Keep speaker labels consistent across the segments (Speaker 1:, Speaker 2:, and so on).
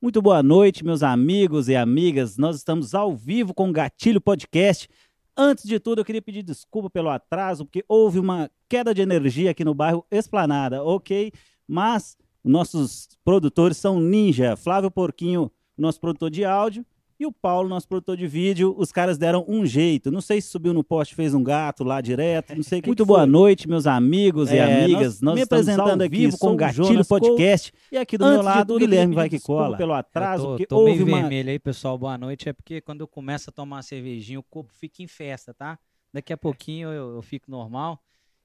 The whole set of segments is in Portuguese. Speaker 1: Muito boa noite, meus amigos e amigas. Nós estamos ao vivo com o Gatilho Podcast. Antes de tudo, eu queria pedir desculpa pelo atraso, porque houve uma queda de energia aqui no bairro Esplanada, ok? Mas nossos produtores são ninja. Flávio Porquinho, nosso produtor de áudio, e o Paulo, nosso produtor de vídeo. Os caras deram um jeito. Não sei se subiu no poste, fez um gato lá direto. Não sei. o que Muito
Speaker 2: que
Speaker 1: boa
Speaker 2: foi?
Speaker 1: noite, meus amigos e
Speaker 2: É,
Speaker 1: amigas.
Speaker 2: nós-
Speaker 1: Nós
Speaker 2: me
Speaker 1: estamos
Speaker 2: apresentando
Speaker 1: ao
Speaker 2: aqui,
Speaker 1: vivo com
Speaker 2: sou
Speaker 1: o
Speaker 2: o
Speaker 1: Gatilho
Speaker 2: Jonas Couto.
Speaker 1: Podcast.
Speaker 2: E aqui do
Speaker 1: Antes
Speaker 2: meu lado,
Speaker 1: de
Speaker 2: o
Speaker 1: tudo,
Speaker 2: Guilherme vai que
Speaker 1: desculpa
Speaker 2: cola.
Speaker 1: pelo atraso,
Speaker 3: Eu tô,
Speaker 1: porque
Speaker 3: tô
Speaker 1: houve
Speaker 3: meio
Speaker 1: uma...
Speaker 3: vermelho aí, pessoal. Boa noite. É porque quando eu começo a tomar cervejinha, o corpo fica em festa, tá? Daqui a pouquinho eu, eu fico normal.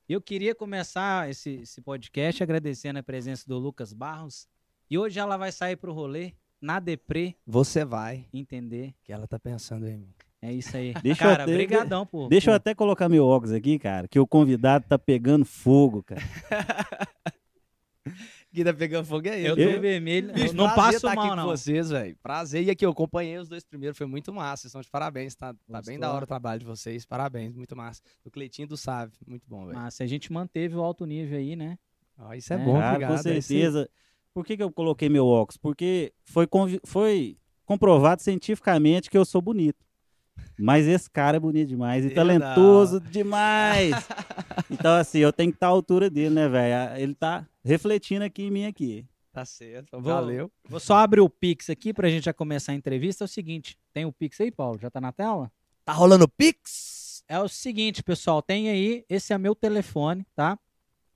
Speaker 3: Eu queria começar esse, esse podcast agradecendo a presença do Lucas Barros. E hoje ela vai sair pro rolê, na deprê,
Speaker 2: Você vai,
Speaker 3: entender.
Speaker 2: que ela tá pensando em mim.
Speaker 3: É isso aí.
Speaker 1: Deixa eu
Speaker 3: Cara,
Speaker 1: até-
Speaker 3: brigadão por...
Speaker 1: Deixa eu
Speaker 3: por-
Speaker 1: até colocar meu óculos aqui, cara, que o convidado tá pegando fogo, cara.
Speaker 2: Quem tá pegando fogo é
Speaker 3: Eu
Speaker 2: eu.
Speaker 3: tô
Speaker 1: Eu-
Speaker 3: vermelho.
Speaker 2: Bicho,
Speaker 3: eu não
Speaker 2: prazer
Speaker 3: passo
Speaker 2: tá aqui
Speaker 3: mal,
Speaker 2: com
Speaker 3: não.
Speaker 2: vocês, velho. Prazer. E aqui, eu acompanhei os dois primeiros, foi muito massa. Vocês estão de parabéns, tá, tá
Speaker 3: Vamos
Speaker 2: bem
Speaker 3: lá.
Speaker 2: da hora o trabalho de vocês. Parabéns, muito massa. Do Cleitinho e do Sávio, muito bom, velho.
Speaker 3: Mas a gente manteve o alto nível aí, né?
Speaker 2: Ó, isso é,
Speaker 3: É,
Speaker 2: bom,
Speaker 1: Cara,
Speaker 2: obrigado.
Speaker 1: Ah, com
Speaker 2: é isso aí.
Speaker 1: certeza. Por que, que eu coloquei meu óculos? Porque foi, convi- foi comprovado cientificamente que eu sou bonito. Mas esse cara é bonito demais e
Speaker 2: Verdade.
Speaker 1: talentoso demais. Então, assim, eu tenho que estar à altura dele, né, velho? Ele tá refletindo aqui em mim aqui.
Speaker 2: Tá certo,
Speaker 3: Vou-
Speaker 2: valeu.
Speaker 3: Vou só abrir o Pix aqui pra gente já começar a entrevista. É o seguinte, tem o Pix aí, Paulo? Já tá na tela?
Speaker 2: Tá rolando Pix?
Speaker 3: É o seguinte, pessoal, tem aí, esse é meu telefone, tá?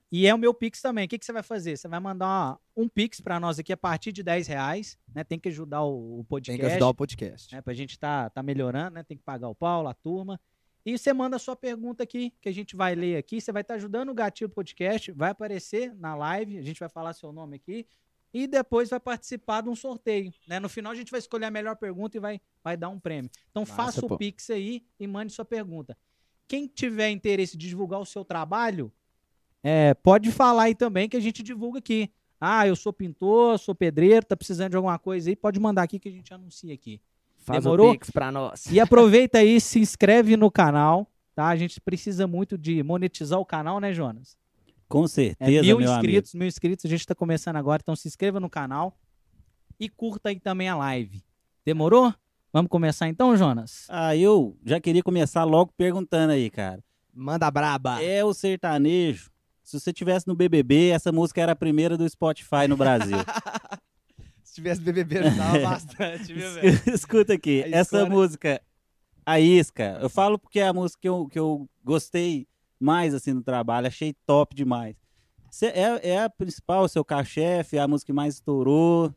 Speaker 3: E é o meu Pix também. O que, que você vai fazer? Você vai mandar uma- um Pix pra nós aqui a partir de 10 reais, né? Tem que ajudar o, o
Speaker 2: Tem
Speaker 3: podcast,
Speaker 2: que ajudar o podcast.
Speaker 3: né? Pra gente tá, tá melhorando, né? Tem que pagar o Paulo, a turma. E você manda a sua pergunta aqui, que a gente vai ler aqui. Você vai estar ajudando o Gatilho Podcast, vai aparecer na live, a gente vai falar seu nome aqui. E depois vai participar de um sorteio, né? No final a gente vai escolher a melhor pergunta e vai, vai dar um prêmio. Então
Speaker 2: Massa,
Speaker 3: faça o
Speaker 2: pô.
Speaker 3: Pix aí e mande sua pergunta. Quem tiver interesse de divulgar o seu trabalho, é, pode falar aí também que a gente divulga aqui. Ah, eu sou pintor, sou pedreiro, tá precisando de alguma coisa aí, pode mandar aqui que a gente anuncia aqui.
Speaker 2: Faz
Speaker 3: Demorou?
Speaker 2: o Pix pra nós.
Speaker 3: E aproveita aí, se inscreve no canal, tá? A gente precisa muito de monetizar o canal, né, Jonas?
Speaker 1: Com
Speaker 3: É,
Speaker 1: certeza,
Speaker 3: mil
Speaker 1: meu amigo.
Speaker 3: inscritos, mil inscritos, a gente tá começando agora, então se inscreva no canal e curta aí também a live. Demorou? Vamos começar então, Jonas?
Speaker 1: Ah, eu já queria começar logo perguntando aí, cara.
Speaker 2: Manda braba.
Speaker 1: É o sertanejo. Se você tivesse no BBB, essa música era a primeira do Spotify no Brasil.
Speaker 2: Se tivesse BBB, ajudava bastante, viu, velho?
Speaker 1: Escuta aqui,
Speaker 2: A
Speaker 1: essa
Speaker 2: história-
Speaker 1: música, A Isca, eu falo porque é a música que eu, que eu gostei mais, assim, no trabalho, achei top demais. Cê- é, é a principal, seu carro-chefe, é a música que mais estourou.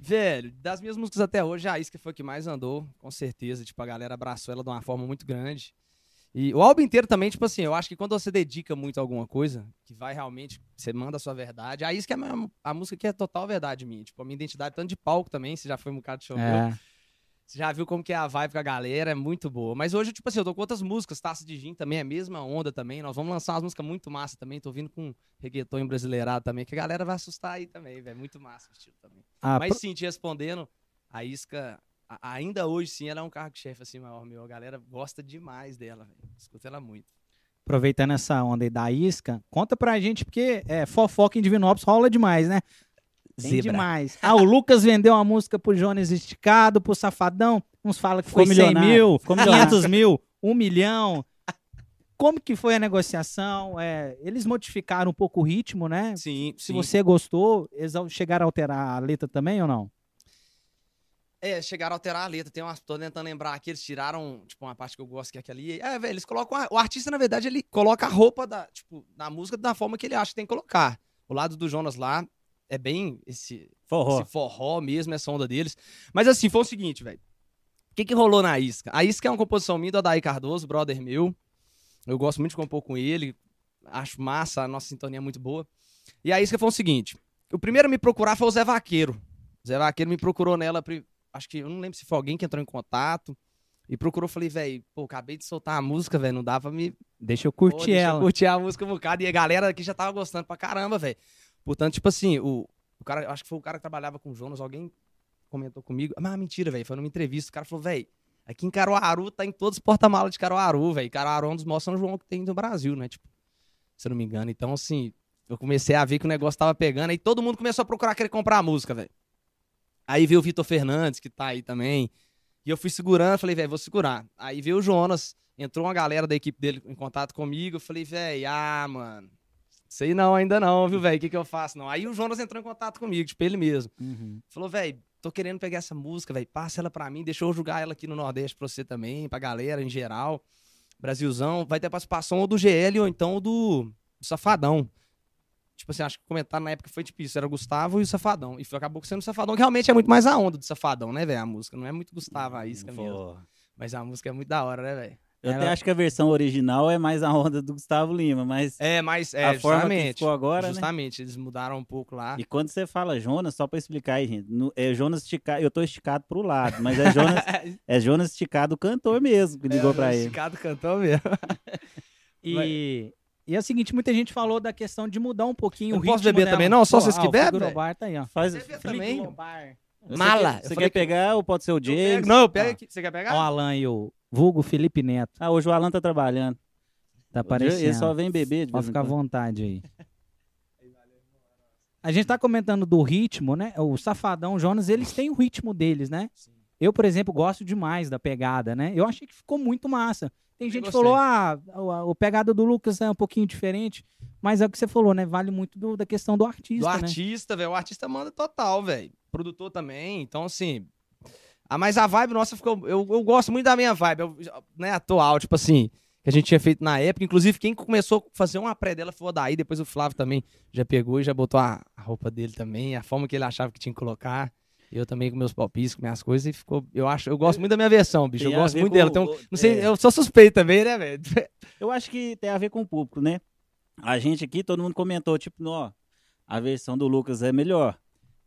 Speaker 2: Velho, das minhas músicas até hoje, a Isca foi a que mais andou, com certeza. Tipo, a galera abraçou ela de uma forma muito grande. E o álbum inteiro também, tipo assim, eu acho que quando você dedica muito a alguma coisa, que vai realmente, você manda a sua verdade. A Isca é uma- a música que é total verdade minha. Tipo, a minha identidade, tanto de palco também, você já foi um bocado de show
Speaker 3: É.
Speaker 2: meu. Você já viu como que é a vibe com a galera, é muito boa. Mas hoje, tipo assim, eu tô com outras músicas, Taça de Gin também, é a mesma onda também. Nós vamos lançar umas músicas muito massa também, tô vindo com um reggaeton brasileirado também, que a galera vai assustar aí também, velho. Muito massa o estilo também.
Speaker 3: Ah,
Speaker 2: Mas sim, te respondendo, a Isca, a- ainda hoje sim, ela é um cargo-chefe assim maior, meu. A galera gosta demais dela, velho. Escuta ela muito.
Speaker 3: Aproveitando essa onda aí da isca, conta pra gente, porque é, fofoca em Divinópolis rola demais, né? Tem demais. Ah, o Lucas vendeu uma música pro Jones Esticado, pro Safadão. Uns falam que
Speaker 1: Ficou
Speaker 3: foi 100
Speaker 1: milionário,
Speaker 3: mil,
Speaker 1: ficou milionário.
Speaker 3: 500 mil, 1 milhão. Como que foi a negociação? É, eles modificaram um pouco o ritmo, né?
Speaker 2: Sim,
Speaker 3: Se você gostou, eles al- chegaram a alterar a letra também ou não?
Speaker 2: É, chegaram a alterar a letra. Tem umas. Tô tentando lembrar aqui, eles tiraram, tipo, uma parte que eu gosto que é aquela. ali. É, velho, eles colocam. a- o artista, na verdade, ele coloca a roupa da, tipo, na música da forma que ele acha que tem que colocar. O lado do Jonas lá é bem esse,
Speaker 1: Forró.
Speaker 2: esse forró mesmo, essa onda deles. Mas assim, foi o seguinte, velho. O que, que rolou na Isca? A Isca é uma composição minha do Adair Cardoso, brother meu. Eu gosto muito de compor com ele. Acho massa, a nossa sintonia é muito boa. E a Isca foi o seguinte. O primeiro a me procurar foi o Zé Vaqueiro. O Zé Vaqueiro me procurou nela, pri- acho que, eu não lembro se foi alguém que entrou em contato. E procurou, eu falei, velho, pô, acabei de soltar a música, velho, não dá pra me
Speaker 3: Deixa eu
Speaker 2: Pô,
Speaker 3: curtir
Speaker 2: deixa eu
Speaker 3: ela.
Speaker 2: curtir a música um bocado. E a galera aqui já tava gostando pra caramba, velho. Portanto, tipo assim, o, o cara, eu acho que foi o cara que trabalhava com o Jonas, alguém comentou comigo. Mas mentira, velho, foi numa entrevista. O cara falou, velho, aqui em Caruaru tá em todos os porta-malas de Caruaru, velho. Caruaru é um dos maiores São João que tem no Brasil, né? Tipo, se eu não me engano. Então, assim, eu comecei a ver que o negócio tava pegando. Aí todo mundo começou a procurar querer comprar a música, velho. Aí veio o Vitor Fernandes, que tá aí também. E eu fui segurando, falei, velho, vou segurar. Aí veio o Jonas, entrou uma galera da equipe dele em contato comigo. Eu falei, velho, ah, mano, sei não, ainda não, viu, velho? O que, que eu faço? Não. Aí o Jonas entrou em contato comigo, tipo, ele mesmo.
Speaker 1: Uhum.
Speaker 2: Falou, velho, tô querendo pegar essa música, velho. Passa ela pra mim, deixa eu jogar ela aqui no Nordeste pra você também, pra galera em geral. Brasilzão, vai ter participação ou do GL ou então do, do Safadão. Tipo assim, acho que o comentário na época foi tipo isso, era o Gustavo e o Safadão. E foi- acabou sendo o Safadão, que realmente é muito mais a onda do Safadão, né, velho? A música não é muito Gustavo a isca mesmo.
Speaker 1: Pô.
Speaker 2: Mas a música é muito da hora, né, velho?
Speaker 1: Eu até
Speaker 2: Ela-
Speaker 1: acho que a versão original é mais a onda do Gustavo Lima, mas
Speaker 2: É, mas é,
Speaker 1: a forma que
Speaker 2: justamente.
Speaker 1: ficou agora, né?
Speaker 2: justamente, eles mudaram um pouco lá.
Speaker 1: E quando você fala Jonas, só pra explicar aí, gente, no- é Jonas esticado, eu tô esticado pro lado, mas é Jonas, é Jonas esticado o cantor mesmo que ligou
Speaker 2: É,
Speaker 1: pra
Speaker 2: o
Speaker 1: ele.
Speaker 2: Chicago cantou mesmo.
Speaker 3: E, e é o seguinte, muita gente falou da questão de mudar um pouquinho
Speaker 2: Eu
Speaker 3: o
Speaker 2: posso
Speaker 3: ritmo
Speaker 2: beber
Speaker 3: dela.
Speaker 2: também, não? Só
Speaker 3: Pô,
Speaker 2: vocês que
Speaker 3: ah, o Felipe
Speaker 2: bebem?
Speaker 3: Lobar tá aí, ó.
Speaker 1: Faz,
Speaker 2: Você vê
Speaker 1: Felipe,
Speaker 2: também?
Speaker 3: Lobar.
Speaker 1: você
Speaker 2: Mala,
Speaker 1: quer-
Speaker 2: eu
Speaker 1: Você
Speaker 2: falei
Speaker 1: quer
Speaker 2: que-
Speaker 1: pegar ou pode ser o
Speaker 2: Eu pego-
Speaker 1: James?
Speaker 2: Não, pega
Speaker 3: Ah.
Speaker 2: aqui. Você quer
Speaker 3: Ó
Speaker 2: pegar?
Speaker 3: o Alan e o vulgo Felipe Neto.
Speaker 1: Ah, hoje o Alan tá trabalhando. Ele só
Speaker 3: Tá aparecendo.
Speaker 1: vem beber de
Speaker 3: Pode
Speaker 1: vez em
Speaker 3: ficar à
Speaker 1: quando.
Speaker 3: vontade aí. A gente tá comentando do ritmo, né? O Safadão, o Jonas, eles têm o ritmo deles, né? Eu, por exemplo, gosto demais da pegada, né? Eu achei que ficou muito massa. Tem
Speaker 2: Eu
Speaker 3: gente que
Speaker 2: gostei.
Speaker 3: falou, ah, o- a, o pegada do Lucas é um pouquinho diferente, mas é o que você falou, né? Vale muito do- da questão do artista,
Speaker 2: do
Speaker 3: né?
Speaker 2: artista, velho. O artista manda total, velho. Produtor também. Então, assim. A, mas a vibe nossa ficou. Eu, eu gosto muito da minha vibe. Eu, né, atual, tipo assim. Que a gente tinha feito na época. Inclusive, quem começou a fazer uma pré dela foi o Daí. Depois o Flávio também já pegou e já botou a, a roupa dele também. A forma que ele achava que tinha que colocar. Eu também com meus palpites, com minhas coisas. E ficou. Eu acho. Eu gosto muito da minha versão, bicho.
Speaker 1: Tem
Speaker 2: Eu
Speaker 1: a
Speaker 2: gosto
Speaker 1: ver
Speaker 2: muito
Speaker 1: com
Speaker 2: dela.
Speaker 1: o-
Speaker 2: Então,
Speaker 1: o-
Speaker 2: não sei.
Speaker 1: é.
Speaker 2: Eu sou suspeito também, né, velho?
Speaker 1: Eu acho que tem a ver com o público, né? A gente aqui, todo mundo comentou, tipo, ó, a versão do Lucas é melhor.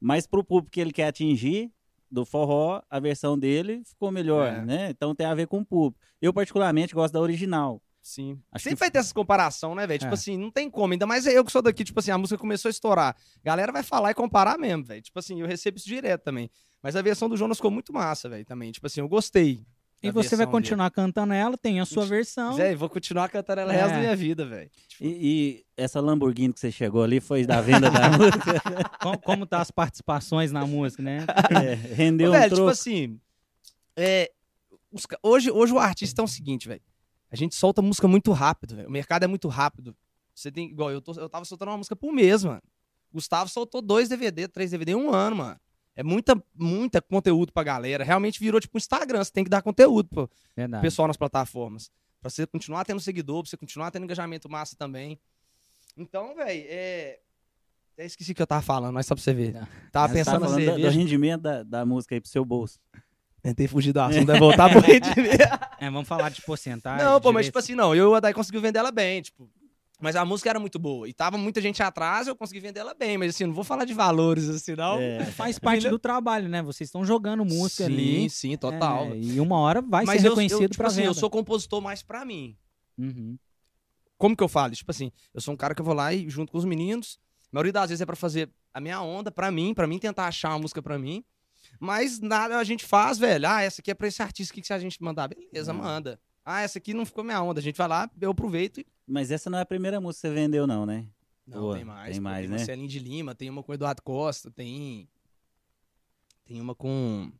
Speaker 1: Mas pro público que ele quer atingir, do forró, a versão dele ficou melhor,
Speaker 2: É.
Speaker 1: né? Então tem a ver com o público. Eu, particularmente, gosto da original.
Speaker 2: Sim.
Speaker 1: Acho
Speaker 2: Sempre
Speaker 1: que-
Speaker 2: vai ter essas comparação, né, velho?
Speaker 3: É.
Speaker 2: Tipo assim, não tem como. Ainda mais eu que sou daqui, tipo assim, a música começou a estourar. A galera vai falar e comparar mesmo, velho. Tipo assim, eu recebo isso direto também. Mas a versão do Jonas ficou muito massa, velho, também. Tipo assim, eu gostei.
Speaker 3: E
Speaker 2: da
Speaker 3: você vai
Speaker 2: versão
Speaker 3: continuar cantando ela, tem a sua versão.
Speaker 2: dele. Zé, eu vou continuar cantando ela o resto
Speaker 3: É.
Speaker 2: da minha vida, velho. Tipo,
Speaker 1: E, e essa Lamborghini que você chegou ali foi da venda da música.
Speaker 3: Como, como tá as participações na música, né?
Speaker 1: É, rendeu
Speaker 2: Ô,
Speaker 1: um
Speaker 2: velho, tipo
Speaker 1: troco.
Speaker 2: assim, é, os ca- hoje, hoje o artista é o seguinte, velho. A gente solta música muito rápido, velho. O mercado é muito rápido. Você tem, igual eu, tô- eu tava soltando uma música por mês, mano. Gustavo soltou dois DVD, três DVD em um ano, mano. É muita, muita conteúdo pra galera. Realmente virou tipo um Instagram. Você tem que dar conteúdo pro
Speaker 3: Verdade.
Speaker 2: pessoal nas plataformas. Pra você continuar tendo seguidor, pra você continuar tendo engajamento massa também. Então, velho, é. Até esqueci o que eu tava falando, mas só pra você ver.
Speaker 3: Não.
Speaker 2: Tava
Speaker 1: Você tá
Speaker 2: pensando na
Speaker 1: falando da- do
Speaker 2: cerveja.
Speaker 1: rendimento da, da música aí pro seu bolso.
Speaker 2: Tentei fugir Né, do assunto, vai voltar pro rendimento.
Speaker 3: É, vamos falar de porcentagem.
Speaker 2: não, pô, mas
Speaker 3: direito.
Speaker 2: tipo assim, não, eu e o Adai conseguiu vender ela bem, tipo. Mas a música era muito boa. E tava muita gente atrás, eu consegui vender ela bem. Mas assim, não vou falar de valores, assim, não.
Speaker 1: É.
Speaker 3: faz parte do trabalho, né? Vocês estão jogando
Speaker 2: sim,
Speaker 3: música ali.
Speaker 2: sim, total.
Speaker 3: É, e uma hora vai
Speaker 2: mas
Speaker 3: ser
Speaker 2: eu, eu,
Speaker 3: reconhecido
Speaker 2: tipo
Speaker 3: pra
Speaker 2: assim,
Speaker 3: venda.
Speaker 2: eu sou compositor mais pra mim.
Speaker 3: Uhum.
Speaker 2: Como que eu falo? Tipo assim, eu sou um cara que eu vou lá e junto com os meninos. A maioria das vezes é pra fazer a minha onda pra mim, pra mim tentar achar uma música pra mim. Mas nada a gente faz, velho. Ah, essa aqui é pra esse artista, o que, que a gente mandar? Beleza,
Speaker 3: Uhum.
Speaker 1: Ah.
Speaker 2: manda. Ah, essa aqui não ficou minha onda. A gente vai lá, eu aproveito e
Speaker 1: Mas essa não é a primeira música que você vendeu, não, né?
Speaker 2: Não,
Speaker 1: Boa,
Speaker 2: tem mais.
Speaker 1: tem
Speaker 2: pô,
Speaker 1: mais,
Speaker 2: tem
Speaker 1: né?
Speaker 2: Marcelinho de Lima, tem uma com o Eduardo Costa, tem. Tem uma com.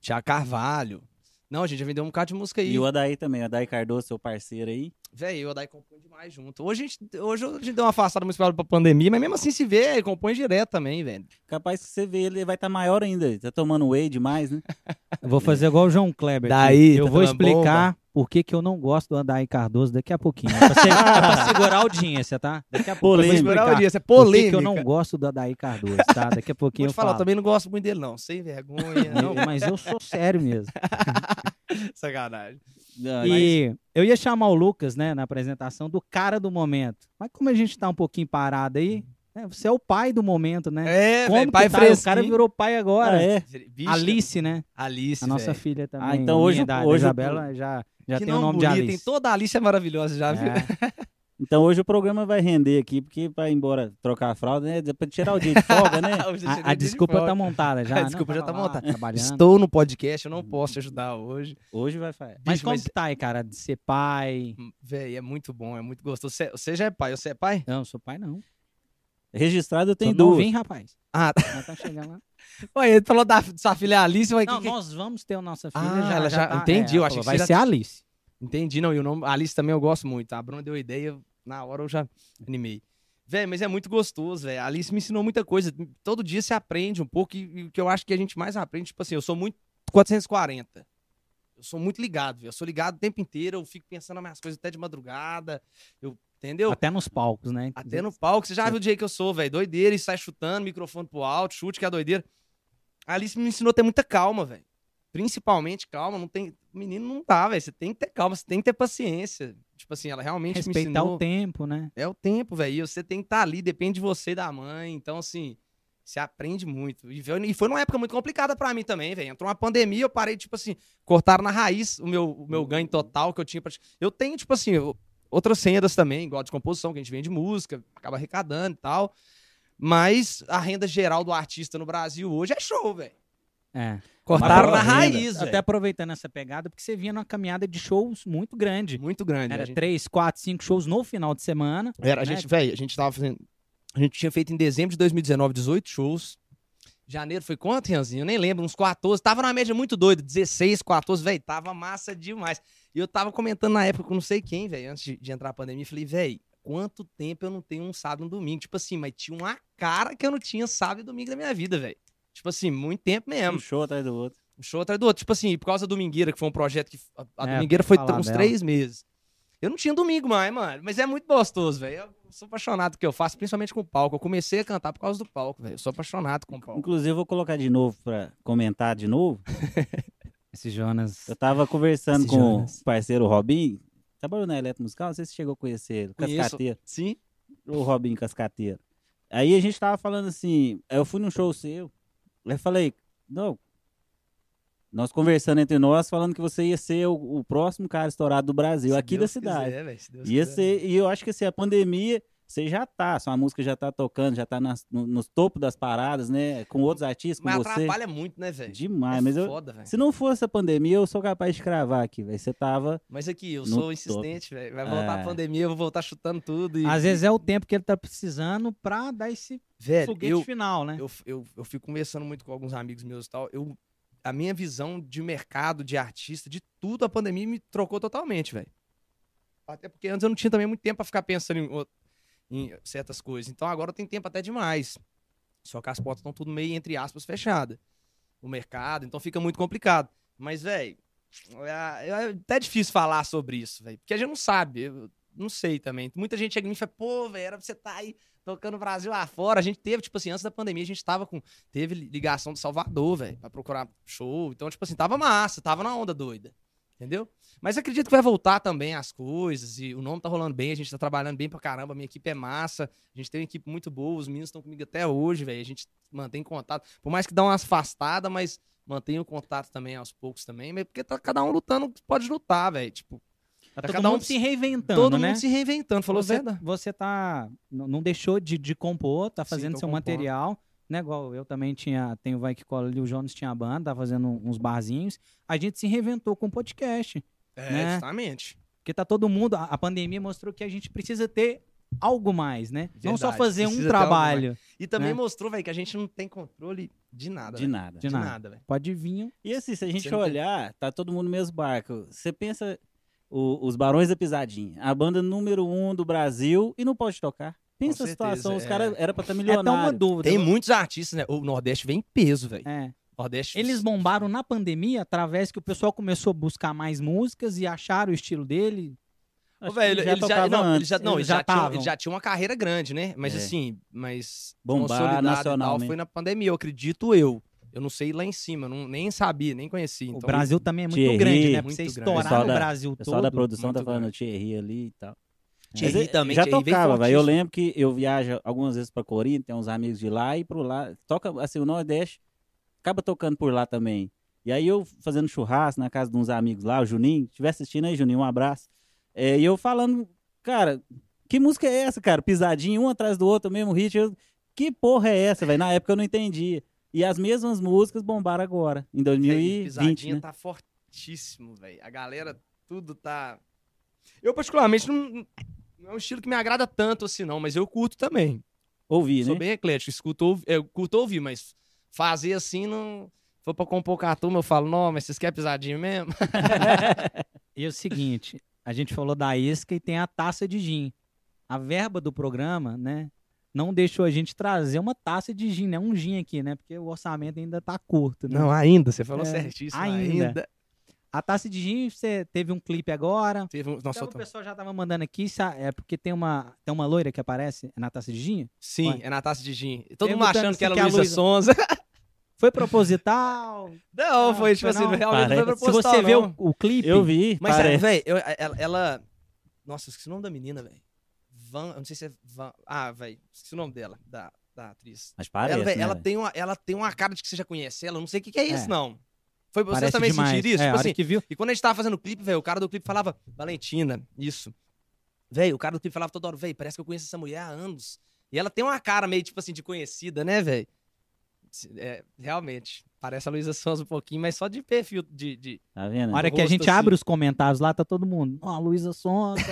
Speaker 2: Tiago Carvalho. Não, a gente já vendeu um bocado de música aí.
Speaker 1: E o Adair também, o Adair Cardoso, seu parceiro aí.
Speaker 2: Véi, eu e o Adai compõe demais junto. Hoje a gente, hoje a gente deu uma afastada muito pra pra pandemia, mas mesmo assim se vê, ele compõe direto também, velho.
Speaker 1: Capaz que você vê ele, vai estar maior ainda. Tá tomando whey demais, né?
Speaker 3: Eu vou fazer igual o João Kleber. aqui.
Speaker 2: Daí,
Speaker 3: eu
Speaker 2: tá
Speaker 3: vou
Speaker 2: dando uma
Speaker 3: explicar por que, que eu não gosto do Adair Cardoso daqui a pouquinho. É pra, se- é pra segurar a audiência, tá? Daqui a pouco eu vou
Speaker 1: Polêmica.
Speaker 3: explicar
Speaker 2: Segurar a audiência, é
Speaker 3: por que,
Speaker 2: polêmica.
Speaker 3: que eu não gosto do Adair Cardoso, tá? Daqui a pouquinho
Speaker 2: Vou
Speaker 3: eu
Speaker 2: te falar,
Speaker 3: falo.
Speaker 2: também não gosto muito dele, não. Sem vergonha, não.
Speaker 3: Mas eu sou sério mesmo.
Speaker 2: Sacanagem.
Speaker 3: Ah,
Speaker 1: Não,
Speaker 3: E eu ia chamar o Lucas, né, na apresentação do cara do momento. Mas como a gente tá um pouquinho parado aí, né, você é o pai do momento, né?
Speaker 2: É,
Speaker 3: como
Speaker 2: velho, pai
Speaker 3: que tá?
Speaker 2: fresco.
Speaker 3: O cara virou pai agora.
Speaker 1: Ah, é?
Speaker 2: Bicho,
Speaker 3: Alice, né?
Speaker 2: Alice,
Speaker 3: A nossa
Speaker 2: velho.
Speaker 3: filha também.
Speaker 1: Ah, então hoje-
Speaker 3: minha, da, da
Speaker 1: hoje-
Speaker 3: Isabela já, já
Speaker 2: Que
Speaker 3: tem o
Speaker 2: nome
Speaker 3: nome de
Speaker 2: bonito,
Speaker 3: Alice.
Speaker 2: hein? Toda a Alice é maravilhosa, já viu?
Speaker 3: É.
Speaker 1: Então hoje o programa vai render aqui, porque vai embora trocar a fralda, né? Pra tirar o dia de folga, né?
Speaker 2: Hoje eu
Speaker 3: É.
Speaker 2: tirei
Speaker 3: A- A,
Speaker 2: dia de
Speaker 3: desculpa
Speaker 2: folga.
Speaker 3: tá montada já.
Speaker 2: A
Speaker 3: né?
Speaker 2: desculpa já
Speaker 3: Tava
Speaker 2: tá
Speaker 3: lá
Speaker 2: montada.
Speaker 3: Trabalhando.
Speaker 2: Estou no podcast, eu não posso te ajudar hoje.
Speaker 1: Hoje vai fazer.
Speaker 3: Mas
Speaker 2: Bicho,
Speaker 3: como que tá aí, cara? De ser pai.
Speaker 2: Véi, é muito bom, é muito gostoso. Você- Você já é pai, você é pai?
Speaker 3: Não, eu sou pai não.
Speaker 1: Registrado eu tenho
Speaker 4: Só não
Speaker 1: duas.
Speaker 4: vim, rapaz.
Speaker 2: Ah,
Speaker 4: Nós tá chegando lá.
Speaker 2: ué, ele falou da sua filha Alice, mas
Speaker 4: Não,
Speaker 2: que- que-
Speaker 4: nós vamos ter a nossa filha.
Speaker 2: Ah,
Speaker 4: já,
Speaker 2: ela já-
Speaker 4: tá-
Speaker 2: entendi, eu
Speaker 4: ela
Speaker 2: achei
Speaker 4: falou,
Speaker 2: que
Speaker 4: vai
Speaker 2: você já
Speaker 4: ser a Alice.
Speaker 2: Entendi, não. E o nome Alice também eu gosto muito. tá? A Bruna deu ideia, na hora eu já animei. Véi, mas é muito gostoso, velho. A Alice me ensinou muita coisa. Todo dia você aprende um pouco e, e o que eu acho que a gente mais aprende, tipo assim, eu sou muito 440. Eu sou muito ligado, velho. Eu sou ligado o tempo inteiro, eu fico pensando nas minhas coisas até de madrugada. Eu, entendeu?
Speaker 4: Até nos palcos, né?
Speaker 2: Até no palco, você já viu o jeito que eu sou, velho. Doideira, e sai chutando, microfone pro alto, chute, que é doideira. A Alice me ensinou a ter muita calma, velho. Principalmente calma, não tem. Menino não dá, velho. Você tem que ter calma, você tem que ter paciência. Tipo assim, ela realmente me
Speaker 4: Respeitar
Speaker 2: ensinou.
Speaker 4: o tempo, né?
Speaker 2: É o tempo, velho. E você tem que estar ali, depende de você e da mãe. Então, assim, você aprende muito. E veio- e foi numa época muito complicada pra mim também, velho. Entrou uma pandemia, eu parei, tipo assim, cortaram na raiz o meu, o meu ganho total que eu tinha. Pra... Eu tenho, tipo assim, eu- outras sendas também, igual a de composição, que a gente vende música, acaba arrecadando e tal. Mas a renda geral do artista no Brasil hoje é show, velho.
Speaker 4: É.
Speaker 2: Cortaram na
Speaker 1: Uma boa renda.
Speaker 2: raiz,
Speaker 4: Até
Speaker 2: velho.
Speaker 4: aproveitando essa pegada, porque você vinha numa caminhada de shows muito grande.
Speaker 2: Muito grande.
Speaker 4: Era
Speaker 2: a gente-
Speaker 4: três, quatro, cinco shows no final de semana.
Speaker 2: Era, a
Speaker 4: né?
Speaker 2: gente, velho, a gente tava fazendo. A gente tinha feito em dezembro de 2019 18 shows. Janeiro foi quanto, Renzinho? Eu nem lembro, uns 14. Tava numa média muito doida, 16, 14, velho, tava massa demais. E eu tava comentando na época com não sei quem, velho, antes de, de entrar a pandemia, eu falei, velho, quanto tempo eu não tenho um sábado e um domingo? Tipo assim, mas tinha uma cara que eu não tinha sábado e domingo da minha vida, velho. Tipo assim, muito tempo
Speaker 1: Um
Speaker 2: mesmo.
Speaker 1: show atrás do outro.
Speaker 2: Um show atrás do outro. Tipo assim, por causa da Domingueira, que foi um projeto que. A, a
Speaker 4: É,
Speaker 2: Domingueira foi
Speaker 4: falar
Speaker 2: uns
Speaker 4: dela.
Speaker 2: três meses. Eu não tinha domingo mais, mano. Mas é muito gostoso, velho. Eu sou apaixonado que eu faço, principalmente com o palco. Eu comecei a cantar por causa do palco, velho. Eu sou apaixonado com o palco.
Speaker 1: Inclusive, eu vou colocar de novo pra comentar de novo.
Speaker 4: Esse Jonas.
Speaker 1: Eu tava conversando
Speaker 2: Esse
Speaker 1: com
Speaker 2: Jonas.
Speaker 1: o parceiro Robin. Trabalhou na Eletro Musical, não sei se você chegou a conhecer ele.
Speaker 2: Conheço.
Speaker 1: Cascateiro.
Speaker 2: Sim.
Speaker 1: O Robin Cascateiro. Aí a gente tava falando assim, eu fui num show seu, aí eu falei, não, nós conversando entre nós, falando que você ia ser o, o próximo cara estourado do Brasil,
Speaker 2: Se
Speaker 1: aqui
Speaker 2: Deus
Speaker 1: da cidade.
Speaker 2: quiser, velho, se Deus
Speaker 1: Ia
Speaker 2: quiser.
Speaker 1: ser, e eu acho que assim, a pandemia, você já tá, sua música já tá tocando, já tá nas- no, nos topo das paradas, né, com outros artistas, com
Speaker 2: Mas
Speaker 1: você.
Speaker 2: atrapalha muito, né, velho?
Speaker 1: Demais,
Speaker 2: É
Speaker 1: mas eu,
Speaker 2: foda, velho.
Speaker 1: se não fosse a pandemia, eu sou capaz de cravar aqui, velho. Você tava.
Speaker 2: Mas aqui, eu
Speaker 1: No
Speaker 2: sou
Speaker 1: topo.
Speaker 2: insistente, velho. Vai voltar
Speaker 1: É.
Speaker 2: a pandemia, eu vou voltar chutando tudo. E...
Speaker 4: Às vezes é o tempo que ele tá precisando pra dar esse
Speaker 2: velho,
Speaker 4: foguete
Speaker 2: eu,
Speaker 4: final, né?
Speaker 2: eu, eu, eu fico conversando muito com alguns amigos meus e tal. Eu, a minha visão de mercado, de artista, de tudo, a pandemia me trocou totalmente, velho. Até porque antes eu não tinha também muito tempo pra ficar pensando em, o- em certas coisas. Então agora eu tenho tempo até demais. Só que as portas estão tudo meio, entre aspas, fechadas. O mercado, então fica muito complicado. Mas, velho, é, é até difícil falar sobre isso, velho. Porque a gente não sabe. Eu não sei também. Muita gente chega em mim e fala, pô, velho, era pra você estar aí tocando o Brasil afora. A gente teve, tipo assim, antes da pandemia, a gente tava com. Teve ligação de Salvador, velho, pra procurar show. Então, tipo assim, tava massa, tava na onda doida. Entendeu? Mas acredito que vai voltar também as coisas. E o nome tá rolando bem, a gente tá trabalhando bem pra caramba. A minha equipe é massa. A gente tem uma equipe muito boa. Os meninos estão comigo até hoje, velho. A gente mantém contato. Por mais que dá uma afastada, mas mantém o contato também aos poucos também. mas Porque tá cada um lutando o que pode lutar, velho. Tipo,
Speaker 4: Tá
Speaker 2: tá
Speaker 4: todo
Speaker 2: cada
Speaker 4: mundo
Speaker 2: um-
Speaker 4: se reinventando,
Speaker 2: todo
Speaker 4: né?
Speaker 2: mundo se reinventando. Falou
Speaker 4: você,
Speaker 2: verdade.
Speaker 4: você tá. n- Não deixou de, de compor, tá
Speaker 2: Sim,
Speaker 4: fazendo
Speaker 2: tô
Speaker 4: seu
Speaker 2: compondo.
Speaker 4: material. Né, igual eu também tinha, tem o Vai Que Cola ali, o Jonas tinha a banda, tá fazendo uns barzinhos. A gente se reinventou com o podcast.
Speaker 2: É,
Speaker 4: né?
Speaker 2: justamente.
Speaker 4: Porque tá todo mundo. A, a pandemia mostrou que a gente precisa ter algo mais, né? não só
Speaker 2: Verdade,
Speaker 4: fazer um
Speaker 2: precisa ter algo
Speaker 4: trabalho.
Speaker 2: E também
Speaker 4: Né?
Speaker 2: mostrou, velho, que a gente não tem controle de nada.
Speaker 1: De
Speaker 2: velho.
Speaker 1: nada.
Speaker 4: De nada.
Speaker 2: velho.
Speaker 4: Pode vir.
Speaker 2: É
Speaker 4: um-
Speaker 1: E assim, se a gente
Speaker 2: Você não tem-
Speaker 1: olhar, tá todo mundo no mesmo barco. Você pensa o- os Barões da Pisadinha, a banda número um do Brasil e não pode tocar. Pensa
Speaker 2: Com
Speaker 1: a situação,
Speaker 2: certeza,
Speaker 1: os
Speaker 2: é.
Speaker 1: caras era pra estar
Speaker 4: É até uma
Speaker 1: milionário.
Speaker 4: dúvida.
Speaker 2: Tem muitos artistas, né? O Nordeste vem em peso, velho.
Speaker 4: É.
Speaker 2: Nordeste.
Speaker 4: Eles bombaram na pandemia através que o pessoal começou a buscar mais músicas e acharam o estilo dele.
Speaker 2: Ô,
Speaker 1: Acho que
Speaker 2: velho, eles já,
Speaker 1: tocavam
Speaker 2: não, eles
Speaker 1: antes.
Speaker 2: já, não,
Speaker 4: Eles
Speaker 2: eles
Speaker 4: já
Speaker 2: já tinham-
Speaker 4: tavam.
Speaker 2: eles já tinham uma carreira grande, né? Mas
Speaker 1: É.
Speaker 2: assim, mas
Speaker 1: Bombar
Speaker 2: consolidado e
Speaker 1: nacional,
Speaker 2: tal,
Speaker 1: né?
Speaker 2: foi na pandemia, eu acredito eu. Eu não sei lá em cima, eu não, nem sabia, nem conhecia.
Speaker 4: o
Speaker 2: Então,
Speaker 4: Brasil também é muito
Speaker 1: Thierry,
Speaker 4: grande, né? Pra
Speaker 2: muito
Speaker 4: você
Speaker 2: grande.
Speaker 4: estourar
Speaker 1: Pessoal
Speaker 4: no
Speaker 1: da-
Speaker 4: Brasil
Speaker 1: O pessoal
Speaker 4: todo.
Speaker 1: da produção tá
Speaker 2: muito
Speaker 1: falando
Speaker 2: grande.
Speaker 1: Thierry ali e tal.
Speaker 2: Thierry
Speaker 1: Mas, é,
Speaker 2: também,
Speaker 1: já
Speaker 2: Thierry vem
Speaker 1: tocava, velho. Eu
Speaker 2: fortíssimo.
Speaker 1: lembro que eu viajo algumas vezes pra Corinto, tem uns amigos de lá e pro lá. Toca, assim, o Nordeste acaba tocando por lá também. E aí eu fazendo churrasco na casa de uns amigos lá, o Juninho, estiver assistindo aí, Juninho, um abraço. É, e eu falando, cara, que música é essa, cara? Pisadinha, um atrás do outro, o mesmo hit. Eu, que porra é essa, velho? Na época eu não entendia. E as mesmas músicas bombaram agora, em
Speaker 2: velho,
Speaker 1: 2020,
Speaker 2: é pisadinha
Speaker 1: né?
Speaker 2: tá fortíssimo, velho. A galera, tudo tá. Eu, particularmente, não, não é um estilo que me agrada tanto assim, não, mas eu curto também.
Speaker 1: Ouvir,
Speaker 2: Sou
Speaker 1: né?
Speaker 2: bem eclético, escuto, ouvi- eu curto ouvir, mas fazer assim não. Foi pra compor com a turma, eu falo, não, mas vocês querem pisadinha mesmo?
Speaker 3: E é o seguinte, a gente falou da isca e tem a taça de gin. A verba do programa, né, não deixou a gente trazer uma taça de gin, né, um gin aqui, né, porque o orçamento ainda tá curto, né?
Speaker 2: ainda, você falou
Speaker 3: É,
Speaker 2: certíssimo.
Speaker 3: ainda. A taça de gin, você teve um clipe agora.
Speaker 2: Teve um- Nossa,
Speaker 3: então
Speaker 2: eu
Speaker 3: o
Speaker 2: tô-
Speaker 3: pessoal já tava mandando aqui, sa- é porque tem uma, tem uma loira que aparece na taça de gin.
Speaker 2: Sim,
Speaker 3: Vai.
Speaker 2: é na taça de gin. Todo mundo
Speaker 3: Perguntando
Speaker 2: achando
Speaker 3: se
Speaker 2: que era
Speaker 3: que a
Speaker 2: Luísa
Speaker 3: Luísa-
Speaker 2: Sonza.
Speaker 3: Foi proposital?
Speaker 2: Não,
Speaker 3: Ah,
Speaker 2: foi tipo
Speaker 3: foi
Speaker 2: assim,
Speaker 3: não?
Speaker 2: realmente não foi
Speaker 1: Parece.
Speaker 3: Se
Speaker 2: proposital.
Speaker 3: você vê
Speaker 2: não.
Speaker 3: o, o clipe,
Speaker 1: Eu vi,
Speaker 2: Mas,
Speaker 1: parece.
Speaker 2: velho, ela, ela. Nossa, eu esqueci o nome da menina, velho. Van. Eu não sei se é Van. Ah, velho, esqueci o nome dela, da, da atriz.
Speaker 1: Mas parece,
Speaker 2: ela, véi,
Speaker 1: né,
Speaker 2: ela
Speaker 1: velho?
Speaker 2: tem uma, ela tem uma cara de que você já conhece ela. eu Não sei o que, que é isso,
Speaker 3: É.
Speaker 2: não. Foi vocês
Speaker 3: parece
Speaker 2: também
Speaker 3: demais.
Speaker 2: sentiram isso?
Speaker 3: É, a
Speaker 2: tipo
Speaker 3: hora
Speaker 2: assim,
Speaker 3: que viu,
Speaker 2: E quando a gente tava fazendo o clipe, velho, o cara do clipe falava, Valentina, isso. Velho, o cara do clipe falava toda hora, velho, parece que eu conheço essa mulher há anos. E ela tem uma cara meio, tipo assim, de conhecida, né, velho? É, realmente. Parece a Luísa Sonza um pouquinho, mas só de perfil, de, de-
Speaker 1: Tá vendo?
Speaker 3: a hora
Speaker 2: do
Speaker 3: que a
Speaker 2: rosto,
Speaker 3: gente
Speaker 2: assim.
Speaker 3: abre os comentários lá, tá todo mundo, ó, Luísa Sonza,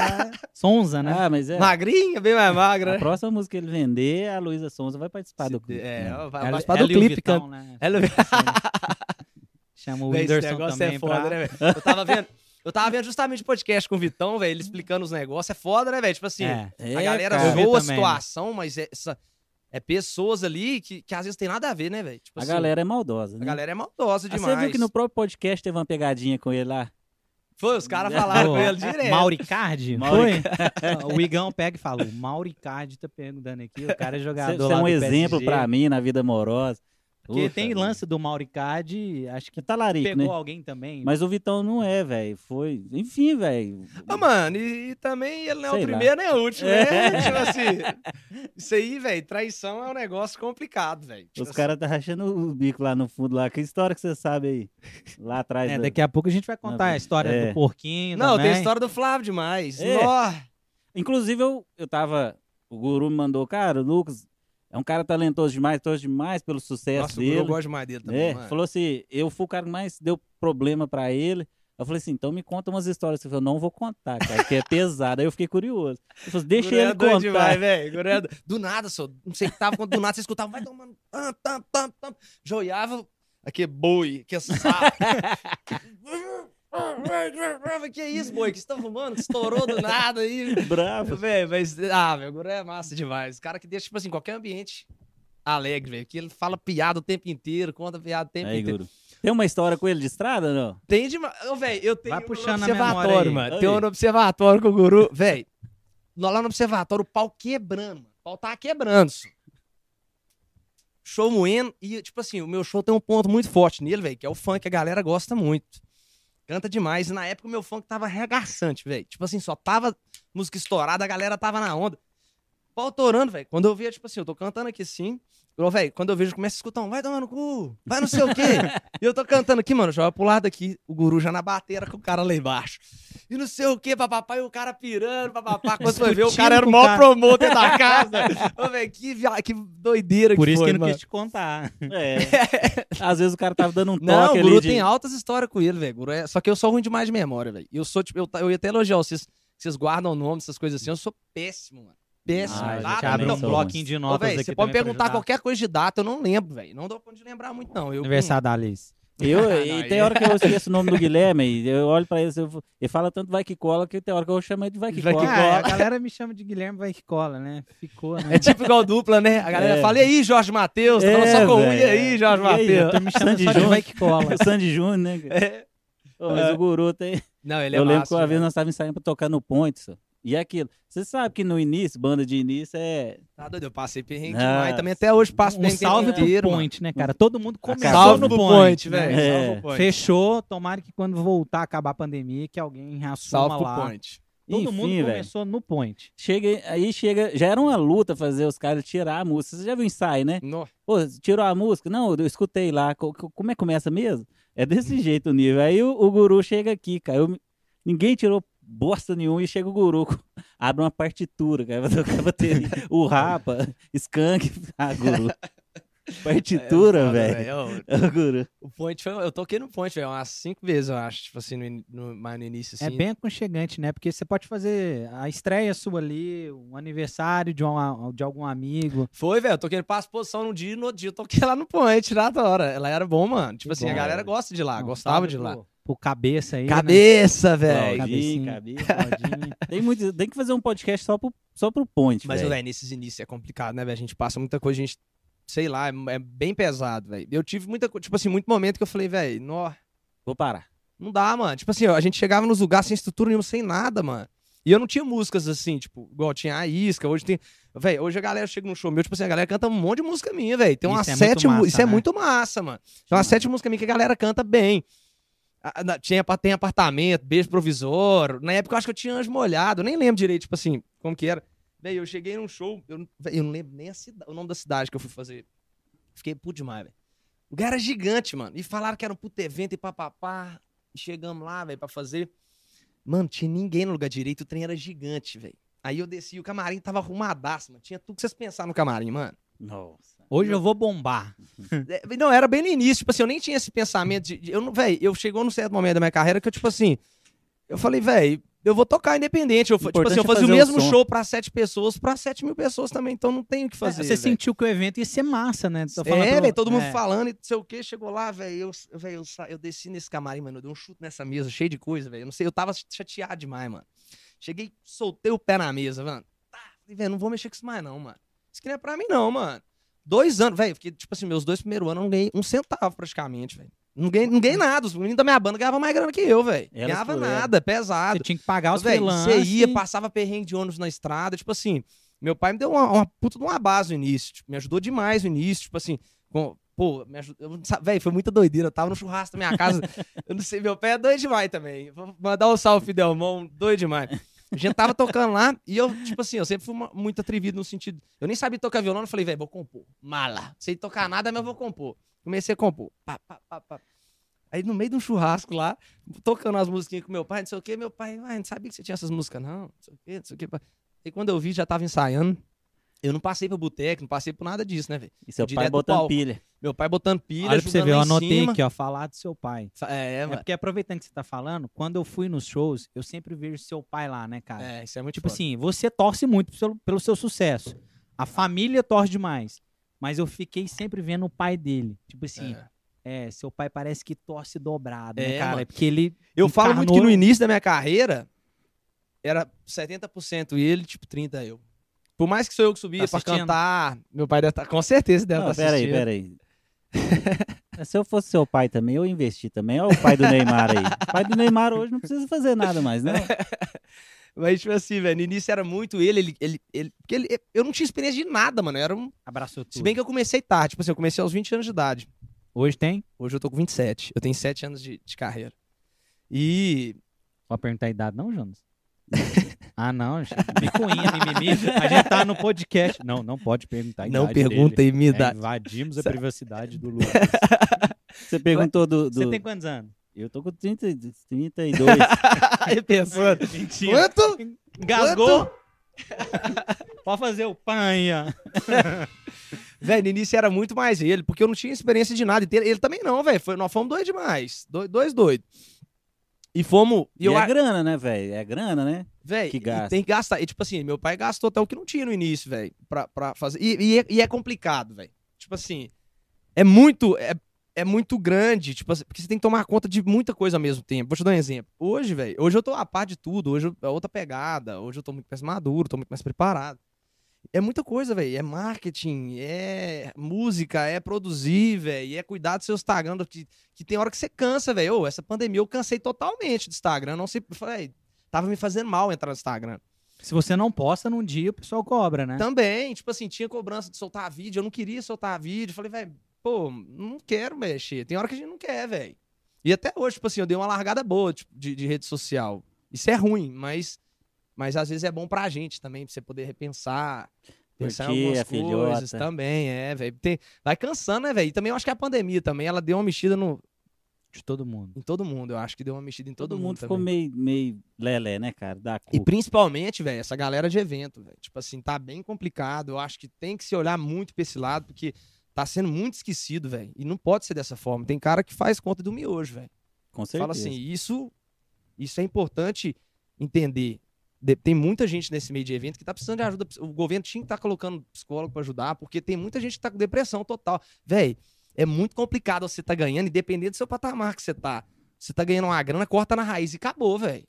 Speaker 3: Sonza, né?
Speaker 1: Ah, mas é.
Speaker 2: magrinha, bem mais magra,
Speaker 1: A
Speaker 2: né?
Speaker 1: próxima música que ele vender, a Luísa Sonza vai participar
Speaker 2: Se
Speaker 1: do
Speaker 2: de-
Speaker 1: clipe.
Speaker 2: é,
Speaker 1: né?
Speaker 2: ela vai
Speaker 3: Ela-
Speaker 2: participar
Speaker 3: ela
Speaker 2: do
Speaker 3: e o
Speaker 2: clipe,
Speaker 3: Vitão,
Speaker 2: cara.
Speaker 3: né?
Speaker 2: Ela e o-
Speaker 3: Chama o
Speaker 2: Véi, esse
Speaker 3: Whindersson
Speaker 2: negócio
Speaker 3: também
Speaker 2: é foda,
Speaker 3: pra...
Speaker 2: né, velho? Eu tava vendo, eu tava vendo justamente o podcast com o Vitão, velho, ele explicando os negócios. É foda, né, velho? Tipo assim,
Speaker 3: É.
Speaker 2: a galera
Speaker 3: cara. Eu vi
Speaker 2: zoa a
Speaker 3: também, né?
Speaker 2: situação, mas é, essa- é pessoas ali que, que às vezes tem nada a ver, né, velho? Tipo
Speaker 1: A
Speaker 2: assim,
Speaker 1: galera é maldosa,
Speaker 2: a
Speaker 1: né?
Speaker 2: galera é maldosa
Speaker 1: Ah,
Speaker 2: demais.
Speaker 1: você viu que no próprio podcast teve uma pegadinha com ele lá?
Speaker 2: Foi, os caras falaram
Speaker 3: Pô,
Speaker 2: com ele direto.
Speaker 3: Mauricardi?
Speaker 1: Mauri-
Speaker 3: Foi? o Igão pega e fala: o Mauricardi tá perguntando aqui, o cara é
Speaker 1: Você
Speaker 3: jogador.
Speaker 1: você é
Speaker 3: lá
Speaker 1: um
Speaker 3: do
Speaker 1: exemplo
Speaker 3: PSG,
Speaker 1: pra mim na vida amorosa.
Speaker 3: Porque
Speaker 1: Ufa,
Speaker 3: tem
Speaker 1: velho.
Speaker 3: lance do Mauricardi, acho que
Speaker 1: É talarico,
Speaker 3: pegou
Speaker 1: né?
Speaker 3: alguém também.
Speaker 1: Mas o Vitão não é, velho. Foi. Enfim, velho.
Speaker 2: Ah, mano, e, e também ele não é
Speaker 1: Sei
Speaker 2: o
Speaker 1: lá.
Speaker 2: primeiro nem o último,
Speaker 1: É.
Speaker 2: né? tipo assim, isso aí, velho, traição é um negócio complicado, velho. Tipo
Speaker 1: Os
Speaker 2: assim,
Speaker 1: caras tá rachando o bico lá no fundo lá. Que história que você sabe aí? Lá atrás.
Speaker 3: É,
Speaker 1: da-
Speaker 3: daqui a pouco a gente vai contar
Speaker 1: Não,
Speaker 3: a história
Speaker 1: é.
Speaker 3: do porquinho.
Speaker 2: assim. Não,
Speaker 3: também.
Speaker 2: tem a história do Flávio demais.
Speaker 1: É.
Speaker 2: Nó.
Speaker 1: Inclusive, eu, eu tava. O guru me mandou, cara, o Lucas é um cara talentoso demais, torço demais pelo sucesso
Speaker 2: Nossa, o Guru
Speaker 1: É dele.
Speaker 2: eu gosto demais dele também,
Speaker 1: É,
Speaker 2: mano.
Speaker 1: falou assim, eu fui o cara que mais deu problema pra ele. Eu falei assim, então me conta umas histórias. Ele falou, não vou contar, cara, que é pesado. Aí eu fiquei curioso. Ele falou, deixa
Speaker 2: Guru é
Speaker 1: ele
Speaker 2: doido
Speaker 1: contar.
Speaker 2: demais, velho. Guru é do- Do nada, só. Não sei o que tava, quando do nada você escutava, vai tomando. Tam, tam, tam, tam. Joiava. Aqui é boi, que é sapo. que é isso, boi? Que você tá arrumando? Que Estourou do nada aí.
Speaker 1: Bravo.
Speaker 2: Velho, mas. Ah, meu, o Guru é massa demais. O cara que deixa, tipo assim, qualquer ambiente alegre, velho. Que ele fala piada o tempo inteiro, conta piada o tempo
Speaker 1: Aí,
Speaker 2: inteiro.
Speaker 1: Guru. Tem uma história com ele de estrada, não?
Speaker 2: Tem demais. Ô, velho, eu tenho
Speaker 3: Vai
Speaker 2: um
Speaker 3: puxando
Speaker 2: no
Speaker 3: a memória
Speaker 2: observatório,
Speaker 3: aí.
Speaker 2: mano.
Speaker 1: Aí.
Speaker 2: Tem um no observatório com o guru. Velho, lá no observatório, o pau quebrando, mano. O pau tava quebrando. só. Show moendo. E, tipo assim, o meu show tem um ponto muito forte nele, velho, que é o funk. A galera gosta muito. Canta demais. E na época o meu funk tava arregaçante, velho. Tipo assim, só tava música estourada, a galera tava na onda. Pau torando, velho. Quando eu via, tipo assim, eu tô cantando aqui assim. Eu, velho, quando eu vejo, começa a escutar um vai tomar no cu, vai não sei o quê. E eu tô cantando aqui, mano, joga pro lado aqui, o guru já na bateira com o cara lá embaixo. E não sei o que, papapá, e o cara pirando, papapá. Quando foi ver, o
Speaker 3: Discutindo
Speaker 2: cara era o
Speaker 3: com o
Speaker 2: maior
Speaker 3: cara.
Speaker 2: promoter da casa. Ô, velho, que, via- que doideira
Speaker 3: Por
Speaker 2: que
Speaker 3: isso
Speaker 2: foi,
Speaker 3: que eu não
Speaker 2: mano.
Speaker 3: quis te contar.
Speaker 1: É. Às vezes o cara tava dando um toque
Speaker 2: Não, o
Speaker 1: ali.
Speaker 2: Guru
Speaker 1: de-
Speaker 2: tem altas histórias com ele, velho. Guru é- Só que eu sou ruim demais de memória, velho. Eu sou, tipo, eu, ta- eu ia até elogiar vocês. Vocês guardam o nome, essas coisas assim. Eu sou péssimo, mano. Péssimo.
Speaker 1: Ah, a gente
Speaker 2: Nada,
Speaker 1: abre
Speaker 2: tá, não.
Speaker 1: um bloquinho
Speaker 3: de
Speaker 2: Ô, velho, você pode
Speaker 3: também pra
Speaker 2: perguntar
Speaker 3: ajudar.
Speaker 2: qualquer coisa de data, eu não lembro, velho. Não dou conta de lembrar muito, não. Eu,
Speaker 3: Aniversário da Alice.
Speaker 1: Eu,
Speaker 2: Ah, Não,
Speaker 1: e
Speaker 2: aí- é.
Speaker 1: tem hora que eu esqueço o nome do Guilherme, e eu olho pra ele, assim, eu vou- ele fala tanto vai que cola, que tem hora que eu chamo ele de vai que
Speaker 2: Vai que
Speaker 1: cola.
Speaker 2: cola.
Speaker 3: Ah, a galera me chama de Guilherme Vai que cola, né? Ficou, né?
Speaker 2: É tipo igual dupla, né? A galera
Speaker 1: É.
Speaker 2: fala, e aí, Jorge Matheus? Tá falando
Speaker 1: É,
Speaker 2: só com um,
Speaker 1: velho.
Speaker 2: e aí, Jorge
Speaker 1: E aí,
Speaker 2: Matheus?
Speaker 3: Tu me chama
Speaker 1: Sandy
Speaker 3: só de
Speaker 1: Júnior.
Speaker 3: Vai que cola.
Speaker 1: O Sandy Júnior, né? cara?
Speaker 2: É.
Speaker 1: Ô, mas
Speaker 2: É.
Speaker 1: o Guru tem.
Speaker 2: Não, ele é
Speaker 1: eu lembro que
Speaker 2: massa,
Speaker 1: uma vez
Speaker 2: velho.
Speaker 1: nós estávamos ensaiando pra tocar no Point, só. E é aquilo. Você sabe que no início, banda de início é.
Speaker 2: Tá doido, eu passei perrengue
Speaker 1: Nossa.
Speaker 2: demais. Também até hoje passo
Speaker 3: Um
Speaker 2: perrengue o tempo
Speaker 3: salve pro
Speaker 2: inteiro, mano.
Speaker 3: Point, né, cara? Todo mundo começou
Speaker 1: Acabou
Speaker 2: Salve
Speaker 3: no
Speaker 2: pro Point,
Speaker 3: Point, né?
Speaker 2: velho.
Speaker 1: É.
Speaker 2: Salve pro Point.
Speaker 3: Fechou. Tomara que quando voltar a acabar a pandemia, que alguém reassuma
Speaker 2: Salve
Speaker 3: lá.
Speaker 2: pro Point.
Speaker 3: Todo
Speaker 1: Enfim,
Speaker 3: mundo
Speaker 1: velho.
Speaker 3: começou no Point.
Speaker 1: Chega, aí chega. Já era uma luta fazer os caras tirar a música. Você já viu o ensaio, né?
Speaker 2: No-
Speaker 1: Pô, tirou a música? Não, eu escutei lá. Co- co- Como é que começa mesmo? É desse
Speaker 2: Uhum.
Speaker 1: jeito o nível. Aí o, o guru chega aqui, cara. Eu- ninguém tirou bosta nenhuma e chega o guru. com- Abre uma partitura, cara. Vai tocar bateria. o Rapa, Skank. Ah, guru. Partitura,
Speaker 2: É, foda,
Speaker 1: velho.
Speaker 2: velho.
Speaker 1: Ô, Guru.
Speaker 2: O Point foi. Eu toquei no Point, velho, umas cinco vezes, eu acho. Tipo assim, no, in- no, mais no início, assim.
Speaker 4: É bem aconchegante, né? Porque você pode fazer a estreia sua ali, um aniversário de, uma, de algum amigo.
Speaker 2: Foi, velho. Eu toquei no Passo Posição num dia e no outro dia eu toquei lá no Point, lá da hora. Ela era bom, mano. Tipo
Speaker 4: Que
Speaker 2: assim,
Speaker 4: bom, é.
Speaker 2: a galera
Speaker 1: velho.
Speaker 2: gosta de lá,
Speaker 4: Não,
Speaker 2: gostava
Speaker 4: salve
Speaker 2: de lá.
Speaker 4: Pro, pro cabeça aí. né?
Speaker 2: Cabeça, velho.
Speaker 1: Claudinho,
Speaker 4: cabecinha.
Speaker 1: cabeça, Claudinho. Tem, muito, tem que fazer um podcast só pro, só pro Ponte,
Speaker 2: Mas,
Speaker 1: velho.
Speaker 2: velho, nesses inícios é complicado, né, velho? A gente passa muita coisa, a gente. Sei lá, é, é bem pesado, velho. Eu tive muita coisa. Tipo assim, muito momento que eu falei, velho, nó.
Speaker 1: Vou parar.
Speaker 2: Não dá, mano. Tipo assim, ó, a gente chegava nos lugares sem estrutura nenhuma, sem nada, mano. E eu não tinha músicas assim, tipo, igual tinha a isca, hoje tem. Véi, hoje a galera chega num show meu, tipo assim, a galera canta um monte de música minha, velho. Tem umas
Speaker 4: Isso é muito
Speaker 2: sete. mu-
Speaker 4: massa,
Speaker 2: isso é
Speaker 4: né?
Speaker 2: muito massa, mano. Tem umas sete músicas minhas que a galera canta bem. A- na- Tinha, pa- tem apartamento, beijo provisório. Na época eu acho que eu tinha anjo molhado, eu nem lembro direito, tipo assim, como que era. Véi, eu cheguei num show, eu, não- véi, eu não lembro nem a cida- o nome da cidade que eu fui fazer. Fiquei puto demais, velho. O lugar era gigante, mano. E falaram que era um puto evento e papapá. E chegamos lá, velho, pra fazer. Mano, tinha ninguém no lugar direito, o trem era gigante, velho. Aí eu desci, o camarim tava arrumadaço, mano. Tinha tudo que vocês pensaram no camarim, mano.
Speaker 1: Nossa.
Speaker 4: Hoje eu vou bombar.
Speaker 1: Hum.
Speaker 2: É, não, era bem no início, tipo assim, eu nem tinha esse pensamento de. de- eu não, velho, eu chegou num certo momento da minha carreira que eu, tipo assim, eu falei, velho, eu vou tocar independente. Eu, fa- tipo
Speaker 1: Importante
Speaker 2: assim, eu
Speaker 1: é
Speaker 2: fazia o
Speaker 1: fazer o
Speaker 2: mesmo
Speaker 1: som.
Speaker 2: show pra sete pessoas, pra sete mil pessoas também, então não tem o que fazer.
Speaker 4: É, você
Speaker 2: velho.
Speaker 4: sentiu que o evento ia ser massa, né?
Speaker 3: Então,
Speaker 4: Tô falando
Speaker 2: É,
Speaker 4: pro-
Speaker 2: velho, todo mundo
Speaker 4: é.
Speaker 2: falando e não sei o que, chegou lá, velho, eu, velho, eu, sa- eu desci nesse camarim, mano, eu dei um chute nessa mesa, cheio de coisa, velho, eu não sei, eu tava chateado demais, mano. Cheguei, soltei o pé na mesa, mano, tá, falei, velho, não vou mexer com isso mais não, mano, isso que não é pra mim não, mano. Dois anos, velho, porque, tipo assim, meus dois primeiros anos eu não ganhei um centavo praticamente, velho. Não ganhei, não ganhei nada, os meninos da minha banda ganhavam mais grana que eu, velho.
Speaker 1: Elas
Speaker 2: Ganhava
Speaker 1: por elas.
Speaker 2: nada, é pesado.
Speaker 4: Você tinha que pagar os
Speaker 2: Véi,
Speaker 4: freelancers.
Speaker 2: Você ia, passava perrengue de ônibus na estrada, tipo assim, meu pai me deu uma, uma puta de uma base no início, tipo, me ajudou demais no início, tipo assim, com- pô, me ajudou, eu não sa- véi, foi muita doideira, eu tava no churrasco da minha casa, eu não sei, meu pai é doido demais também, vou mandar um salve Fidelmão, doido demais. A gente tava tocando lá e eu, tipo assim, eu sempre fui uma- muito atrevido no sentido. Eu nem sabia tocar violão, eu falei, velho, vou compor. Mala. Não Sei tocar nada, mas eu vou compor. Comecei a compor. Pá, pá, pá, pá. Aí no meio de um churrasco lá, tocando as musiquinhas com meu pai, não sei o quê, meu pai, ah, não sabia que você tinha essas músicas, não, não sei o quê, não sei o quê. pá. E quando eu vi, já tava ensaiando. Eu não passei pra boteco, não passei por nada disso, né, velho?
Speaker 1: E seu pai
Speaker 2: Direto do
Speaker 1: botando
Speaker 2: palco.
Speaker 1: pilha.
Speaker 2: Meu pai botando pilha,
Speaker 4: Olha pra você
Speaker 2: ajudando
Speaker 4: ver, eu
Speaker 2: lá em
Speaker 4: anotei
Speaker 2: cima.
Speaker 4: aqui, ó, falar do seu pai.
Speaker 2: É, é,
Speaker 4: É
Speaker 2: mano.
Speaker 4: porque aproveitando que você tá falando, quando eu fui nos shows, eu sempre vejo seu pai lá, né, cara?
Speaker 2: É, isso é muito
Speaker 4: Tipo
Speaker 2: foda.
Speaker 4: assim, você torce muito pelo, pelo seu sucesso. A família torce demais. Mas eu fiquei sempre vendo o pai dele. Tipo assim,
Speaker 2: É.
Speaker 4: é, seu pai parece que torce dobrado, né,
Speaker 2: É,
Speaker 4: cara?
Speaker 2: mano.
Speaker 4: Porque ele.
Speaker 2: Eu falo muito que
Speaker 4: encarnou-
Speaker 2: no início da minha carreira era 70% ele, tipo 30 eu. Por mais que sou eu que subia
Speaker 4: Tá
Speaker 2: pra
Speaker 4: assistindo?
Speaker 2: cantar, meu pai deve tá, com certeza deve
Speaker 1: Não,
Speaker 2: estar
Speaker 1: peraí,
Speaker 2: assistindo.
Speaker 1: peraí. Se eu fosse seu pai também, eu investi também. Olha o pai do Neymar aí. O pai do Neymar hoje não precisa fazer nada mais, né?
Speaker 2: Mas tipo assim, velho, no início era muito ele, ele, ele, ele, porque ele- eu não tinha experiência de nada, mano, eu era um,
Speaker 4: Abraçou tudo.
Speaker 2: se bem que eu comecei tarde, tipo assim, eu comecei aos 20 anos de idade.
Speaker 4: Hoje tem?
Speaker 2: Hoje eu tô com 27, eu tenho 7 anos de, de carreira. E
Speaker 4: Pode perguntar a idade, não, Jonas? ah, não. gente. Picuinha, mimimi. A gente tá no podcast. Não, não pode perguntar a idade.
Speaker 2: não pergunta
Speaker 4: dele.
Speaker 2: aí minha
Speaker 4: É,
Speaker 2: idade.
Speaker 4: invadimos a privacidade do Lucas.
Speaker 1: Você perguntou do. do-
Speaker 4: Você tem quantos anos?
Speaker 1: Eu tô com 30, e- 32.
Speaker 2: Aí pensando,
Speaker 4: Mentira.
Speaker 2: quanto?
Speaker 4: Engasgou. Pode fazer o panha.
Speaker 2: Velho, no início era muito mais ele, porque eu não tinha experiência de nada. E Ele ele também não, velho. Foi- Nós fomos dois demais. do- Dois doidos. E fomos. E
Speaker 1: E é
Speaker 2: eu, a-
Speaker 1: grana, né, velho? É grana, né?
Speaker 2: Véi,
Speaker 1: Que
Speaker 2: e
Speaker 1: gasta.
Speaker 2: tem que gastar. E tipo assim, meu pai gastou até o que não tinha no início, velho, pra, pra fazer. E, e é, e é complicado, velho. Tipo assim, é muito. É, é muito grande, tipo assim, porque você tem que tomar conta de muita coisa ao mesmo tempo. Vou te dar um exemplo. Hoje, velho, hoje eu tô a par de tudo, hoje eu- é outra pegada, hoje eu tô muito mais maduro, tô muito mais preparado. É muita coisa, velho. É marketing, é música, é produzir, velho. É cuidar do seu Instagram, do que, que tem hora que você cansa, velho. Ô, essa pandemia eu cansei totalmente do Instagram. Não sei. Falei, tava me fazendo mal entrar no Instagram.
Speaker 4: Se você não posta num dia, o pessoal cobra, né?
Speaker 2: Também, tipo assim, tinha cobrança de soltar vídeo, eu não queria soltar vídeo. Falei, velho, pô, não quero mexer. Tem hora que a gente não quer, velho. E até hoje, tipo assim, eu dei uma largada boa tipo, de, de rede social. Isso é ruim, mas, mas às vezes é bom pra gente também, pra você poder repensar. Pensar em
Speaker 1: Curtir
Speaker 2: algumas
Speaker 1: a filhota.
Speaker 2: coisas também, é, velho. Tem- Vai cansando, né, velho? E também eu acho que a pandemia também, ela deu uma mexida no,
Speaker 4: De todo mundo.
Speaker 2: em todo mundo. Eu acho que deu uma mexida em todo,
Speaker 1: Todo, mundo
Speaker 2: também.
Speaker 1: ficou meio, meio lelé, né, cara? Da cu.
Speaker 2: E principalmente, velho, essa galera de evento, velho. Tipo assim, tá bem complicado. Eu acho que tem que se olhar muito pra esse lado, porque Tá sendo muito esquecido, velho. E não pode ser dessa forma. Tem cara que faz conta do miojo, velho.
Speaker 1: Com certeza.
Speaker 2: Fala assim, isso, isso é importante entender. De- tem muita gente nesse meio de evento que tá precisando de ajuda. O governo tinha que estar colocando psicólogo pra ajudar, porque tem muita gente que tá com depressão total. Véi, é muito complicado você tá ganhando e depender do seu patamar que você tá. Você tá ganhando uma grana, corta na raiz e acabou, velho.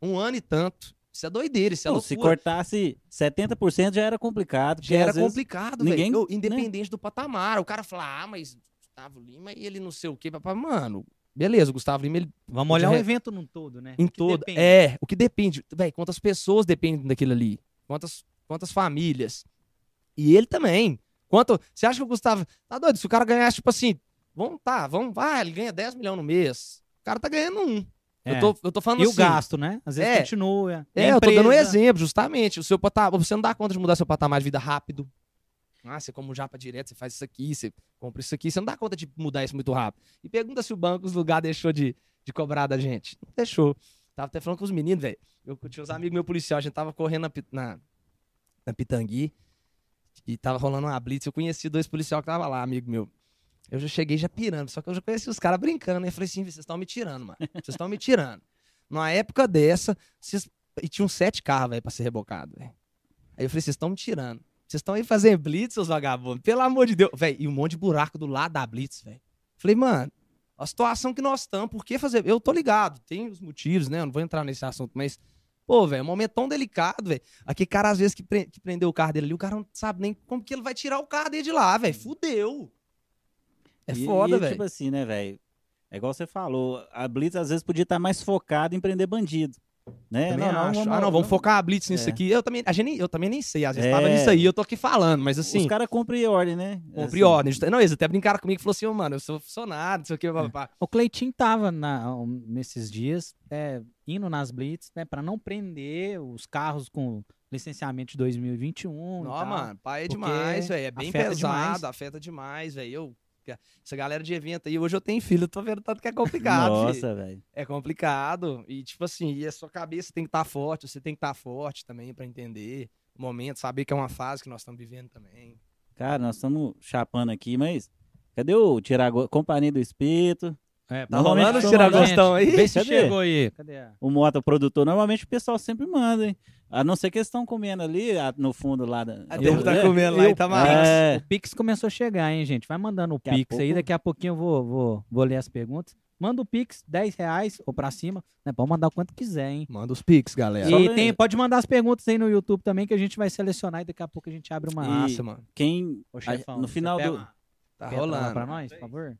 Speaker 2: Um ano e tanto. Isso é doideira, isso é
Speaker 1: Não,
Speaker 2: loucura.
Speaker 1: se cortasse 70% já era complicado. porque
Speaker 2: Já era
Speaker 1: às vezes-
Speaker 2: complicado,
Speaker 1: ninguém- né?
Speaker 2: velho. Eu, Independente do patamar. O cara fala, ah, mas Gustavo Lima e ele não sei o quê. Papai. Mano, beleza, o Gustavo Lima, ele
Speaker 4: Vamos olhar
Speaker 2: De
Speaker 4: o
Speaker 2: re-
Speaker 4: evento num todo, né?
Speaker 2: em
Speaker 4: Que
Speaker 2: todo.
Speaker 4: depende.
Speaker 2: É, o que depende. Velho, quantas pessoas dependem daquilo ali? Quantas, quantas famílias? E ele também. Quanto. Você acha que o Gustavo. Tá doido? Se o cara ganhasse, tipo assim. Vamos, tá, vamos. Vai, ele ganha 10 milhões no mês. O cara tá ganhando um.
Speaker 4: É.
Speaker 2: Eu, tô, eu tô falando
Speaker 4: E o
Speaker 2: assim.
Speaker 4: gasto, né? Às vezes
Speaker 2: É.
Speaker 4: continua.
Speaker 2: É,
Speaker 4: A
Speaker 2: eu tô dando um
Speaker 4: empresa-
Speaker 2: exemplo, justamente. O seu patamar, você não dá conta de mudar seu patamar de vida rápido. Ah, você como japa direto, você faz isso aqui, você compra isso aqui, você não dá conta de mudar isso muito rápido. E pergunta se o banco, os lugares deixou de, de cobrar da gente. Não deixou. Tava até falando com os meninos, velho. Eu tinha uns amigos meu policial, a gente tava correndo na, pi- na, na Pitangui e tava rolando uma blitz. Eu conheci dois policiais que tava lá, amigo meu. Eu já cheguei já pirando, só que eu já conheci os caras brincando. né? Eu falei assim, vocês estão me tirando, mano. Vocês estão me tirando. Numa época dessa, vocês e tinham sete carros, velho, pra ser rebocado, velho. Aí eu falei, vocês estão me tirando. Vocês estão aí fazendo blitz, seus vagabundos. Pelo amor de Deus. Velho, e um monte de buraco do lado da blitz, velho. Falei, mano, a situação que nós estamos, por que fazer? Eu tô ligado, tem os motivos, né? Eu não vou entrar nesse assunto, mas... Pô, velho, é um momento tão delicado, velho. Aquele cara, às vezes, que, pre- que prendeu o carro dele ali, o cara não sabe nem como que ele vai tirar o carro dele de lá, velho. Fudeu. É
Speaker 1: E-
Speaker 2: foda,
Speaker 1: e,
Speaker 2: velho.
Speaker 1: Tipo assim, né, velho? É igual você falou, a Blitz às vezes podia estar mais focada em prender bandido. Né?
Speaker 2: Também acho. ah, não, vamos focar a Blitz nisso
Speaker 1: É.
Speaker 2: aqui. Eu também, a gente, nem- eu também nem sei. Às vezes
Speaker 1: É.
Speaker 2: tava nisso aí, eu tô aqui falando, mas assim.
Speaker 1: Os caras cumprem ordem, né?
Speaker 2: Cumpri ordem. Não, eles até brincaram comigo e falaram assim, ô, mano, eu sou funcionário, não sei o que, papapá.
Speaker 4: O Cleitinho tava na- um, nesses dias é, indo nas blitz, né, para não prender os carros com licenciamento de 2021. e
Speaker 2: Não,
Speaker 4: tal.
Speaker 2: mano, pai é
Speaker 4: Porque
Speaker 2: demais, velho. É bem
Speaker 4: afeta
Speaker 2: pesado,
Speaker 4: demais.
Speaker 2: afeta demais, velho. Eu. Essa galera de evento aí, hoje eu tenho filho, eu tô vendo tanto que é complicado. filho.
Speaker 1: Nossa, velho.
Speaker 2: É complicado. E, tipo assim, e a sua cabeça tem que estar forte, você tem que estar forte também pra entender o momento, saber que é uma fase que nós estamos vivendo também.
Speaker 1: Cara, nós estamos chapando aqui, mas cadê o Tirago... Companhia do Espírito?
Speaker 4: É,
Speaker 1: Tá rolando
Speaker 4: normalmente
Speaker 1: os
Speaker 4: toma,
Speaker 2: tiragostão
Speaker 4: gente.
Speaker 2: aí?
Speaker 4: Vê se
Speaker 1: Cadê?
Speaker 4: chegou aí. Cadê? a-
Speaker 1: O Mota Produtor, normalmente o pessoal sempre manda, hein? A não ser que eles estão comendo ali ah, no fundo lá. Da...
Speaker 2: A
Speaker 1: Eu-
Speaker 2: Deus tá comendo lá
Speaker 4: eu-
Speaker 2: e tá maluco.
Speaker 1: É,
Speaker 4: O Pix começou a chegar, hein, gente? Vai mandando o
Speaker 1: Daqui a
Speaker 4: Pix aí,
Speaker 1: pouco-
Speaker 4: daqui a pouquinho eu vou, vou, vou ler as perguntas. Manda o Pix, 10 reais ou pra cima, né? Pode mandar o quanto quiser, hein?
Speaker 2: Manda os pics, galera.
Speaker 1: É. Só
Speaker 4: E
Speaker 1: lembra-
Speaker 4: tem- pode mandar as perguntas aí no YouTube também, que a gente vai selecionar e daqui a pouco a gente abre uma
Speaker 1: E-
Speaker 4: asa.
Speaker 2: Nossa, mano.
Speaker 1: quem.
Speaker 4: Ô,
Speaker 1: no
Speaker 4: você
Speaker 1: final
Speaker 4: pega
Speaker 1: do-
Speaker 4: uma
Speaker 2: Tá
Speaker 4: pedra lá
Speaker 2: rolando.
Speaker 4: pra nós, por favor?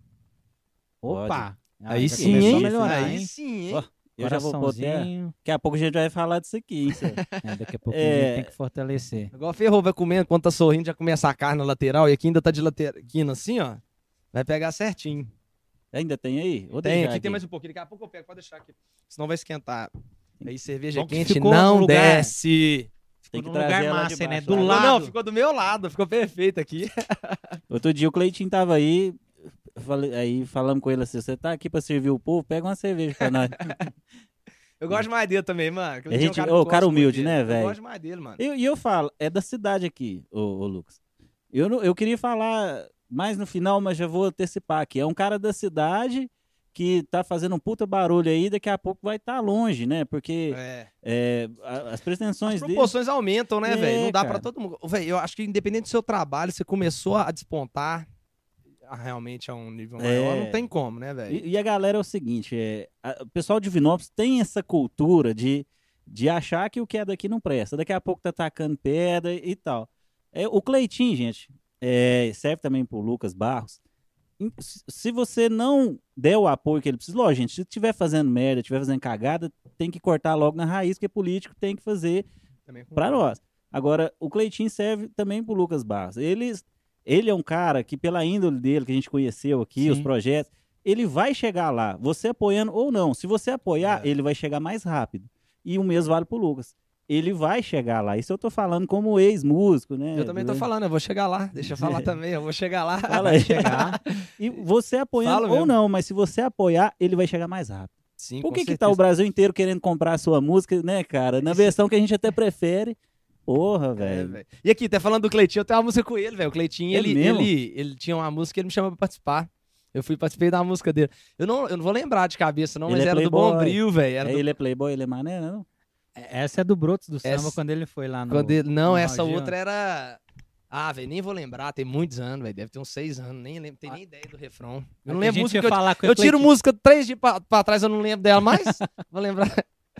Speaker 1: Pode.
Speaker 4: Opa! Ah,
Speaker 2: Aí
Speaker 4: já
Speaker 2: sim,
Speaker 4: começou a
Speaker 2: hein?
Speaker 4: melhorar,
Speaker 2: Aí
Speaker 4: hein?
Speaker 2: sim, hein?
Speaker 1: Ó, Eu já vou pôr até-
Speaker 4: Coraçãozinho.
Speaker 1: Daqui a pouco a gente vai falar disso aqui, hein, senhor?
Speaker 4: É, daqui a pouco a
Speaker 1: É.
Speaker 4: gente tem que fortalecer.
Speaker 2: Igual ferrou, vai comendo, quando tá sorrindo, já começa a carne na lateral e aqui ainda tá de laterina assim, ó. Vai pegar certinho.
Speaker 1: Ainda tem aí? Vou
Speaker 2: Tem,
Speaker 1: deixar
Speaker 2: aqui, tem mais um pouquinho. Daqui a pouco eu pego, pode deixar aqui. Senão vai esquentar. Aí cerveja
Speaker 4: Bom que
Speaker 2: quente
Speaker 4: ficou
Speaker 2: não
Speaker 4: no lugar.
Speaker 1: Tem
Speaker 2: desce.
Speaker 4: Ficou
Speaker 1: que
Speaker 4: num
Speaker 1: trazer
Speaker 4: lugar
Speaker 1: ela
Speaker 4: massa,
Speaker 1: de
Speaker 4: né?
Speaker 1: baixo
Speaker 4: Do
Speaker 1: lá.
Speaker 4: lado.
Speaker 2: Não, ficou do meu lado, ficou perfeito aqui.
Speaker 1: Outro dia o Cleitinho tava aí, eu falei- aí falamos com ele assim, você tá aqui pra servir o povo, pega uma cerveja pra nós.
Speaker 2: Eu gosto mais dele também, mano. Aquele
Speaker 1: A
Speaker 2: dia é um
Speaker 1: gente-
Speaker 2: que
Speaker 1: ô,
Speaker 2: eu
Speaker 1: cara
Speaker 2: gosto muito
Speaker 1: humilde,
Speaker 2: dele.
Speaker 1: né,
Speaker 2: Eu
Speaker 1: velho?
Speaker 2: gosto mais dele, mano.
Speaker 1: E eu, e eu falo, é da cidade aqui, ô, ô Lucas. Eu, não- eu queria falar mais no final, mas já vou antecipar aqui. É um cara da cidade que tá fazendo um puta barulho aí, daqui a pouco vai estar longe, né? Porque
Speaker 2: É.
Speaker 1: é, a- as
Speaker 2: As
Speaker 1: pretensões dele...
Speaker 2: proporções aumentam, né,
Speaker 1: É,
Speaker 2: velho? Não dá
Speaker 1: cara.
Speaker 2: pra todo mundo. Velho, eu acho que independente do seu trabalho, você começou a despontar ah, realmente a um nível maior.
Speaker 1: É.
Speaker 2: Não tem como, né, velho?
Speaker 1: E, e a galera é o seguinte, é, a- o pessoal de Vinópolis tem essa cultura de, de achar que o que é daqui não presta. Daqui a pouco tá atacando pedra e tal. É, o Cleitinho, gente, é, serve também pro Lucas Barros. Em- se- Se você não der o apoio que ele precisa, lógico, gente, se tiver fazendo merda, tiver fazendo cagada, tem que cortar logo na raiz, porque político tem que fazer
Speaker 2: Também com-
Speaker 1: para nós. Agora, o Cleitinho serve também pro Lucas Barros. Ele, ele é um cara que, pela índole dele, que a gente conheceu aqui,
Speaker 4: Sim.
Speaker 1: os projetos, ele vai chegar lá, você apoiando ou não. Se você apoiar,
Speaker 2: É.
Speaker 1: ele vai chegar mais rápido. E o mesmo vale pro Lucas. Ele vai chegar lá. Isso eu tô falando como ex-músico, né?
Speaker 2: Eu também tô falando, eu vou chegar lá. Deixa eu falar também, eu vou chegar lá.
Speaker 1: Fala aí.
Speaker 4: Chegar.
Speaker 1: E você apoiando
Speaker 2: Falo
Speaker 1: ou
Speaker 2: mesmo.
Speaker 1: não, mas se você apoiar, ele vai chegar mais rápido.
Speaker 2: Sim,
Speaker 1: Por
Speaker 2: com
Speaker 1: que, que tá o
Speaker 2: certeza.
Speaker 1: Brasil inteiro querendo comprar a sua música, né, cara? Na versão que a gente até prefere, Porra,
Speaker 2: É,
Speaker 1: velho.
Speaker 2: velho. E aqui, tá falando do Cleitinho, eu tenho uma música com ele, velho. O Cleitinho,
Speaker 1: É
Speaker 2: ele,
Speaker 1: mesmo?
Speaker 2: ele, ele tinha uma música que ele me chamou pra participar. Eu fui participei da música dele. Eu não, eu não vou lembrar de cabeça, não,
Speaker 1: Ele
Speaker 2: mas
Speaker 1: é
Speaker 2: era do
Speaker 1: playboy.
Speaker 2: Bombril, velho. Era
Speaker 1: É,
Speaker 2: do-
Speaker 1: Ele é playboy, ele é mané, não?
Speaker 4: Essa é do Brotos do Samba,
Speaker 2: Essa-
Speaker 4: quando ele foi lá no...
Speaker 2: quando ele- Não,
Speaker 4: no
Speaker 2: essa
Speaker 4: Raul Gil.
Speaker 2: outra era. Ah, velho, nem vou lembrar, tem muitos anos, velho. Deve ter uns seis anos, nem lembro, tem nem ideia do refrão. Eu não
Speaker 4: Ah. É A gente
Speaker 2: lembro música
Speaker 4: ia
Speaker 2: que eu.
Speaker 4: falar com
Speaker 2: Eu tiro
Speaker 4: muito.
Speaker 2: música três dias pra, pra trás, eu não lembro dela mais. vou lembrar.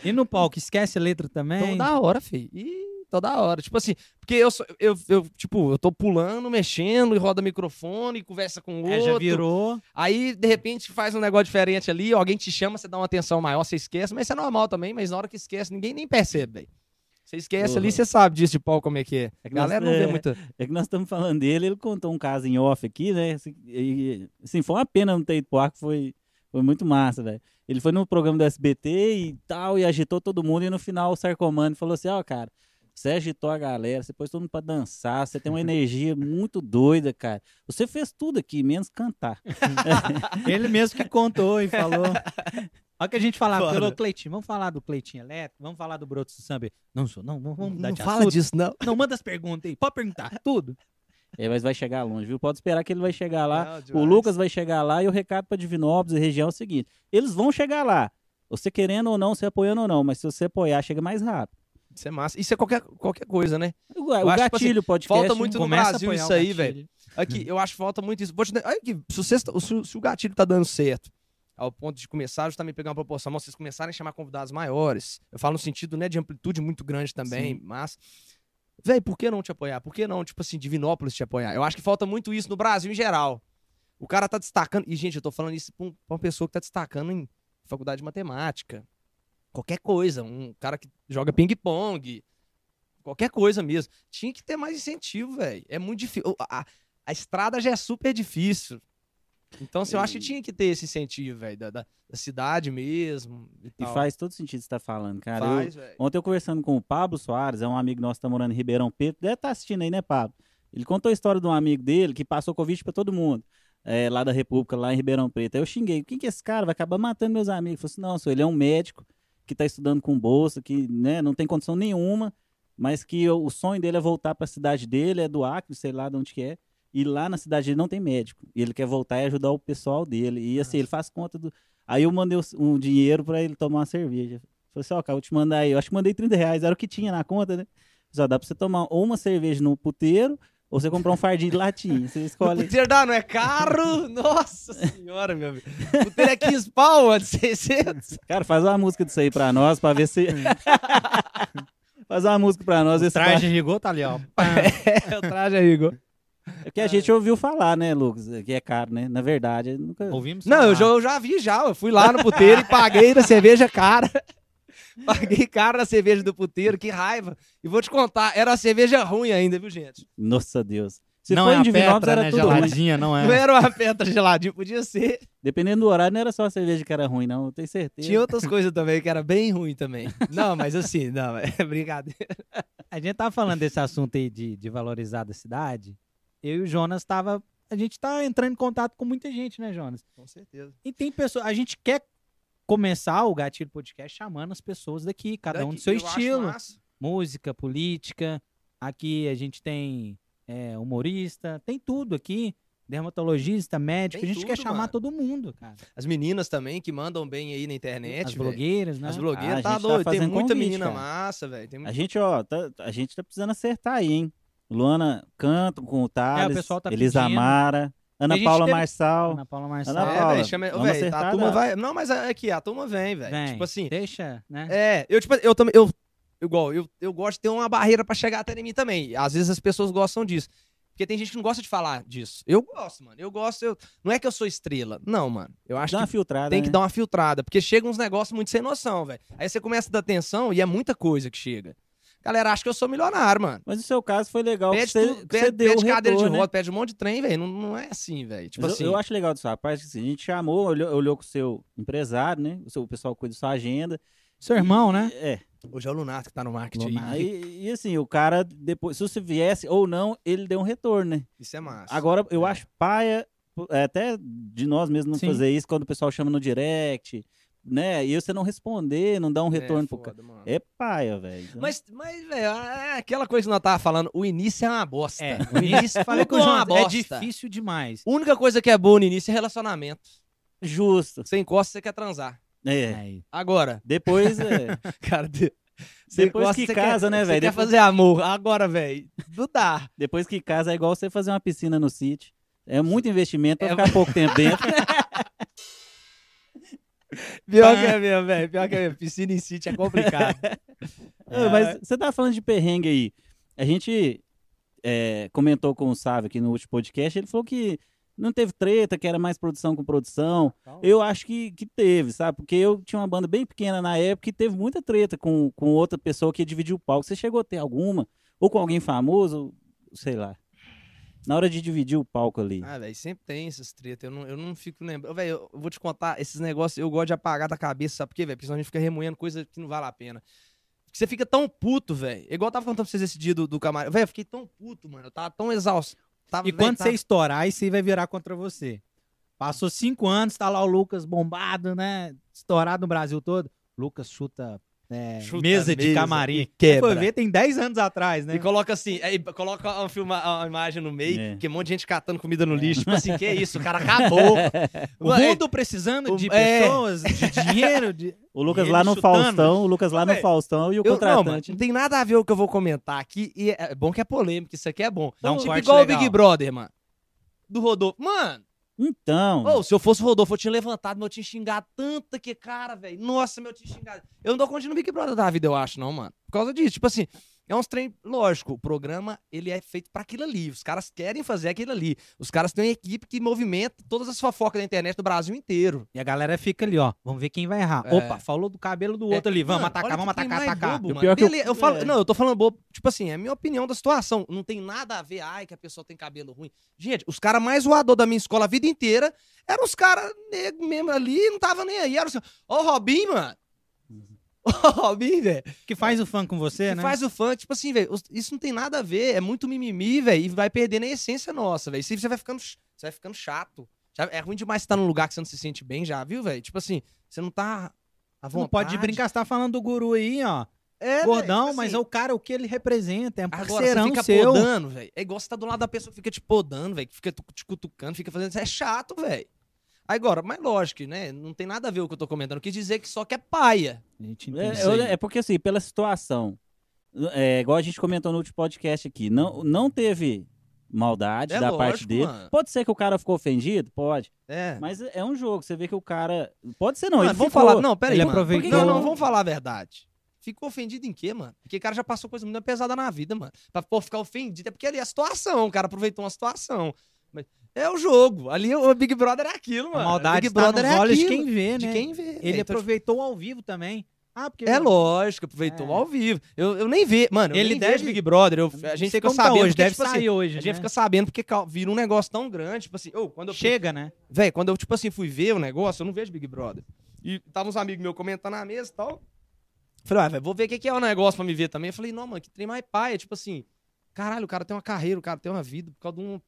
Speaker 4: E no palco, esquece a letra também.
Speaker 2: Toda hora, filho. Ih, toda hora. Tipo assim, porque eu, sou- eu, eu, tipo, eu tô pulando, mexendo, e roda microfone, e conversa com o
Speaker 4: É,
Speaker 2: outro.
Speaker 4: já virou.
Speaker 2: Aí, de repente, faz um negócio diferente ali, alguém te chama, você dá uma atenção maior, você esquece, mas isso é normal também, mas na hora que esquece, ninguém nem percebe, velho. Você esquece ali,
Speaker 1: Uhum.
Speaker 2: você sabe disso de pau como é que é.
Speaker 1: É que
Speaker 2: Galera
Speaker 1: nós-
Speaker 2: não vê
Speaker 1: é.
Speaker 2: muito.
Speaker 1: É que nós estamos falando dele, ele contou um caso em off aqui, né? Assim, E, assim, foi uma pena não ter ido pro ar, que foi, foi muito massa, velho. Ele foi no programa do SBT e tal, e agitou todo mundo, e no final o Sarcomando falou assim, ó, cara, você agitou a galera, você pôs todo mundo pra dançar, você tem uma energia muito doida, cara. Você fez tudo aqui, menos cantar.
Speaker 4: Ele mesmo que contou e falou. Olha o que a gente falava,
Speaker 2: Foda.
Speaker 4: pelo Cleitinho, vamos falar do Cleitinho Elétrico, vamos falar do Brotos do Samba. Não sou, não, vamos vamos mudar
Speaker 2: Não
Speaker 4: de
Speaker 2: fala
Speaker 4: assunto.
Speaker 2: disso, não.
Speaker 4: Não, manda as perguntas aí, pode perguntar, tudo.
Speaker 1: É, mas vai chegar longe, viu? Pode esperar que ele vai chegar lá.
Speaker 2: Não,
Speaker 1: O
Speaker 2: demais.
Speaker 1: Lucas vai chegar lá e o recado para Divinópolis e região é o seguinte: eles vão chegar lá. Você querendo ou não, você apoiando ou não, mas se você apoiar, chega mais rápido.
Speaker 2: Isso é massa. Isso é qualquer, qualquer coisa, né?
Speaker 1: O,
Speaker 2: Eu
Speaker 1: o
Speaker 2: acho, tipo
Speaker 1: gatilho pode
Speaker 2: falta muito no
Speaker 4: Começa a
Speaker 2: Brasil
Speaker 4: apoiar
Speaker 2: isso
Speaker 4: o
Speaker 2: aí,
Speaker 4: gatilho.
Speaker 2: velho. Aqui, eu acho que falta muito isso. Vou te dar- olha aqui, se, vocês t- se o- se o gatilho tá dando certo, ao ponto de começar justamente a pegar uma proporção, mas vocês começarem a chamar convidados maiores. Eu falo no sentido, né, de amplitude muito grande também, mas. Véi, por que não te apoiar? Por que não, tipo assim, Divinópolis te apoiar? Eu acho que falta muito isso no Brasil em geral. O cara tá destacando. E, gente, eu tô falando isso pra, um- pra uma pessoa que tá destacando em faculdade de matemática. Qualquer coisa. Um cara que joga ping-pong. Qualquer coisa mesmo. Tinha que ter mais incentivo, velho. É muito difícil. A, a estrada já é super difícil. Então, assim, eu acho que tinha que ter esse incentivo, velho, da, da- da cidade mesmo. E,
Speaker 1: E
Speaker 2: tal.
Speaker 1: faz todo sentido você estar falando, cara. Eu-
Speaker 2: Faz, velho.
Speaker 1: ontem eu conversando com o Pablo Soares, é um amigo nosso que tá morando em Ribeirão Preto, deve estar assistindo aí, né, Pablo? Ele contou a história de um amigo dele que passou Covid pra todo mundo. é, lá da República, lá em Ribeirão Preto. Aí eu xinguei, quem que é esse cara? Vai acabar matando meus amigos. Eu Falei assim, não, senhor, ele é um médico que tá estudando com bolsa, que né, não tem condição nenhuma, mas que o, o sonho dele é voltar pra cidade dele, é do Acre, sei lá de onde que é, e lá na cidade dele não tem médico. E ele quer voltar e ajudar o pessoal dele. E
Speaker 4: Ah.
Speaker 1: assim, ele faz conta do... Aí eu mandei os- um dinheiro pra ele tomar uma cerveja. Falei assim, ó, cara, eu te mandar aí. Eu acho que mandei 30 reais, era o que tinha na conta, né? Só dá pra você tomar ou uma cerveja no puteiro, ou você comprar um fardinho de latinha. Você
Speaker 2: O
Speaker 1: escolhe.
Speaker 2: puteiro dá, não é caro? Nossa senhora, meu amigo. O puteiro é 15 pau, antes de 600.
Speaker 1: Cara, faz uma música disso aí pra nós, pra ver se. faz uma música pra nós. Esse
Speaker 4: Hum. Traje de rigor tá ali, ó.
Speaker 2: É, o traje aí, Igor.
Speaker 1: É que a gente ouviu falar, né, Lucas? Que é caro, né? Na verdade, eu nunca.
Speaker 4: Ouvimos
Speaker 2: Não,
Speaker 4: falar.
Speaker 2: eu já, eu já vi já. Eu fui lá no puteiro e paguei na cerveja cara. Paguei cara na cerveja do puteiro, que raiva. E vou te contar, era uma cerveja ruim ainda, viu, gente?
Speaker 1: Nossa Deus. Se
Speaker 4: não
Speaker 1: for
Speaker 4: é
Speaker 1: em
Speaker 4: a
Speaker 1: Divinópolis,
Speaker 4: Petra,
Speaker 1: era
Speaker 4: né,
Speaker 1: tudo ruim.
Speaker 4: geladinha, não
Speaker 2: Não
Speaker 4: é.
Speaker 2: era uma pedra geladinha, podia ser.
Speaker 1: Dependendo do horário, não era só a cerveja que era ruim, não. Eu tenho certeza.
Speaker 2: Tinha outras coisas também que era bem ruim também. Não, mas assim, não, é brincadeira.
Speaker 4: A gente tava falando desse assunto aí de, de valorizar da cidade. Eu e o Jonas tava... A gente tá entrando em contato com muita gente, né, Jonas?
Speaker 2: Com certeza.
Speaker 4: E tem pessoas... A gente quer começar o Gatilho Podcast chamando as pessoas daqui, cada um do seu estilo. música, política. Aqui a gente tem é, humorista, tem tudo aqui. Dermatologista, médico,
Speaker 2: Tem
Speaker 4: a gente quer
Speaker 2: tudo,
Speaker 4: chamar
Speaker 2: mano.
Speaker 4: todo mundo, cara.
Speaker 2: As meninas também que mandam bem aí na internet.
Speaker 4: As
Speaker 2: velho.
Speaker 4: blogueiras, né?
Speaker 2: É, As blogueiras
Speaker 1: Ah, a
Speaker 2: tá
Speaker 1: gente tá
Speaker 2: doido. tem
Speaker 1: fazendo
Speaker 2: muita
Speaker 1: convite,
Speaker 2: menina
Speaker 1: cara.
Speaker 2: massa, velho. Tem
Speaker 1: A
Speaker 2: muita...
Speaker 1: gente, ó, tá- a gente tá precisando acertar aí, hein? Luana canta
Speaker 2: É,
Speaker 1: com o Thales,
Speaker 4: pessoal tá
Speaker 1: Elisa
Speaker 4: pedindo.
Speaker 1: Amara,
Speaker 4: E a
Speaker 1: Ana
Speaker 4: gente
Speaker 1: Paula
Speaker 4: teve-
Speaker 1: Marçal.
Speaker 4: Ana Paula Marçal.
Speaker 1: Ana
Speaker 2: É,
Speaker 1: Paula,
Speaker 2: velho, chama...
Speaker 1: tá vamos
Speaker 2: velho, tá,
Speaker 1: acertar
Speaker 2: a turma
Speaker 1: dela.
Speaker 2: vai. Não, mas é que a turma vem, velho.
Speaker 4: Vem,
Speaker 2: Tipo assim.
Speaker 4: Deixa, né?
Speaker 2: É, eu tipo, eu também. Eu, igual, eu, eu gosto de ter uma barreira pra chegar até em mim também. Às vezes as pessoas gostam disso. Porque tem gente que não gosta de falar disso. Eu gosto, mano. Eu gosto. eu- Não é que eu sou estrela. Não, mano. Eu acho
Speaker 1: Dá
Speaker 2: que
Speaker 1: uma filtrada.
Speaker 2: tem que
Speaker 1: né?
Speaker 2: dar um uma filtrada, porque chega uns negócios muito sem noção, velho. Aí você começa a dar atenção e é muita coisa que chega. Galera, acho que eu sou milionário, mano.
Speaker 1: Mas o seu caso foi legal. que
Speaker 2: Pede,
Speaker 1: você,
Speaker 2: tu-
Speaker 1: que
Speaker 2: pede,
Speaker 1: você deu
Speaker 2: pede
Speaker 1: o
Speaker 2: cadeira de
Speaker 1: retorno, né?
Speaker 2: roda, pede um monte de trem, velho. Não, não é assim, velho. Tipo
Speaker 1: Mas
Speaker 2: assim.
Speaker 1: eu, eu acho legal dessa parte, que assim, a gente chamou, olhou, olhou com o seu empresário, né? O, seu, o pessoal cuida da sua agenda.
Speaker 4: Seu irmão, né?
Speaker 1: É.
Speaker 2: Hoje é o Lunato que tá no marketing.
Speaker 4: Lunato.
Speaker 2: aí.
Speaker 1: E, e assim, o cara, depois, se você viesse ou não, ele deu um retorno, né?
Speaker 2: Isso é massa.
Speaker 1: Agora, eu
Speaker 2: É.
Speaker 1: acho paia, é, até de nós mesmos não
Speaker 4: Sim.
Speaker 1: fazer isso, quando o pessoal chama no direct, né? E você não responder, não dar um retorno pro cara.
Speaker 2: foda, mano.
Speaker 1: É paia, velho. Então,
Speaker 2: Mas, mas velho, é aquela coisa que nós tava falando, o início é uma bosta.
Speaker 4: É, o início, falei com o
Speaker 2: Tudo é uma
Speaker 4: Jonas, é
Speaker 2: bosta.
Speaker 4: difícil demais.
Speaker 2: A única coisa que é boa no início é relacionamento.
Speaker 1: é justo.
Speaker 2: Você encosta, você quer transar.
Speaker 1: É.
Speaker 4: Aí.
Speaker 2: Agora,
Speaker 1: Depois, é,
Speaker 2: cara, de- você
Speaker 1: Depois
Speaker 2: encosta,
Speaker 1: que
Speaker 2: você
Speaker 1: casa,
Speaker 2: quer,
Speaker 1: né,
Speaker 2: Você
Speaker 1: velho?
Speaker 2: quer
Speaker 1: Depois-
Speaker 2: fazer amor. Agora, velho, não dá.
Speaker 1: depois que casa é igual você fazer uma piscina no sítio. É muito investimento pra ficar pouco tempo dentro.
Speaker 2: Pior que é mesmo, velho. Pior que é mesmo. Piscina em sítio é complicado.
Speaker 1: Ô,
Speaker 2: É.
Speaker 1: Mas você tá falando de perrengue aí. A gente é, comentou com o Sávio aqui no último podcast, ele falou que não teve treta, que era mais produção com produção.
Speaker 2: Então.
Speaker 1: Eu acho que, que teve, sabe? Porque eu tinha uma banda bem pequena na época e teve muita treta com, com outra pessoa que dividiu o palco. Você chegou a ter alguma? Ou com alguém famoso, sei lá. Na hora de dividir o palco ali.
Speaker 2: Ah, velho, sempre tem essas tretas. Eu não, eu não fico lembrando. Velho, eu vou te contar, esses negócios eu gosto de apagar da cabeça, sabe por quê, velho? Porque senão a gente fica remoendo coisa que não vale a pena. Porque você fica tão puto, velho. Igual eu tava contando pra vocês esse dia do, do camarada. Velho, eu fiquei tão puto, mano. Eu tava tão exausto. Tava,
Speaker 4: E
Speaker 2: velho,
Speaker 4: quando
Speaker 2: tava...
Speaker 4: você estourar, aí você vai virar contra você. Passou cinco anos, tá lá o Lucas bombado, né? Estourado no Brasil todo. Lucas chuta, é,
Speaker 2: Chuta
Speaker 4: mesa
Speaker 2: a
Speaker 4: de
Speaker 2: mesa
Speaker 4: camarim.
Speaker 2: e quebra.
Speaker 4: Foi ver, tem 10 anos atrás, né?
Speaker 2: E coloca assim, aí coloca uma, filma- uma imagem no meio,
Speaker 1: É.
Speaker 2: que um monte de gente catando comida no lixo. Tipo assim, que isso, o cara acabou.
Speaker 4: O
Speaker 2: Ué,
Speaker 4: mundo precisando
Speaker 2: o-
Speaker 4: de
Speaker 2: é.
Speaker 4: pessoas, de dinheiro, de...
Speaker 1: O Lucas
Speaker 4: ele
Speaker 1: lá no
Speaker 4: chutando.
Speaker 1: Faustão, o Lucas lá no
Speaker 2: Véi,
Speaker 1: Faustão e o
Speaker 2: Eu, não, mano,
Speaker 1: contratante.
Speaker 2: não tem nada a ver o que eu vou comentar aqui. E é é bom que é polêmico, isso aqui é bom.
Speaker 4: Dá um
Speaker 2: tipo
Speaker 4: corte
Speaker 2: igual
Speaker 4: legal.
Speaker 2: o Big Brother, mano. Do Rodolfo. Mano,
Speaker 4: Hum.
Speaker 1: Então.
Speaker 2: ou se eu fosse o Rodolfo, eu tinha levantado, mas eu tinha xingado tanto que, cara, velho. Nossa, meu, eu tinha xingado. Eu não dou conta no Big Brother da vida, eu acho, não, mano. Por causa disso. Tipo assim, é uns trem. Lógico, o programa, ele é feito pra aquilo ali. Os caras querem fazer aquilo ali. Os caras têm uma equipe que movimenta todas as fofocas da internet do Brasil inteiro.
Speaker 4: E a galera fica ali, ó. Vamos ver quem vai errar.
Speaker 2: É.
Speaker 4: Opa, falou do cabelo do outro ali. Vamos
Speaker 2: Mano,
Speaker 4: atacar,
Speaker 2: olha
Speaker 4: vamos
Speaker 2: que tem
Speaker 4: atacar,
Speaker 2: mais
Speaker 4: atacar.
Speaker 2: bobo,
Speaker 1: E o
Speaker 2: mano.
Speaker 1: pior que eu-
Speaker 2: Beleza, eu falo,
Speaker 1: é.
Speaker 2: Não, eu tô falando bobo. Tipo assim, é a minha opinião da situação. Não tem nada a ver, ai, que a pessoa tem cabelo ruim. Gente, os caras mais zoador da minha escola a vida inteira eram os caras negros mesmo ali, não tava nem aí. Era assim, os... Ô, Robinho, mano. Ô, Robinho, velho.
Speaker 4: Que faz o fã com você,
Speaker 2: que
Speaker 4: né?
Speaker 2: faz o funk. Tipo assim, velho, os- isso não tem nada a ver. É muito mimimi, velho. E vai perdendo a essência nossa, velho. Se Você vai ficando, ch- você vai ficando chato. Já- É ruim demais estar num lugar que você não se sente bem já, viu, velho? Tipo assim, você não tá à
Speaker 4: Não
Speaker 2: vontade.
Speaker 4: pode brincar, você tá falando do guru aí, ó.
Speaker 2: É,
Speaker 4: Gordão,
Speaker 2: velho, tipo
Speaker 4: mas
Speaker 2: assim,
Speaker 4: é o cara, o que ele representa. É um
Speaker 2: Agora, você
Speaker 4: parceirão
Speaker 2: fica
Speaker 4: seu.
Speaker 2: podando, velho. É igual você tá do lado da pessoa, fica te podando, velho. que Fica tu- te cutucando, fica fazendo isso. É chato, velho. Aí Agora, mas lógico, né? Não tem nada a ver o que eu tô comentando. Eu Quis dizer que só que é paia.
Speaker 4: A gente entende
Speaker 1: É,
Speaker 4: isso
Speaker 1: olha,
Speaker 4: aí.
Speaker 1: é porque assim, pela situação, é, igual a gente comentou no último podcast aqui, não, não teve maldade
Speaker 2: É
Speaker 1: da
Speaker 2: lógico,
Speaker 1: parte dele.
Speaker 2: mano.
Speaker 1: Pode ser que o cara ficou ofendido, pode.
Speaker 2: É.
Speaker 1: Mas é um jogo, você vê que o cara. Pode ser não,
Speaker 2: mano,
Speaker 1: ele
Speaker 2: vamos
Speaker 1: ficou.
Speaker 2: falar. Não, peraí.
Speaker 4: Ele
Speaker 2: mano.
Speaker 4: aproveitou-
Speaker 2: Por que- Não, não, vamos falar a verdade. Ficou ofendido em quê, mano? Porque o cara já passou coisa muito pesada na vida, mano. Pra pô, ficar ofendido é porque ali é a situação. O cara aproveitou uma situação. Mas é o jogo. Ali o Big Brother é aquilo, mano.
Speaker 4: A maldade
Speaker 2: Big
Speaker 4: está
Speaker 2: Brother
Speaker 4: nos
Speaker 2: é
Speaker 4: olhos de
Speaker 2: aquilo.
Speaker 4: quem vê, né?
Speaker 2: De quem vê.
Speaker 4: Ele
Speaker 2: então,
Speaker 4: aproveitou ao vivo também. Ah, porque...
Speaker 2: É lógico, aproveitou
Speaker 4: É.
Speaker 2: ao vivo. Eu, eu nem vejo, mano. eu
Speaker 4: Ele
Speaker 2: nem
Speaker 4: deve-
Speaker 2: vejo Big Brother. eu- a gente fica sabendo.
Speaker 4: tá hoje,
Speaker 2: porque,
Speaker 4: deve
Speaker 2: tipo assim,
Speaker 4: sair hoje, né?
Speaker 2: a gente fica sabendo porque cal- vira um negócio tão grande. Tipo assim, ô, quando eu.
Speaker 4: Chega, né?
Speaker 2: Véi, quando eu, tipo assim, fui ver o negócio, eu não vejo Big Brother. E tava uns amigos meus comentando na mesa e tal. Falei, ah, velho, vou ver o que, que é o negócio pra me ver também. Eu falei, não, mano, que trem mais pai. É tipo assim, caralho, o cara tem uma carreira, o cara tem uma vida, por causa de um.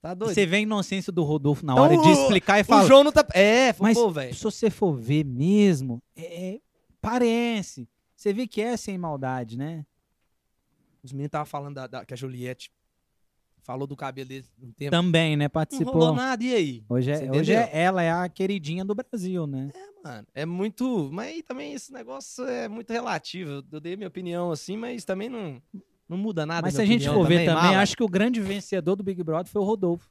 Speaker 2: Tá
Speaker 4: E
Speaker 2: doido.
Speaker 4: Você vê a inocência do Rodolfo na
Speaker 2: Então,
Speaker 4: hora de
Speaker 2: o-
Speaker 4: explicar e
Speaker 2: o
Speaker 4: falar...
Speaker 2: João não tá. É,
Speaker 4: Mas-
Speaker 2: pô, velho.
Speaker 4: Se você for ver mesmo, é- é- parece. Você vê que é sem maldade, né?
Speaker 2: Os meninos estavam falando da, da- que a Juliette falou do cabelo dele um tempo.
Speaker 4: Também, né?
Speaker 2: Não
Speaker 4: Participou.
Speaker 2: rolou nada, e aí?
Speaker 4: Hoje,
Speaker 2: Você
Speaker 4: é,
Speaker 2: entendeu?
Speaker 4: hoje é- ela é a queridinha do Brasil, né?
Speaker 2: Mano, é muito. Mas aí também esse negócio é muito relativo. Eu- Eu dei minha opinião assim, mas também não, não muda nada.
Speaker 4: Mas se a
Speaker 2: minha
Speaker 4: gente
Speaker 2: opinião
Speaker 4: for ver também,
Speaker 2: mala.
Speaker 4: acho que o grande vencedor do Big Brother foi o Rodolfo.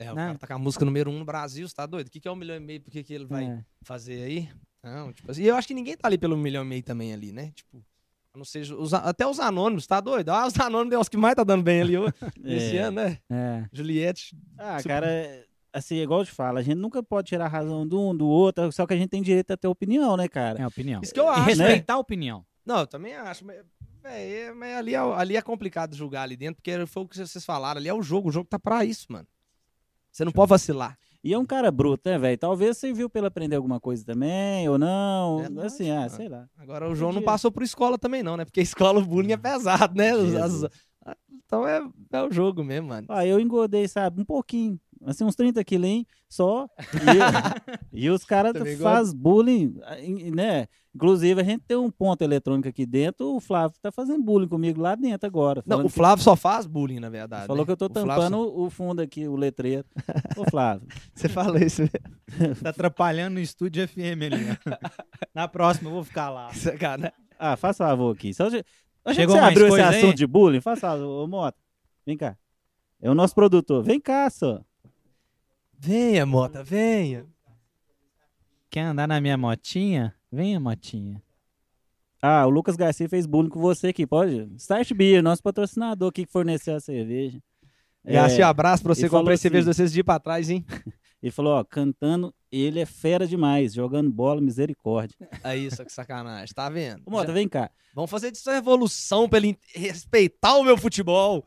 Speaker 2: É, o
Speaker 4: né?
Speaker 2: cara tá com a música número um no Brasil, você tá doido? O que, que é um milhão e meio? Por que, que ele vai
Speaker 4: É.
Speaker 2: fazer aí? Não, tipo assim. E eu acho que ninguém tá ali pelo milhão e meio também ali, né? Tipo. a Não seja, os a- até os anônimos, tá doido? Ah, os anônimos é os que mais tá dando bem ali hoje,
Speaker 1: É.
Speaker 2: esse ano, tipo né?
Speaker 4: É.
Speaker 2: Juliette.
Speaker 1: Ah, cara, assim, é igual eu te falo, a gente nunca pode tirar a razão de um, do outro, só que a gente tem direito a ter opinião, né, cara?
Speaker 4: É a opinião.
Speaker 2: Isso que eu
Speaker 4: e
Speaker 2: acho, né?
Speaker 4: respeitar a opinião.
Speaker 2: Não, eu também acho, mas, véi, é- mas ali, é, ali é complicado julgar ali dentro, porque foi o que vocês falaram, ali é o jogo, o jogo tá pra isso, mano. Você não pode vacilar.
Speaker 1: E é um cara bruto, né, velho? Talvez você viu pra ele aprender alguma coisa também, ou não.
Speaker 2: É
Speaker 1: assim,
Speaker 2: lógico,
Speaker 1: ah,
Speaker 2: mano.
Speaker 1: sei lá.
Speaker 2: Agora o João não
Speaker 1: Entendi. Uhum.
Speaker 2: passou por escola também não, né? Porque a escola o bullying é pesado, né? Os- as-
Speaker 1: Jesus.
Speaker 2: então é, é o jogo mesmo, mano.
Speaker 1: Ah, eu engordei, sabe? Um pouquinho. assim, uns 30 quilinhos só. E, e os caras
Speaker 2: Também gosto.
Speaker 1: fazem bullying, em- né? Inclusive, a gente tem um ponto eletrônico aqui dentro, o Flávio tá fazendo bullying comigo lá dentro agora.
Speaker 2: Não,
Speaker 1: falando
Speaker 2: o Flávio só faz bullying, na verdade.
Speaker 1: que, falou
Speaker 2: né?
Speaker 1: que eu tô
Speaker 2: O Flávio
Speaker 1: tampando o fundo aqui, o letreiro. Ô, Flávio,
Speaker 2: só- Você fala isso. né?
Speaker 4: Tá atrapalhando o estúdio FM ali. né? Na próxima eu vou ficar lá.
Speaker 2: Sacanagem.
Speaker 1: ah, faz favor aqui. Só de... A gente
Speaker 4: Chegou
Speaker 1: você
Speaker 4: mais
Speaker 1: abriu esse
Speaker 4: coisa aí?
Speaker 1: assunto de bullying? Faz favor, ô Mota. Vem cá. É o nosso produtor. Vem cá, só.
Speaker 2: Venha, Mota, venha.
Speaker 4: Quer andar na minha motinha? Venha, motinha.
Speaker 1: Ah, o Lucas Garcia fez bullying com você aqui, pode? Start Beer, nosso patrocinador aqui que forneceu a cerveja. É,
Speaker 2: Garcia, um abraço pra você.
Speaker 1: ele falou
Speaker 2: Comprei cerveja
Speaker 1: assim-
Speaker 2: de vocês dias pra trás, hein?
Speaker 1: Ele falou, ó, cantando, ele é fera demais, jogando bola, misericórdia.
Speaker 2: Aí, só que sacanagem, tá vendo?
Speaker 1: Ô, Mota, vem cá.
Speaker 2: Vamos fazer disso uma revolução pra ele in- respeitar o meu futebol.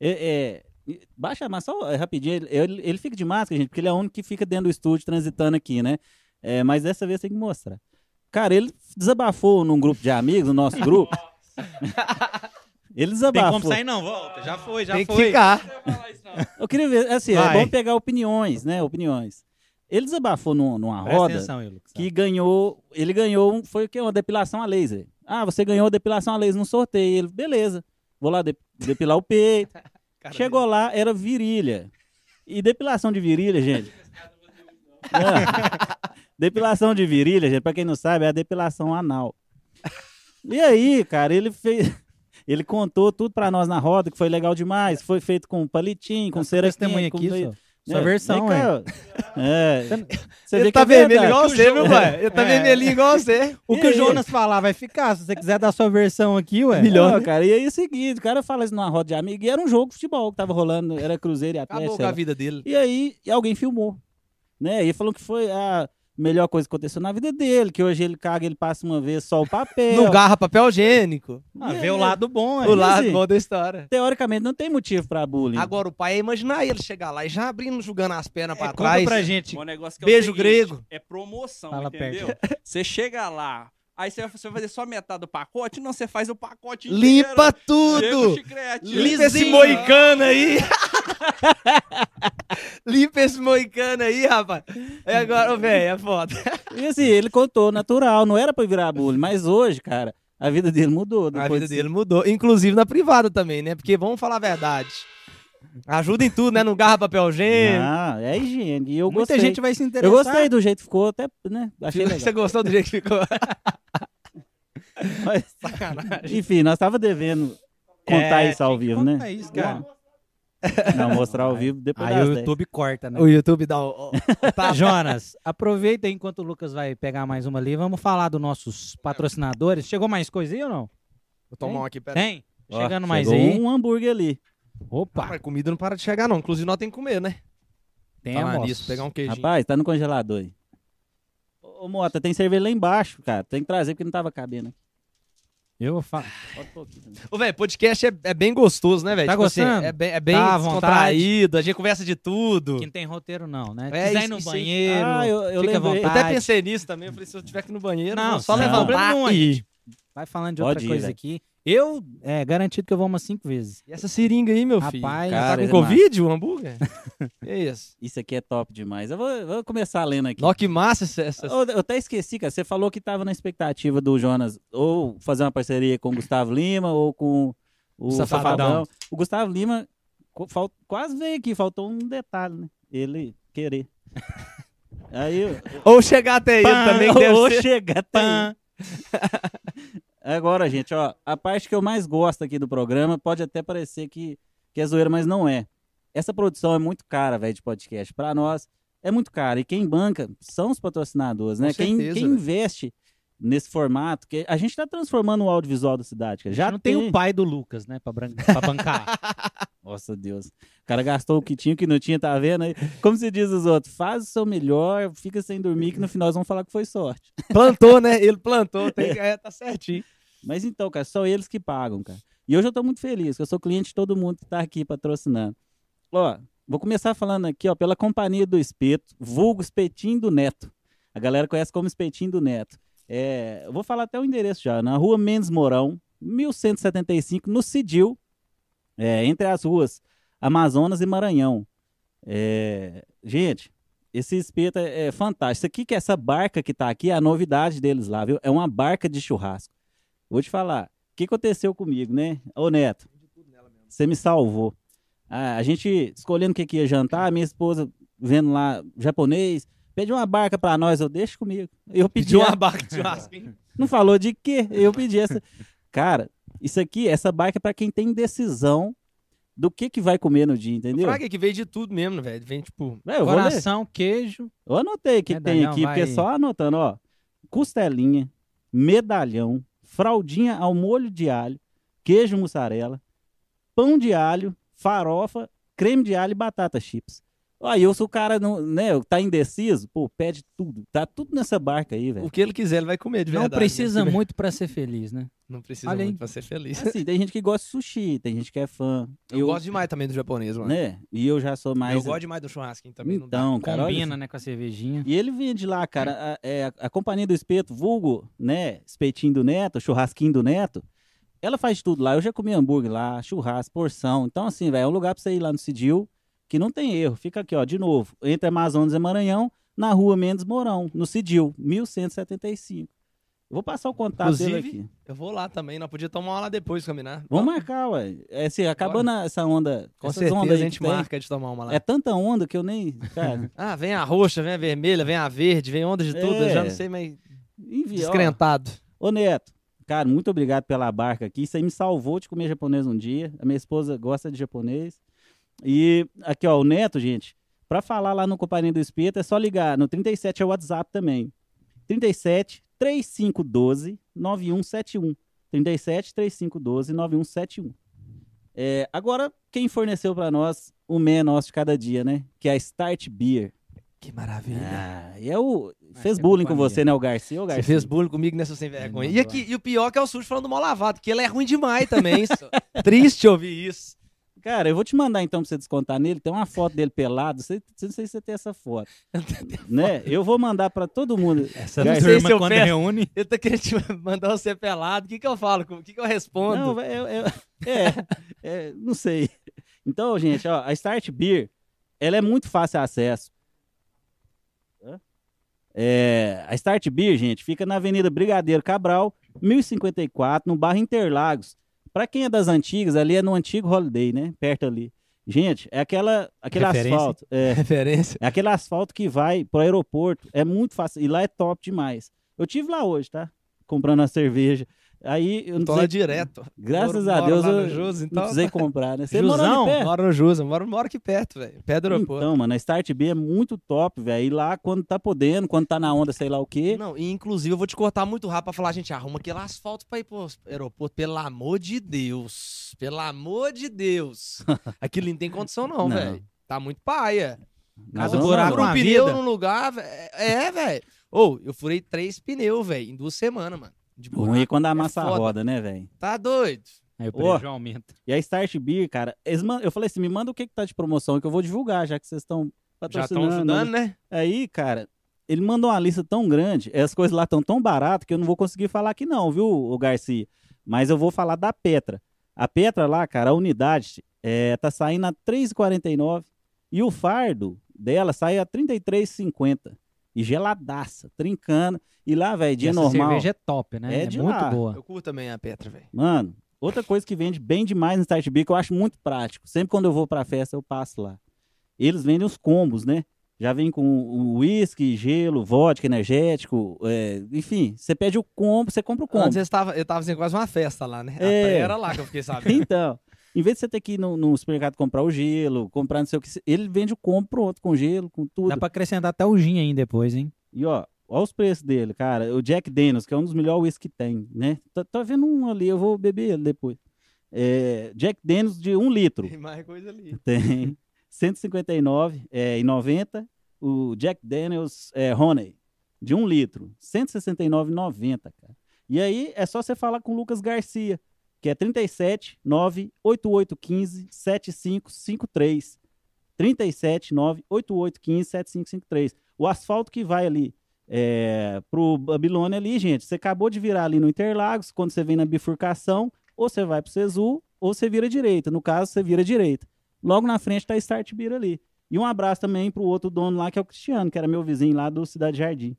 Speaker 1: É, é, baixa a massa, só é, rapidinho. Ele, ele- ele fica de máscara, gente, porque ele é o único que fica dentro do estúdio transitando aqui, né? É, mas dessa vez tem que mostrar. Cara, ele desabafou num grupo de amigos, no nosso grupo. ele
Speaker 4: Tem
Speaker 1: desabafou.
Speaker 4: como sair não, volta. Já foi, já
Speaker 2: Tem que
Speaker 4: foi.
Speaker 2: ficar.
Speaker 1: Eu queria ver, assim,
Speaker 4: Vai.
Speaker 1: é bom pegar opiniões, né? Opiniões. Ele desabafou num- numa
Speaker 4: Presta
Speaker 1: roda.
Speaker 4: atenção, aí, Lucas. Tá
Speaker 1: que ganhou, ele ganhou, um- foi o quê? Uma depilação a laser. Ah, você ganhou a depilação a laser num sorteio. Ele, beleza, vou lá de- depilar o peito. Chegou lá, era virilha. E depilação de virilha, gente... Ah, depilação de virilha, gente, pra quem não sabe, é a depilação anal. E aí, cara, ele fez... Ele contou tudo pra nós na roda, que foi legal demais. Foi feito com palitinho, com cera
Speaker 4: testemunha aqui, só. Sua versão, é.
Speaker 1: é. É. Você
Speaker 2: Ele
Speaker 1: vê
Speaker 2: tá
Speaker 1: que é
Speaker 2: vermelho
Speaker 1: verdade.
Speaker 2: igual
Speaker 4: Que o
Speaker 2: você, meu
Speaker 4: jogo-
Speaker 2: pai. Ele tá
Speaker 4: É.
Speaker 2: vermelhinho igual você.
Speaker 4: O que
Speaker 1: E
Speaker 4: o
Speaker 1: aí?
Speaker 4: Jonas falar vai ficar. Se você quiser dar sua versão aqui,
Speaker 3: né?
Speaker 4: ué.
Speaker 1: Não, cara. E aí é o seguinte, o cara fala isso numa roda de amigo e era um jogo de futebol que tava rolando, era Cruzeiro e Atlético.
Speaker 2: Acabou
Speaker 1: sei
Speaker 2: com
Speaker 1: lá.
Speaker 2: a vida dele.
Speaker 1: E aí e alguém filmou, né? E falou que foi a melhor coisa que aconteceu na vida dele, que hoje ele caga, ele passa uma vez só o
Speaker 4: É,
Speaker 1: papel.
Speaker 2: Não garra papel higiênico.
Speaker 4: Ah, vê o lado bom,
Speaker 1: É, e
Speaker 2: o
Speaker 4: ué.
Speaker 2: lado
Speaker 1: assim?
Speaker 2: bom da história.
Speaker 1: Teoricamente não tem motivo pra bullying.
Speaker 2: Agora o pai é imaginar ele chegar lá e já abrindo, jogando as pernas pra
Speaker 4: É, Conta
Speaker 2: trás.
Speaker 4: pra gente.
Speaker 5: Bom, o negócio que é o
Speaker 2: Tipo, Beijo
Speaker 5: seguinte,
Speaker 2: grego.
Speaker 5: É promoção,
Speaker 4: Fala
Speaker 5: entendeu? Você chega lá, aí você vai você vai fazer só metade do pacote? Não, você faz o pacote inteiro.
Speaker 2: Limpa
Speaker 5: Chega o
Speaker 2: tudo!
Speaker 5: chiclete.
Speaker 2: Limpa esse
Speaker 5: Lisinho.
Speaker 2: moicano aí! Limpa esse moicano aí, rapaz! E agora, ô, velho, é foda.
Speaker 1: E assim, ele contou natural, não era pra virar bullying, mas hoje, cara, a vida dele mudou.
Speaker 2: A
Speaker 1: depois
Speaker 2: vida
Speaker 1: disso.
Speaker 2: dele mudou. Inclusive na privada também, né? Porque vamos falar a verdade. Ajuda em tudo, né? Não garra papel higiênico.
Speaker 1: Não, é higiene. E eu
Speaker 4: Muita
Speaker 1: gostei.
Speaker 4: gente vai se interessar.
Speaker 1: eu gostei do jeito que ficou, até, né? Achei legal.
Speaker 2: Você gostou do jeito que ficou?
Speaker 1: Mas-
Speaker 2: Sacanagem.
Speaker 1: Enfim, nós tava devendo contar
Speaker 4: É,
Speaker 1: isso
Speaker 4: tinha
Speaker 1: ao
Speaker 4: que
Speaker 1: vivo, né?
Speaker 4: contar isso, cara.
Speaker 1: Não, mostrar ao vivo depois
Speaker 4: Aí
Speaker 1: das
Speaker 4: o
Speaker 1: 10.
Speaker 4: YouTube corta, né?
Speaker 2: O YouTube dá o. o- o tapa.
Speaker 4: Jonas, aproveita aí enquanto o Lucas vai pegar mais uma ali. Vamos falar dos nossos patrocinadores. Chegou mais coisa aí ou não?
Speaker 2: Vou tomar um aqui, pera.
Speaker 4: Tem?
Speaker 1: Ó,
Speaker 4: Chegando mais
Speaker 1: chegou
Speaker 4: aí.
Speaker 1: um hambúrguer ali.
Speaker 2: Ah,
Speaker 4: Opa,
Speaker 2: mas comida não para de chegar, não. Inclusive, nós temos que comer, né?
Speaker 4: tem
Speaker 2: Falar
Speaker 4: a
Speaker 2: nisso, pegar um queijinho.
Speaker 1: Rapaz, tá no congelador aí. Ô, ô, Mota, tem cerveja lá embaixo, cara. Tem que trazer porque não tava cabendo.
Speaker 4: Eu vou falar.
Speaker 1: Bota um pouquinho.
Speaker 2: Ô, velho, podcast é, é bem gostoso, né, velho?
Speaker 4: Tá gostando?
Speaker 2: é bem, é bem
Speaker 4: Tá à
Speaker 2: descontraído, a gente conversa de tudo.
Speaker 4: Que não tem roteiro, não, né?
Speaker 2: É,
Speaker 4: Quiser ir
Speaker 2: isso
Speaker 4: no
Speaker 2: que sim.
Speaker 4: banheiro.
Speaker 1: Ah, eu,
Speaker 4: fica à
Speaker 1: eu lembrei.
Speaker 2: Eu
Speaker 4: vontade.
Speaker 2: até pensei nisso também. Eu falei, se eu tiver aqui no banheiro,
Speaker 4: Não,
Speaker 2: não, só um
Speaker 1: não.
Speaker 2: levantar.
Speaker 4: Problema nenhum,
Speaker 2: e-
Speaker 4: Vai falando de outra
Speaker 1: Pode ir,
Speaker 4: coisa
Speaker 1: velho.
Speaker 4: aqui. Eu, é garantido que eu vou umas cinco vezes.
Speaker 2: E essa seringa aí, meu filho?
Speaker 4: Rapaz,
Speaker 2: Cara,
Speaker 1: cara,
Speaker 2: tá
Speaker 1: é
Speaker 2: com Covid, o hambúrguer? que isso?
Speaker 1: Isso aqui é top demais. Eu vou, vou começar lendo aqui.
Speaker 2: Nó que massa essa... essa-
Speaker 1: Eu, eu até esqueci, cara. Você falou que tava na expectativa do Jonas ou fazer uma parceria com o Gustavo Lima ou com o
Speaker 2: Safadão.
Speaker 1: Safadão. O Gustavo Lima co- fal- quase veio aqui, faltou um detalhe, né? Ele querer. Aí, eu-
Speaker 2: Ou chegar até ele também, que
Speaker 1: ou
Speaker 2: deve ser...
Speaker 1: chegar até aí.
Speaker 4: Pã.
Speaker 1: Agora, gente, ó, a parte que eu mais gosto aqui do programa pode até parecer que, que é zoeira, mas não é. Essa produção é muito cara, velho, de podcast. Pra nós, é muito cara. E quem banca são os patrocinadores, né?
Speaker 2: Com
Speaker 1: Quem,
Speaker 2: certeza,
Speaker 1: quem
Speaker 2: velho.
Speaker 1: investe nesse formato, que a gente tá transformando o audiovisual da cidade, cara. Já um.
Speaker 4: Já não tem o
Speaker 1: pai.
Speaker 4: pai do Lucas, né? Pra, bran- pra bancar.
Speaker 1: Nossa, Deus. O cara gastou o que tinha, o que não tinha, tá vendo aí? Como se diz os outros, faz o seu melhor, fica sem dormir, que no final nós vamos falar que foi sorte.
Speaker 2: Plantou, né? Ele plantou, tem... é, tá certinho.
Speaker 1: Mas então, cara, são eles que pagam, cara. E hoje eu tô muito feliz, que eu sou cliente de todo mundo que tá aqui patrocinando. Ó, vou começar falando aqui, ó, pela Companhia do Espeto, vulgo Espetinho do Neto. A galera conhece como Espetinho do Neto. É, eu vou falar até o endereço já, na rua Mendes Mourão, 1175, no Cidil, é, entre as ruas Amazonas e Maranhão. É, gente, esse espeto é, é fantástico. Isso aqui que é essa barca que tá aqui é a novidade deles lá, viu? É uma barca de churrasco. Vou te falar, o que aconteceu comigo, né? Ô Neto, você me salvou. Ah, a gente escolhendo o que, que ia jantar, a minha esposa vendo lá japonês, pediu uma barca pra nós, eu deixo comigo. Eu pedi
Speaker 2: Pediu
Speaker 1: a-
Speaker 2: uma barra de churrasco, hein?
Speaker 1: não falou de quê? Eu pedi essa. Cara, isso aqui, essa barca é pra quem tem decisão do que que vai comer no dia, entendeu?
Speaker 2: Fraga que veio de tudo mesmo, velho. Vem, tipo,
Speaker 1: É, eu, vou ler.
Speaker 4: Coração, queijo.
Speaker 1: eu anotei o que que tem
Speaker 4: Medalhão,
Speaker 1: aqui, porque é
Speaker 4: vai.
Speaker 1: só anotando, ó. Costelinha, medalhão, fraldinha ao molho de alho, queijo mussarela, pão de alho, farofa, creme de alho e batata chips. Aí eu sou o cara, não, né, tá indeciso, pô, pede tudo. Tá tudo nessa barca aí, velho.
Speaker 2: o que ele quiser, ele vai comer, de
Speaker 4: Não
Speaker 2: verdade.
Speaker 4: precisa
Speaker 2: né?
Speaker 4: muito pra ser feliz, né?
Speaker 2: Não precisa
Speaker 4: Olha aí.
Speaker 2: muito pra ser feliz.
Speaker 1: Assim, tem gente que gosta de sushi, tem gente que é fã.
Speaker 2: Eu, gosto demais também do japonês, mano.
Speaker 1: né? E eu já sou mais.
Speaker 2: eu gosto demais do churrasco, hein? Também não dá.
Speaker 1: então, cara, olha
Speaker 4: Combina, né, com a cervejinha.
Speaker 1: isso. E ele vinha de lá,
Speaker 2: Hum.
Speaker 1: cara. A, é, a companhia do espeto, vulgo, né? Espetinho do Neto, churrasquinho do Neto. Ela faz de tudo lá. Eu já comi hambúrguer lá, churrasco, porção. Então, assim, velho, é um lugar pra você ir lá no Cidil, que não tem erro. Fica aqui, ó, de novo. Entre Amazonas e Maranhão, na rua Mendes Mourão, no Cidil, 1175. Eu vou passar o contato dele
Speaker 2: Inclusive,
Speaker 1: aqui.
Speaker 2: Eu vou lá também, não podia tomar uma lá depois, combinar.
Speaker 1: Vamos marcar, ué. É, se, acabando essa onda.
Speaker 2: Com
Speaker 1: essas
Speaker 2: certeza
Speaker 1: ondas
Speaker 2: a
Speaker 1: aí
Speaker 2: gente
Speaker 1: que tem,
Speaker 2: marca de tomar uma lá.
Speaker 1: É tanta onda que eu nem. Cara,
Speaker 2: Ah, vem a roxa, vem a vermelha, vem a verde, vem onda de tudo. Eu já
Speaker 1: É.
Speaker 2: não sei, mas
Speaker 1: enfim, ó.
Speaker 2: descrentado.
Speaker 1: Ô Neto, cara, muito obrigado pela barca aqui. Isso aí me salvou de comer japonês um dia. A minha esposa gosta de japonês. E aqui, ó, o Neto, gente, pra falar lá no Companhia do Espírito é só ligar. No 37 é o WhatsApp também. 37 3512 9171. 37 3512 9171. É, agora, quem forneceu pra nós o meia nosso de cada dia, né? Que é a Start Beer.
Speaker 2: Que maravilha.
Speaker 1: Ah, e é o.
Speaker 4: Ah,
Speaker 1: Fez
Speaker 4: é
Speaker 1: bullying com
Speaker 4: companhia.
Speaker 1: você, né, o Garcia? O
Speaker 2: Você
Speaker 1: Garcia.
Speaker 2: fez bullying comigo nessa sem vergonha.
Speaker 4: É,
Speaker 2: E, aqui, e o pior que é o sujo falando mal lavado, que ele é ruim demais também. isso. Triste ouvir isso.
Speaker 1: Cara, eu vou te mandar então pra você descontar nele. Tem uma foto dele pelado. Você, você- não sei se você tem essa foto. né? Eu vou mandar pra todo mundo.
Speaker 3: É
Speaker 4: Essa
Speaker 1: Não sei
Speaker 2: se eu peço.
Speaker 4: reúne.
Speaker 2: Eu tô tá querendo te mandar você pelado. O que, que eu falo? O que, que eu respondo?
Speaker 1: Não, vai- eu- eu- é, é, não sei. Então, gente, ó, a Start Beer, ela é muito fácil acesso. Hã? É, a Start Beer, gente, fica na Avenida Brigadeiro Cabral, 1054, no bairro Interlagos. Pra quem é das antigas, ali é no antigo Holiday, né? Perto ali. Gente, é aquela, aquele
Speaker 4: Referência.
Speaker 1: asfalto. É,
Speaker 2: Referência.
Speaker 1: É aquele asfalto que vai pro aeroporto. É muito fácil. E lá é top demais. Eu tive lá hoje, tá? Comprando a cerveja. Aí, eu não
Speaker 2: Tô
Speaker 1: sei,
Speaker 2: lá direto.
Speaker 1: graças
Speaker 2: Moro-
Speaker 1: a
Speaker 2: moro
Speaker 1: Deus,
Speaker 2: lá
Speaker 1: eu
Speaker 2: no Jus,
Speaker 1: não
Speaker 2: então.
Speaker 1: precisei comprar, né? Você mora ali
Speaker 2: Jusão?
Speaker 1: perto?
Speaker 2: Moro no Jusa, moro, moro aqui perto, velho. Perto do aeroporto.
Speaker 1: Então, mano, a Start B é muito top, velho. E lá, quando tá podendo, quando tá na onda, sei lá o quê.
Speaker 2: Não, e inclusive eu vou te cortar muito rápido pra falar, gente, arruma aquele asfalto pra ir pro aeroporto, pelo amor de Deus. Pelo amor de Deus. Aquilo não tem condição, não,
Speaker 1: Não.
Speaker 2: velho. Tá muito paia.
Speaker 1: Nós
Speaker 2: Cada
Speaker 1: vamos
Speaker 4: buraco
Speaker 1: lá.
Speaker 2: fura um
Speaker 4: uma
Speaker 2: pneu
Speaker 4: vida.
Speaker 2: num lugar, velho. É, velho. Ou, eu furei três pneus, velho, em duas semanas, mano. De
Speaker 1: Ruim é
Speaker 2: buraco.
Speaker 1: quando amassa a
Speaker 2: foda.
Speaker 1: roda, né, velho?
Speaker 2: Tá doido.
Speaker 4: Aí o
Speaker 1: Ó.
Speaker 4: prejuízo aumenta.
Speaker 1: E a Start Beer, cara, eles man- eu falei assim, me manda o que que tá de promoção, que eu vou divulgar, já que vocês estão
Speaker 2: Já
Speaker 1: patrocinando.
Speaker 2: estão ajudando, né?
Speaker 1: Aí, cara, ele mandou uma lista tão grande, as coisas lá estão tão baratas que eu não vou conseguir falar aqui não, viu, o Garcia? Mas eu vou falar da Petra. A Petra lá, cara, a unidade é, tá saindo a 3,49 e o fardo dela sai a 33,50. E geladaça, trincando. E lá, velho, dia
Speaker 4: Essa
Speaker 1: normal.
Speaker 4: cerveja é top, né?
Speaker 1: É
Speaker 4: É,
Speaker 1: de
Speaker 4: muito
Speaker 1: lá.
Speaker 4: boa.
Speaker 2: Eu curto também a Petra, velho.
Speaker 1: Mano, outra coisa que vende bem demais no Start Beer, que eu acho muito prático. Sempre quando eu vou pra festa, eu passo lá. Eles vendem os combos, né? Já vem com o uísque, gelo, vodka, energético, é, enfim. Você pede o combo, você compra o
Speaker 4: Ah,
Speaker 1: combo.
Speaker 2: Antes eu tava, eu tava fazendo quase uma festa lá, né?
Speaker 1: É.
Speaker 2: Até Era lá que eu fiquei sabendo.
Speaker 1: Então, em vez de você ter que ir no, no supermercado comprar o gelo, comprar não sei o que, ele vende o combo pronto, com gelo, com tudo.
Speaker 4: Dá pra acrescentar até o gin aí depois, hein?
Speaker 1: E ó, olha os preços dele, cara. O Jack Daniels, que é um dos melhores whisky que tem, né? Tá, tá vendo um ali, eu vou beber ele depois. É, Jack Daniels de um litro.
Speaker 2: Tem mais coisa ali.
Speaker 1: Tem 159 é, e 90. O Jack Daniels é, Honey, de 1 litro, 169,90, cara. E aí é só você falar com o Lucas Garcia, que é 37 9 8815 7553. 37 9 8815 7553. O asfalto que vai ali é, pro Babilônia ali, gente, você acabou de virar ali no Interlagos, quando você vem na bifurcação, ou você vai pro Cezu, ou você vira direita. No caso, você vira direita. Logo na frente tá a Start Beer ali. E um abraço também pro outro dono lá, que é o Cristiano, que era meu vizinho lá do Cidade Jardim.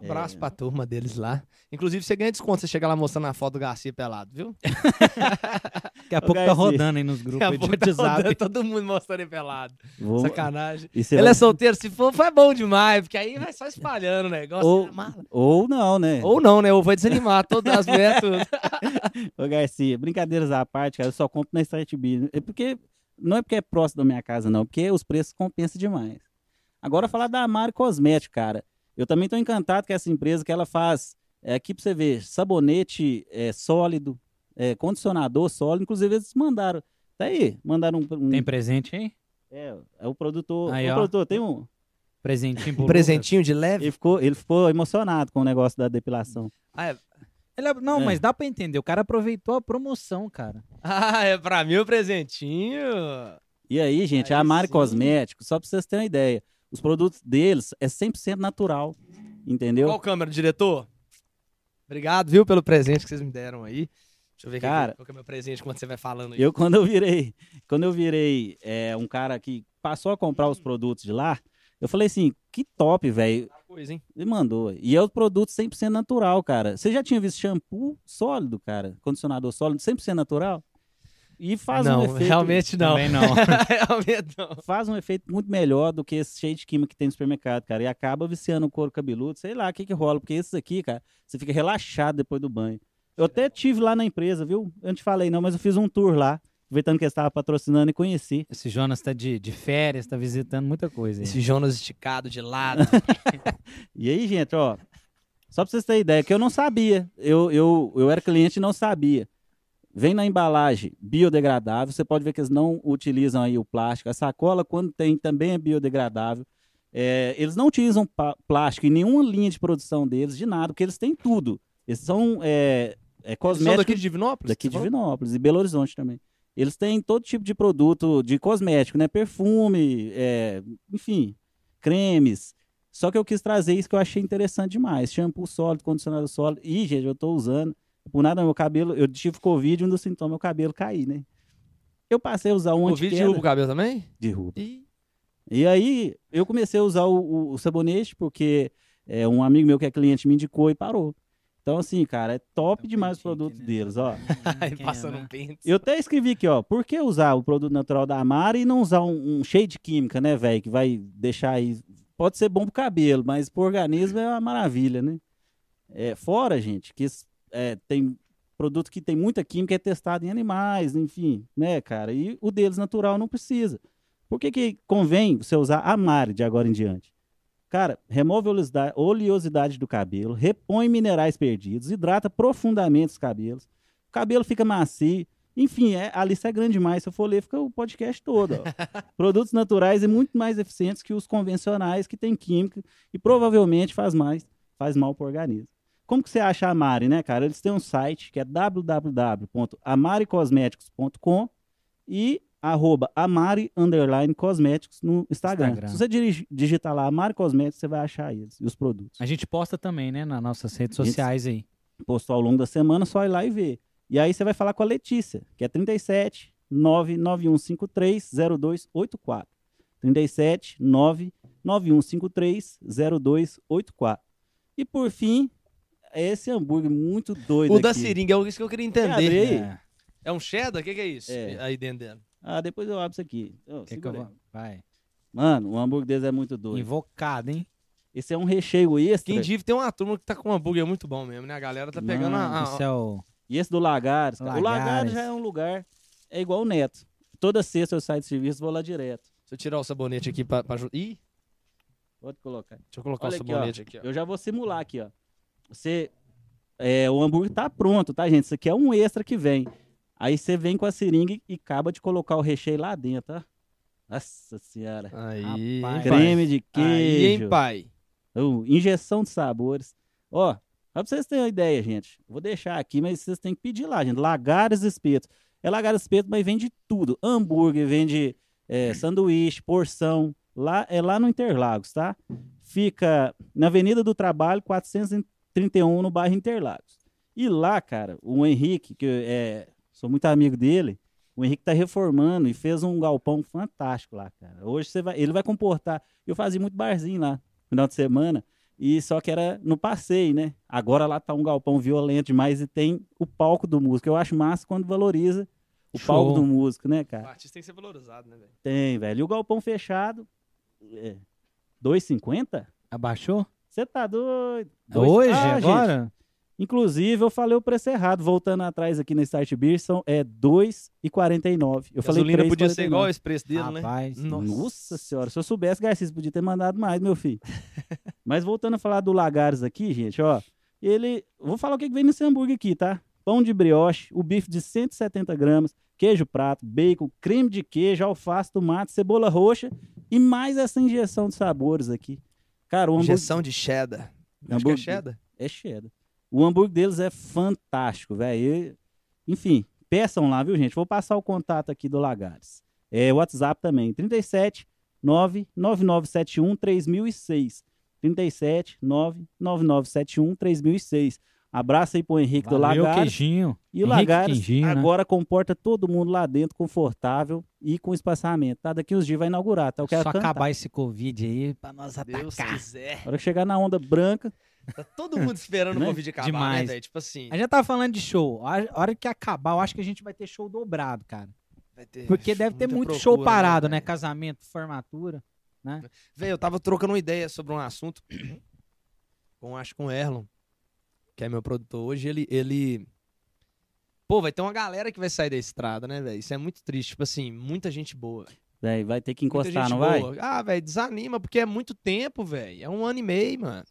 Speaker 1: É.
Speaker 2: Um abraço pra turma deles lá. Inclusive, você ganha desconto, você chega lá mostrando a foto do Garcia pelado, viu?
Speaker 4: Daqui a pouco tá
Speaker 1: Garcia.
Speaker 4: rodando aí nos grupos aí de
Speaker 2: Acabou
Speaker 1: tá
Speaker 2: de rodar,
Speaker 4: WhatsApp.
Speaker 2: é todo mundo mostrando ele pelado.
Speaker 1: É, Vou...
Speaker 2: Sacanagem.
Speaker 1: E você
Speaker 2: ele
Speaker 1: vai-
Speaker 2: é solteiro, se for, foi bom demais, porque aí vai só espalhando o negócio.
Speaker 1: Ou-
Speaker 2: ele é mala.
Speaker 1: Ou não, né?
Speaker 2: Ou não, né? Ou vai desanimar todas as mulheres. tudo.
Speaker 1: Ô, Garcia, brincadeiras à parte, cara, eu só compro na Start B. É porque. Não é porque é próximo da minha casa, não, porque os preços compensam demais. Agora falar da Amaro Cosmético, cara. Eu também tô encantado com essa empresa que ela faz. É, aqui pra você ver, sabonete é, sólido, é, condicionador sólido. Inclusive, eles mandaram. Tá aí, mandaram um. um-
Speaker 4: Tem presente, hein?
Speaker 1: é, é o produtor.
Speaker 4: Aí,
Speaker 1: o
Speaker 4: ó.
Speaker 1: produtor tem um.
Speaker 4: Presentinho pro
Speaker 2: Um
Speaker 4: Lucas.
Speaker 2: presentinho de leve.
Speaker 1: Ele ficou, ele ficou emocionado com o negócio da depilação.
Speaker 2: Ah, é,
Speaker 4: Ele é- Não,
Speaker 1: É.
Speaker 4: mas dá pra entender. O cara aproveitou a promoção, cara.
Speaker 2: ah, é pra mim o presentinho.
Speaker 1: E aí, gente,
Speaker 2: Aí
Speaker 1: a Mari
Speaker 2: sim.
Speaker 1: Cosméticos, só pra vocês terem uma ideia, os produtos deles é 100% natural, entendeu?
Speaker 2: Qual câmera, diretor? Obrigado, viu, pelo presente que vocês me deram aí. Deixa eu ver aqui
Speaker 1: Cara.
Speaker 2: qual que é o meu presente quando você vai falando aí.
Speaker 1: Eu, quando eu virei, quando eu virei é, um cara que passou a comprar os produtos de lá, eu falei assim, que top, velho.
Speaker 2: Tá coisa, hein?
Speaker 1: Ele mandou. E é o produto 100% natural, cara. Você já tinha visto shampoo sólido, cara? Condicionador sólido, 100% natural? E faz
Speaker 2: não,
Speaker 1: um efeito...
Speaker 2: realmente não.
Speaker 4: Também não.
Speaker 2: É realmente não.
Speaker 1: faz um efeito muito melhor do que esse cheio de química que tem no supermercado, cara. E acaba viciando o couro cabeludo, sei lá o que que rola, porque esses aqui, cara, você fica relaxado depois do banho. Eu até tive lá na empresa, viu? Eu não te falei não, mas eu fiz um tour lá, aproveitando que eles estavam patrocinando e conheci.
Speaker 4: Esse Jonas tá de, de férias, tá visitando muita coisa aí.
Speaker 2: Esse Jonas esticado de lado.
Speaker 1: E aí, gente, ó, só pra vocês terem ideia, que eu não sabia. Eu, eu, eu era cliente e não sabia. Vem na embalagem biodegradável, você pode ver que eles não utilizam aí o plástico. A sacola, quando tem, também é biodegradável. É, eles não utilizam pa- plástico em nenhuma linha de produção deles, de nada, porque eles têm tudo. Eles são é, é,
Speaker 2: São
Speaker 1: cosméticos
Speaker 2: daqui de Divinópolis?
Speaker 1: Daqui
Speaker 2: Você
Speaker 1: de
Speaker 2: falou?
Speaker 1: Vinópolis e Belo Horizonte também. Eles têm todo tipo de produto de cosmético, né? Perfume, é, enfim, cremes. Só que eu quis trazer isso que eu achei interessante demais. Shampoo sólido, condicionador sólido. Ih, gente, eu tô usando. Por nada, meu cabelo... Eu tive Covid, um dos sintomas, meu cabelo cair, né? Eu passei a usar um
Speaker 2: Covid
Speaker 1: antiqueda.
Speaker 2: derruba o cabelo também?
Speaker 1: Derruba.
Speaker 2: Ih,
Speaker 1: E aí, eu comecei a usar o, o- o sabonete, porque é, um amigo meu que é cliente me indicou e parou. Então, assim, cara, é top demais os produtos deles, ó.
Speaker 2: aí
Speaker 4: é,
Speaker 1: é,
Speaker 2: passando
Speaker 1: né?
Speaker 4: né?
Speaker 2: um pente.
Speaker 1: Eu até escrevi aqui, ó. Por que usar o produto natural da Amara e não usar um, um cheio de química, né, velho? Que vai deixar aí. Pode ser bom pro cabelo, mas pro organismo é uma maravilha, né? É, fora, gente, que es- é, tem produto que tem muita química, é testado em animais, enfim, né, cara? E o deles natural não precisa. Por que, que convém você usar Amare de agora em diante? Cara, remove a oleosida- oleosidade do cabelo, repõe minerais perdidos, hidrata profundamente os cabelos, o cabelo fica macio, enfim, é, a lista é grande demais. Se eu for ler, fica o podcast todo. ó. Produtos naturais e muito mais eficientes que os convencionais que tem química e provavelmente faz mais, faz mal pro organismo. Como que você acha a Mari, né, cara? Eles têm um site que é www.amaricosméticos.com e arroba amari underline cosméticos no Instagram.
Speaker 4: Instagram.
Speaker 1: Se você dirigi- digitar lá Amari Cosméticos, você vai achar eles e os produtos
Speaker 4: A gente posta também, né, nas nossas redes
Speaker 1: Isso.
Speaker 4: sociais aí.
Speaker 1: postou ao longo da semana, só ir lá e ver. E aí você vai falar com a Letícia, que é 37 99153 0284. 37 99153 0284. E por fim, é esse hambúrguer muito doido
Speaker 2: O da
Speaker 1: aqui.
Speaker 2: seringa é isso que eu queria
Speaker 1: Abre
Speaker 2: entender.
Speaker 1: aí.
Speaker 4: É,
Speaker 2: É um cheddar? O que, que é isso?
Speaker 1: É.
Speaker 2: Aí dentro dela.
Speaker 1: Ah, depois eu abro isso aqui. Ô,
Speaker 4: que que eu
Speaker 1: segura aí.
Speaker 4: vou- Vai.
Speaker 1: Mano, o hambúrguer deles é muito doido.
Speaker 4: Invocado, hein?
Speaker 1: Esse é um recheio extra.
Speaker 2: Quem diz tem uma turma que tá com um hambúrguer muito bom mesmo, né? A galera tá pegando
Speaker 1: Mano
Speaker 2: a- a-
Speaker 4: Esse é o...
Speaker 1: E esse do Lagares, cara. O Lagares
Speaker 4: Lagares.
Speaker 1: já é um lugar, é igual o Neto. Toda sexta eu saio de serviço, vou lá direto.
Speaker 2: Se eu tirar o sabonete aqui pra, pra... ju- Ih,
Speaker 1: Pode colocar.
Speaker 2: deixa eu colocar
Speaker 1: Olha
Speaker 2: o
Speaker 1: aqui,
Speaker 2: sabonete aqui, ó.
Speaker 1: Eu já vou simular aqui, ó. Você. é, o hambúrguer tá pronto, tá, gente? Isso aqui é um extra que vem. Aí você vem com a seringa e acaba de colocar o recheio lá dentro, ó. Nossa senhora.
Speaker 2: Aí,
Speaker 4: Rapaz.
Speaker 2: hein, pai?
Speaker 1: Creme de
Speaker 2: Aí,
Speaker 1: queijo.
Speaker 2: hein, pai?
Speaker 1: Uh, injeção de sabores. Ó, só pra vocês terem uma ideia, gente. Vou deixar aqui, mas vocês têm que pedir lá, gente. Lagares Espetos. É Lagares Espetos, mas vende tudo. Hambúrguer, vende é, sanduíche, porção. Lá, é lá no Interlagos, tá? Fica na Avenida do Trabalho, 431, no bairro Interlagos. E lá, cara, o Henrique, que eu, é, sou muito amigo dele, o O Henrique tá reformando e fez um galpão fantástico lá, cara. Hoje você vai, ele vai comportar. Eu fazia muito barzinho lá, final de semana, e só que era no passeio, né? Agora lá tá um galpão violento demais e tem o palco do músico. Eu acho massa quando valoriza o
Speaker 4: Show.
Speaker 1: palco do músico, né,
Speaker 2: O
Speaker 1: cara?
Speaker 2: artista tem que ser valorizado, né, velho?
Speaker 1: Tem, velho. E o galpão fechado, é, 2,50?
Speaker 4: Abaixou?
Speaker 1: Você tá doido? Dois-
Speaker 4: Hoje?
Speaker 1: Ah, gente,
Speaker 4: agora?
Speaker 1: Inclusive, eu falei o preço errado. Voltando atrás aqui na Start Beer, são, é 2,49. Eu falei
Speaker 2: gasolina
Speaker 1: 3,49.
Speaker 2: podia ser igual esse preço dele, né?
Speaker 4: Rapaz.
Speaker 1: Nossa. senhora, se eu soubesse, Garcia, você podia ter mandado mais, meu filho. Mas voltando a falar do Lagares aqui, gente, ó. Ele. Vou falar o que que vem nesse hambúrguer aqui, tá? Pão de brioche, o bife de 170 gramas, queijo prato, bacon, creme de queijo, alface, tomate, cebola roxa e mais essa injeção de sabores aqui. Cara, o hambúrguer
Speaker 2: Injeção de cheddar. Acho que é
Speaker 1: Hambúrguer.
Speaker 2: cheddar.
Speaker 1: é cheddar. O hambúrguer deles é fantástico, velho. E, Enfim, peçam lá, viu, gente? Vou passar o contato aqui do Lagares. É, o WhatsApp também, 37 99971 3006. 37 99971 3006. Abraço aí pro Henrique do
Speaker 4: Valeu,
Speaker 1: Lagares.
Speaker 4: queijinho.
Speaker 1: E o
Speaker 4: Henrique
Speaker 1: Lagares
Speaker 4: Quindim, né?
Speaker 1: agora comporta todo mundo lá dentro, confortável e com espaçamento. Tá? Daqui uns dias vai inaugurar, tá? Eu quero
Speaker 4: Só
Speaker 1: cantar.
Speaker 4: acabar esse Covid aí pra nós
Speaker 2: Deus
Speaker 4: atacar.
Speaker 2: quiser.
Speaker 1: A hora que chegar na onda branca,
Speaker 2: Tá todo mundo esperando o
Speaker 1: Né?
Speaker 2: Covid acabar, né,
Speaker 4: Demais.
Speaker 2: velho? Tipo assim,
Speaker 4: A gente já tava falando de show. A a hora que acabar, eu acho que a gente vai ter show dobrado, cara.
Speaker 2: vai ter
Speaker 4: Porque deve ter
Speaker 2: É, muita
Speaker 4: muito
Speaker 2: procura,
Speaker 4: show parado, né?
Speaker 2: velho?
Speaker 4: Casamento, formatura.
Speaker 2: Velho, eu tava trocando uma ideia sobre um assunto com, acho que com o Erlon, que é meu produtor hoje, ele, ele... Pô, vai ter uma galera que vai sair da estrada, né, velho? Isso é muito triste. Tipo assim, muita gente boa.
Speaker 1: véi, vai ter que
Speaker 2: Muita
Speaker 1: encostar,
Speaker 2: gente
Speaker 1: não vai?
Speaker 2: boa. Ah, velho, desanima, porque é muito tempo, velho. É um ano e meio, mano.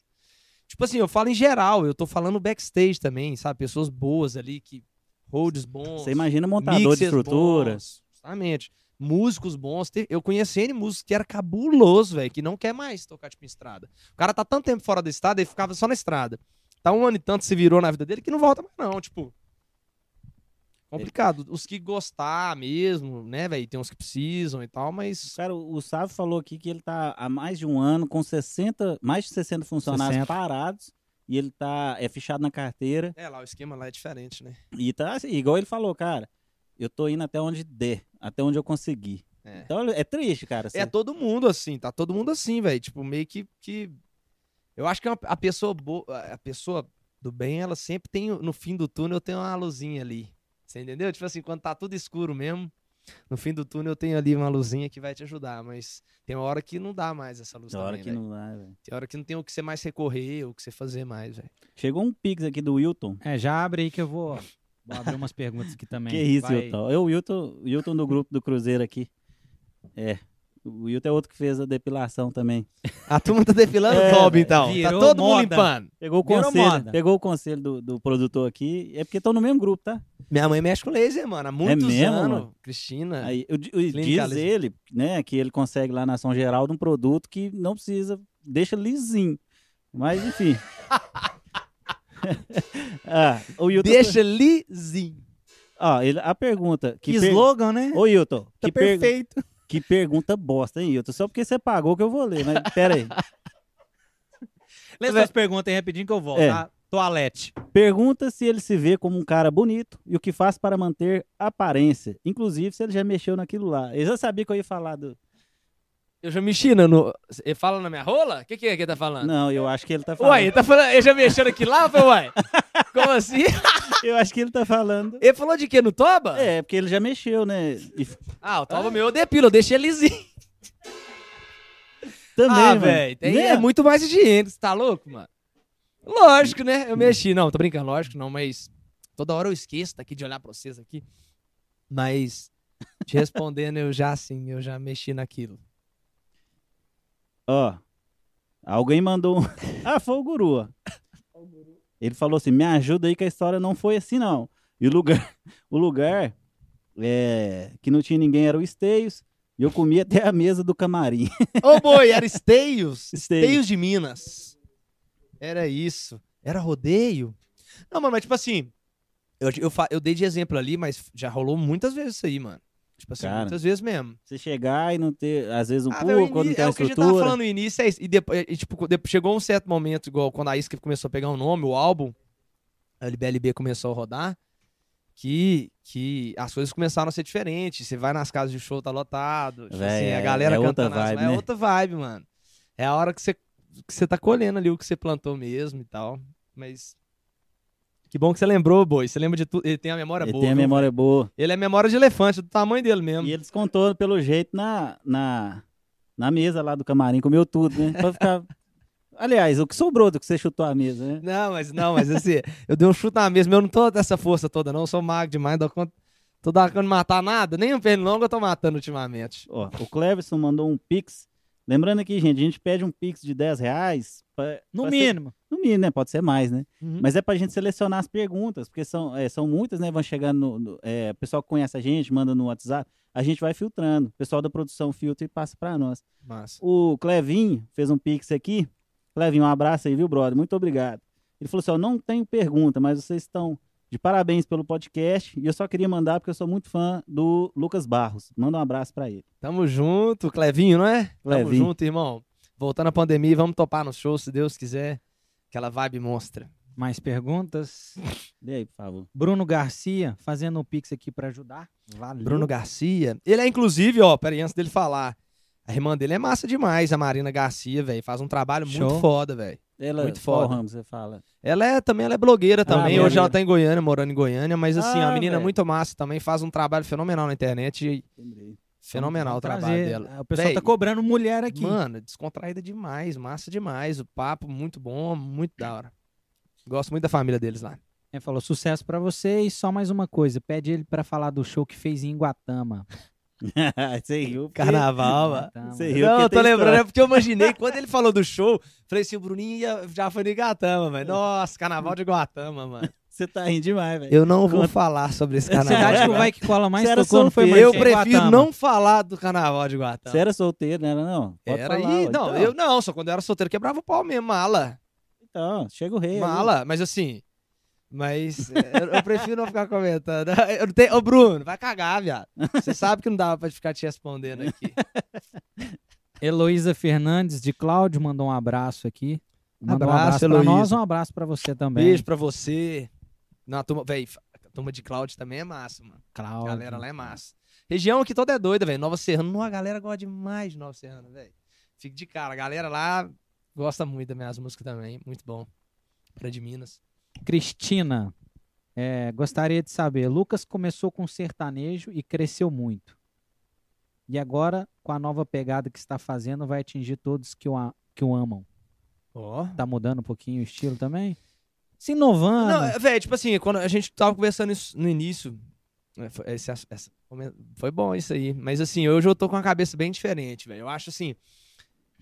Speaker 2: Tipo assim, eu falo em geral, eu tô falando backstage também, sabe? Pessoas boas ali, que holds bons.
Speaker 1: Você imagina montador de
Speaker 2: mixers
Speaker 1: estrutura.
Speaker 2: bons, Justamente. Músicos bons. Te- Eu conheci N músicos que era cabuloso, velho, que não quer mais tocar, tipo, em estrada. O cara tá tanto tempo fora da estrada, ele ficava só na estrada. Tá um ano e tanto se virou na vida dele que não volta mais, não, tipo. Complicado. Os que gostar mesmo, né, velho? Tem uns que precisam e tal, mas.
Speaker 1: Cara, o o Sávio falou aqui que ele tá há mais de um ano com 60, mais de 60 funcionários
Speaker 4: 60.
Speaker 1: parados e ele tá é fichado na carteira
Speaker 2: É, lá o esquema lá é diferente, né?
Speaker 1: e tá assim, igual ele falou, cara, eu tô indo até onde der, até onde eu conseguir.
Speaker 2: É.
Speaker 1: Então é triste, cara. assim.
Speaker 2: É todo mundo assim, tá todo mundo assim, velho. Tipo, meio que. que... Eu acho que é uma- a pessoa boa, a pessoa do bem, ela sempre tem, no fim do túnel, tem uma luzinha ali. Você entendeu? Tipo assim, quando tá tudo escuro mesmo, no fim do túnel tem ali uma luzinha que vai te ajudar, mas tem uma hora que não dá mais essa luz
Speaker 1: Tem hora
Speaker 2: também,
Speaker 1: que
Speaker 2: véi.
Speaker 1: não dá, velho.
Speaker 2: Tem hora que não tem o que você mais recorrer, o que você fazer mais, velho.
Speaker 1: Chegou um pix aqui do Wilton.
Speaker 4: É, já abre aí que eu vou, vou abrir umas perguntas aqui também.
Speaker 1: Que isso,
Speaker 4: Vai-
Speaker 1: Wilton? É o Wilton, o Wilton do grupo do Cruzeiro aqui. É. O Wilton é outro que fez a depilação também.
Speaker 2: A turma tá defilando
Speaker 1: É,
Speaker 2: top,
Speaker 1: velho,
Speaker 2: então. Tá
Speaker 4: virou
Speaker 2: todo mundo
Speaker 4: moda.
Speaker 2: limpando.
Speaker 1: Pegou o
Speaker 4: Virou
Speaker 1: conselho,
Speaker 4: moda.
Speaker 1: pegou o conselho do, do produtor aqui. É porque estão no mesmo grupo, tá?
Speaker 2: Minha mãe mexe com laser, mano. Há muitos
Speaker 1: É mesmo,
Speaker 2: anos.
Speaker 1: mano?
Speaker 2: Cristina.
Speaker 1: Aí, eu, di- eu-
Speaker 2: Clínica
Speaker 1: diz
Speaker 2: lisa.
Speaker 1: ele, né, que ele consegue lá na São Geraldo um produto que não precisa, deixa lisinho. Mas enfim. ah, o Hilton,
Speaker 2: Deixa lisinho.
Speaker 1: ó, ele- a pergunta
Speaker 4: Que
Speaker 1: que per-
Speaker 4: slogan, né?
Speaker 1: Ô, Hilton,
Speaker 4: Tá
Speaker 1: que, per-
Speaker 4: perfeito.
Speaker 1: que pergunta bosta, hein, Hilton? Só porque você pagou que eu vou ler, mas pera aí.
Speaker 4: Lê suas perguntas aí rapidinho que eu volto,
Speaker 1: É.
Speaker 4: tá? Toalete.
Speaker 1: Pergunta se ele se vê como um cara bonito e o que faz para manter aparência. Inclusive, se ele já mexeu naquilo lá. Ele já sabia que eu ia falar do.
Speaker 2: Eu já mexi no- no. Ele fala na minha rola? O que, que é que ele tá falando?
Speaker 1: Não, eu acho que ele tá falando.
Speaker 2: Uai, ele tá falando. Ele já mexeu aqui lá, foi, uai? Como assim?
Speaker 1: Eu acho que ele tá falando.
Speaker 2: Ele falou de quê? No Toba?
Speaker 1: É, porque ele já mexeu, né? E f-
Speaker 2: Ah, o Toba meu eu depilo, eu deixei ele lisinho.
Speaker 1: também,
Speaker 2: ah,
Speaker 1: mano.
Speaker 2: velho. tem-
Speaker 1: Né?
Speaker 2: É muito mais higiênico, você tá louco, mano? Lógico, né? Eu mexi. Não, tô brincando, lógico não, mas. Toda hora eu esqueço daqui de olhar pra vocês aqui. Mas. Te respondendo, eu já sim, eu já mexi naquilo.
Speaker 1: Ó, alguém mandou um... Ah, foi o guru, ó. Ele falou assim, me ajuda aí que a história não foi assim, não. E o lugar, o lugar é, que não tinha ninguém era o Esteios, e eu comia até a mesa do camarim.
Speaker 2: Ô, boi, era esteios.
Speaker 1: Esteios.
Speaker 2: Esteios de Minas. Era isso. Era rodeio. Não, mano, mas tipo assim, eu, eu, fa- eu dei de exemplo ali, mas já rolou muitas vezes isso aí, mano. Tipo assim,
Speaker 1: Cara.
Speaker 2: muitas vezes mesmo.
Speaker 1: Você chegar e não ter, às vezes, um
Speaker 2: Ah, velho,
Speaker 1: público, ou não
Speaker 2: ini-
Speaker 1: ter
Speaker 2: é
Speaker 1: uma
Speaker 2: o que a gente tava
Speaker 1: estrutura.
Speaker 2: falando no início, é isso. E, depois, e, tipo, de- chegou um certo momento, igual quando a Isca começou a pegar o nome, o álbum, a LBLB começou a rodar, que, que as coisas começaram a ser diferentes. Você vai nas casas de show, tá lotado. Tipo
Speaker 1: Véi,
Speaker 2: assim, a
Speaker 1: é-
Speaker 2: galera
Speaker 1: é outra
Speaker 2: cantando as-
Speaker 1: vibe,
Speaker 2: é
Speaker 1: né?
Speaker 2: outra vibe, mano. É a hora que você, que você tá colhendo ali o que você plantou mesmo e tal. Mas. Que bom que você lembrou, boi. Você lembra de tudo. Ele tem a memória
Speaker 1: Ele
Speaker 2: boa.
Speaker 1: tem a
Speaker 2: viu?
Speaker 1: memória boa.
Speaker 2: Ele é memória de elefante, do tamanho dele mesmo.
Speaker 1: E eles contou pelo jeito na, na, na mesa lá do camarim, comeu tudo, né? Pra ficar... Aliás, o que sobrou do que você chutou a mesa, né?
Speaker 2: Não, mas não, mas assim, eu dei um chute na mesa, mas eu não tô dessa força toda, não. Eu sou magro demais, não dou conta. Tô dando conta de matar nada, nem um pernilongo eu tô matando ultimamente.
Speaker 1: Ó, o Cleverson mandou um pix. Lembrando aqui, gente, a gente pede um pix de 10 reais. pra-
Speaker 4: No
Speaker 1: pra ser-
Speaker 4: mínimo.
Speaker 1: no mínimo, né? Pode ser mais, né?
Speaker 2: Uhum.
Speaker 1: Mas é pra gente selecionar as perguntas, porque são, é, são muitas, né? Vão chegando. No, no- é, o pessoal que conhece a gente, manda no WhatsApp. A gente vai filtrando. O pessoal da produção filtra e passa pra nós.
Speaker 2: Mas,
Speaker 1: O Clevinho fez um pix aqui. Clevinho, um abraço aí, viu, brother? Muito obrigado. Ele falou assim: ó, não tenho pergunta, mas vocês estão de parabéns pelo podcast. E eu só queria mandar, porque eu sou muito fã do Lucas Barros. Manda um abraço pra ele.
Speaker 2: tamo junto, Clevinho, não é? Tamo
Speaker 1: Clevinho.
Speaker 2: junto, irmão. Voltando à pandemia, vamos topar no show, se Deus quiser. Aquela vibe monstra.
Speaker 4: Mais perguntas?
Speaker 1: Dê aí, por favor.
Speaker 4: Bruno Garcia fazendo um pix aqui pra ajudar. Valeu.
Speaker 2: Bruno Garcia. Ele é, inclusive, ó, peraí, antes dele falar. A irmã dele é massa demais, a Marina Garcia, velho. Faz um trabalho
Speaker 4: Show.
Speaker 2: muito foda, velho.
Speaker 1: Ela,
Speaker 2: Muito
Speaker 1: qual
Speaker 2: foda.
Speaker 1: ramo você fala.
Speaker 2: Ela é também, ela é blogueira também.
Speaker 1: Ah, blogueira.
Speaker 2: Hoje ela tá em Goiânia, morando em Goiânia, mas assim,
Speaker 1: Ah,
Speaker 2: a menina é
Speaker 1: velho.
Speaker 2: muito massa também, faz um trabalho fenomenal na internet. e
Speaker 1: Lembrei.
Speaker 2: Fenomenal o
Speaker 1: um
Speaker 4: Vamos
Speaker 2: trabalho
Speaker 4: trazer.
Speaker 2: dela.
Speaker 4: um O pessoal
Speaker 2: Véi,
Speaker 4: tá cobrando mulher aqui.
Speaker 2: Mano, descontraída demais, massa demais. O papo muito bom, muito da hora. Gosto muito da família deles lá.
Speaker 4: Ele falou sucesso pra você e só mais uma coisa, pede ele pra falar do show que fez em Guatama.
Speaker 1: você riu. porque-
Speaker 2: Carnaval,
Speaker 4: Guatama.
Speaker 1: Você riu.
Speaker 2: Não,
Speaker 1: porque
Speaker 2: eu tô
Speaker 1: tem
Speaker 2: lembrando,
Speaker 1: história.
Speaker 2: é porque eu imaginei, quando ele falou do show, falei assim, o Bruninho ia- já foi de Guatama, velho. Nossa, carnaval de Guatama, mano.
Speaker 1: Você tá rindo demais, velho.
Speaker 2: Eu não vou falar sobre esse
Speaker 4: A cidade que o
Speaker 2: carnaval.
Speaker 4: Vai Que Cola mais
Speaker 1: Você era
Speaker 4: tocou não foi
Speaker 1: solteiro.
Speaker 2: Eu
Speaker 4: Martins, foi
Speaker 2: prefiro
Speaker 4: Guatama.
Speaker 2: não falar do carnaval de Guatama.
Speaker 1: Você era solteiro, não Então. era não? Pode
Speaker 2: Era
Speaker 1: falar,
Speaker 2: aí.
Speaker 1: ó.
Speaker 2: Não,
Speaker 1: então,
Speaker 2: eu não, só quando eu era solteiro quebrava o pau mesmo, mala.
Speaker 1: Então, chega o rei. aí.
Speaker 2: Mala, mas assim. Mas é, eu, eu prefiro não ficar comentando. Eu não tenho- Ô, Bruno, vai cagar, viado. Você sabe que não dava pra ficar te respondendo aqui.
Speaker 4: Heloísa Fernandes de Cláudio mandou um abraço aqui. Mandou um
Speaker 2: Abraço,
Speaker 4: abraço pra
Speaker 2: Heloísa.
Speaker 4: nós, um abraço pra você também.
Speaker 2: Beijo pra você. Na turma, véi, a turma de Cláudio também é massa, mano. A
Speaker 4: Cláudio.
Speaker 2: galera lá é massa. Região aqui toda é doida, velho. Nova Serrana, não, a galera gosta demais de Nova Serrana, velho. Fico de cara, a galera lá gosta muito das minhas músicas também, muito bom. Pra de Minas.
Speaker 4: Cristina, é, gostaria de saber. Lucas começou com sertanejo e cresceu muito. E agora, com a nova pegada que está fazendo, vai atingir todos que o, a- que o amam.
Speaker 2: Ó.
Speaker 4: Tá mudando um pouquinho o estilo também? Se inovando.
Speaker 2: Não, é, velho, tipo assim, quando a gente tava conversando isso no início, né, foi, esse ass- essa- foi bom isso aí. Mas assim, hoje eu tô com a cabeça bem diferente, velho. Eu acho assim.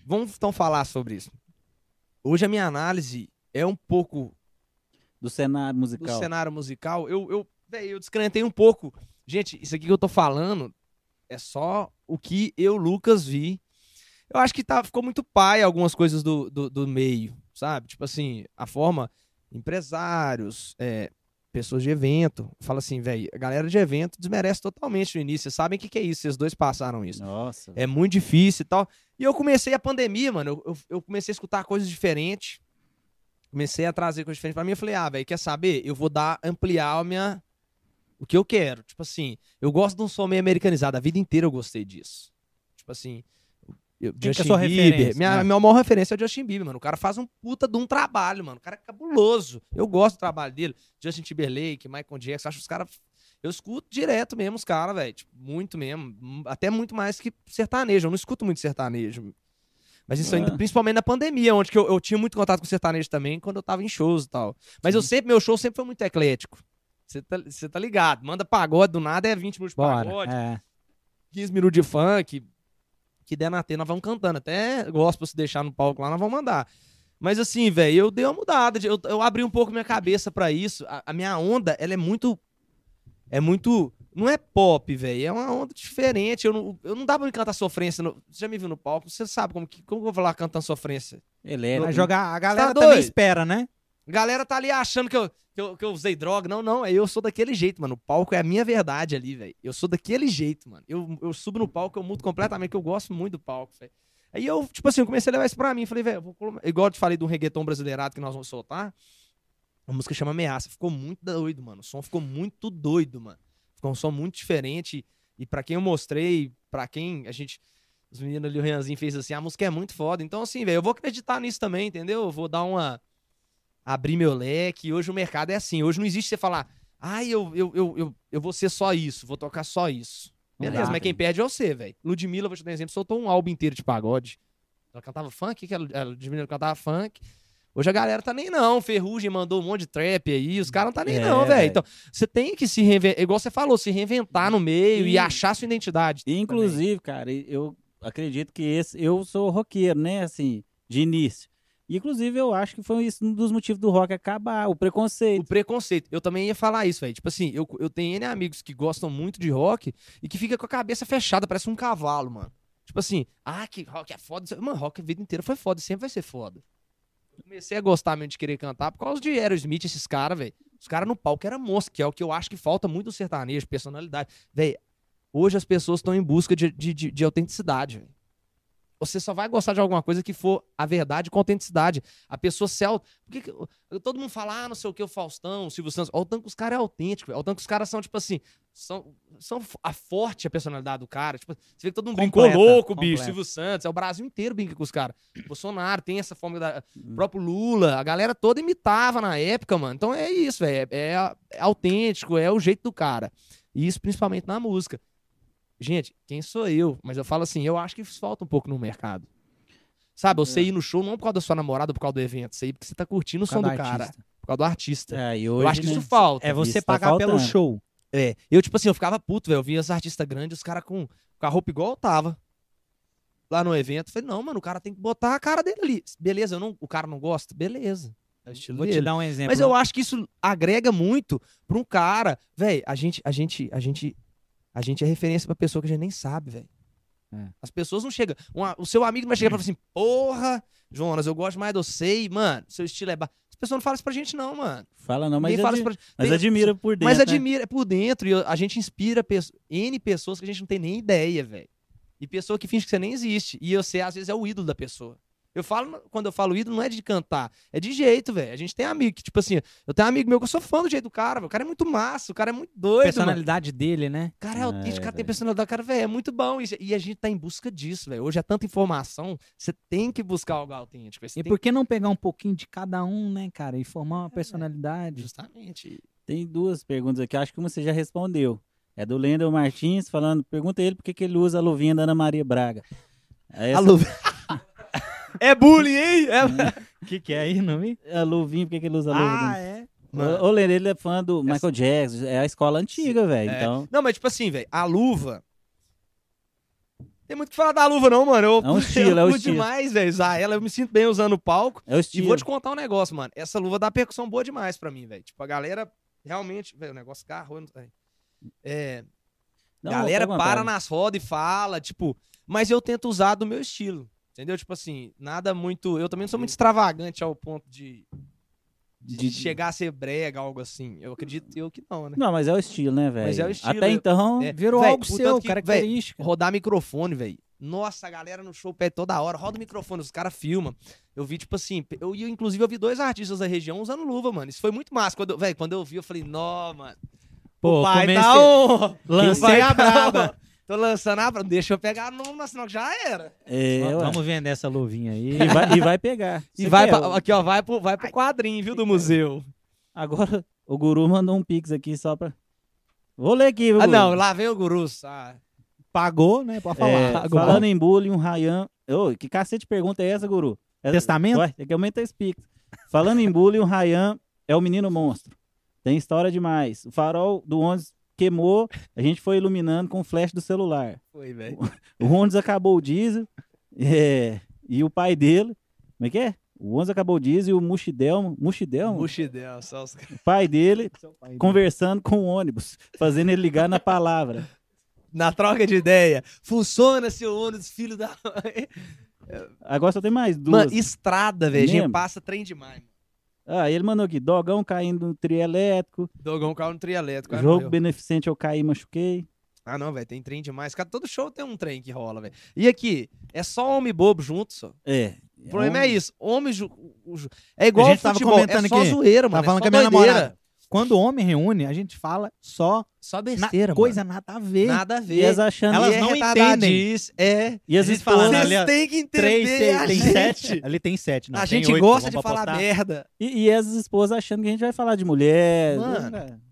Speaker 2: Vamos então falar sobre isso. Hoje a minha análise é um pouco
Speaker 1: Do cenário
Speaker 2: do
Speaker 1: musical.
Speaker 2: cenário musical. Eu, eu, véi, eu descrentei um pouco. Gente, isso aqui que eu tô falando é só o que eu, Lucas, vi. Eu acho que tá, ficou muito pai algumas coisas do, do, do meio, sabe? Tipo assim, a forma. Empresários, é, pessoas de evento. Fala assim, velho, a galera de evento desmerece totalmente no início. Vocês sabem o que, que é isso, vocês dois passaram isso.
Speaker 1: Nossa.
Speaker 2: É muito difícil e tal. E eu comecei a pandemia, mano. Eu, eu- eu comecei a escutar coisas diferentes. Comecei a trazer coisas diferentes pra mim. Eu falei, ah, velho, quer saber? Eu vou dar, ampliar a minha. O que eu quero. Tipo assim, eu gosto de um som meio americanizado. A vida inteira eu gostei disso. Tipo assim. Eu,
Speaker 4: que é
Speaker 2: Justin
Speaker 4: sua
Speaker 2: Bieber.
Speaker 4: referência,
Speaker 2: Minha,
Speaker 4: né?
Speaker 2: minha maior referência é o Justin Bieber, mano. O cara faz um puta de um trabalho, mano. O cara é cabuloso. Eu gosto do trabalho dele. Justin Timberlake, Michael Jackson. Acho os caras eu escuto direto mesmo os caras, velho. Tipo, muito mesmo. M- Até muito mais que sertanejo. Eu não escuto muito sertanejo. Mas isso
Speaker 1: É.
Speaker 2: ainda, principalmente na pandemia, onde que eu, eu tinha muito contato com sertanejo também, quando eu tava em shows e tal. Mas eu sempre, meu show sempre foi muito eclético. Você tá, cê tá ligado? Manda pagode, do nada é 20 minutos de
Speaker 4: Bora.
Speaker 2: pagode,
Speaker 4: é.
Speaker 2: 15 minutos de funk. Que der na tela, nós vamos cantando. Até gosto se deixar no palco lá, nós vamos mandar. Mas assim, velho, eu dei uma mudada. de- Eu, eu abri um pouco minha cabeça pra isso. A, a minha onda, ela é muito. É muito. Não é pop, velho. É uma onda diferente. Eu não, eu não dá pra me cantar sofrência. no- você já me viu no palco? Você sabe como que. Como que eu vou lá cantando sofrência?
Speaker 1: Ele
Speaker 4: Vai
Speaker 1: é.
Speaker 4: jogar, a galera
Speaker 2: tá
Speaker 4: também
Speaker 2: doido?
Speaker 4: espera, né?
Speaker 2: A galera tá ali achando que eu, que, eu, que eu usei droga. Não, não. é Eu sou daquele jeito, mano. O palco é a minha verdade ali, velho. Eu sou daquele jeito, mano. Eu, eu subo no palco, eu mudo completamente, que eu gosto muito do palco, velho. Aí eu, um tipo assim, eu comecei a levar isso pra mim. Falei, velho, eu vou colo- igual eu te falei do reggaeton brasileirado que nós vamos soltar. A música chama Ameaça. Ficou muito doido, mano. O som ficou muito doido, mano. Ficou um som muito diferente. E pra quem eu mostrei, pra quem a gente. Os meninos ali, o Renanzinho fez assim, a música é muito foda. Então, assim, velho, eu vou acreditar nisso também, entendeu? Eu vou dar uma. abrir meu leque. Hoje o mercado é assim. Hoje não existe você falar, ai, eu, eu, eu, eu, eu vou ser só isso, vou tocar só isso.
Speaker 1: Não
Speaker 2: Beleza,
Speaker 1: dá,
Speaker 2: mas quem perde é você, velho. Ludmilla, vou te dar um exemplo, soltou um álbum inteiro de pagode. Ela cantava funk, que ela, a Ludmilla cantava funk. Hoje a galera tá nem não. Ferrugem mandou um monte de trap aí. Os caras não tá nem
Speaker 1: É,
Speaker 2: não,
Speaker 1: velho.
Speaker 2: velho. Então, você tem que se reinventar. Igual você falou, se reinventar no meio e,
Speaker 1: E-
Speaker 2: achar sua identidade.
Speaker 1: Inclusive, cara, e- eu acredito que esse. Eu sou roqueiro, né? Assim, de início. E, Inclusive, eu acho que foi isso um dos motivos do rock acabar, o
Speaker 2: O
Speaker 1: preconceito.
Speaker 2: preconceito. Eu também ia falar isso, velho. Tipo assim, eu, eu tenho N amigos que gostam muito de rock e que fica com a cabeça fechada, parece um cavalo, mano. Tipo assim, ah, que rock é foda. Mano, rock a vida inteira foi foda, e sempre vai ser foda. Eu comecei a gostar mesmo de querer cantar por causa de Aerosmith, esses caras, velho. Os caras no palco era monstro, que é o que eu acho que falta muito no sertanejo, personalidade. Velho, hoje as pessoas estão em busca de, de, de, de autenticidade, velho. Você só vai gostar de alguma coisa que for a verdade com autenticidade. A pessoa se auto... Por que que- Todo mundo fala, ah, não sei o que, o Faustão, o Silvio Santos. Olha o tanto que os caras é autêntico, velho. Olha o tanto que os caras são, tipo assim, são, são f- a forte a personalidade do cara. Tipo, você vê que todo mundo
Speaker 1: Completa,
Speaker 2: brincou louco, bicho.
Speaker 1: completa.
Speaker 2: tá? Silvio Santos, é o Brasil inteiro brinca com os caras. Bolsonaro tem essa forma da...
Speaker 1: Hum.
Speaker 2: O próprio Lula, a galera toda imitava na época, mano. Então é isso, velho. É, é- é autêntico, é o jeito do cara. E isso principalmente na música. Gente, quem sou eu? Mas eu falo assim, eu acho que isso falta um pouco no mercado. Sabe, você ir no show não por causa da sua namorada, por causa do evento, você ir porque você tá curtindo o som do cara, por causa do artista.
Speaker 1: É, e
Speaker 2: eu
Speaker 1: hoje,
Speaker 2: acho que
Speaker 1: né?
Speaker 2: isso falta.
Speaker 4: É você
Speaker 1: Isso tá
Speaker 4: pagar pelo
Speaker 1: faltando.
Speaker 4: show.
Speaker 2: É, eu, tipo assim, eu ficava puto, velho. Eu via os artistas grandes, os caras com, com a roupa igual eu tava. Lá no evento. Falei, não, mano, o cara tem que botar a cara dele ali. Beleza, eu não, o cara não gosta? Beleza. É o estilo
Speaker 4: Vou te
Speaker 2: dele.
Speaker 4: dar um exemplo.
Speaker 3: né?
Speaker 2: Mas eu acho que isso agrega muito pra um cara. Véi, a gente, a gente, a gente, a gente é referência pra pessoa que a gente nem sabe, velho.
Speaker 4: É.
Speaker 2: As pessoas não chegam. uma- o seu amigo não vai chegar pra falar assim, porra, Jonas, eu gosto mais de você e, mano, seu estilo é. Ba... As pessoas não falam isso pra gente, não, mano.
Speaker 1: Fala não, mas, é
Speaker 2: Ninguém fala
Speaker 1: admi-
Speaker 2: isso pra gente.
Speaker 1: mas
Speaker 2: Tem-
Speaker 1: admira por dentro.
Speaker 2: Mas
Speaker 1: né?
Speaker 2: admira, é por dentro, e eu- a gente inspira pesso- N pessoas que a gente não tem nem ideia, velho. E pessoa que finge que você nem existe. E você, às vezes, é o ídolo da pessoa. Eu falo, quando eu falo ídolo, não é de cantar, é de jeito, velho. A gente tem amigo que, tipo assim, eu tenho um amigo meu que eu sou fã do jeito do cara, velho. o cara é muito massa, o cara é muito
Speaker 4: a
Speaker 2: doido, mano.
Speaker 4: personalidade dele, né?
Speaker 2: O cara
Speaker 1: É,
Speaker 2: é autêntico, o cara tem
Speaker 1: velho.
Speaker 2: personalidade, o cara, velho, é muito bom. E, e a gente tá em busca disso, velho. Hoje é tanta informação, você tem que buscar algo autêntico. Você
Speaker 4: E
Speaker 2: tem
Speaker 4: por que não pegar um pouquinho de cada um, né, cara? E formar uma
Speaker 2: que-
Speaker 4: personalidade.
Speaker 2: Justamente.
Speaker 1: Tem duas perguntas aqui, acho que uma você já respondeu. É do Lendel Martins falando, pergunta ele por que que ele usa a luvinha da Ana Maria Braga. Essa-
Speaker 2: Alô. é bullying, hein? É...
Speaker 4: O que, que é aí, não vi?
Speaker 1: A luvinha, por que que ele
Speaker 2: Ah,
Speaker 1: usa a luvinha?
Speaker 4: é?
Speaker 1: Ô, ô, Lendel, ele é fã do Michael Jackson, é a escola antiga, velho.
Speaker 2: É.
Speaker 1: Então,
Speaker 2: Não, mas tipo assim, velho, a luva. Tem muito o que falar da luva, não, mano. Eu,
Speaker 1: É um estilo, é
Speaker 2: eu
Speaker 1: um
Speaker 2: curto
Speaker 1: estilo.
Speaker 2: demais, velho, usar ela. Eu me sinto bem usando o palco.
Speaker 1: é o
Speaker 2: E
Speaker 1: estilo.
Speaker 2: vou te contar um negócio, mano. Essa luva dá percussão boa demais pra mim, velho. Tipo, a galera realmente. Velho, o negócio carro. eu não- ai. É,
Speaker 1: Não,
Speaker 2: galera
Speaker 1: fica à
Speaker 2: para
Speaker 1: vontade.
Speaker 2: nas rodas e fala, tipo. Mas eu tento usar do meu estilo. Entendeu? Tipo assim, nada muito. Eu também não sou muito extravagante ao ponto de. De,
Speaker 1: De-
Speaker 2: chegar a ser brega, algo assim. Eu acredito eu que não, né?
Speaker 1: Não, mas é o estilo, né, velho?
Speaker 2: Mas é o estilo,
Speaker 1: Até
Speaker 2: eu-
Speaker 1: então,
Speaker 2: É,
Speaker 4: Virou
Speaker 2: Véi,
Speaker 4: algo
Speaker 2: portanto
Speaker 4: seu,
Speaker 2: que,
Speaker 4: característica.
Speaker 2: rodar microfone, velho. Nossa, a galera no show pede toda hora, roda o microfone, os caras filmam. Eu vi, tipo assim, eu e eu, inclusive eu vi dois artistas da região usando luva, mano. Isso foi muito massa. Quando, eu- véi, quando eu vi, eu falei, nó, mano.
Speaker 4: Pô,
Speaker 2: o pai
Speaker 4: comecei-
Speaker 2: tá
Speaker 3: um
Speaker 2: on.
Speaker 4: lancei
Speaker 2: O pai
Speaker 4: a
Speaker 2: tá on.
Speaker 4: braba.
Speaker 2: Tô lançando a braba. Deixa eu pegar no nome, senão já era.
Speaker 1: é,
Speaker 4: Va-
Speaker 1: ué.
Speaker 4: Vamos vender essa luvinha aí.
Speaker 1: E, vai, e vai pegar.
Speaker 2: E
Speaker 1: Você
Speaker 2: vai
Speaker 1: quer?
Speaker 2: pra- aqui, ó, vai pro, vai pro quadrinho, viu, do museu.
Speaker 1: Agora, o Guru mandou um pix aqui só pra... Vou ler aqui, viu,
Speaker 2: Ah,
Speaker 1: Guru?
Speaker 2: não, lá vem o guru. Ah,
Speaker 4: Pagou, né? Pode falar.
Speaker 1: É,
Speaker 4: Pagou.
Speaker 1: falando em bullying, um Rayan. Ô, que cacete de pergunta é essa, guru? É,
Speaker 4: Testamento?
Speaker 1: Ué, tem que aumentar esse pix. Falando em bullying, o Rayan é o menino monstro. Tem história demais. O farol do 11 queimou, a gente foi iluminando com o flash do celular.
Speaker 2: foi, velho.
Speaker 1: O Ondas acabou o diesel é, e o pai dele. Como é que é? O Ondas acabou o diesel e o Muxidelmo, Muxidelmo,
Speaker 2: Mochidel, só os
Speaker 1: o pai dele, conversando com o ônibus, fazendo ele ligar na palavra.
Speaker 2: Na troca de ideia. Funciona, seu ônibus, filho da mãe.
Speaker 1: Agora só tem mais duas.
Speaker 2: Mano, estrada, velho. A
Speaker 1: Mesmo?
Speaker 2: gente passa trem demais. Mano.
Speaker 1: Ah, ele mandou aqui, dogão caindo no trio elétrico,
Speaker 2: Dogão um caiu no trielétrico. quase
Speaker 1: Jogo
Speaker 2: morreu.
Speaker 1: beneficente eu caí, machuquei.
Speaker 2: Ah, não, velho. Tem trem demais. Cara, todo show tem um trem que rola, velho. E aqui, é só homem bobo junto, só.
Speaker 1: É.
Speaker 2: O problema é isso. Homem. Ju... o ju- É igual
Speaker 3: A gente tava
Speaker 2: futebol.
Speaker 3: comentando
Speaker 2: é só
Speaker 3: aqui.
Speaker 2: zoeira, mano.
Speaker 3: Tava falando
Speaker 2: é
Speaker 3: que
Speaker 2: só
Speaker 3: a minha
Speaker 2: doideira.
Speaker 3: namorada. Quando o homem reúne, a gente fala só
Speaker 2: Só
Speaker 3: na-
Speaker 2: besteira, mano.
Speaker 3: coisa nada a ver.
Speaker 2: Nada a
Speaker 1: E
Speaker 2: ver.
Speaker 1: elas achando.
Speaker 3: Elas
Speaker 1: e,
Speaker 3: não
Speaker 2: retardadice,
Speaker 3: entendem.
Speaker 2: É.
Speaker 1: e as
Speaker 3: Eles
Speaker 1: esposas-
Speaker 3: falando ali, ó,
Speaker 2: Vocês têm que entender.
Speaker 3: Três, seis,
Speaker 2: a
Speaker 3: tem
Speaker 2: gente,
Speaker 3: sete? Ali tem sete, não.
Speaker 2: a
Speaker 3: tem
Speaker 2: gente
Speaker 3: oito,
Speaker 2: gosta de
Speaker 3: vamos
Speaker 2: falar
Speaker 3: apostar.
Speaker 2: merda.
Speaker 1: e, e as esposas achando que a gente vai falar de mulher.
Speaker 3: Mano.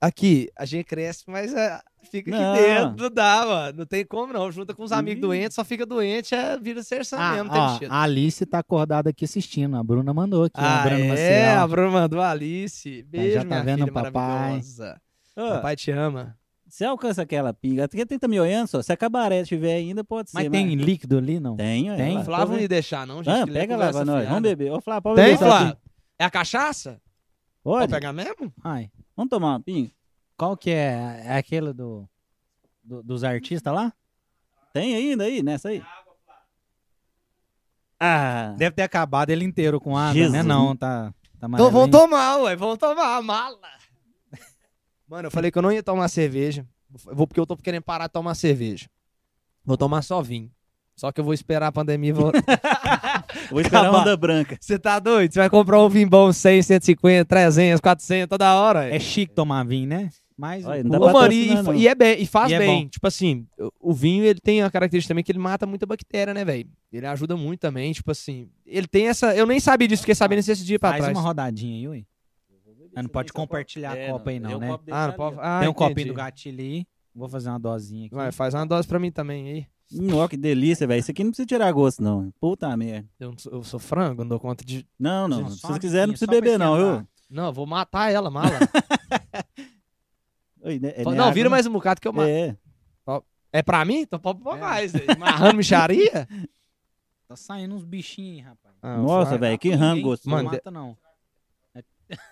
Speaker 2: Aqui, a gente cresce, mas é, fica
Speaker 1: Não.
Speaker 2: aqui dentro. Não dá, mano. Não tem como, não. Junta com os amigos
Speaker 1: Ih.
Speaker 2: doentes, só fica doente, é, vira serção mesmo, tem
Speaker 3: Ah, ó,
Speaker 2: jeito.
Speaker 3: a Alice tá acordada aqui assistindo. A Bruna mandou aqui. a
Speaker 2: Ah,
Speaker 3: Bruna
Speaker 2: é,
Speaker 3: Maciel.
Speaker 2: a Bruna mandou a Alice. Beijo,
Speaker 3: já tá
Speaker 2: minha
Speaker 3: vendo
Speaker 2: filha
Speaker 3: o papai.
Speaker 2: maravilhosa.
Speaker 1: Ô,
Speaker 2: Papai te ama.
Speaker 1: Você alcança aquela pinga. é Porque tenta me olhando só. Se a cabaré tiver ainda, pode ser.
Speaker 3: Mas tem líquido ali, não?
Speaker 1: Tem, ué,
Speaker 3: Tem?
Speaker 1: é, lá,
Speaker 2: O
Speaker 1: tô
Speaker 2: Flávio não
Speaker 1: vendo.
Speaker 2: ia deixar, não, gente.
Speaker 1: Ah,
Speaker 2: que ele ia
Speaker 1: pega lá pra
Speaker 2: conversa
Speaker 1: nós.
Speaker 2: fiada.
Speaker 1: Vamos beber. Ô, Flávio, pode
Speaker 2: Tem,
Speaker 1: beber. só
Speaker 2: Flávio?
Speaker 1: aqui.
Speaker 2: É a cachaça? Pode
Speaker 1: Pode?
Speaker 2: pegar mesmo?
Speaker 3: Ai,
Speaker 1: Vamos tomar uma pinga.
Speaker 3: qual que é? É aquele do, do- dos artistas lá?
Speaker 1: Tem ainda aí, nessa aí? Ah,
Speaker 3: Deve ter acabado ele inteiro com água,
Speaker 1: Jesus.
Speaker 3: né? Não, tá.
Speaker 2: Então
Speaker 3: tá amarelinho.
Speaker 2: vão tomar, ué. Vão tomar a mala. Mano, eu falei que eu não ia tomar cerveja. Eu vou porque eu tô querendo parar de tomar cerveja. Vou tomar só vinho. Só que eu vou esperar a pandemia. e Vou...
Speaker 1: vou esperar a
Speaker 2: acabar.
Speaker 1: onda branca.
Speaker 2: Você tá doido? Você vai comprar um vinho bom 100, 150, 300, 400 toda hora. ué.
Speaker 3: É chique tomar vinho, né? Mas
Speaker 1: Olha,
Speaker 3: o-
Speaker 1: não dá
Speaker 2: Ô,
Speaker 1: pra-
Speaker 3: o-
Speaker 2: mano, e,
Speaker 1: patrocinar, não.
Speaker 2: e é bem, e faz
Speaker 3: né, E é
Speaker 2: bem.
Speaker 3: bom.
Speaker 2: tipo assim, o- o vinho ele tem a característica também que ele mata muita bactéria, né, velho? Ele ajuda muito também, tipo assim. Ele tem essa. Eu nem sabia disso, fiquei sabendo esses dias pra
Speaker 3: faz
Speaker 2: trás.
Speaker 3: uma rodadinha aí, ui. Ah, não pode compartilhar a copa aí, não, né?
Speaker 2: Ah, não pode. Ah,
Speaker 3: Tem um
Speaker 2: entendi.
Speaker 3: copinho do gatilho aí. Vou fazer uma dosinha aqui.
Speaker 2: Vai, faz uma dose pra mim também aí.
Speaker 1: Hum, ó, que delícia, velho. Isso aqui não precisa tirar gosto, não. Puta merda.
Speaker 2: Eu, não sou- eu sou frango, não dou conta de.
Speaker 1: Não, não.
Speaker 3: Gente,
Speaker 1: Se
Speaker 3: só
Speaker 1: vocês
Speaker 3: uma
Speaker 1: quiserem, não
Speaker 3: biquinha,
Speaker 1: precisa
Speaker 3: só pra
Speaker 1: beber, não,
Speaker 3: esquentar.
Speaker 1: viu?
Speaker 2: Não, eu vou matar ela, mala.
Speaker 1: Oi, né? É
Speaker 2: Fala,
Speaker 1: minha
Speaker 2: não,
Speaker 1: água,
Speaker 2: vira
Speaker 1: né?
Speaker 2: mais um bocado que eu mato. É,
Speaker 1: É.
Speaker 2: pra mim? Então pode pôr
Speaker 3: É.
Speaker 2: mais. aí. Marrando micharia?
Speaker 3: Tá saindo uns bichinhos aí, rapaz.
Speaker 2: Ah,
Speaker 1: Nossa,
Speaker 2: vai.
Speaker 1: velho, que
Speaker 3: Ninguém
Speaker 1: rango gostoso.
Speaker 3: Não
Speaker 2: Mano,
Speaker 3: mata, não.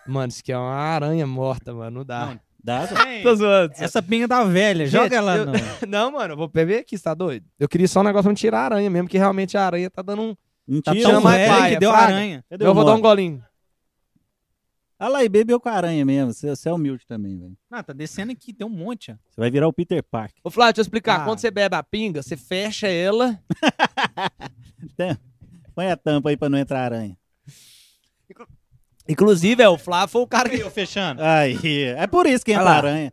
Speaker 2: Mano, isso aqui é uma aranha morta, mano. Não dá.
Speaker 3: Não,
Speaker 1: Dá, só-
Speaker 2: Tô zoando.
Speaker 3: Essa pinga tá velha.
Speaker 2: Gente,
Speaker 3: Joga ela
Speaker 2: eu-
Speaker 3: no...
Speaker 2: Não, mano, eu vou beber aqui, você tá doido? Eu queria só um negócio pra me tirar a aranha mesmo, que realmente a aranha tá dando um.
Speaker 1: Mentira,
Speaker 2: Tira
Speaker 3: Tão
Speaker 1: mano.
Speaker 2: mais
Speaker 3: velha
Speaker 2: paia,
Speaker 3: que deu
Speaker 2: fraga.
Speaker 3: aranha.
Speaker 1: Cadê
Speaker 2: Eu
Speaker 1: o
Speaker 2: vou dar um
Speaker 1: Mota?
Speaker 2: golinho.
Speaker 1: Ah lá, e bebeu com a aranha mesmo. Você, você é humilde também, velho.
Speaker 3: Não, tá descendo aqui. Tem um monte, ó.
Speaker 1: Você vai virar o Peter Parker.
Speaker 2: Ô, Flávio, deixa eu explicar.
Speaker 3: Ah.
Speaker 2: Quando você bebe a pinga, você fecha ela.
Speaker 1: Põe a tampa aí pra não entrar aranha.
Speaker 2: Inclusive, é, o Flávio foi o cara que.
Speaker 3: fechando.
Speaker 1: Aí, é por isso que entra
Speaker 2: Olha lá.
Speaker 1: aranha.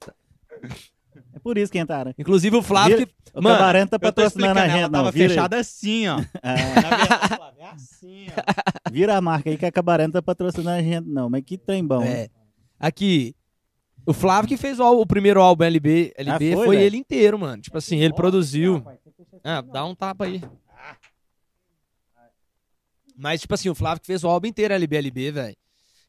Speaker 1: É por isso que entra aranha.
Speaker 2: Inclusive, o Flávio
Speaker 1: Vira-
Speaker 2: que.
Speaker 1: O
Speaker 2: Mano,
Speaker 1: cabaré não tá
Speaker 3: Eu tô
Speaker 1: patrocinando
Speaker 3: explicando,
Speaker 1: a
Speaker 3: ela
Speaker 1: gente, não.
Speaker 3: tava
Speaker 1: Vira, aí.
Speaker 3: fechada Tá assim, ó. É assim, ó.
Speaker 1: vira a marca aí que a cabaré não tá patrocinando a gente, não. Mas que trem bom. né?
Speaker 2: É. Aqui. O Flávio que fez o, al- o primeiro álbum LB, LB
Speaker 1: Ah,
Speaker 2: foi,
Speaker 1: foi, velho?
Speaker 2: ele inteiro, mano. Tipo assim, ele produziu. Ah, dá um tapa aí. Mas, tipo assim, o Flávio que fez o álbum inteiro LB, LB, velho.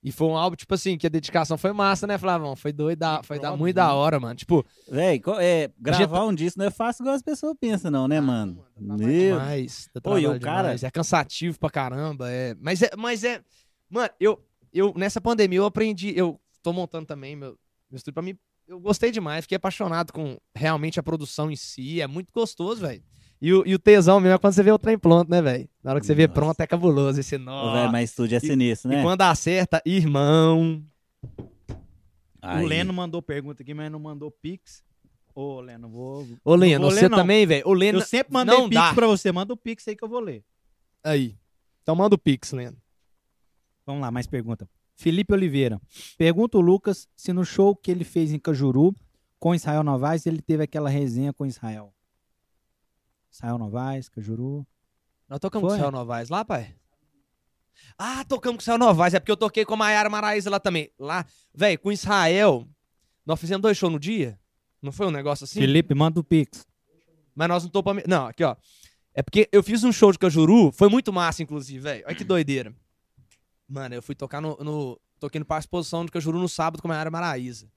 Speaker 2: E foi um álbum, tipo assim, que a dedicação foi massa, né, Flavão? Foi doido, da- foi da, muito da hora, mano. Tipo,
Speaker 1: Véi, co- é, gravar um disco não é fácil igual as pessoas pensam, não, né, mano? Meu.
Speaker 2: demais. dá
Speaker 1: Pô, e o
Speaker 2: trabalho
Speaker 1: cara-
Speaker 2: demais, É cansativo pra caramba. É... Mas, é, mas é. Mano, eu, eu. Nessa pandemia eu aprendi. Eu tô montando também meu, meu estúdio pra mim. Eu gostei demais. Fiquei apaixonado com realmente a produção em si. É muito gostoso, velho. E o, e o tesão mesmo é quando você vê o trem pronto, né, velho? Na hora que você vê
Speaker 1: Nossa.
Speaker 2: pronto é cabuloso esse
Speaker 1: Ô,
Speaker 2: nó.
Speaker 1: Véi, mas estúdio é
Speaker 2: E-
Speaker 1: sinistro, né?
Speaker 2: E quando acerta, irmão.
Speaker 1: Aí.
Speaker 3: O Leno mandou pergunta aqui, mas não mandou pix. Ô, Leno, vou...
Speaker 2: Ô,
Speaker 3: Não
Speaker 2: Leno,
Speaker 3: vou
Speaker 2: você
Speaker 3: ler, não.
Speaker 2: também, velho. Ô, Leno.
Speaker 3: Eu sempre mandei
Speaker 2: não
Speaker 3: pix
Speaker 2: dá.
Speaker 3: pra você. Manda o pix aí que eu vou ler.
Speaker 2: Aí. Então manda o Pix, Leno.
Speaker 3: Vamos lá, mais pergunta. Felipe Oliveira. Pergunta o Lucas se no show que ele fez em Cajuru com Israel Novaes, ele teve aquela resenha com Israel. Israel Novaes, Cajuru.
Speaker 2: Nós tocamos com
Speaker 3: Foi?
Speaker 2: o Céu Novaes lá, pai? Ah, tocamos com o Céu Novaes. É porque eu toquei com a Mayara Maraíza lá também. Lá, velho, com Israel, nós fizemos dois shows no dia. Não foi um negócio assim?
Speaker 3: Felipe, manda o pix.
Speaker 2: Mas nós não topamos. Não, aqui, ó. É porque eu fiz um show de Cajuru, foi muito massa, inclusive, velho. Olha que doideira. Mano, eu fui tocar no. no toquei no Parque de Exposição de Cajuru no sábado com a Mayara Maraíza.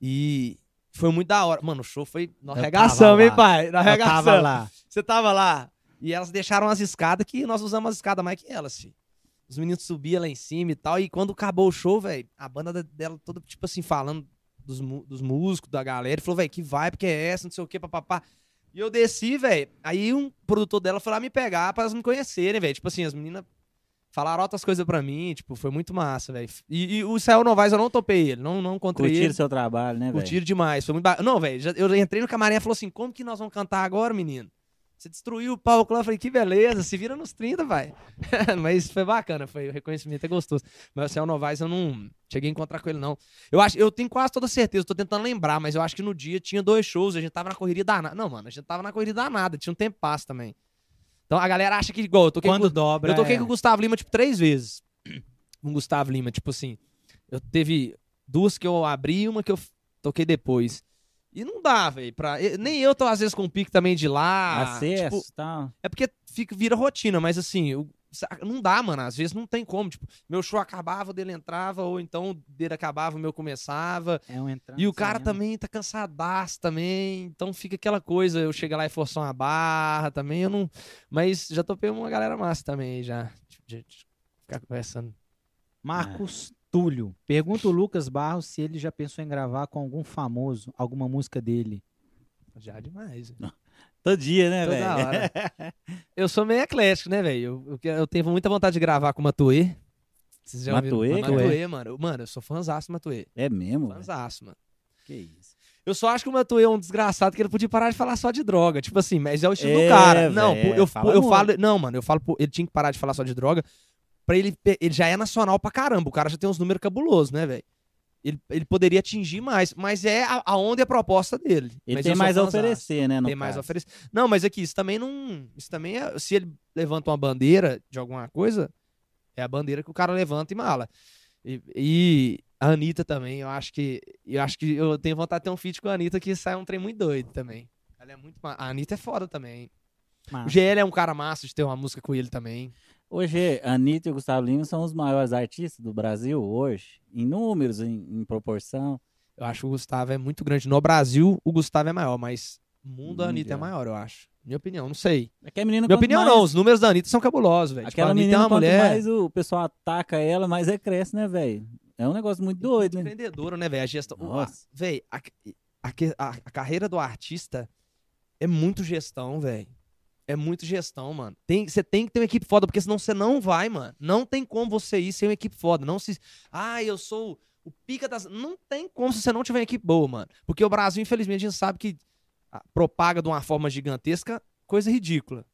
Speaker 2: E foi muito da hora. Mano, o show foi. Nós
Speaker 3: Eu
Speaker 2: regaçamos,
Speaker 3: tava
Speaker 2: hein,
Speaker 3: lá.
Speaker 2: pai? Nós
Speaker 3: Eu tava
Speaker 2: regaçamos.
Speaker 3: lá.
Speaker 2: Você tava lá. E elas deixaram as escadas que nós usamos as escadas mais que elas, filho. Os meninos subiam lá em cima e tal. E quando acabou o show, velho, a banda da- dela toda, tipo assim, falando dos, mu- dos músicos, da galera. E falou, velho, que vibe que é essa, não sei o que, papapá. E eu desci, velho. Aí um produtor dela foi lá me pegar pra elas me conhecerem, velho. Tipo assim, as meninas falaram outras coisas pra mim. Tipo, foi muito massa, velho. E, e o Israel Novaes, eu não topei ele. Não, não encontrei ele.
Speaker 1: Curtiram seu trabalho, né, velho?
Speaker 2: Curtiram demais. Foi muito ba... Não, velho, já- eu entrei no camarim e falou assim: como que nós vamos cantar agora, menino? Você destruiu o palco lá. Eu falei, que beleza, se vira nos 30, vai. Mas foi bacana, foi o reconhecimento é gostoso. Mas o Céu Novaes eu não cheguei a encontrar com ele, não. Eu acho, eu tenho quase toda certeza, eu tô tentando lembrar, mas eu acho que no dia tinha dois shows, a gente tava na correria danada. Não, mano, a gente tava na correria danada, tinha um tempo passo também. Então a galera acha que, igual, eu toquei
Speaker 3: Quando
Speaker 2: com-
Speaker 3: dobra.
Speaker 2: eu toquei
Speaker 3: é.
Speaker 2: com o Gustavo Lima, tipo, três vezes. Com o Gustavo Lima, tipo assim. Eu teve duas que eu abri e uma que eu f- toquei depois. E não dá, velho. Pra... e- Nem eu tô, às vezes, com o pique também de ir lá.
Speaker 1: Acesso
Speaker 2: tipo,
Speaker 1: e
Speaker 3: tá.
Speaker 1: tal.
Speaker 2: é porque fica, vira rotina, mas assim, eu- sa- não dá, mano. Às vezes não tem como. Tipo, meu show acabava, o dele entrava, ou então o dele acabava, o meu começava.
Speaker 3: É um entrante,
Speaker 2: E o cara
Speaker 3: né?
Speaker 2: também tá cansadaço também, então fica aquela coisa, eu chego lá e forçar uma barra também, eu não... Mas já topei uma galera massa também aí já, tipo, de, de ficar conversando.
Speaker 3: Marcos Túlio. Pergunta o Lucas Barros se ele já pensou em gravar com algum famoso, alguma música dele.
Speaker 2: Já é demais. né?
Speaker 1: Todo dia, né,
Speaker 2: Toda
Speaker 1: velho?
Speaker 2: hora. Eu sou meio eclético, né, velho? Eu, eu, que- eu tenho muita vontade de gravar com o Matuê. Vocês já ouviram?
Speaker 1: Matuê?
Speaker 2: Matuê, mano. Eu- Mano, eu sou fãzaço do Matuê.
Speaker 1: É mesmo? velho?
Speaker 2: Fãzaço, mano.
Speaker 1: Que isso.
Speaker 2: Eu só acho que o Matuê é um desgraçado que ele podia parar de falar só de droga. Tipo assim, mas é o estilo
Speaker 1: É,
Speaker 2: do cara. Não,
Speaker 1: véi,
Speaker 2: pô, eu,
Speaker 1: fala
Speaker 2: eu
Speaker 1: muito.
Speaker 2: falo. Não, mano, eu falo. pô, Ele tinha que parar de falar só de droga. Pra ele. pe- Ele já é nacional pra caramba. O cara já tem uns números cabulosos, né, velho? Ele, ele poderia atingir mais. Mas é a, a onda e a proposta dele.
Speaker 1: Ele
Speaker 2: Mas
Speaker 1: tem
Speaker 2: eu sou
Speaker 1: mais a
Speaker 2: fãzaço.
Speaker 1: oferecer, né? no
Speaker 2: Tem mais a
Speaker 1: caso.
Speaker 2: oferecer. Não, mas aqui, isso também não. Isso também é. Se ele levanta uma bandeira de alguma coisa, é a bandeira que o cara levanta e mala. E, e a Anitta também, eu acho que. Eu acho que eu tenho vontade de ter um feat com a Anitta que sai um trem muito doido também. Ela é muito. ma- A Anitta é foda também.
Speaker 3: Massa.
Speaker 2: O GL é um cara massa de ter uma música com ele também.
Speaker 1: Hoje, a Anitta e o Gustavo Lima são os maiores artistas do Brasil hoje, em números, em, em proporção.
Speaker 2: Eu acho que o Gustavo é muito grande. No Brasil, o Gustavo é maior, mas no mundo a Anitta é
Speaker 1: Mundial.
Speaker 2: maior, eu acho. Minha opinião, não sei.
Speaker 1: É que a menina,
Speaker 2: Minha
Speaker 1: quanto
Speaker 2: opinião
Speaker 1: mais-
Speaker 2: não, os números da Anitta são cabulosos, velho. Tipo, a
Speaker 1: Aquela
Speaker 2: Anitta é
Speaker 1: menina,
Speaker 2: uma
Speaker 1: quanto
Speaker 2: mulher.
Speaker 1: mais o pessoal ataca ela, mais ela cresce, né, velho? É um negócio muito doido, né?
Speaker 2: empreendedora, né, velho? A gestão. o- a-
Speaker 1: Nossa.
Speaker 2: Véi, a, a que- a- a carreira do artista é muito gestão, velho. É muito gestão, mano. Tem- Você tem, que ter uma equipe foda, porque senão você não vai, mano. Não tem como você ir sem uma equipe foda. Não se. Ah, eu sou o pica das. Não tem como se você não tiver uma equipe boa, mano. Porque o Brasil, infelizmente, a gente sabe que ah, propaga de uma forma gigantesca coisa ridícula.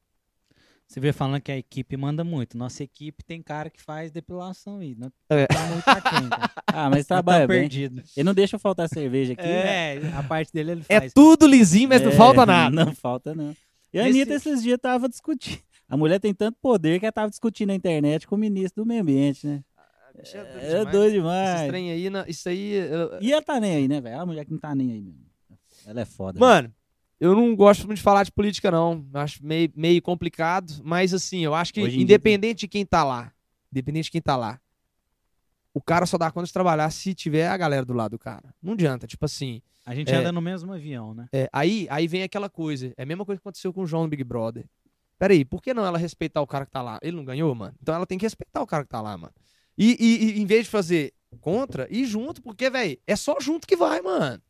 Speaker 3: Você vê falando que a equipe manda muito. Nossa equipe tem cara que faz depilação aí. Não
Speaker 2: É.
Speaker 3: tá muito aquém, cara.
Speaker 1: Ah, mas
Speaker 3: Não
Speaker 1: trabalha
Speaker 3: tá
Speaker 1: bem.
Speaker 3: perdido.
Speaker 1: Ele não deixa faltar cerveja aqui. né?
Speaker 3: É, a parte dele ele
Speaker 2: É
Speaker 3: faz.
Speaker 2: tudo lisinho, mas não
Speaker 1: É,
Speaker 2: falta nada.
Speaker 1: Não falta, não. E a
Speaker 2: Nesse-
Speaker 1: Anitta esses dias tava discutindo. A mulher tem tanto poder que ela tava discutindo na internet com o ministro do meio ambiente, né?
Speaker 2: Bicho,
Speaker 1: É, doido
Speaker 2: Esse
Speaker 1: demais.
Speaker 2: trem aí, na- isso aí. eu-
Speaker 1: E ela tá nem aí, né, velho? É uma mulher que não tá nem aí mesmo. Ela é foda. né?
Speaker 2: Mano, eu não gosto muito de falar de política, não. Eu Acho meio, meio complicado, mas assim, eu acho que
Speaker 1: Hoje em dia
Speaker 2: independente de quem tá lá, independente de quem tá lá, o cara só dá conta de trabalhar se tiver a galera do lado do cara. Não adianta, tipo assim.
Speaker 3: A gente
Speaker 2: É.
Speaker 3: anda no mesmo avião, né?
Speaker 2: é, aí, aí vem aquela coisa. É a mesma coisa que aconteceu com o João no Big Brother. Peraí, por que não ela respeitar o cara que tá lá? Ele não ganhou, mano? Então ela tem que respeitar o cara que tá lá, mano. E, e- e em vez de fazer contra, ir junto, porque, velho, é só junto que vai, mano.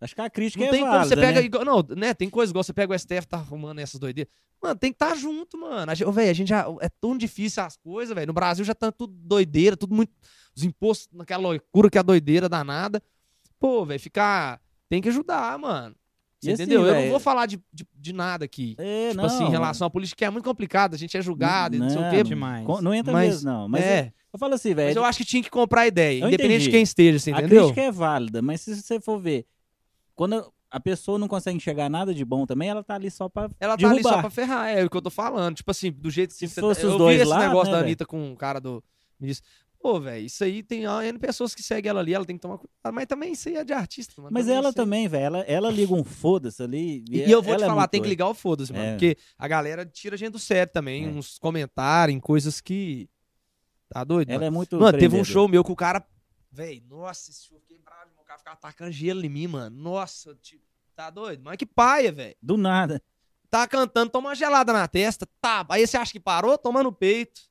Speaker 1: Acho que a crítica
Speaker 2: Não
Speaker 1: é
Speaker 2: tem como
Speaker 1: válida,
Speaker 2: você pega.
Speaker 1: né?
Speaker 2: igual- não, né? Tem coisa igual você pega o STF, tá arrumando essas doideiras. Mano, tem que estar junto, mano. A gente, velho, a gente já. É tão difícil as coisas, velho. No Brasil já tá tudo doideira, tudo muito. Os impostos naquela loucura que é a doideira danada. Pô, velho, ficar. Tem que ajudar, mano. Você
Speaker 1: E assim,
Speaker 2: entendeu? Eu não
Speaker 1: velho-
Speaker 2: vou falar de, de, de nada aqui.
Speaker 1: É,
Speaker 2: tipo
Speaker 1: não,
Speaker 2: assim, em relação à política, que é muito complicado. A gente é julgado, e não, sei o quê.
Speaker 1: Não,
Speaker 3: Demais.
Speaker 1: co- não entra
Speaker 2: Mas-
Speaker 1: mesmo, não. Mas
Speaker 2: é,
Speaker 1: eu, eu falo assim,
Speaker 2: mas
Speaker 1: velho.
Speaker 2: eu acho que tinha que comprar a ideia,
Speaker 1: Eu
Speaker 2: independente de
Speaker 1: entendi.
Speaker 2: quem esteja, você
Speaker 1: A
Speaker 2: entendeu?
Speaker 1: crítica é válida, mas se você for ver, quando a pessoa não consegue enxergar nada de bom também, ela tá ali só pra
Speaker 2: Ela tá
Speaker 1: derrubar.
Speaker 2: ali só pra ferrar, é o que eu tô falando. Tipo assim, do jeito que
Speaker 1: Se
Speaker 2: você
Speaker 1: fosse
Speaker 2: eu
Speaker 1: os
Speaker 2: vi
Speaker 1: dois
Speaker 2: esse
Speaker 1: lá,
Speaker 2: negócio
Speaker 1: né,
Speaker 2: da
Speaker 1: velho?
Speaker 2: Anitta com o cara do ministro. Pô, velho, isso aí tem ó, N pessoas que seguem ela ali, ela tem que tomar cuidado. Mas também isso aí é de artista, mano.
Speaker 1: Mas
Speaker 2: também
Speaker 1: ela
Speaker 2: isso aí-
Speaker 1: também, velho, ela, ela liga um foda-se ali.
Speaker 2: E, e eu vou
Speaker 1: ela
Speaker 2: te
Speaker 1: é
Speaker 2: falar,
Speaker 1: muito
Speaker 2: tem que
Speaker 1: doida.
Speaker 2: ligar o foda-se, mano.
Speaker 1: É.
Speaker 2: Porque a galera tira a gente do sério também,
Speaker 1: É.
Speaker 2: uns comentários, em coisas que. Tá doido?
Speaker 1: Ela
Speaker 2: mano?
Speaker 1: é muito.
Speaker 2: Mano, teve um
Speaker 1: empreendedora.
Speaker 2: show meu que o cara. Véi, nossa, esse show eu fiquei bravo, o cara ficava tacando gelo em mim, mano. Nossa, tipo, tá doido? Mas que paia, velho.
Speaker 1: Do nada.
Speaker 2: Tá cantando, toma uma gelada na testa. Tá, aí você acha que parou? Toma no peito.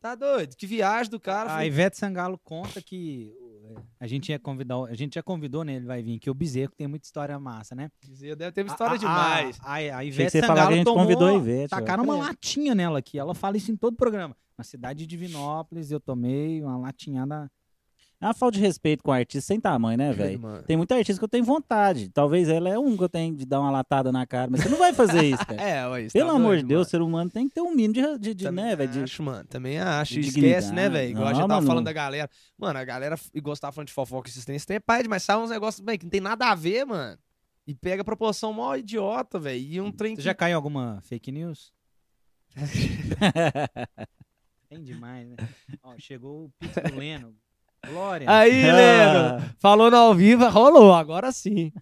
Speaker 2: Tá doido? Que viagem do cara.
Speaker 3: A
Speaker 2: Falei,
Speaker 3: Ivete Sangalo conta que é, a gente ia convidar, o- a gente já convidou, né? Ele vai vir, que o Bezerro tem muita história massa, né?
Speaker 2: dizer, deve ter uma
Speaker 3: A-
Speaker 2: história
Speaker 3: a-
Speaker 2: demais.
Speaker 3: A, a, a
Speaker 1: Achei que
Speaker 3: Ivete
Speaker 1: você ia falar
Speaker 3: Sangalo
Speaker 1: que a gente
Speaker 3: tomou-
Speaker 1: convidou a Ivete.
Speaker 3: Tacaram
Speaker 1: velho.
Speaker 3: uma latinha nela aqui. Ela fala isso em todo o programa. Na cidade de Divinópolis, eu tomei uma latinhada.
Speaker 1: É uma falta de respeito com o artista sem tamanho,
Speaker 2: ah,
Speaker 1: né, velho?
Speaker 2: Mano.
Speaker 1: Tem muita artista que eu tenho vontade. Talvez ela é um que eu tenho de dar uma latada na cara, mas você não vai fazer isso, cara.
Speaker 2: É, ué, isso
Speaker 1: Pelo
Speaker 2: tá
Speaker 1: amor de
Speaker 2: doido,
Speaker 1: Deus,
Speaker 2: mano.
Speaker 1: ser humano tem que ter um mínimo de, de, de
Speaker 2: Também
Speaker 1: né, velho? de-
Speaker 2: acho, mano. Também acho.
Speaker 1: de
Speaker 2: Esquece, né,
Speaker 1: dignidade.
Speaker 2: velho? Igual a
Speaker 1: Não,
Speaker 2: gente tava
Speaker 1: mano.
Speaker 2: falando da galera. Mano, a galera f- igual você tava falando de fofoca esses trem, esse trem é pai demais. Sai uns negócios, velho, que não tem nada a ver, mano. E pega proporção mó idiota, velho. E um trem
Speaker 3: Você
Speaker 2: que...
Speaker 3: já caiu em alguma fake news? Tem demais, né? Ó, chegou o Pix do Leno. Glória.
Speaker 2: Aí, Leno,
Speaker 1: Ah,
Speaker 2: falou no ao vivo, rolou, agora sim.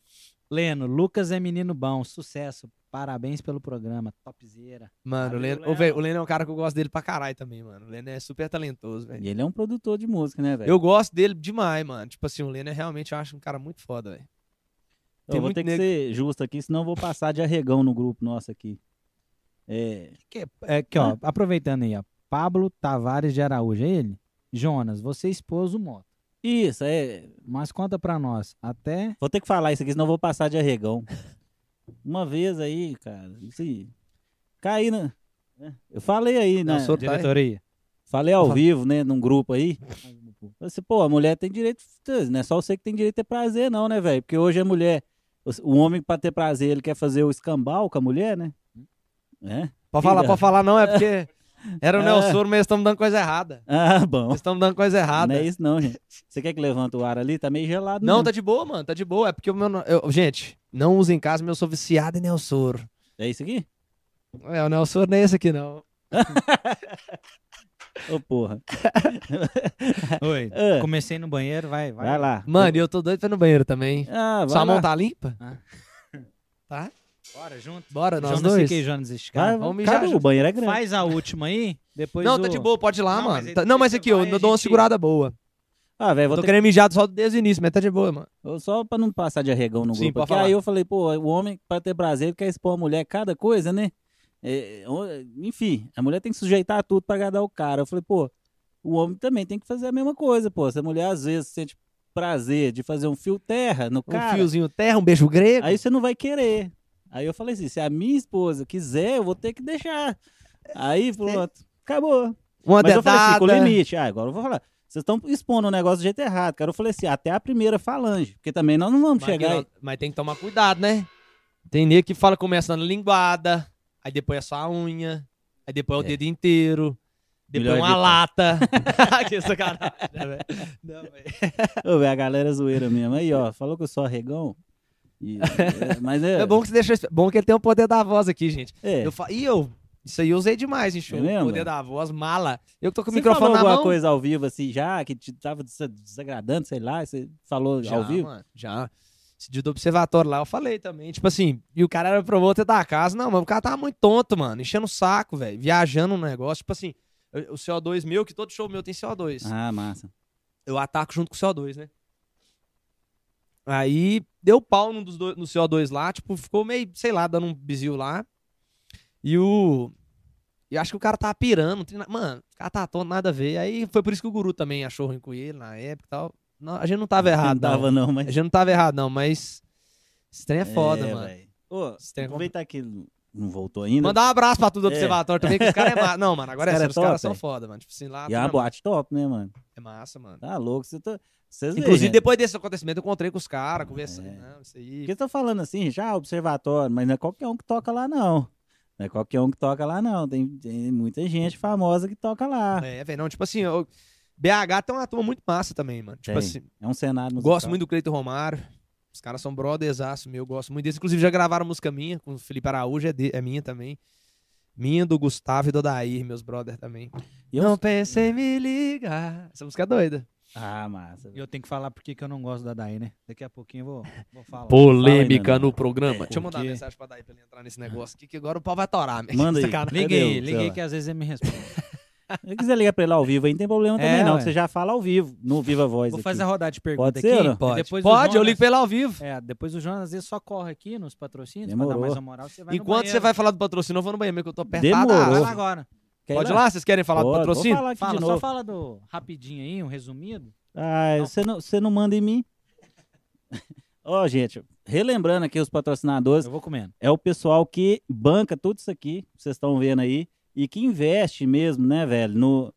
Speaker 3: Leno, Lucas é menino bom, sucesso. Parabéns pelo programa, topzera.
Speaker 2: Mano, o
Speaker 3: Valeu,
Speaker 2: Leno, ô, véi, o Leno é um cara que eu gosto dele pra caralho também, mano. O Leno é super talentoso, velho.
Speaker 1: e ele é um produtor de música, né, velho?
Speaker 2: Eu gosto dele demais, mano. Tipo assim, o Leno é realmente, eu acho um cara muito foda, velho.
Speaker 1: Então, Eu
Speaker 2: tem
Speaker 1: vou
Speaker 2: muito
Speaker 1: ter que
Speaker 2: nego-
Speaker 1: ser justo aqui, senão eu vou passar de arregão no grupo nosso aqui. É,
Speaker 3: Que, é que, ó, aproveitando aí, ó. Pablo Tavares de Araújo, é ele? Jonas, você expôs o moto.
Speaker 1: isso, é.
Speaker 3: Mas conta pra nós, até
Speaker 1: Vou ter que falar isso aqui, senão eu vou passar de arregão. Uma vez aí, cara, assim, caí na. né? Eu falei aí,
Speaker 2: Não,
Speaker 1: né?
Speaker 2: sou-
Speaker 3: diretoria.
Speaker 1: Falei ao
Speaker 2: Fala.
Speaker 1: vivo, né, num grupo aí. Eu disse, pô, a mulher tem direito. Não é só você que tem direito a ter prazer, não, né, velho? Porque hoje a mulher. O homem, pra ter prazer, ele quer fazer o escambau com a mulher, né?
Speaker 2: Hum.
Speaker 1: É?
Speaker 2: Pode falar,
Speaker 1: Filha.
Speaker 2: pode falar, não, é porque era o
Speaker 1: É.
Speaker 2: Nelson, mas eles estão dando coisa errada.
Speaker 1: Ah, bom.
Speaker 2: Eles estão dando coisa errada.
Speaker 1: Não é isso, não, gente. Você quer que levanta o ar ali? Tá meio gelado.
Speaker 2: Não,
Speaker 1: mesmo.
Speaker 2: tá de boa, mano. Tá de boa. É porque o meu. no- eu- gente, não usa em casa, mas eu sou viciado em Nelsor.
Speaker 1: É isso aqui?
Speaker 2: É, o Nelsor não é esse aqui, não.
Speaker 1: Ô, porra.
Speaker 3: Oi,
Speaker 1: Ah,
Speaker 3: comecei no banheiro, vai, vai.
Speaker 1: vai lá.
Speaker 2: Mano, e eu tô doido pra ir no banheiro também.
Speaker 1: Ah, vai
Speaker 2: Sua
Speaker 1: lá.
Speaker 2: mão tá limpa?
Speaker 3: Ah.
Speaker 2: Tá?
Speaker 3: Bora, junto.
Speaker 2: Bora, nós
Speaker 3: Jonas,
Speaker 2: dois.
Speaker 3: fica aí, Jonas, escala.
Speaker 1: Vai,
Speaker 2: Vamos
Speaker 1: vai.
Speaker 2: mijar
Speaker 1: Cadê?
Speaker 2: junto.
Speaker 1: O banheiro é grande.
Speaker 3: Faz a última aí, depois
Speaker 2: Não,
Speaker 3: o...
Speaker 2: tá de boa, pode ir lá,
Speaker 3: Não, mas
Speaker 2: mano.
Speaker 3: aí
Speaker 2: Tá- Não, mas
Speaker 3: você
Speaker 2: aqui, eu
Speaker 3: vai, a
Speaker 2: dou uma
Speaker 3: gente-
Speaker 2: segurada boa.
Speaker 1: Ah, velho, vou
Speaker 2: Tô
Speaker 1: ter
Speaker 2: querendo mijar só desde o início, mas tá de boa, mano.
Speaker 1: Eu Só pra não passar de arregão no
Speaker 2: Sim,
Speaker 1: grupo.
Speaker 2: pode
Speaker 1: aqui,
Speaker 2: falar.
Speaker 1: aí eu falei, pô, o homem, pra ter prazer, ele quer expor a mulher cada coisa, né? É, o- enfim, a mulher tem que sujeitar a tudo pra agradar o cara. Eu falei, pô, o homem também tem que fazer a mesma coisa, pô. Se a mulher às vezes sente prazer de fazer um fio terra no
Speaker 2: Um
Speaker 1: cara,
Speaker 2: fiozinho terra, um beijo grego.
Speaker 1: aí você não vai querer. Aí eu falei assim, se a minha esposa quiser, eu vou ter que deixar. Aí pronto, acabou.
Speaker 2: uma
Speaker 1: Mas eu falei assim, com
Speaker 2: dedada.
Speaker 1: limite. Ah, agora eu vou falar. Vocês estão expondo o negócio do jeito errado, cara. Eu falei assim, até a primeira falange. Porque também nós não vamos
Speaker 2: Mas,
Speaker 1: chegar aí.
Speaker 2: que não- mas tem que tomar cuidado, né? Tem nego que fala começando linguada, aí depois é só a unha, aí depois é o
Speaker 1: É.
Speaker 2: dedo inteiro, depois é
Speaker 1: Melhor
Speaker 2: uma
Speaker 1: evitar.
Speaker 2: lata. que sacanagem, né, velho? Não, velho.
Speaker 1: Ô, velho, a galera é zoeira mesmo. Aí, ó, falou que eu sou arregão. E- é, mas é.
Speaker 2: É bom que você deixa. Bom que ele tem o poder da voz aqui, gente.
Speaker 1: é.
Speaker 2: Eu fa... E eu? Isso aí eu usei demais, hein, show.
Speaker 1: É mesmo,
Speaker 2: poder
Speaker 1: velho?
Speaker 2: da voz, mala. Eu que tô com o
Speaker 1: Você
Speaker 2: microfone
Speaker 1: falou
Speaker 2: na
Speaker 1: alguma
Speaker 2: mão.
Speaker 1: coisa ao vivo assim já, que te tava des- desagradando, sei lá, você falou
Speaker 2: Já,
Speaker 1: ao vivo?
Speaker 2: mano, já. Esse dia do observatório lá, eu falei também. Tipo assim, e o cara era promotor da casa. Não, mas o cara tava muito tonto, mano. Enchendo o saco, velho. Viajando no negócio. Tipo assim, eu- o CO2 meu, que todo show meu tem CO2.
Speaker 1: Ah, massa.
Speaker 2: Eu ataco junto com o CO2, né? Aí deu pau num dos dois- no CO2 lá. Tipo, ficou meio, sei lá, dando um bizil lá. E o. E acho que o cara tava pirando. tem na- Mano, o cara tá tonto, nada a ver. Aí foi por isso que o guru também achou ruim com ele na época e tal. Não, a gente não tava errado,
Speaker 1: não tava, não, mas.
Speaker 2: eu já não tava errado, não, mas. Esse trem é foda, mano.
Speaker 1: velho. Ô,
Speaker 2: Esse trem é complicado.
Speaker 1: aproveitar que não voltou ainda.
Speaker 2: Mandar um abraço pra tudo do
Speaker 1: É.
Speaker 2: observatório também, que os caras é massa. Não, mano, agora
Speaker 1: Os
Speaker 2: é
Speaker 1: cara é
Speaker 2: sério, os caras
Speaker 1: top,
Speaker 2: são
Speaker 1: velho.
Speaker 2: foda, mano. Tipo assim, lá.
Speaker 1: E é uma
Speaker 2: tudo
Speaker 1: boate top, né, mano?
Speaker 2: É massa, mano.
Speaker 1: Tá louco. Você tá... Vocês veem,
Speaker 2: Inclusive,
Speaker 1: né?
Speaker 2: depois desse acontecimento, eu encontrei com os caras, conversando. Não, isso aí.
Speaker 1: É. Porque eu tô falando assim, já observatório, mas não é qualquer um que toca lá, não. Não é qualquer um que toca lá, não. Tem, tem muita gente famosa que toca lá. É,
Speaker 2: É, velho, não, tipo assim, eu- BH tem uma turma muito massa também, mano. Tipo
Speaker 1: Tem.
Speaker 2: assim,
Speaker 1: um cenário musical.
Speaker 2: gosto muito do Cleito Romário. Os caras são brothersaço meu, eu gosto muito deles. Inclusive, já gravaram música minha, com o Felipe Araújo, é, de- é minha também. Minha, do Gustavo e do Dair, meus brothers também.
Speaker 1: E eu-
Speaker 2: Não pensei em me ligar. Essa música é doida.
Speaker 1: Ah, massa.
Speaker 3: E eu tenho que falar porque que eu não gosto da Daí, né? Daqui a pouquinho eu vou, vou falar.
Speaker 1: Polêmica
Speaker 2: no programa. Deixa eu mandar uma
Speaker 3: Porque-
Speaker 2: mensagem pra Daí pra ele entrar nesse negócio aqui, que agora o pau vai torar. meu.
Speaker 1: Manda aí.
Speaker 2: Sacanagem.
Speaker 3: Liga
Speaker 1: Cadê o
Speaker 3: aí, liga aí
Speaker 1: celular?
Speaker 3: que às vezes ele me responde.
Speaker 1: Se quiser ligar pra ele ao vivo aí, não tem problema
Speaker 3: É,
Speaker 1: também, não.
Speaker 3: ué.
Speaker 1: que Você já fala ao vivo, no Viva Voz.
Speaker 3: Vou
Speaker 1: aqui.
Speaker 3: fazer a rodada de pergunta
Speaker 1: Pode
Speaker 3: aqui.
Speaker 1: ser, não?
Speaker 3: e
Speaker 2: Pode,
Speaker 3: Depois o
Speaker 2: Pode eu
Speaker 3: Jonas-
Speaker 2: ligo pra ele ao vivo.
Speaker 3: É, depois o Jonas às vezes só corre aqui nos patrocínios pra
Speaker 1: Demorou.
Speaker 3: dar mais uma moral. Você vai no
Speaker 2: Enquanto
Speaker 3: banheiro.
Speaker 2: você vai falar do patrocínio, eu vou no banheiro, mesmo, que eu tô apertado.
Speaker 1: Demorou.
Speaker 3: Vai
Speaker 2: Ah,
Speaker 3: lá agora.
Speaker 1: Quer ir
Speaker 2: Pode ir lá? Vocês querem falar
Speaker 1: Pode,
Speaker 2: do
Speaker 1: vou
Speaker 2: patrocínio?
Speaker 1: falar aqui
Speaker 3: Fala,
Speaker 1: de
Speaker 3: só
Speaker 1: novo.
Speaker 3: fala do rapidinho aí, um resumido.
Speaker 1: Ah,
Speaker 3: Não.
Speaker 1: você não, você não manda em mim? Ó, gente, relembrando aqui os patrocinadores,
Speaker 3: Eu vou comendo.
Speaker 1: é o pessoal que banca tudo isso aqui, que vocês estão vendo aí, e que investe mesmo, né, velho, no,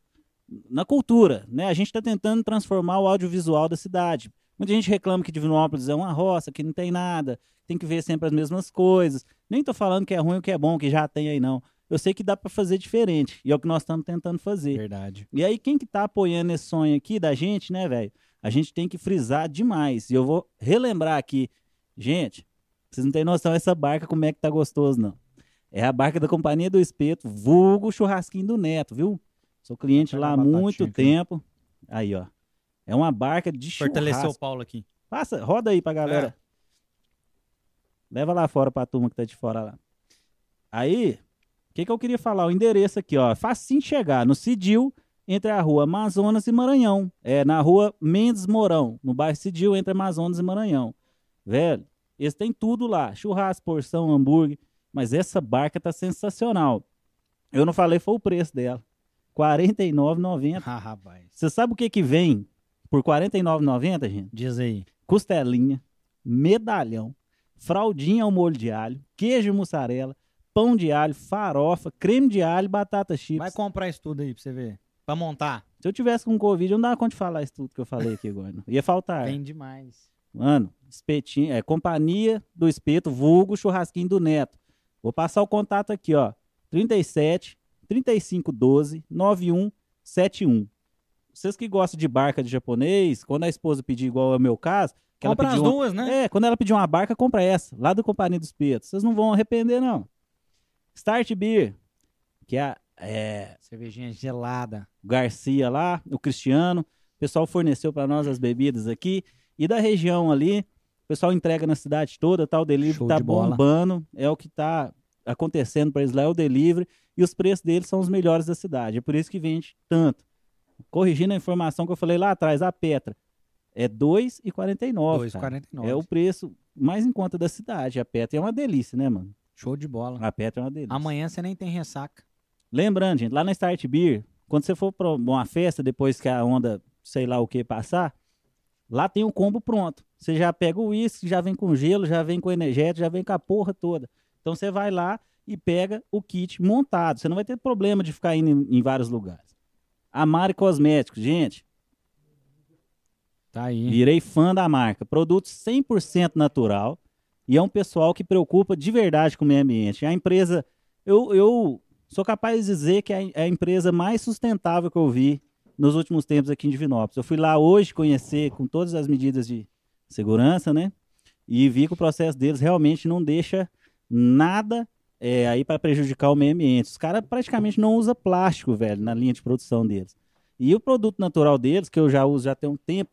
Speaker 1: na cultura, né? A gente está tentando transformar o audiovisual da cidade. Muita gente reclama que Divinópolis é uma roça, que não tem nada, tem que ver sempre as mesmas coisas. Nem estou falando que é ruim ou que é bom, que já tem aí não. Eu sei que dá para fazer diferente e é o que nós estamos tentando fazer.
Speaker 3: Verdade.
Speaker 1: E aí, quem que tá apoiando esse sonho aqui da gente, né, velho? A gente tem que frisar demais. E eu vou relembrar aqui. Gente, vocês não têm noção essa barca como é que tá gostoso, não. É a barca da Companhia do Espeto, vulgo churrasquinho do Neto, viu? Sou cliente
Speaker 3: Vou
Speaker 1: lá
Speaker 3: pegar
Speaker 1: há
Speaker 3: uma
Speaker 1: muito
Speaker 3: batatinha aqui, ó.
Speaker 1: tempo. Aí, ó. É uma barca de
Speaker 3: Fortaleceu o
Speaker 1: churrasco.
Speaker 3: Paulo aqui.
Speaker 1: Passa, roda aí pra galera. Leva lá fora pra turma que tá de fora lá. Aí, o que que eu queria falar? O endereço aqui, ó. Facinho de chegar no Cidil, entre a rua Amazonas e Maranhão. É, na rua Mendes Mourão, no bairro Cidil, entre Amazonas e Maranhão. Velho, eles têm tudo lá. Churrasco, porção, hambúrguer. Mas essa barca tá sensacional. Eu não falei, foi o preço dela. R$ 49,90.
Speaker 3: Ah, rapaz.
Speaker 1: Você sabe o que que vem por R$ 49,90, gente?
Speaker 3: Diz aí.
Speaker 1: costelinha, medalhão, fraldinha ao molho de alho, queijo e mussarela, pão de alho, farofa, creme de alho, batata chips.
Speaker 3: Vai comprar isso tudo aí pra você ver. Pra montar.
Speaker 1: Se eu tivesse com Covid, eu não dava conta de falar isso tudo que eu falei aqui, Gordo. Ia faltar.
Speaker 3: Tem demais.
Speaker 1: Mano, espetinho, é companhia do espeto, vulgo churrasquinho do Neto. Vou passar o contato aqui, ó. 37 3512 9171. Vocês que gostam de barca de japonês, quando a esposa pedir igual é o meu caso, que
Speaker 3: Compra
Speaker 1: ela
Speaker 3: as
Speaker 1: pediu uma-
Speaker 3: duas, né?
Speaker 1: é, quando ela pedir uma barca, compra essa, lá do Companhia dos Petos. Vocês não vão arrepender, não. Start Beer, que é, a- é
Speaker 3: Cervejinha gelada.
Speaker 1: o Garcia lá, o Cristiano. O pessoal forneceu para nós as bebidas aqui. E da região ali, o pessoal entrega na cidade toda, tá? O delivery
Speaker 3: Show
Speaker 1: tá
Speaker 3: de bola.
Speaker 1: bombando. É o que tá acontecendo para eles lá, é o delivery. E os preços deles são os melhores da cidade. É por isso que vende tanto. Corrigindo a informação que eu falei lá atrás, a Petra é R$ 2,49. cara.
Speaker 3: 2,49.
Speaker 1: É o preço mais em conta da cidade. A Petra é uma delícia, né, mano?
Speaker 3: Show de bola.
Speaker 1: A Petra é uma delícia.
Speaker 3: Amanhã você nem tem ressaca.
Speaker 1: Lembrando, gente, lá na Start Beer, quando você for pra uma festa, depois que a onda, sei lá o que, passar, lá tem um combo pronto. Você já pega o uísque, já vem com gelo, já vem com energético, já vem com a porra toda. Então você vai lá e pega o kit montado. Você não vai ter problema de ficar indo em, em vários lugares. A Mari Cosméticos, gente,
Speaker 3: Tá aí.
Speaker 1: virei fã da marca. Produto 100% natural e é um pessoal que preocupa de verdade com o meio ambiente. A empresa, eu, eu sou capaz de dizer que é a- é a empresa mais sustentável que eu vi nos últimos tempos aqui em Divinópolis. Eu fui lá hoje conhecer com todas as medidas de segurança, né? E vi que o processo deles realmente não deixa nada é, aí para prejudicar o meio ambiente. Os caras praticamente não usam plástico, velho, na linha de produção deles. E o produto natural deles, que eu já uso já tem um tempo,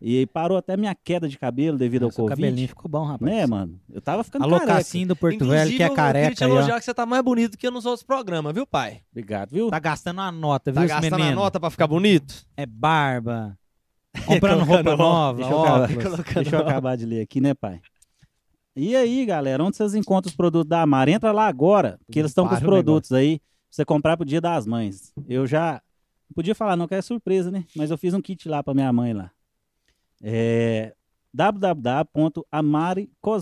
Speaker 1: e aí parou até minha queda de cabelo devido ao
Speaker 3: Ah, Seu
Speaker 1: Covid.
Speaker 3: cabelinho ficou bom, rapaz.
Speaker 1: Né, mano? Eu tava ficando
Speaker 3: Alô,
Speaker 1: careca.
Speaker 3: Cassim do Porto Velho, que é
Speaker 2: eu queria te
Speaker 3: careca aí, ó.
Speaker 2: elogiar que você tá mais bonito que nos outros programas, viu, pai?
Speaker 1: Obrigado, viu?
Speaker 3: Tá gastando a nota, viu,
Speaker 2: Tá
Speaker 3: esse
Speaker 2: gastando a
Speaker 3: menino?
Speaker 2: nota pra ficar bonito?
Speaker 3: É barba. Comprando roupa
Speaker 2: Colocando
Speaker 3: nova,
Speaker 1: Deixa eu
Speaker 3: ó.
Speaker 1: acabar- Deixa eu acabar de ler aqui, né, pai? E aí, galera, onde vocês encontram os produtos da Amar? Entra lá agora, porque eles estão com os
Speaker 3: Para o negócio.
Speaker 1: produtos aí pra você comprar pro Dia das Mães. Eu já não podia falar, não, que é surpresa, né? Mas eu fiz um kit lá pra minha mãe lá. É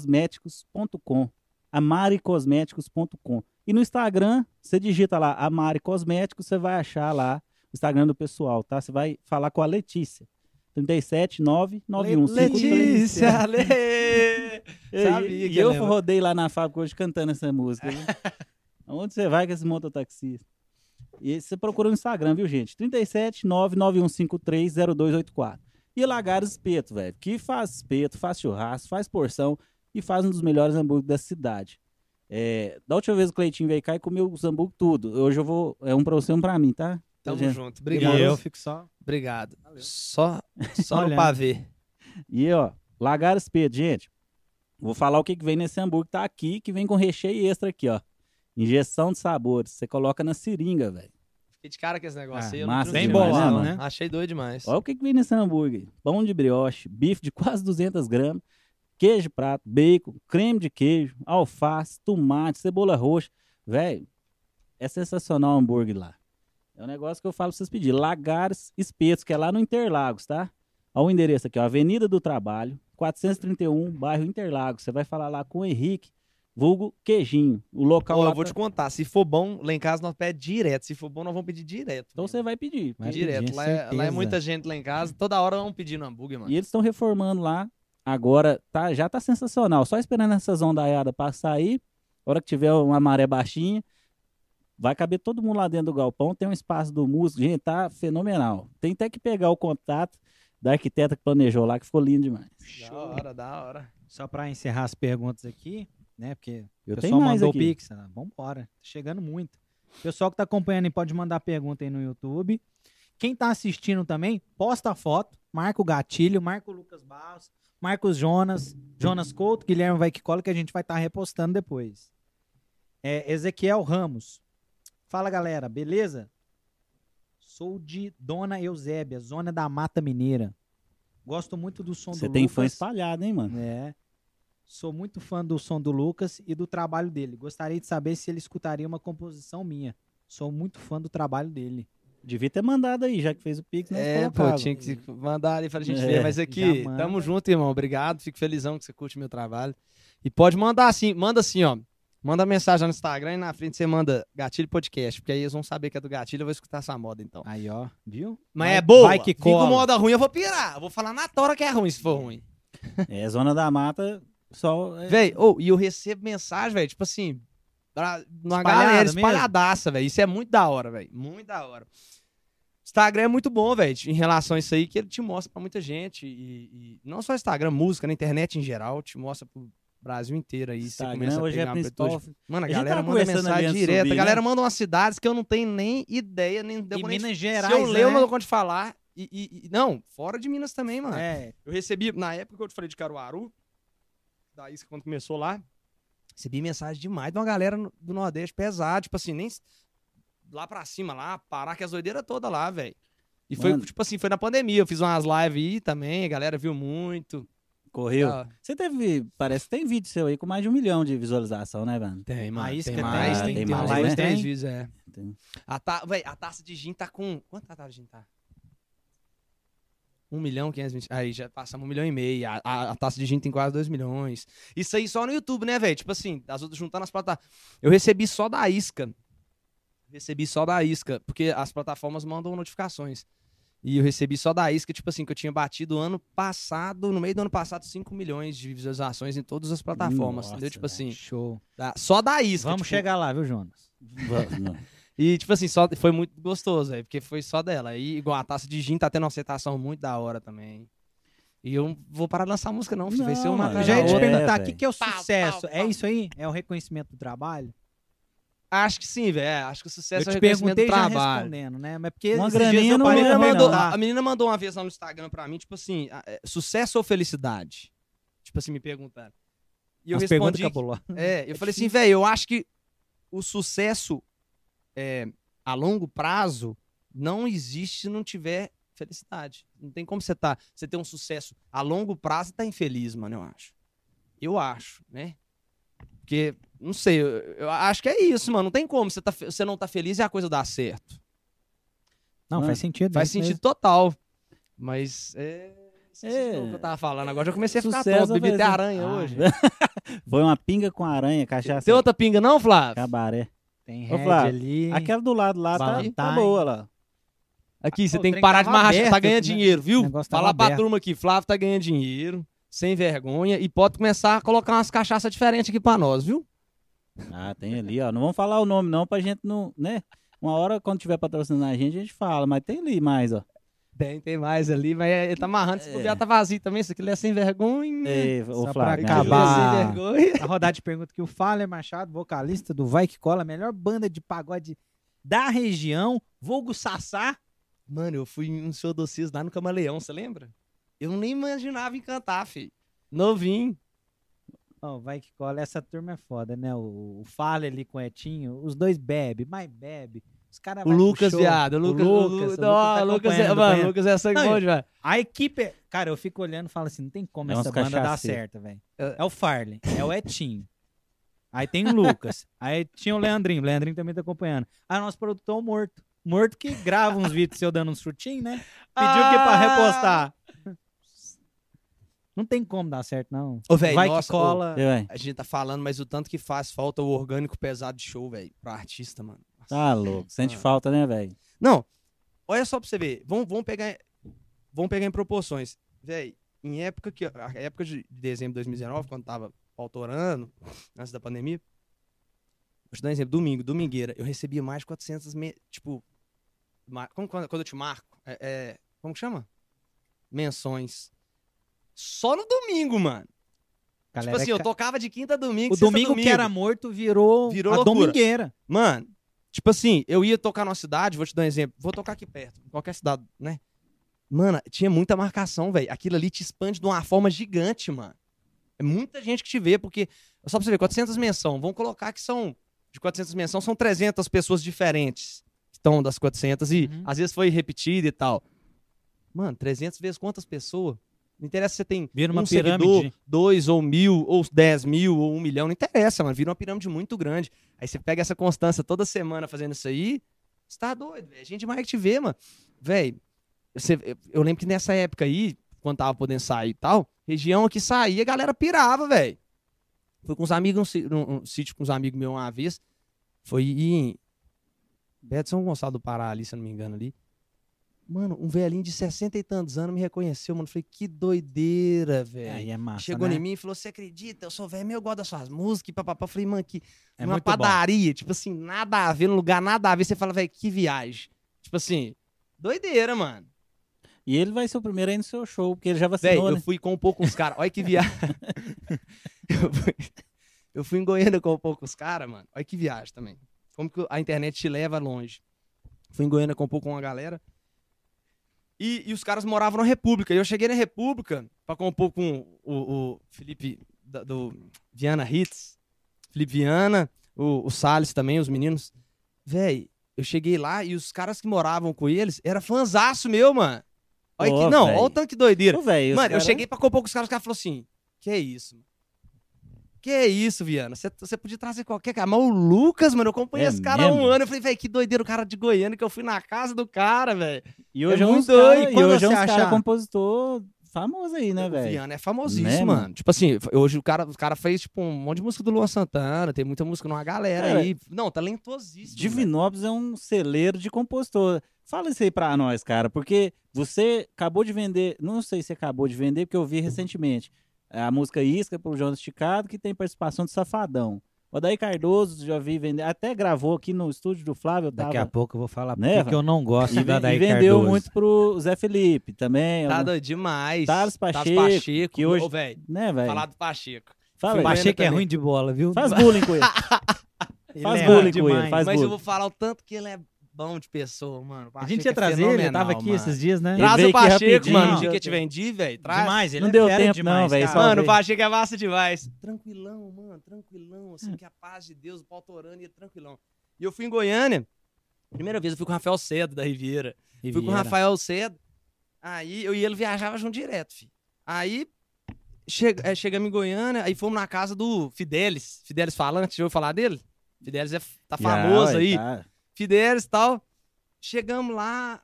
Speaker 1: www.amaricosméticos.com amaricosméticos.com E no Instagram, você digita lá Amari Cosméticos, você vai achar lá o Instagram do pessoal, tá? Você vai falar com a Letícia. 37991.
Speaker 2: Letícia, Le...
Speaker 1: E,
Speaker 2: Sabia
Speaker 1: e-
Speaker 2: que
Speaker 1: e eu
Speaker 2: eu lembro.
Speaker 1: rodei lá na fábrica hoje cantando essa música. viu? Onde você vai com esse mototaxista? E você procura no Instagram, viu, gente? 37991530284. E Lagares Espeto, velho, que faz espeto, faz churrasco, faz porção e faz um dos melhores hambúrgueres da cidade. É, da última vez o Cleitinho veio cá e comeu os hambúrgueres tudo. Hoje eu vou. É um pra você e um pra mim, tá?
Speaker 2: Tamo
Speaker 1: Gente,
Speaker 2: junto,
Speaker 3: E
Speaker 2: obrigado.
Speaker 3: eu fico só...
Speaker 2: Obrigado. Só, só no
Speaker 3: Olhando.
Speaker 2: pavê.
Speaker 1: E ó, lagar espeto, gente. Vou falar o que, que vem nesse hambúrguer que tá aqui, que vem com recheio extra aqui, ó. Injeção de sabores. Você coloca na seringa, velho.
Speaker 2: Fiquei de cara com esse negócio
Speaker 3: Ah,
Speaker 2: aí. Eu
Speaker 1: massa
Speaker 2: não tinha
Speaker 1: demais,
Speaker 2: noção,
Speaker 1: né,
Speaker 2: não.
Speaker 3: mano?
Speaker 2: Achei doido demais.
Speaker 1: Olha o que, que vem nesse hambúrguer: pão de brioche, bife de quase 200 gramas, queijo prato, bacon, creme de queijo, alface, tomate, cebola roxa. Velho, é sensacional o hambúrguer lá. É um negócio que eu falo pra vocês pedir. Lagares Espetos, que é lá no Interlagos, tá? Olha o um, endereço aqui, ó, Avenida do Trabalho, 431, bairro Interlagos. Você vai falar lá com o Henrique. vulgo queijinho. O local
Speaker 2: Ó,
Speaker 1: lá
Speaker 2: eu vou
Speaker 1: tá-
Speaker 2: te contar. Se for bom, lá em casa nós pedimos direto. Se for bom, nós vamos pedir direto.
Speaker 1: Então você vai pedir.
Speaker 3: Vai
Speaker 2: direto.
Speaker 3: pedir,
Speaker 2: lá, é, lá é
Speaker 3: certeza.
Speaker 2: muita gente lá em casa. Toda hora vamos pedindo hambúrguer, mano.
Speaker 1: E eles estão reformando lá. Agora tá, já tá sensacional. Só esperando essa zondaiada passar aí. A hora que tiver uma maré baixinha, vai caber todo mundo lá dentro do galpão. Tem um espaço do músico. Gente, tá fenomenal. Tem até que pegar o contato da arquiteta que planejou lá, que ficou lindo demais.
Speaker 2: Da hora, da hora.
Speaker 3: Só pra encerrar as perguntas aqui, né? Porque
Speaker 1: Eu tenho
Speaker 3: o pessoal
Speaker 1: mais
Speaker 3: mandou o
Speaker 1: aqui.
Speaker 3: Pix. né? Vambora. Tá chegando muito. Pessoal que tá acompanhando aí pode mandar pergunta aí no YouTube. Quem tá assistindo também, posta a foto, marca o gatilho, marca o Lucas Barros, marca os Jonas, Jonas Couto, Guilherme Vai que cola, que a gente vai estar repostando depois. É, Ezequiel Ramos. Fala galera, beleza? Sou de Dona Eusébia, zona da Mata Mineira. Gosto muito do som
Speaker 1: Você
Speaker 3: do
Speaker 1: tem fã
Speaker 3: Lucas.
Speaker 1: espalhado, hein, mano?
Speaker 3: É. Sou muito fã do som do Lucas e do trabalho dele. Gostaria de saber se ele escutaria uma composição minha. Sou muito fã do trabalho dele.
Speaker 1: Devia ter mandado aí, já que fez o Pix, né?
Speaker 2: É, pô,
Speaker 1: colocava.
Speaker 2: tinha que se mandar ali pra gente
Speaker 1: É,
Speaker 2: ver. Mas
Speaker 3: já
Speaker 2: aqui,
Speaker 3: manda.
Speaker 2: tamo junto, irmão. Obrigado. Fico felizão que você curte meu trabalho. E pode mandar assim, manda assim, ó. Manda mensagem lá no Instagram e na frente você manda Gatilho Podcast, porque aí eles vão saber que é do Gatilho, eu vou escutar essa moda então.
Speaker 3: Aí, ó, viu?
Speaker 2: Mas
Speaker 3: Vai-
Speaker 2: é boa.
Speaker 3: vai que
Speaker 2: Fica uma
Speaker 3: cola.
Speaker 2: moda ruim, eu vou pirar. Eu vou falar na tora que é ruim se for ruim.
Speaker 1: É, Zona da Mata, só. é,
Speaker 2: Véi, ô, e eu recebo mensagem, velho, tipo assim, pra- uma
Speaker 3: Espalhada
Speaker 2: galera
Speaker 3: mesmo?
Speaker 2: espalhadaça, velho. Isso é muito da hora, velho. Muito da hora. Instagram é muito bom, velho, em relação a isso aí, que ele te mostra pra muita gente. E, e não só Instagram, música, na internet em geral, te mostra pro Brasil inteiro aí. você começa
Speaker 1: Instagram
Speaker 2: a
Speaker 1: hoje é
Speaker 2: pegar
Speaker 1: a
Speaker 2: uma
Speaker 1: principal.
Speaker 2: amplitude. Mano, a
Speaker 1: A gente
Speaker 2: galera
Speaker 1: tava
Speaker 2: manda
Speaker 1: conversando ali
Speaker 2: mensagem
Speaker 1: antes de
Speaker 2: direta.
Speaker 1: subir,
Speaker 2: a galera
Speaker 1: né?
Speaker 2: manda umas cidades que eu não tenho nem ideia, nem deu
Speaker 3: E
Speaker 2: pra nem-
Speaker 3: Minas Gerais,
Speaker 2: Se eu ler, eu
Speaker 3: né?
Speaker 2: não dou conta de falar. E, e- e- não, fora de Minas também, mano.
Speaker 3: É,
Speaker 2: Eu recebi, na época que eu te falei de Caruaru, da isca quando começou lá, recebi mensagem demais de uma galera no- do Nordeste pesada, tipo assim, nem s- lá pra cima, lá, parar que as doideiras toda lá, velho. E foi,
Speaker 1: Mano.
Speaker 2: tipo assim, foi na pandemia, eu fiz umas lives aí também, a galera viu muito.
Speaker 1: Correu.
Speaker 2: Ah,
Speaker 1: Você teve. Parece que tem vídeo seu aí com mais de um milhão de visualização, né, mano?
Speaker 2: Tem, mano.
Speaker 3: A isca
Speaker 2: tem
Speaker 3: tem,
Speaker 2: mais, tem,
Speaker 1: tem
Speaker 2: tem
Speaker 1: mais,
Speaker 2: uns dois,
Speaker 1: né?
Speaker 2: três
Speaker 3: Tem.
Speaker 2: vídeos, é.
Speaker 1: Tem.
Speaker 2: A, ta... véi, a taça de gin tá com... Quanto a taça de gin tá? 1 milhão, 520. Aí já passamos um milhão e meio. A, a- a taça de gin tem quase 2 milhões. Isso aí só no YouTube, né, velho? Tipo assim, as outras juntando as plataformas. Eu recebi só da isca. Recebi só da isca, porque as plataformas mandam notificações. E eu recebi só da isca, tipo assim, que eu tinha batido ano passado, no meio do ano passado, 5 milhões de visualizações em todas as plataformas,
Speaker 1: Nossa,
Speaker 2: entendeu? Tipo
Speaker 1: velho.
Speaker 2: assim,
Speaker 3: show.
Speaker 2: da- só da isca.
Speaker 3: Vamos
Speaker 2: tipo,
Speaker 3: chegar lá, viu, Jonas?
Speaker 1: Não.
Speaker 2: E, tipo assim, só, foi muito gostoso, velho, porque foi só dela. E, igual, a taça de gin tá tendo uma aceitação muito da hora também. E eu não vou parar de lançar música, não, filho. Vai ser
Speaker 1: Não,
Speaker 2: uma
Speaker 1: mano.
Speaker 3: Eu
Speaker 2: atrás
Speaker 3: já
Speaker 2: da
Speaker 3: ia te
Speaker 1: É,
Speaker 2: outra.
Speaker 3: perguntar, o
Speaker 1: velho.
Speaker 3: que, que é o
Speaker 5: Pau, pau,
Speaker 3: sucesso? É
Speaker 5: pau.
Speaker 3: isso aí? É o reconhecimento do trabalho?
Speaker 2: Acho que sim, velho. é, Acho que o sucesso é o
Speaker 3: eu te
Speaker 2: reconhecimento do
Speaker 3: perguntei já
Speaker 2: trabalho.
Speaker 3: respondendo, né? Mas porque
Speaker 1: Uma
Speaker 3: esses dias
Speaker 1: graninha
Speaker 3: eu
Speaker 1: não
Speaker 2: A
Speaker 3: parei
Speaker 1: é,
Speaker 2: menina,
Speaker 3: pra
Speaker 1: também
Speaker 2: mandou,
Speaker 3: pensar.
Speaker 2: a menina mandou uma vez lá no Instagram pra mim, tipo assim, a- é, sucesso ou felicidade? Tipo assim, me perguntando. E eu
Speaker 3: Umas perguntas
Speaker 2: respondi
Speaker 3: cabulosas.
Speaker 2: É, eu falei assim, velho, eu acho que o sucesso é, a longo prazo não existe se não tiver felicidade. Não tem como você tá, você ter um sucesso a longo prazo e tá infeliz, mano, eu acho. Eu acho, né? Porque não sei, eu, eu acho que é isso, mano, não tem como você tá fe- você não tá feliz e a coisa dá certo.
Speaker 3: Não,
Speaker 1: Mano,
Speaker 3: faz sentido.
Speaker 2: Faz
Speaker 3: isso mesmo.
Speaker 2: sentido total. Mas é esqueci
Speaker 1: É.
Speaker 2: o que eu tava falando agora, já comecei a ficar
Speaker 1: Sucesso
Speaker 2: tonto,
Speaker 1: vai
Speaker 2: bebi até
Speaker 1: ser-
Speaker 2: aranha
Speaker 3: Ah,
Speaker 2: hoje.
Speaker 1: Foi uma pinga com aranha, cachaça.
Speaker 2: Tem outra pinga não, Flávio?
Speaker 1: Cabaré.
Speaker 3: Tem
Speaker 1: Ô,
Speaker 3: Red
Speaker 1: Flávio,
Speaker 3: ali.
Speaker 1: Aquela do lado lá tá,
Speaker 3: Valentine.
Speaker 1: tá boa lá.
Speaker 2: Aqui, você
Speaker 3: o
Speaker 2: tem que
Speaker 3: trem
Speaker 2: parar de
Speaker 3: tava
Speaker 2: marrachar. Tá
Speaker 3: aberto,
Speaker 2: ganhando
Speaker 3: né?
Speaker 2: dinheiro,
Speaker 3: O
Speaker 2: viu?
Speaker 3: negócio tava
Speaker 2: Falar pra
Speaker 3: aberto.
Speaker 2: turma aqui, Flávio tá ganhando dinheiro, sem vergonha, e pode começar a colocar umas cachaças diferentes aqui pra nós, viu?
Speaker 1: Ah, tem ali, ó. Não vamos falar o nome não pra gente não, né? Uma hora quando tiver patrocinando a gente, a gente fala, mas tem ali mais, ó.
Speaker 2: Tem, tem mais ali, mas ele tá amarrando, se
Speaker 1: É.
Speaker 2: bobear tá vazio também, isso aqui ele é sem vergonha.
Speaker 1: Ei, ô,
Speaker 3: pra
Speaker 1: Flávio, né? me
Speaker 2: Ele é
Speaker 1: ajuda.
Speaker 3: acabar.
Speaker 2: sem vergonha.
Speaker 3: A rodada de pergunta que o Fáler Machado, vocalista do Vai Que Cola, a melhor banda de pagode da região, vulgo Sassá.
Speaker 2: Mano, eu fui em um show docis lá no Camaleão, você lembra? Eu nem imaginava em cantar, filho. Novinho.
Speaker 3: Ó, o Vai Que Cola, essa turma é foda, né? O, o Fáler ali com o Etinho, os dois bebe, mas bebe. Os caras
Speaker 2: Ah, O
Speaker 3: vai pro
Speaker 2: Lucas,
Speaker 3: show.
Speaker 2: viado. O Lucas, o Lu-
Speaker 3: Lucas, o
Speaker 2: Ó,
Speaker 3: tá
Speaker 2: o Lucas é, mano,
Speaker 3: acompanhando,
Speaker 2: o
Speaker 3: acompanhando.
Speaker 2: Lucas é sangue
Speaker 3: Não,
Speaker 2: bom, velho.
Speaker 3: A equipe... é- Cara, eu fico olhando e falo assim, não tem como
Speaker 1: É
Speaker 3: essa
Speaker 1: uns
Speaker 3: banda dar
Speaker 1: cachaceiro.
Speaker 3: certo, velho.
Speaker 2: É.
Speaker 3: É o Farley, é o Etinho. Aí tem o Lucas. Aí tinha o Leandrinho. O Leandrinho também tá acompanhando. Aí o nosso produtor é o Morto. Morto que grava uns vídeos seu dando uns frutinhos, né? Pediu que pra
Speaker 2: Ah!
Speaker 3: repostar. Não tem como dar certo, não.
Speaker 2: Ô, velho,
Speaker 3: Vai
Speaker 2: nossa,
Speaker 3: que cola.
Speaker 1: Você vai.
Speaker 2: A gente tá falando, mas o tanto que faz falta o orgânico pesado de show, velho, pra artista, mano. Nossa.
Speaker 1: Tá louco. Sente
Speaker 2: Ah.
Speaker 1: falta, né, velho?
Speaker 2: Não, olha só pra você ver. Vamos, vamos, pegar, vamos pegar em proporções. Véi, em época que. A época de dezembro de 2019, quando tava autorando, antes da pandemia. Vou te dar um exemplo. Domingo, domingueira, eu recebia mais de 400. Me, tipo. ma- como quando, quando eu te marco? É, é, como que chama? Menções. Só no domingo, mano.
Speaker 3: Galera,
Speaker 2: tipo assim,
Speaker 3: é
Speaker 2: eu
Speaker 3: ca-
Speaker 2: tocava de quinta a domingo.
Speaker 3: O
Speaker 2: sexta a
Speaker 3: domingo que era morto virou,
Speaker 2: tá Virou
Speaker 3: a
Speaker 2: loucura.
Speaker 3: domingueira.
Speaker 2: Mano, tipo assim, eu ia tocar numa cidade, vou te dar um exemplo. Vou tocar aqui perto, qualquer cidade, né? Mano, tinha muita marcação, velho. Aquilo ali te expande de uma forma gigante, mano. É muita gente que te vê, porque. Só pra você ver, 400 menção. Vamos colocar que são. De 400 menção, são 300 pessoas diferentes que estão das 400 e
Speaker 3: Uhum.
Speaker 2: às vezes foi repetida e tal. Mano, 300 vezes quantas pessoas? Não interessa se você tem
Speaker 3: Vira uma
Speaker 2: um
Speaker 3: pirâmide.
Speaker 2: seguidor, dois ou mil, ou dez mil, ou um milhão, não interessa, mano. Vira uma pirâmide muito grande. Aí você pega essa constância toda semana fazendo isso aí, você tá doido, velho. A gente mais que te vê, mano. Velho, você- eu, eu lembro que nessa época aí, quando tava podendo sair e tal, região aqui saía, a galera pirava, velho. Fui com uns amigos um num, si- num- num sítio com uns amigos meus uma vez. Foi em Beto São Gonçalo do Pará ali, se eu não me engano, ali. Mano, um velhinho de 60 e tantos anos me reconheceu, mano. Falei, que doideira, velho.
Speaker 3: Aí é massa,
Speaker 2: Chegou
Speaker 3: né?
Speaker 2: em mim e falou: Você acredita? Eu sou velho, eu gosto das suas músicas. E papapá. Eu Falei, mano, que
Speaker 3: É
Speaker 2: uma
Speaker 3: muito
Speaker 2: padaria, tipo assim, nada a ver, num lugar nada a ver. Você fala, velho, que viagem. Tipo assim, doideira, mano.
Speaker 1: E ele vai ser o primeiro aí no seu show, porque ele já vacinou,
Speaker 2: Velho, eu
Speaker 1: né?
Speaker 2: fui compor com um os caras. Olha que viagem. eu, fui, eu fui em Goiânia compor com um os caras, mano. Olha que viagem também. Como que a internet te leva longe. Fui em Goiânia compor com um uma galera. E, e os caras moravam na República. E eu cheguei na República pra compor com um o, o Felipe da- do Viana Hits. Felipe Viana, o, o Salles também, os meninos. Véi, eu cheguei lá e os caras que moravam com eles era fanzaço meu, mano. Olha
Speaker 1: Ó,
Speaker 2: que, não,
Speaker 1: véi.
Speaker 2: olha o tanto que doideira.
Speaker 1: Ô, velho, os
Speaker 2: Mano, eu
Speaker 1: cara-
Speaker 2: cheguei pra compor com os caras, os caras falaram assim: Que isso? mano? Que é isso, Viana? Você- Você podia trazer qualquer cara. Mas o Lucas, mano, eu acompanhei
Speaker 1: É
Speaker 2: esse cara há um
Speaker 1: mesmo?
Speaker 2: ano. Eu falei, velho, que doideira o cara de Goiânia que eu fui na casa do cara, velho.
Speaker 1: E hoje
Speaker 3: é
Speaker 1: é, um
Speaker 3: muito doido.
Speaker 1: cara, e
Speaker 3: Quando
Speaker 1: hoje é
Speaker 3: você
Speaker 1: um cara
Speaker 3: achar-
Speaker 1: compositor famoso aí, né,
Speaker 2: o
Speaker 1: velho?
Speaker 2: Viana é famosíssimo,
Speaker 1: Né,
Speaker 2: mano?
Speaker 1: mano?
Speaker 2: Tipo assim, hoje o cara, o cara fez tipo, um monte de música do Luan Santana, tem muita música numa galera
Speaker 1: Cara,
Speaker 2: aí. Não, talentosíssimo. velho.
Speaker 1: Divinópolis é um celeiro de compositor. Fala isso aí pra nós, cara, porque você acabou de vender, não sei se acabou de vender, porque eu vi recentemente é, a música Isca pro Jonas Esticado, que tem participação de Safadão. O Daí Cardoso já vi vender, até gravou aqui no estúdio do Flávio, eu
Speaker 3: Daqui
Speaker 1: tava-
Speaker 3: a pouco eu vou falar
Speaker 1: Né,
Speaker 3: porque que eu não gosto
Speaker 1: E,
Speaker 3: da
Speaker 1: ve-
Speaker 3: Daí
Speaker 1: e vendeu
Speaker 3: Cardoso.
Speaker 1: muito pro Zé Felipe também.
Speaker 2: Tá
Speaker 1: algum-
Speaker 2: doido demais.
Speaker 1: né? Thales Pacheco,
Speaker 2: Pacheco.
Speaker 1: que hoje-
Speaker 2: Ô, velho,
Speaker 1: Né, velho?
Speaker 2: falar do Pacheco.
Speaker 1: Fala
Speaker 3: O
Speaker 1: aí.
Speaker 3: Pacheco é
Speaker 2: também.
Speaker 3: ruim de bola, viu?
Speaker 1: Faz bullying com ele.
Speaker 3: Ele
Speaker 1: faz
Speaker 3: é
Speaker 1: bullying
Speaker 3: ruim
Speaker 1: com ele,
Speaker 3: demais.
Speaker 1: faz-
Speaker 2: Mas eu
Speaker 1: bullying.
Speaker 2: vou falar o tanto que ele é bom de pessoa, mano. O
Speaker 3: A gente
Speaker 2: Pacheco
Speaker 3: ia
Speaker 2: é
Speaker 3: trazer ele, ele
Speaker 2: fenomenal,
Speaker 3: tava aqui
Speaker 2: mano.
Speaker 3: esses dias, né?
Speaker 1: Ele
Speaker 2: Traz
Speaker 1: veio
Speaker 2: o
Speaker 1: aqui
Speaker 2: Pacheco,
Speaker 1: rapidinho.
Speaker 2: mano. O
Speaker 3: Não,
Speaker 2: dia que eu te
Speaker 1: eu-
Speaker 2: vendi, velho. Traz.
Speaker 3: Demais, ele
Speaker 1: Não
Speaker 3: é
Speaker 1: deu
Speaker 3: fera
Speaker 1: tempo,
Speaker 3: demais,
Speaker 1: não, velho,
Speaker 3: cara.
Speaker 1: só-
Speaker 2: Mano, o
Speaker 1: vez.
Speaker 2: Pacheco é massa demais. Tranquilão, mano. Tranquilão. Assim, que a paz de Deus, o pau torando e é tranquilão. E eu fui em Goiânia. Primeira vez eu fui com o Rafael Cedo, da Riviera.
Speaker 3: E
Speaker 2: Fui com o
Speaker 3: Vieira.
Speaker 2: Rafael Cedo. Aí eu e ele viajava junto direto, fi. Aí che- é, chegamos em Goiânia, aí fomos na casa do Fidelis. Fidelis Falante, já ouviu falar dele? Fidelis é, f- tá famoso
Speaker 1: Já, ué,
Speaker 2: aí.
Speaker 1: tá.
Speaker 2: Fidelis e tal. Chegamos lá,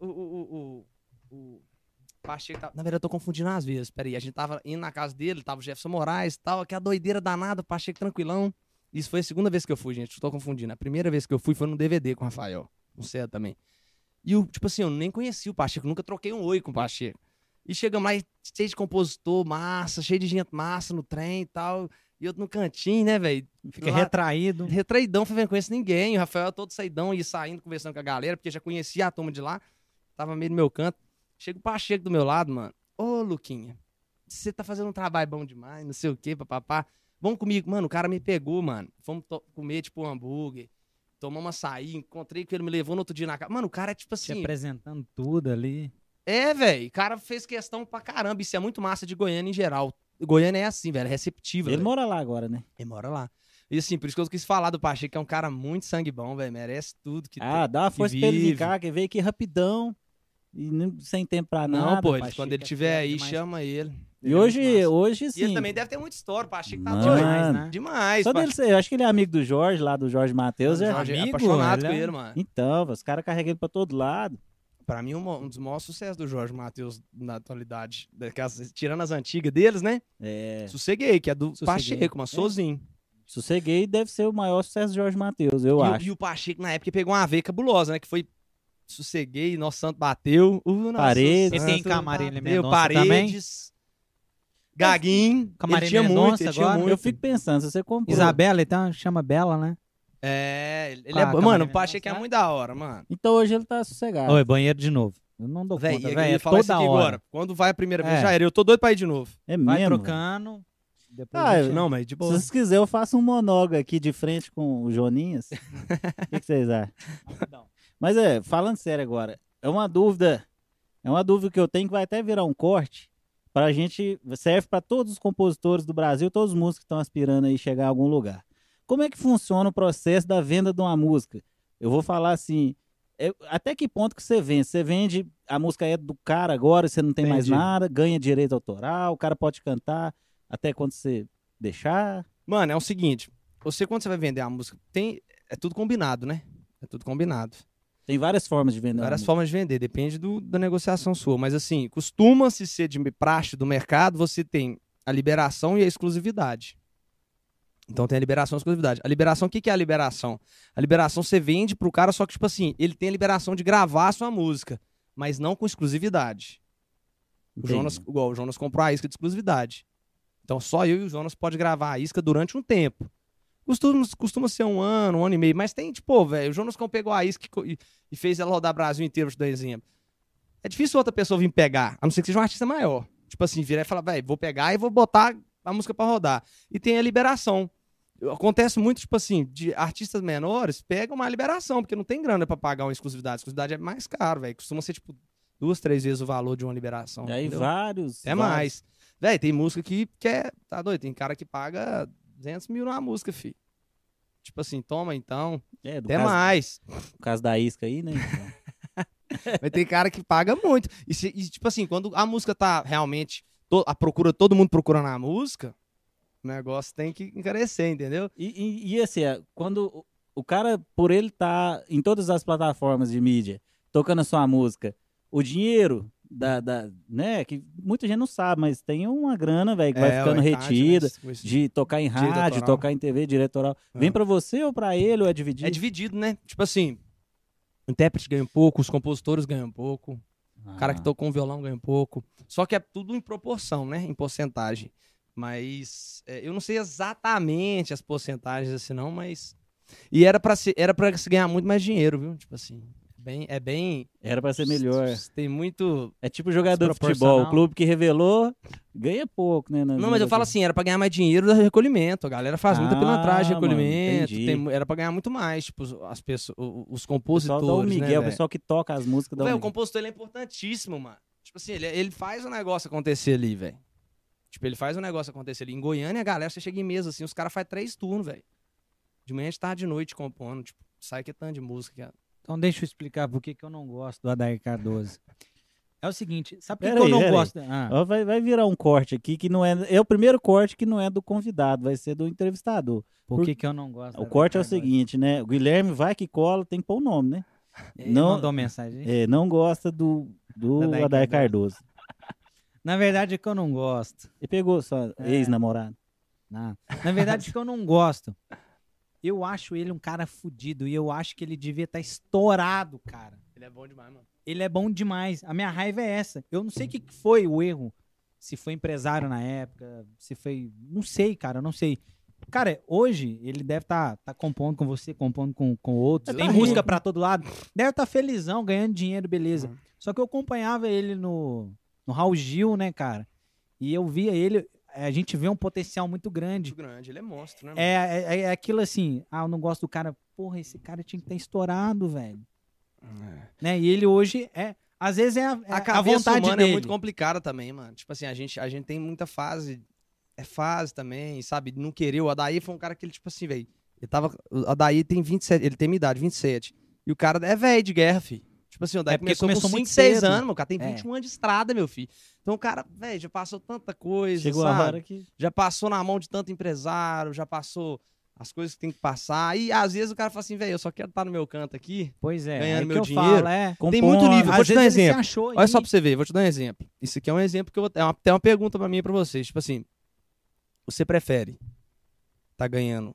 Speaker 2: o, o, o, o, o Pacheco tava... Na verdade, eu tô confundindo às vezes. Peraí, a gente tava indo na casa dele, tava o Jefferson Moraes e tal, aquela doideira danada, o Pacheco tranquilão. Isso foi a segunda vez que eu fui, gente, eu tô confundindo. A primeira vez que eu fui foi no DVD com o Rafael, com o Cé também. E, eu, tipo assim, eu nem conheci o Pacheco, nunca troquei um oi com o Pacheco. E chegamos lá, e cheio de compositor, massa, cheio de gente massa no trem e tal. E eu no cantinho, né, velho?
Speaker 3: Fica
Speaker 2: Lá-
Speaker 3: retraído.
Speaker 2: Retraidão, falei, não conheço ninguém. O Rafael todo saidão e saindo, conversando com a galera, porque já conhecia a turma de lá. Tava meio no meu canto. Chega o Pacheco do meu lado, mano. Ô, Luquinha, você tá fazendo um trabalho bom demais, não sei o quê, papapá. Vamos comigo. Mano, o cara me pegou, mano. Fomos to- comer, tipo, um hambúrguer. Tomamos açaí, encontrei com ele, me levou no outro dia na casa. Mano, o cara é tipo
Speaker 3: Se
Speaker 2: assim.
Speaker 3: apresentando tudo ali.
Speaker 2: É, velho. O cara fez questão pra caramba. Isso é muito massa de Goiânia em geral. Goiânia é assim, velho. É receptiva.
Speaker 1: Ele
Speaker 2: velho.
Speaker 1: mora lá agora, né?
Speaker 2: Ele mora lá. E assim, por isso que eu quis falar do Pacheco, que é um cara muito sangue bom, velho. Merece tudo que
Speaker 1: ah,
Speaker 2: tem.
Speaker 1: dá uma
Speaker 2: que
Speaker 1: força pra ele
Speaker 2: vive.
Speaker 1: vir cá, que veio aqui rapidão. E nem- sem tempo pra
Speaker 2: Não,
Speaker 1: nada.
Speaker 2: pô, ele-
Speaker 1: Pacheco.
Speaker 2: quando ele
Speaker 3: é
Speaker 2: tiver
Speaker 3: fera
Speaker 2: aí,
Speaker 3: demais.
Speaker 2: chama ele.
Speaker 1: E
Speaker 2: Ele é
Speaker 1: hoje,
Speaker 2: muito massa.
Speaker 1: hoje sim.
Speaker 2: E ele também deve ter muita história, o Pacheco tá
Speaker 1: Mano.
Speaker 2: doido.
Speaker 3: Demais, né?
Speaker 2: Demais,
Speaker 1: Só
Speaker 2: pá.
Speaker 1: dele ser- eu acho que ele é amigo do Jorge, lá do Jorge Matheus.
Speaker 2: Jorge
Speaker 1: já-
Speaker 2: é
Speaker 3: Amigo,
Speaker 2: apaixonado
Speaker 3: ele
Speaker 2: com
Speaker 3: é-
Speaker 2: ele, mano.
Speaker 1: Então, os caras carregam ele pra todo lado.
Speaker 2: Pra mim, uma- um dos maiores sucessos do Jorge Matheus na atualidade, daquelas- tirando as antigas deles, né?
Speaker 1: É.
Speaker 2: Sosseguei, que é do
Speaker 3: Sosseguei.
Speaker 2: Pacheco, mas sozinho.
Speaker 1: Sosseguei deve ser o maior sucesso de Jorge Matheus, eu
Speaker 2: E o,
Speaker 1: acho.
Speaker 2: e o Pacheco, na época, pegou uma veia cabulosa, né? Que foi Sosseguei, Nosso Santo bateu. Uh, O Nosso
Speaker 1: Paredes.
Speaker 3: E tem
Speaker 2: Santo
Speaker 3: Camarina
Speaker 2: bateu,
Speaker 3: Mendonça
Speaker 2: Paredes. Gaguinho.
Speaker 3: Camarina
Speaker 2: ele tinha muito,
Speaker 3: Mendonça
Speaker 2: ele tinha
Speaker 3: agora.
Speaker 2: muito.
Speaker 1: Eu fico pensando, se você comprou.
Speaker 3: Isabela, então chama Bela, né?
Speaker 2: É, ele
Speaker 3: Com
Speaker 2: é
Speaker 3: a
Speaker 2: bom.
Speaker 3: Camarina
Speaker 2: Mano, o Pacheco é
Speaker 3: Mendonça,
Speaker 2: muito da hora, mano.
Speaker 1: Então hoje ele tá sossegado.
Speaker 3: Oi, é banheiro de novo. Eu não dou
Speaker 2: Véi,
Speaker 3: conta,
Speaker 2: eu
Speaker 3: velho. É
Speaker 2: ia falar isso
Speaker 3: toda
Speaker 2: aqui
Speaker 3: hora.
Speaker 2: agora. Quando vai a primeira vez,
Speaker 3: É.
Speaker 2: já era. Eu tô doido pra ir de novo.
Speaker 1: É mesmo.
Speaker 3: Vai
Speaker 1: velho.
Speaker 3: trocando. Depois
Speaker 1: Ah,
Speaker 3: a gente-
Speaker 1: eu-
Speaker 2: Não, mas de boa.
Speaker 1: Se vocês quiserem, eu faço um monólogo aqui de frente com o Joninhas. O que, que vocês acham? Mas é, falando sério agora, é uma dúvida. É uma dúvida que eu tenho que vai até virar um corte. Pra gente. Serve pra todos os compositores do Brasil, todos os músicos que estão aspirando aí chegar a algum lugar. Como é que funciona o processo da venda de uma música? Eu vou falar assim. é, até que ponto que você vende? Você vende, a música é do cara agora, você não tem mais
Speaker 3: Entendi.
Speaker 1: nada, ganha direito autoral, o cara pode cantar até quando você deixar.
Speaker 2: Mano, é o seguinte. Você, quando você vai vender a música, tem... É tudo combinado, né? É tudo combinado.
Speaker 1: Tem várias formas de vender. né? uma
Speaker 2: Várias
Speaker 1: música.
Speaker 2: formas de vender, depende do, da negociação sua. Mas assim, costuma-se ser de praxe do mercado, você tem a liberação e a exclusividade. Então tem a liberação e a exclusividade. A liberação, o que, que é a liberação? A liberação você vende pro cara, só que, tipo assim, ele tem a liberação de gravar a sua música, mas não com exclusividade. O
Speaker 1: Entendi.
Speaker 2: Jonas, igual, o Jonas comprou a isca de exclusividade. Então só eu e o Jonas pode gravar a isca durante um tempo. Costuma, costuma ser um ano, um ano e meio, mas tem, tipo, velho, o Jonas Cão pegou a isca e co- e, e fez ela rodar Brasil inteiro, pra te dar um exemplo. É difícil outra pessoa vir pegar, a não ser que seja um artista maior. Tipo assim, virar e falar, velho, vou pegar e vou botar a música pra rodar. E tem a liberação. Acontece muito, tipo assim, de artistas menores pegam uma liberação, porque não tem grana pra pagar uma exclusividade. A exclusividade é mais caro, velho. Costuma ser, tipo, duas, três vezes o valor de uma liberação.
Speaker 1: E aí
Speaker 2: entendeu?
Speaker 1: vários.
Speaker 2: É
Speaker 1: vários.
Speaker 2: mais. Véi, tem música que quer. Tá doido? Tem cara que paga 200 mil numa música, fi. Tipo assim, toma então.
Speaker 1: É, do
Speaker 2: Até
Speaker 1: caso,
Speaker 2: mais.
Speaker 1: no caso da isca aí, né? então.
Speaker 2: Mas tem cara que paga muito. E, se- e, tipo assim, quando a música tá realmente. to- a procura, todo mundo procurando a música, o negócio tem que encarecer, entendeu?
Speaker 1: e, e- e, assim, é, quando o- o cara, por ele tá em todas as plataformas de mídia, tocando a sua música, o dinheiro da, da- né, que muita gente não sabe, mas tem uma grana, velho, que vai
Speaker 2: É,
Speaker 1: ficando
Speaker 2: ué, tá,
Speaker 1: retida,
Speaker 2: tipo, isso-
Speaker 1: de tocar em
Speaker 2: Direito
Speaker 1: rádio,
Speaker 2: autoral.
Speaker 1: tocar em TV, diretoral.
Speaker 2: Ah.
Speaker 1: Vem pra você ou pra ele, ou é dividido?
Speaker 2: É dividido, né? Tipo assim, o intérprete ganha um pouco, os compositores ganham um pouco. O
Speaker 1: Ah.
Speaker 2: cara que tocou um violão ganha pouco. Só que é tudo em proporção, né? Em porcentagem. Mas é, eu não sei exatamente as porcentagens assim, não, mas. E era pra, se, era pra se ganhar muito mais dinheiro, viu? Tipo assim. É bem. É bem
Speaker 1: Era pra ser melhor.
Speaker 2: Tem muito.
Speaker 1: É tipo jogador de futebol.
Speaker 3: Desproporcional.
Speaker 1: O clube que revelou ganha pouco, né? nas
Speaker 2: Não, mas eu falo
Speaker 1: negociações.
Speaker 2: assim, era pra ganhar mais dinheiro do recolhimento. A galera faz muita
Speaker 1: Ah,
Speaker 2: pilantragem,
Speaker 1: mano,
Speaker 2: recolhimento.
Speaker 1: entendi.
Speaker 2: tem mu- era pra ganhar muito mais, tipo, os- as pessoas, o- os
Speaker 1: O pessoal
Speaker 2: compositores.
Speaker 1: dá o
Speaker 2: né,
Speaker 1: Miguel, o
Speaker 2: velho?
Speaker 1: pessoal que toca as músicas dá um
Speaker 2: Véi,
Speaker 1: o
Speaker 2: o
Speaker 1: Miguel.
Speaker 2: compositor ele é importantíssimo, mano. Tipo assim, ele, ele faz o negócio acontecer ali, velho. Tipo, ele faz o negócio acontecer ali. Em Goiânia, a galera, você chega em mesa, assim, os caras fazem três turnos, velho. De manhã, de tarde, de noite, compondo. Tipo, sai que tanto de música. Que é...
Speaker 3: Então deixa eu explicar por que que eu não gosto do Adair Cardoso. É o seguinte, sabe por que,
Speaker 1: Pera
Speaker 3: que eu
Speaker 1: aí,
Speaker 3: não
Speaker 1: pera aí.
Speaker 3: gosto? Ah,
Speaker 1: Ó, Vai, vai virar um corte aqui que não é. É o primeiro corte que não é do convidado, vai ser do entrevistador.
Speaker 3: por que, que eu não gosto? do
Speaker 1: O
Speaker 3: Adair
Speaker 1: corte é o
Speaker 3: Cardoso?
Speaker 1: seguinte, né? O Guilherme vai que cola, tem que pôr o nome, né?
Speaker 3: Ele
Speaker 1: não-
Speaker 3: mandou mensagem.
Speaker 1: É, não gosta do, do
Speaker 3: Da Day
Speaker 1: Adair Cardoso.
Speaker 3: Na verdade é que eu não gosto.
Speaker 1: Ele pegou sua
Speaker 3: É.
Speaker 1: ex-namorada.
Speaker 3: Na, na verdade é que eu não gosto. Eu acho ele um cara fudido e eu acho que ele devia estar estourado, cara.
Speaker 2: Ele é bom demais, mano.
Speaker 3: Ele é bom demais. A minha raiva é essa. Eu não sei o que que foi o erro. Se foi empresário na época, se foi. Não sei, cara, eu não sei. Cara, hoje ele deve estar compondo com você, compondo com, com outros.
Speaker 1: Ele
Speaker 3: Tem
Speaker 1: tá
Speaker 3: música
Speaker 1: rico.
Speaker 3: pra todo lado. Deve estar felizão, ganhando dinheiro, beleza. Só que eu acompanhava ele no, no Raul Gil, né, cara? E eu via ele. A gente vê um potencial muito grande.
Speaker 2: Muito grande, ele é monstro, né? mano?
Speaker 3: É, é, é aquilo assim, ah, eu não gosto do cara. Porra, esse cara tinha que estar estourado, velho. Né? E ele hoje é. Às vezes é a, é
Speaker 2: É. A
Speaker 3: a
Speaker 2: cabeça
Speaker 3: vontade
Speaker 2: humana
Speaker 3: dele.
Speaker 2: é muito complicada também, mano. Tipo assim, a gente, a gente tem muita fase. É fase também, sabe? Não querer. O Adair foi um cara que ele, tipo assim, velho. Ele tava. O Adair tem 27. Ele tem minha idade, 27. E o cara é velho de guerra, fi. Tipo assim, o Adair
Speaker 3: É porque
Speaker 2: começou,
Speaker 3: começou
Speaker 2: com
Speaker 3: muito
Speaker 2: 26
Speaker 3: cedo.
Speaker 2: anos, mano. O cara tem
Speaker 3: É.
Speaker 2: 21 anos de estrada, meu filho. Então o cara, velho, já passou tanta coisa.
Speaker 1: Chegou
Speaker 2: sabe?
Speaker 1: a hora que.
Speaker 2: Já passou na mão de tanto empresário, já passou as coisas que tem que passar. E às vezes o cara fala assim, velho, eu só quero estar no meu canto aqui.
Speaker 3: Pois é,
Speaker 2: Ganhando
Speaker 3: é que
Speaker 2: meu
Speaker 3: eu
Speaker 2: dinheiro.
Speaker 3: falo, é.
Speaker 2: Tem muito livro, vou
Speaker 3: Às
Speaker 2: te dar um
Speaker 3: vezes ele se
Speaker 2: exemplo.
Speaker 3: achou
Speaker 2: Olha
Speaker 3: aí.
Speaker 2: só pra você ver, vou te dar um exemplo. Isso aqui é um exemplo que eu vou. É uma, tem uma pergunta pra mim e pra vocês. Tipo assim, você prefere tá ganhando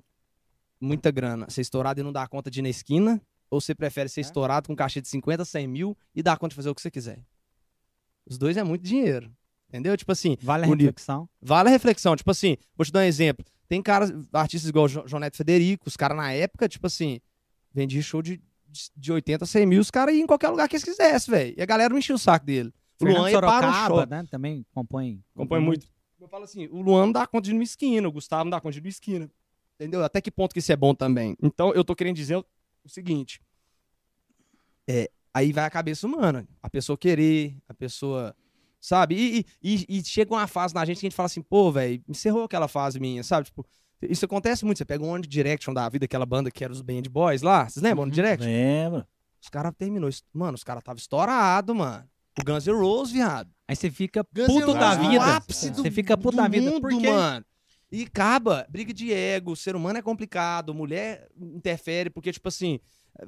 Speaker 2: muita grana, ser estourado e não dar conta de ir na esquina? Ou você prefere ser estourado com caixa de 50, 100 mil e dar conta de fazer o que você quiser? Os dois é muito dinheiro. Entendeu? Tipo assim,
Speaker 3: Vale a
Speaker 2: o livro.
Speaker 3: reflexão.
Speaker 2: Vale a reflexão. Tipo assim, vou te dar um exemplo. Tem caras, artistas igual o Jo- João Neto Federico, os caras na época, tipo assim, vendia show de, de 80, 100 mil, os caras iam em qualquer lugar que eles quisessem, velho. E a galera não enchia o saco dele. O
Speaker 3: Fernando
Speaker 2: Luan é ia para o
Speaker 3: Sorocaba,
Speaker 2: show.
Speaker 3: né? Também compõe.
Speaker 2: Eu falo assim, o Luan não dá conta de ir numa esquina, o Gustavo não dá conta de ir numa esquina. Entendeu? Até que ponto que isso é bom também. Então, eu tô querendo dizer o o seguinte. É, aí vai a cabeça humana. A pessoa querer, a pessoa... Sabe? E, e- e- e chega uma fase na gente que a gente fala assim, pô, velho, encerrou aquela fase minha, sabe? Tipo, isso acontece muito. Você pega o One Direction da vida, aquela banda que era os Band Boys lá. Vocês lembram One Direction?
Speaker 1: Lembra?
Speaker 2: Os caras terminou. isso- Mano, os caras tava estourado, mano. O Guns N' Roses, viado.
Speaker 3: Aí você fica
Speaker 2: Guns N'
Speaker 3: puto da
Speaker 2: Roses,
Speaker 3: vida.
Speaker 2: O ápice do,
Speaker 3: você fica puto
Speaker 2: do
Speaker 3: da vida.
Speaker 2: mundo,
Speaker 3: porque
Speaker 2: mano. E acaba, briga de ego, ser humano é complicado, mulher interfere, porque, tipo assim,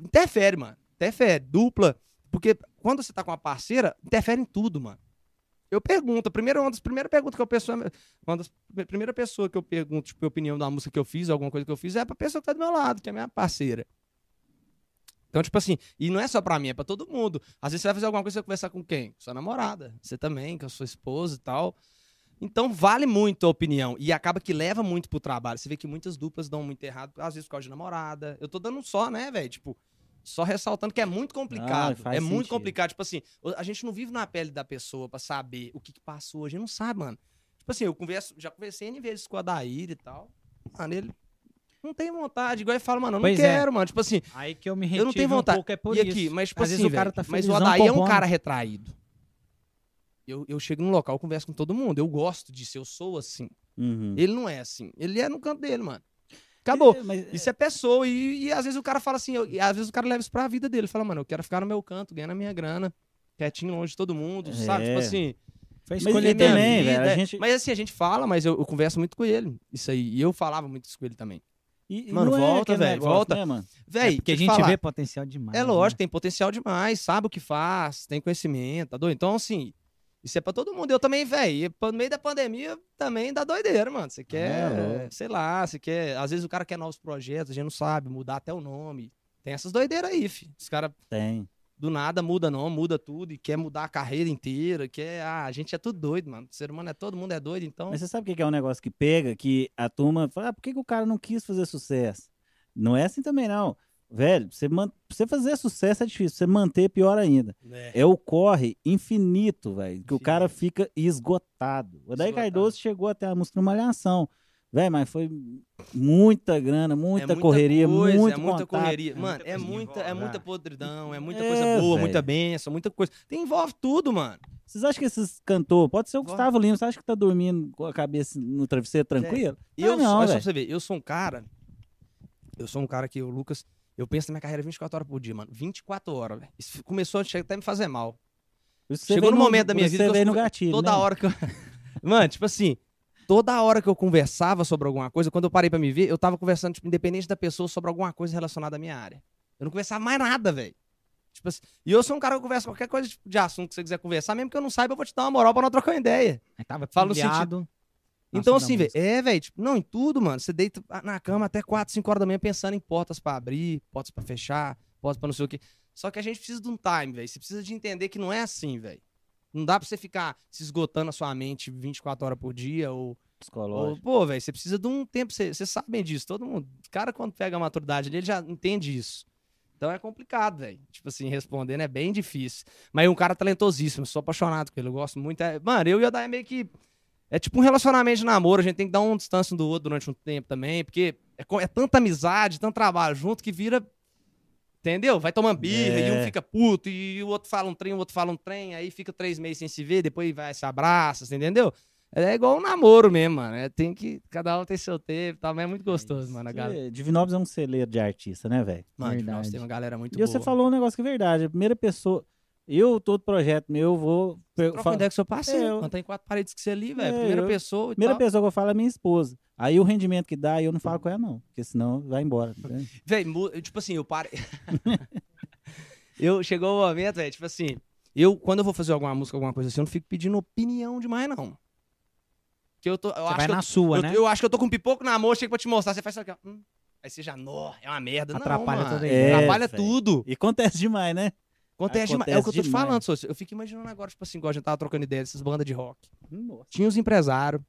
Speaker 2: interfere, mano. Interfere, dupla. Porque quando você tá com uma parceira, interfere em tudo, mano. Eu pergunto, a primeira, uma das primeiras perguntas que eu penso, uma das pri- primeira pessoa que eu pergunto, tipo, a opinião da música que eu fiz, alguma coisa que eu fiz, é pra pessoa que tá do meu lado, que é minha parceira. Então, tipo assim, e não é só pra mim, é pra todo mundo. Às vezes você vai fazer alguma coisa, você vai conversar com quem? Com sua namorada. Você também, com a sua esposa e tal. Então, vale muito a opinião. E acaba que leva muito pro trabalho. Você vê que muitas duplas dão muito errado, às vezes por causa de namorada. Eu tô dando um só, né, velho? Tipo, só ressaltando que é muito complicado.
Speaker 1: faz
Speaker 2: é muito
Speaker 1: sentido.
Speaker 2: complicado. Tipo assim, a gente não vive na pele da pessoa pra saber o que, que passou hoje. A gente não sabe, mano. Tipo assim, eu converso, já conversei N vezes com a Daíra e tal. Mano, ele não tem vontade. Igual ele fala, mano, eu não
Speaker 3: Pois é.
Speaker 2: quero, mano. Tipo assim,
Speaker 3: Aí que eu me
Speaker 2: não
Speaker 3: retive
Speaker 2: tenho
Speaker 3: um
Speaker 2: vontade.
Speaker 3: pouco, é por
Speaker 2: e
Speaker 3: isso.
Speaker 2: aqui, mas tipo
Speaker 3: Às
Speaker 2: assim,
Speaker 3: vezes o cara
Speaker 2: velho,
Speaker 3: tá
Speaker 2: mas o
Speaker 3: felizão,
Speaker 2: Adair é um
Speaker 3: bombando.
Speaker 2: cara retraído. Eu, eu chego num local, eu converso com todo mundo. Eu gosto disso, eu sou assim.
Speaker 1: Uhum.
Speaker 2: Ele não é assim. Ele é no canto dele, mano. Acabou.
Speaker 1: É, mas-
Speaker 2: Isso é pessoa. E, e às vezes o cara fala assim, eu- e às vezes o cara leva isso pra vida dele. Fala, mano, eu quero ficar no meu canto, ganhando a minha grana, quietinho, longe de todo mundo, sabe?
Speaker 1: É.
Speaker 2: Tipo assim.
Speaker 3: Foi
Speaker 1: Mas
Speaker 3: escolha
Speaker 1: ele
Speaker 3: dele.
Speaker 1: também,
Speaker 2: vida.
Speaker 1: velho, a gente-
Speaker 2: Mas assim, a gente fala, mas eu, eu converso muito com ele. Isso aí. E eu falava muito isso com ele também.
Speaker 1: E- e
Speaker 2: Mano,
Speaker 1: não é
Speaker 2: volta,
Speaker 1: aquele
Speaker 2: velho,
Speaker 1: negócio,
Speaker 2: volta.
Speaker 1: né, mano?
Speaker 2: Véi,
Speaker 3: é
Speaker 2: deixa
Speaker 3: porque
Speaker 2: eu
Speaker 3: a
Speaker 2: te
Speaker 3: gente
Speaker 2: falar.
Speaker 3: vê potencial demais.
Speaker 2: É
Speaker 3: né?
Speaker 2: lógico, tem potencial demais, sabe o que faz, tem conhecimento, tá doido? Então, assim, isso é pra todo mundo. Eu também, velho, no meio da pandemia também dá doideira, mano. Você quer,
Speaker 1: É, louco.
Speaker 2: sei lá, você quer. Às vezes o cara quer novos projetos, a gente não sabe, mudar até o nome. Tem essas doideiras aí, fi. Os caras
Speaker 1: Tem.
Speaker 2: do nada muda não, muda tudo e quer mudar a carreira inteira, quer. Ah, a gente é tudo doido, mano. O ser humano é todo mundo é doido, então.
Speaker 1: Mas você sabe o que que é um negócio que pega? Que a turma fala, ah, por que, que o cara não quis fazer sucesso? Não é assim também, não. Velho, você, man... pra você fazer sucesso é difícil, você manter é pior ainda.
Speaker 2: É.
Speaker 1: É o corre infinito, velho, que o
Speaker 2: Infinito.
Speaker 1: cara fica esgotado. O Daí
Speaker 2: Esgotado.
Speaker 1: Cardoso chegou até a música no Malhação. Velho, mas foi muita grana, muita, correria,
Speaker 2: é coisa,
Speaker 1: muito
Speaker 2: é muita
Speaker 1: contato. né?
Speaker 2: correria. Mano, é
Speaker 5: coisa
Speaker 2: muita, é
Speaker 5: envolve, né?
Speaker 2: muita podridão, é muita
Speaker 1: É,
Speaker 2: coisa boa,
Speaker 1: velho.
Speaker 2: muita benção, muita coisa. Tem, envolve tudo, mano.
Speaker 1: Vocês acham que esses cantores, pode ser o
Speaker 2: Bora.
Speaker 1: Gustavo Lima, você acha que tá dormindo com a cabeça no travesseiro tranquilo?
Speaker 2: E Eu,
Speaker 1: Ah, não,
Speaker 2: olha só pra
Speaker 1: velho.
Speaker 2: você ver, eu sou um cara. Eu sou um cara que o Lucas. Eu penso na minha carreira 24 horas por dia, mano. 24 horas, velho. Isso começou a che- até me fazer mal.
Speaker 1: Por isso que você
Speaker 2: Chegou
Speaker 1: veio
Speaker 2: no momento da
Speaker 1: por
Speaker 2: minha
Speaker 1: isso
Speaker 2: vida
Speaker 1: Você
Speaker 2: que eu
Speaker 1: veio no
Speaker 2: fui-
Speaker 1: gatilho,
Speaker 2: toda
Speaker 1: né?
Speaker 2: hora que eu. Mano, tipo assim, toda hora que eu conversava sobre alguma coisa, quando eu parei pra me ver, eu tava conversando, tipo, independente da pessoa, sobre alguma coisa relacionada à minha área. Eu não conversava mais nada, velho. Tipo assim, e eu sou um cara que conversa qualquer coisa tipo, de assunto que você quiser conversar, mesmo que eu não saiba, eu vou te dar uma moral pra não trocar uma ideia.
Speaker 3: Aí tava
Speaker 2: Fala no
Speaker 3: pilhado. Nossa, um
Speaker 2: Então,
Speaker 3: da
Speaker 2: assim, velho,
Speaker 3: música.
Speaker 2: é, velho, tipo, não, em tudo, mano. Você deita na cama até 4, 5 horas da manhã pensando em portas pra abrir, portas pra fechar, portas pra não sei o quê. Só que a gente precisa de um time, velho. Você precisa de entender que não é assim, velho. Não dá pra você ficar se esgotando a sua mente 24 horas por dia ou.
Speaker 1: Psicológico.
Speaker 2: ou pô, velho, você precisa de um tempo. Vocês vocês sabem disso, todo mundo. O cara, quando pega a maturidade ali, ele já entende isso. Então é complicado, velho. Tipo assim, respondendo é bem difícil. Mas é um cara talentosíssimo, sou apaixonado com ele, eu gosto muito. É- Mano, eu e o Adair meio que. É tipo um relacionamento de namoro, a gente tem que dar um distância um do outro durante um tempo também, porque é, co- é tanta amizade, tanto trabalho junto que vira. Entendeu? Vai tomando birra e um
Speaker 1: É.
Speaker 2: fica puto e o outro fala um trem, o outro fala um trem, aí fica três meses sem se ver, depois vai se abraça, você entendeu? É igual um namoro mesmo, mano. É, tem que. Cada um tem seu tempo e tal, mas é muito gostoso, mano. A galera.
Speaker 1: É, Divinópolis é um celeiro de artista, né, velho?
Speaker 2: Mano, tipo,
Speaker 3: Verdade.
Speaker 2: nós temos uma galera muito
Speaker 1: E
Speaker 2: boa.
Speaker 1: você falou um negócio que é verdade. A primeira pessoa. Eu, todo projeto meu, eu vou. eu
Speaker 2: Troca
Speaker 1: falo-
Speaker 2: uma ideia com seu parceiro.
Speaker 1: É, eu-
Speaker 2: Não tem quatro paredes que você ali,
Speaker 1: É,
Speaker 2: velho. Primeira
Speaker 1: eu-
Speaker 2: pessoa e
Speaker 1: primeira
Speaker 2: tal.
Speaker 1: pessoa que eu falo é minha esposa. Aí o rendimento que dá, eu não falo com ela, não. Porque senão vai embora. entende?
Speaker 2: Véi, mu- eu, tipo assim, eu parei. eu, chegou o momento, velho, tipo assim, eu, quando eu vou fazer alguma música, alguma coisa assim, eu não fico pedindo opinião demais, não. Que eu tô, eu
Speaker 3: Você
Speaker 2: acho
Speaker 3: vai
Speaker 2: que eu,
Speaker 3: na sua,
Speaker 2: eu,
Speaker 3: né?
Speaker 2: eu acho que eu tô com pipoco na mão, chega pra te mostrar, você faz isso aqui, ó. Hum. Aí você já, nó, é uma merda.
Speaker 3: Atrapalha
Speaker 2: não, mano.
Speaker 3: toda a
Speaker 1: ideia.
Speaker 2: Atrapalha
Speaker 1: É, véi.
Speaker 2: tudo.
Speaker 1: E acontece demais, né? Acontece
Speaker 2: Acontece, demais. É o que eu tô te
Speaker 1: demais.
Speaker 2: falando, Sôcio. Eu fico imaginando agora, tipo assim, igual a gente tava trocando ideia dessas bandas de rock
Speaker 1: Nossa.
Speaker 2: tinha os empresários,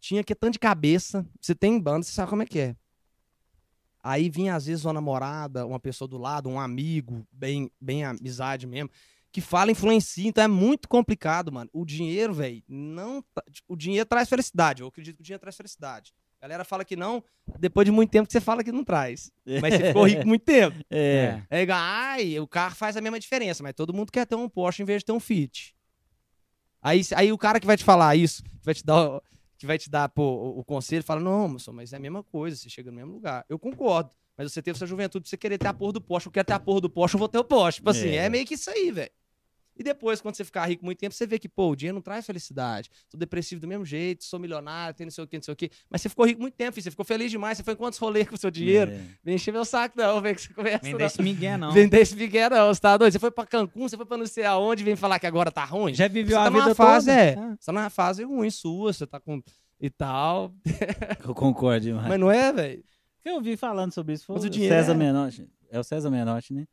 Speaker 2: tinha que é tanto de cabeça. Você tem banda, você sabe como é que é. Aí vinha, às vezes, uma namorada, uma pessoa do lado, um amigo, bem, bem amizade mesmo, que fala, influencia. Então é muito complicado, mano. O dinheiro, velho, não. tá- O dinheiro traz felicidade. Eu acredito que o dinheiro traz felicidade. A galera fala que não, depois de muito tempo que você fala que não traz. Mas você ficou rico muito tempo.
Speaker 1: É.
Speaker 2: É igual, ai, o carro faz a mesma diferença, mas todo mundo quer ter um Porsche em vez de ter um Fit. Aí, se- aí o cara que vai te falar isso, que vai te dar, o- que vai te dar pô, o, o conselho, fala: não, moço, mas é a mesma coisa, você chega no mesmo lugar. Eu concordo, mas você teve sua juventude pra você querer ter a porra do Porsche. Eu quero ter a porra do Porsche, eu vou ter o Porsche. Tipo assim,
Speaker 1: É.
Speaker 2: é, meio que isso aí, velho. E depois, quando você ficar rico muito tempo, você vê que, pô, o dinheiro não traz felicidade. Tô depressivo do mesmo jeito, sou milionário, tenho não sei o que, não sei o que. Mas você ficou rico muito tempo, filho, você ficou feliz demais, você foi em quantos rolês com o seu dinheiro?
Speaker 1: É.
Speaker 2: Vem encher meu saco, não, vem que você conversa.
Speaker 3: Vem
Speaker 2: não.
Speaker 3: desse migué, não.
Speaker 2: Vender esse Big Air, não, você tá doido? Você foi pra Cancún, você foi pra não sei aonde, vem falar que agora tá ruim?
Speaker 3: Já viveu
Speaker 2: Você
Speaker 3: a
Speaker 2: tá numa
Speaker 3: vida
Speaker 2: fase,
Speaker 3: toda.
Speaker 2: é.
Speaker 3: Ah.
Speaker 2: Você tá numa fase ruim sua, você tá com. e tal.
Speaker 1: Eu concordo demais.
Speaker 2: Mas não é, velho?
Speaker 1: O que eu vi falando sobre isso foi
Speaker 2: Mas
Speaker 1: o
Speaker 2: o dinheiro
Speaker 1: César
Speaker 2: é-
Speaker 1: Menotti. É o César Menotti, né?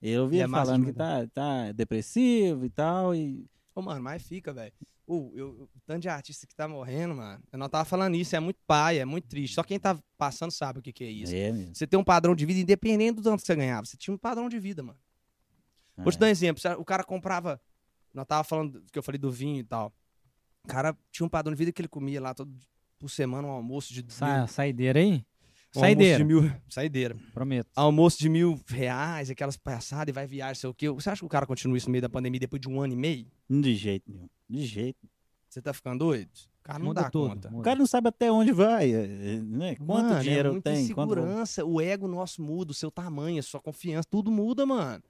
Speaker 1: Eu vi
Speaker 2: E é
Speaker 1: ele
Speaker 2: massa né?
Speaker 1: falando
Speaker 2: de
Speaker 1: que tá, tá depressivo e tal. E...
Speaker 2: Ô, mano, mas fica, velho. Ô, eu- eu- o tanto de artista que tá morrendo, mano. Eu não tava falando isso, é muito pai, é muito triste. Só quem tá passando sabe o que, que é isso.
Speaker 1: É, mesmo.
Speaker 2: Você tem um padrão de vida, independente do tanto que você ganhava. Você tinha um padrão de vida, mano. Vou
Speaker 1: É.
Speaker 2: te dar um exemplo. Se O cara comprava. Nós tava falando do- que eu falei do vinho e tal. O cara tinha um padrão de vida que ele comia lá todo, por semana um almoço de
Speaker 3: Sa saideira aí?
Speaker 2: Um Almoço
Speaker 3: Saideira.
Speaker 2: de mil, saideira.
Speaker 3: Prometo.
Speaker 2: Almoço de mil reais, aquelas palhaçadas e vai viajar, sei o quê. Você acha que o cara continua isso no meio da pandemia depois de um ano e meio?
Speaker 1: De jeito nenhum. De jeito.
Speaker 2: Você tá ficando doido? O cara não
Speaker 3: Muda
Speaker 2: dá
Speaker 3: tudo,
Speaker 2: conta.
Speaker 3: muda.
Speaker 1: O cara não sabe até onde vai. eh, Né? Quanto
Speaker 2: Mano,
Speaker 1: dinheiro
Speaker 2: é
Speaker 1: eu
Speaker 2: muita
Speaker 1: tenho. Quanto...
Speaker 2: insegurança, o ego nosso muda, o seu tamanho, a sua confiança, tudo muda, mano.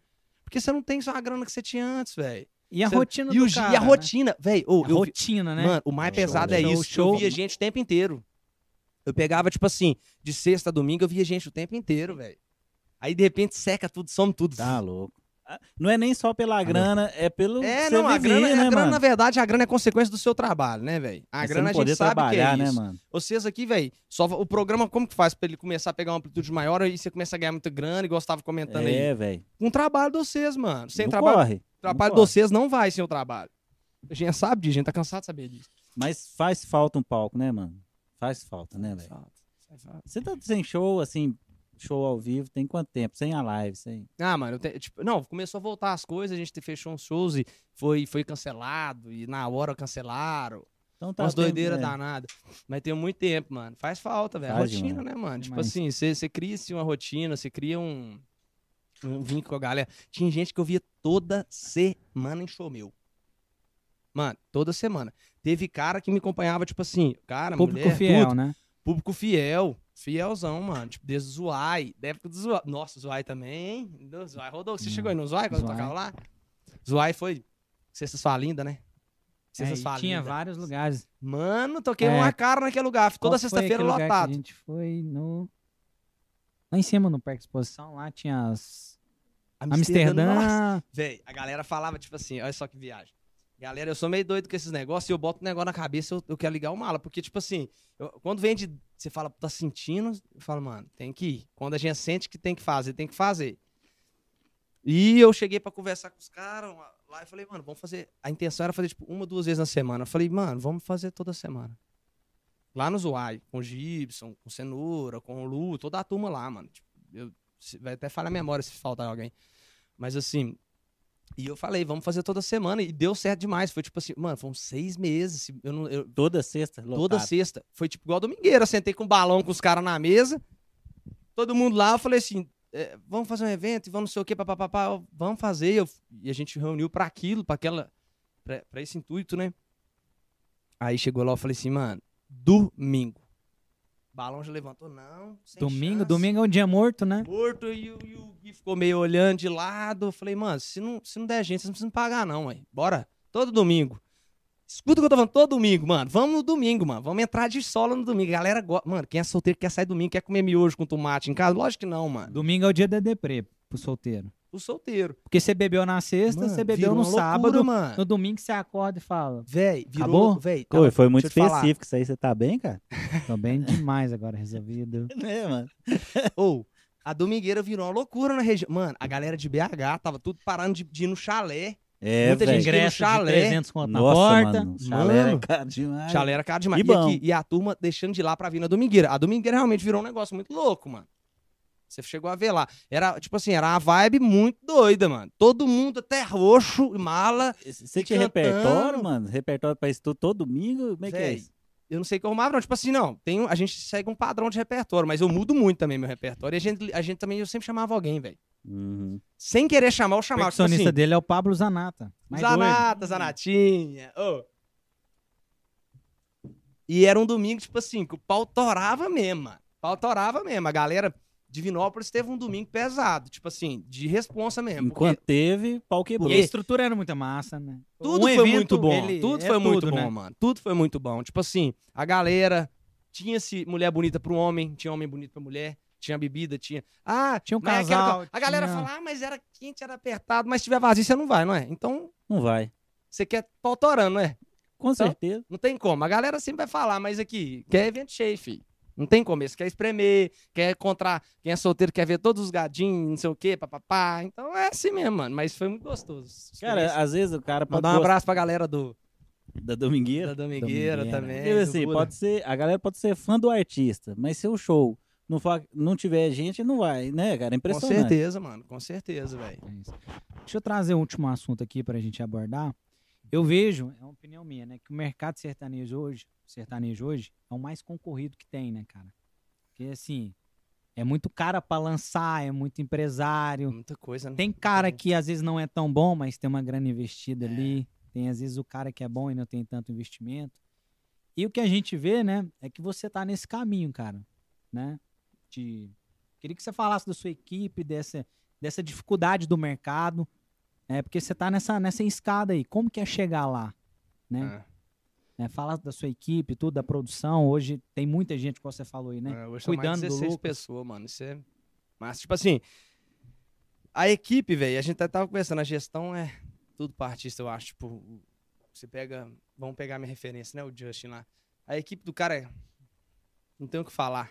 Speaker 2: Porque você não tem só a grana que você tinha antes, velho.
Speaker 3: E a
Speaker 2: Você-
Speaker 3: rotina
Speaker 2: E,
Speaker 3: do
Speaker 2: o- e
Speaker 3: cara,
Speaker 2: a
Speaker 3: né?
Speaker 2: rotina, velho. ô,
Speaker 3: A
Speaker 2: eu vi-
Speaker 3: rotina, né?
Speaker 2: Mano, o mais
Speaker 1: É o show,
Speaker 2: pesado
Speaker 1: né?
Speaker 2: é
Speaker 3: É o
Speaker 2: isso.
Speaker 3: show.
Speaker 2: Eu via gente o tempo inteiro. Eu pegava, tipo assim, de sexta a domingo, eu via gente o tempo inteiro, velho. Aí, de repente, seca tudo, some tudo.
Speaker 1: Tá louco. Ah, Não é nem só pela grana, é pelo.
Speaker 2: Ah, É,
Speaker 1: seu
Speaker 2: não, a grana,
Speaker 1: vizinho,
Speaker 2: a
Speaker 1: né,
Speaker 2: grana, na
Speaker 1: mano? É
Speaker 2: verdade, a grana é consequência do seu trabalho, né, velho? A
Speaker 1: Você
Speaker 2: grana
Speaker 1: não
Speaker 2: a
Speaker 1: poder
Speaker 2: gente sabe que é
Speaker 1: trabalhar,
Speaker 2: isso.
Speaker 1: né, mano?
Speaker 2: Vocês aqui, velho, só o programa como que faz pra ele começar a pegar uma amplitude maior e você começa a ganhar muita grana, igual você tava comentando aí.
Speaker 1: É, velho.
Speaker 2: Com o trabalho de vocês, mano. Sem
Speaker 1: Não
Speaker 2: trabalho,
Speaker 1: corre. não
Speaker 2: trabalho de
Speaker 1: corre.
Speaker 2: vocês não vai sem o trabalho. A gente sabe disso, a gente tá cansado de saber disso.
Speaker 1: Mas faz falta um palco, né, mano? Faz falta, né, velho? Você tá sem show, assim, show ao vivo, tem quanto tempo? Sem a live, sem.
Speaker 2: Ah, mano, eu te- tipo, não, começou a voltar as coisas, a gente te- fechou uns shows e foi, foi cancelado, e na hora cancelaram.
Speaker 1: Então tá
Speaker 2: umas
Speaker 1: tendo-
Speaker 2: doideiras
Speaker 1: é.
Speaker 2: danadas. Mas tem muito tempo, mano. Faz falta, velho. A
Speaker 1: Faz
Speaker 2: Rotina,
Speaker 1: demais.
Speaker 2: né, mano? Tipo
Speaker 3: Demais.
Speaker 2: assim, você cria-se uma rotina, você cria um, um vínculo com a galera. Tinha gente que eu via toda semana em show meu. Mano, toda semana. Teve cara que me acompanhava, tipo assim, cara,
Speaker 3: Público
Speaker 2: mulher,
Speaker 3: fiel,
Speaker 2: tudo.
Speaker 3: né?
Speaker 2: Público fiel. Fielzão, mano. Tipo, desde o Zuai. Da época do Zuai. Nossa, Zuai também, hein? Do Zuai. Rodou, você chegou aí no Zuai quando
Speaker 3: Hum. Zuai.
Speaker 2: tocava lá? Zuai foi Sexta Sua Linda, né?
Speaker 3: É,
Speaker 2: Sexta
Speaker 3: e
Speaker 2: Sua
Speaker 3: tinha
Speaker 2: Linda.
Speaker 3: vários lugares.
Speaker 2: Mano, toquei
Speaker 3: É.
Speaker 2: uma cara naquele lugar.
Speaker 3: Qual
Speaker 2: Toda
Speaker 3: foi
Speaker 2: sexta-feira
Speaker 3: aquele lugar que
Speaker 2: lotado.
Speaker 3: A gente foi no. Lá em cima, no Parque de Exposição, lá tinha as. Amsterdã.
Speaker 2: nossa. Véi, a galera falava, tipo assim, olha só que viagem. Galera, eu sou meio doido com esses negócios e eu boto um negócio na cabeça, eu, eu quero ligar o mala. Porque, tipo assim, eu- quando vem de. Você fala, tá sentindo? Eu falo, mano, tem que ir. Quando a gente sente que tem que fazer, tem que fazer. E eu cheguei pra conversar com os caras lá- lá e falei, mano, vamos fazer. A intenção era fazer, tipo, uma, duas vezes na semana. Eu falei, mano, vamos fazer toda semana. Lá no Zoai, com o Gibson, com o Cenoura, com o Lu, toda a turma lá, mano. Tipo, eu- se- vai até falhar a memória se faltar alguém. Mas assim, e eu falei, vamos fazer toda semana. E deu certo demais. Foi tipo assim, mano, foram seis meses. se- Eu não, eu-
Speaker 1: Toda sexta, lotado.
Speaker 2: toda sexta. Foi tipo igual domingueira. Eu sentei com o balão com os caras na mesa. Todo mundo lá, eu falei assim: é, vamos fazer um evento, e vamos não sei o quê, papapá, eu, vamos fazer. Eu- e a gente reuniu pra aquilo, pra aquela. Pra, pra esse intuito, né? Aí chegou lá, eu falei assim, mano, domingo. Balão já levantou, não. sem
Speaker 3: Domingo,
Speaker 2: chance.
Speaker 3: domingo é um dia morto, né?
Speaker 2: Morto e, o- e o- e Gui ficou meio olhando de lado. Eu Falei, mano, se não, se não der gente, vocês não precisam pagar, não, aí. Bora. Todo domingo. Escuta o que eu tô falando, todo domingo, mano. Vamos no domingo, mano. Vamos entrar de sola no domingo. Galera, go... mano, quem é solteiro quer sair domingo, quer comer miojo com tomate em casa? Lógico que não, mano.
Speaker 3: Domingo é o dia da deprê pro solteiro.
Speaker 2: O solteiro.
Speaker 3: Porque você bebeu na sexta,
Speaker 2: Mano,
Speaker 3: você
Speaker 2: virou
Speaker 3: bebeu no
Speaker 2: uma loucura,
Speaker 3: sábado.
Speaker 2: mano.
Speaker 3: Ah. No domingo você acorda e fala.
Speaker 2: Véi, virou.
Speaker 3: Acabou?
Speaker 2: Véi, tá-
Speaker 1: Oi, foi muito
Speaker 2: deixa eu te falar.
Speaker 1: específico isso aí. Você tá bem, cara?
Speaker 3: Tô bem
Speaker 2: É.
Speaker 3: demais agora, resolvido.
Speaker 1: É, mano.
Speaker 2: Ou, a domingueira virou uma loucura na região. Mano, a galera de BH tava tudo parando de, de ir no chalé.
Speaker 1: É,
Speaker 2: Muita
Speaker 1: velho.
Speaker 2: gente quer-
Speaker 3: Ingresso de
Speaker 2: chalé.
Speaker 3: 300 conto na
Speaker 1: Nossa,
Speaker 3: porta.
Speaker 1: mano. Chalé
Speaker 2: Mano. tipo
Speaker 1: é caro demais.
Speaker 2: Chalé era caro demais.
Speaker 1: E
Speaker 2: E,
Speaker 1: bom.
Speaker 2: aqui- e a turma deixando de lá pra vir na domingueira. A domingueira realmente virou um negócio muito louco, mano. Você chegou a ver lá. Era, tipo assim, era uma vibe muito doida, mano. Todo mundo até roxo, mala.
Speaker 1: Você
Speaker 2: E
Speaker 1: tinha
Speaker 2: cantando.
Speaker 1: repertório, mano? Repertório pra isso tudo todo domingo? Como é que é
Speaker 2: Véi,
Speaker 1: isso?
Speaker 2: Eu não sei o que eu arrumava, não. Tipo assim, não. Tem, um- a gente segue um padrão de repertório, mas eu mudo muito também meu repertório. E a gente, a gente também, eu sempre chamava alguém, velho.
Speaker 1: Uhum.
Speaker 2: Sem querer chamar, eu
Speaker 3: O
Speaker 2: chamava. Tipo
Speaker 3: personista
Speaker 2: assim,
Speaker 3: dele é o Pablo Zanata. Mais doido.
Speaker 2: Zanata, Zanatinha. ô. E era um domingo, tipo assim, que o pau torava mesmo, mano. O pau torava mesmo. A galera de Vinópolis teve um domingo pesado, tipo assim, de responsa mesmo. porque
Speaker 1: Enquanto teve, pau quebrou.
Speaker 3: E a estrutura era muito massa, né?
Speaker 2: tudo
Speaker 3: Um
Speaker 2: foi
Speaker 3: evento,
Speaker 2: muito bom.
Speaker 3: ele
Speaker 2: Tudo
Speaker 3: é
Speaker 2: foi muito
Speaker 3: tudo,
Speaker 2: bom,
Speaker 3: né?
Speaker 2: mano. Tudo foi muito bom. Tipo assim, a galera tinha-se mulher bonita pro homem, tinha homem bonito pra mulher, tinha bebida, tinha. Ah,
Speaker 3: Tinha um
Speaker 2: mas é aquela
Speaker 3: casal,
Speaker 2: co- A galera
Speaker 3: tinha-
Speaker 2: fala, ah, mas era quente, era apertado, mas se tiver vazio, você não vai, não é? Então,
Speaker 1: Não vai.
Speaker 2: você quer pau torando, não é?
Speaker 1: Com
Speaker 2: Então,
Speaker 1: certeza.
Speaker 2: Não tem como. A galera sempre vai falar, mas aqui, quer evento cheio, filho. Não tem como. Esse quer espremer, quer encontrar quem é solteiro, quer ver todos os gadinhos, não sei o quê, papapá. Então é assim mesmo, mano. Mas foi muito gostoso.
Speaker 1: Cara, às vezes o cara pode
Speaker 2: é mandar um
Speaker 1: gostar
Speaker 2: abraço pra galera do,
Speaker 1: da domingueira.
Speaker 2: da Domingueira,
Speaker 3: Domingueira.
Speaker 2: também.
Speaker 1: Tipo
Speaker 2: do
Speaker 1: assim,
Speaker 2: Buda.
Speaker 1: pode ser, a galera pode ser fã do artista, mas se o show não, fa- não tiver gente, não vai, né, cara? É
Speaker 2: Com
Speaker 1: Impressionante.
Speaker 2: certeza, mano. Com certeza, velho.
Speaker 3: É isso. Deixa eu trazer um último assunto aqui pra gente abordar. Eu vejo, é uma opinião minha, né? Que o mercado sertanejo hoje, sertanejo hoje, é o mais concorrido que tem, né, cara? Porque assim, é muito cara pra lançar, é muito empresário.
Speaker 2: Muita coisa, né?
Speaker 3: Tem cara que às vezes não é tão bom, mas tem uma grana investida ali. Tem às vezes o cara que é bom e não tem tanto investimento. E o que a gente vê, né, é que você tá nesse caminho, cara, né? De... Queria que você falasse da sua equipe, dessa, dessa dificuldade do mercado, é porque você tá nessa, nessa escada aí. Como que é chegar lá, né?
Speaker 2: Ah,
Speaker 3: É, falar da sua equipe, tudo, da produção. Hoje tem muita gente, como você falou aí, né?
Speaker 2: ah, hoje são mais
Speaker 3: Cuidando do
Speaker 2: 16
Speaker 3: Lucas.
Speaker 2: pessoas, mano. Isso é. Mas, tipo assim, a equipe, velho, a gente até tava conversando, a gestão é tudo pra artista, eu acho. Tipo, o- você pega. Vamos pegar minha referência, né? O Justin lá. A equipe do cara é. Não tem o que falar.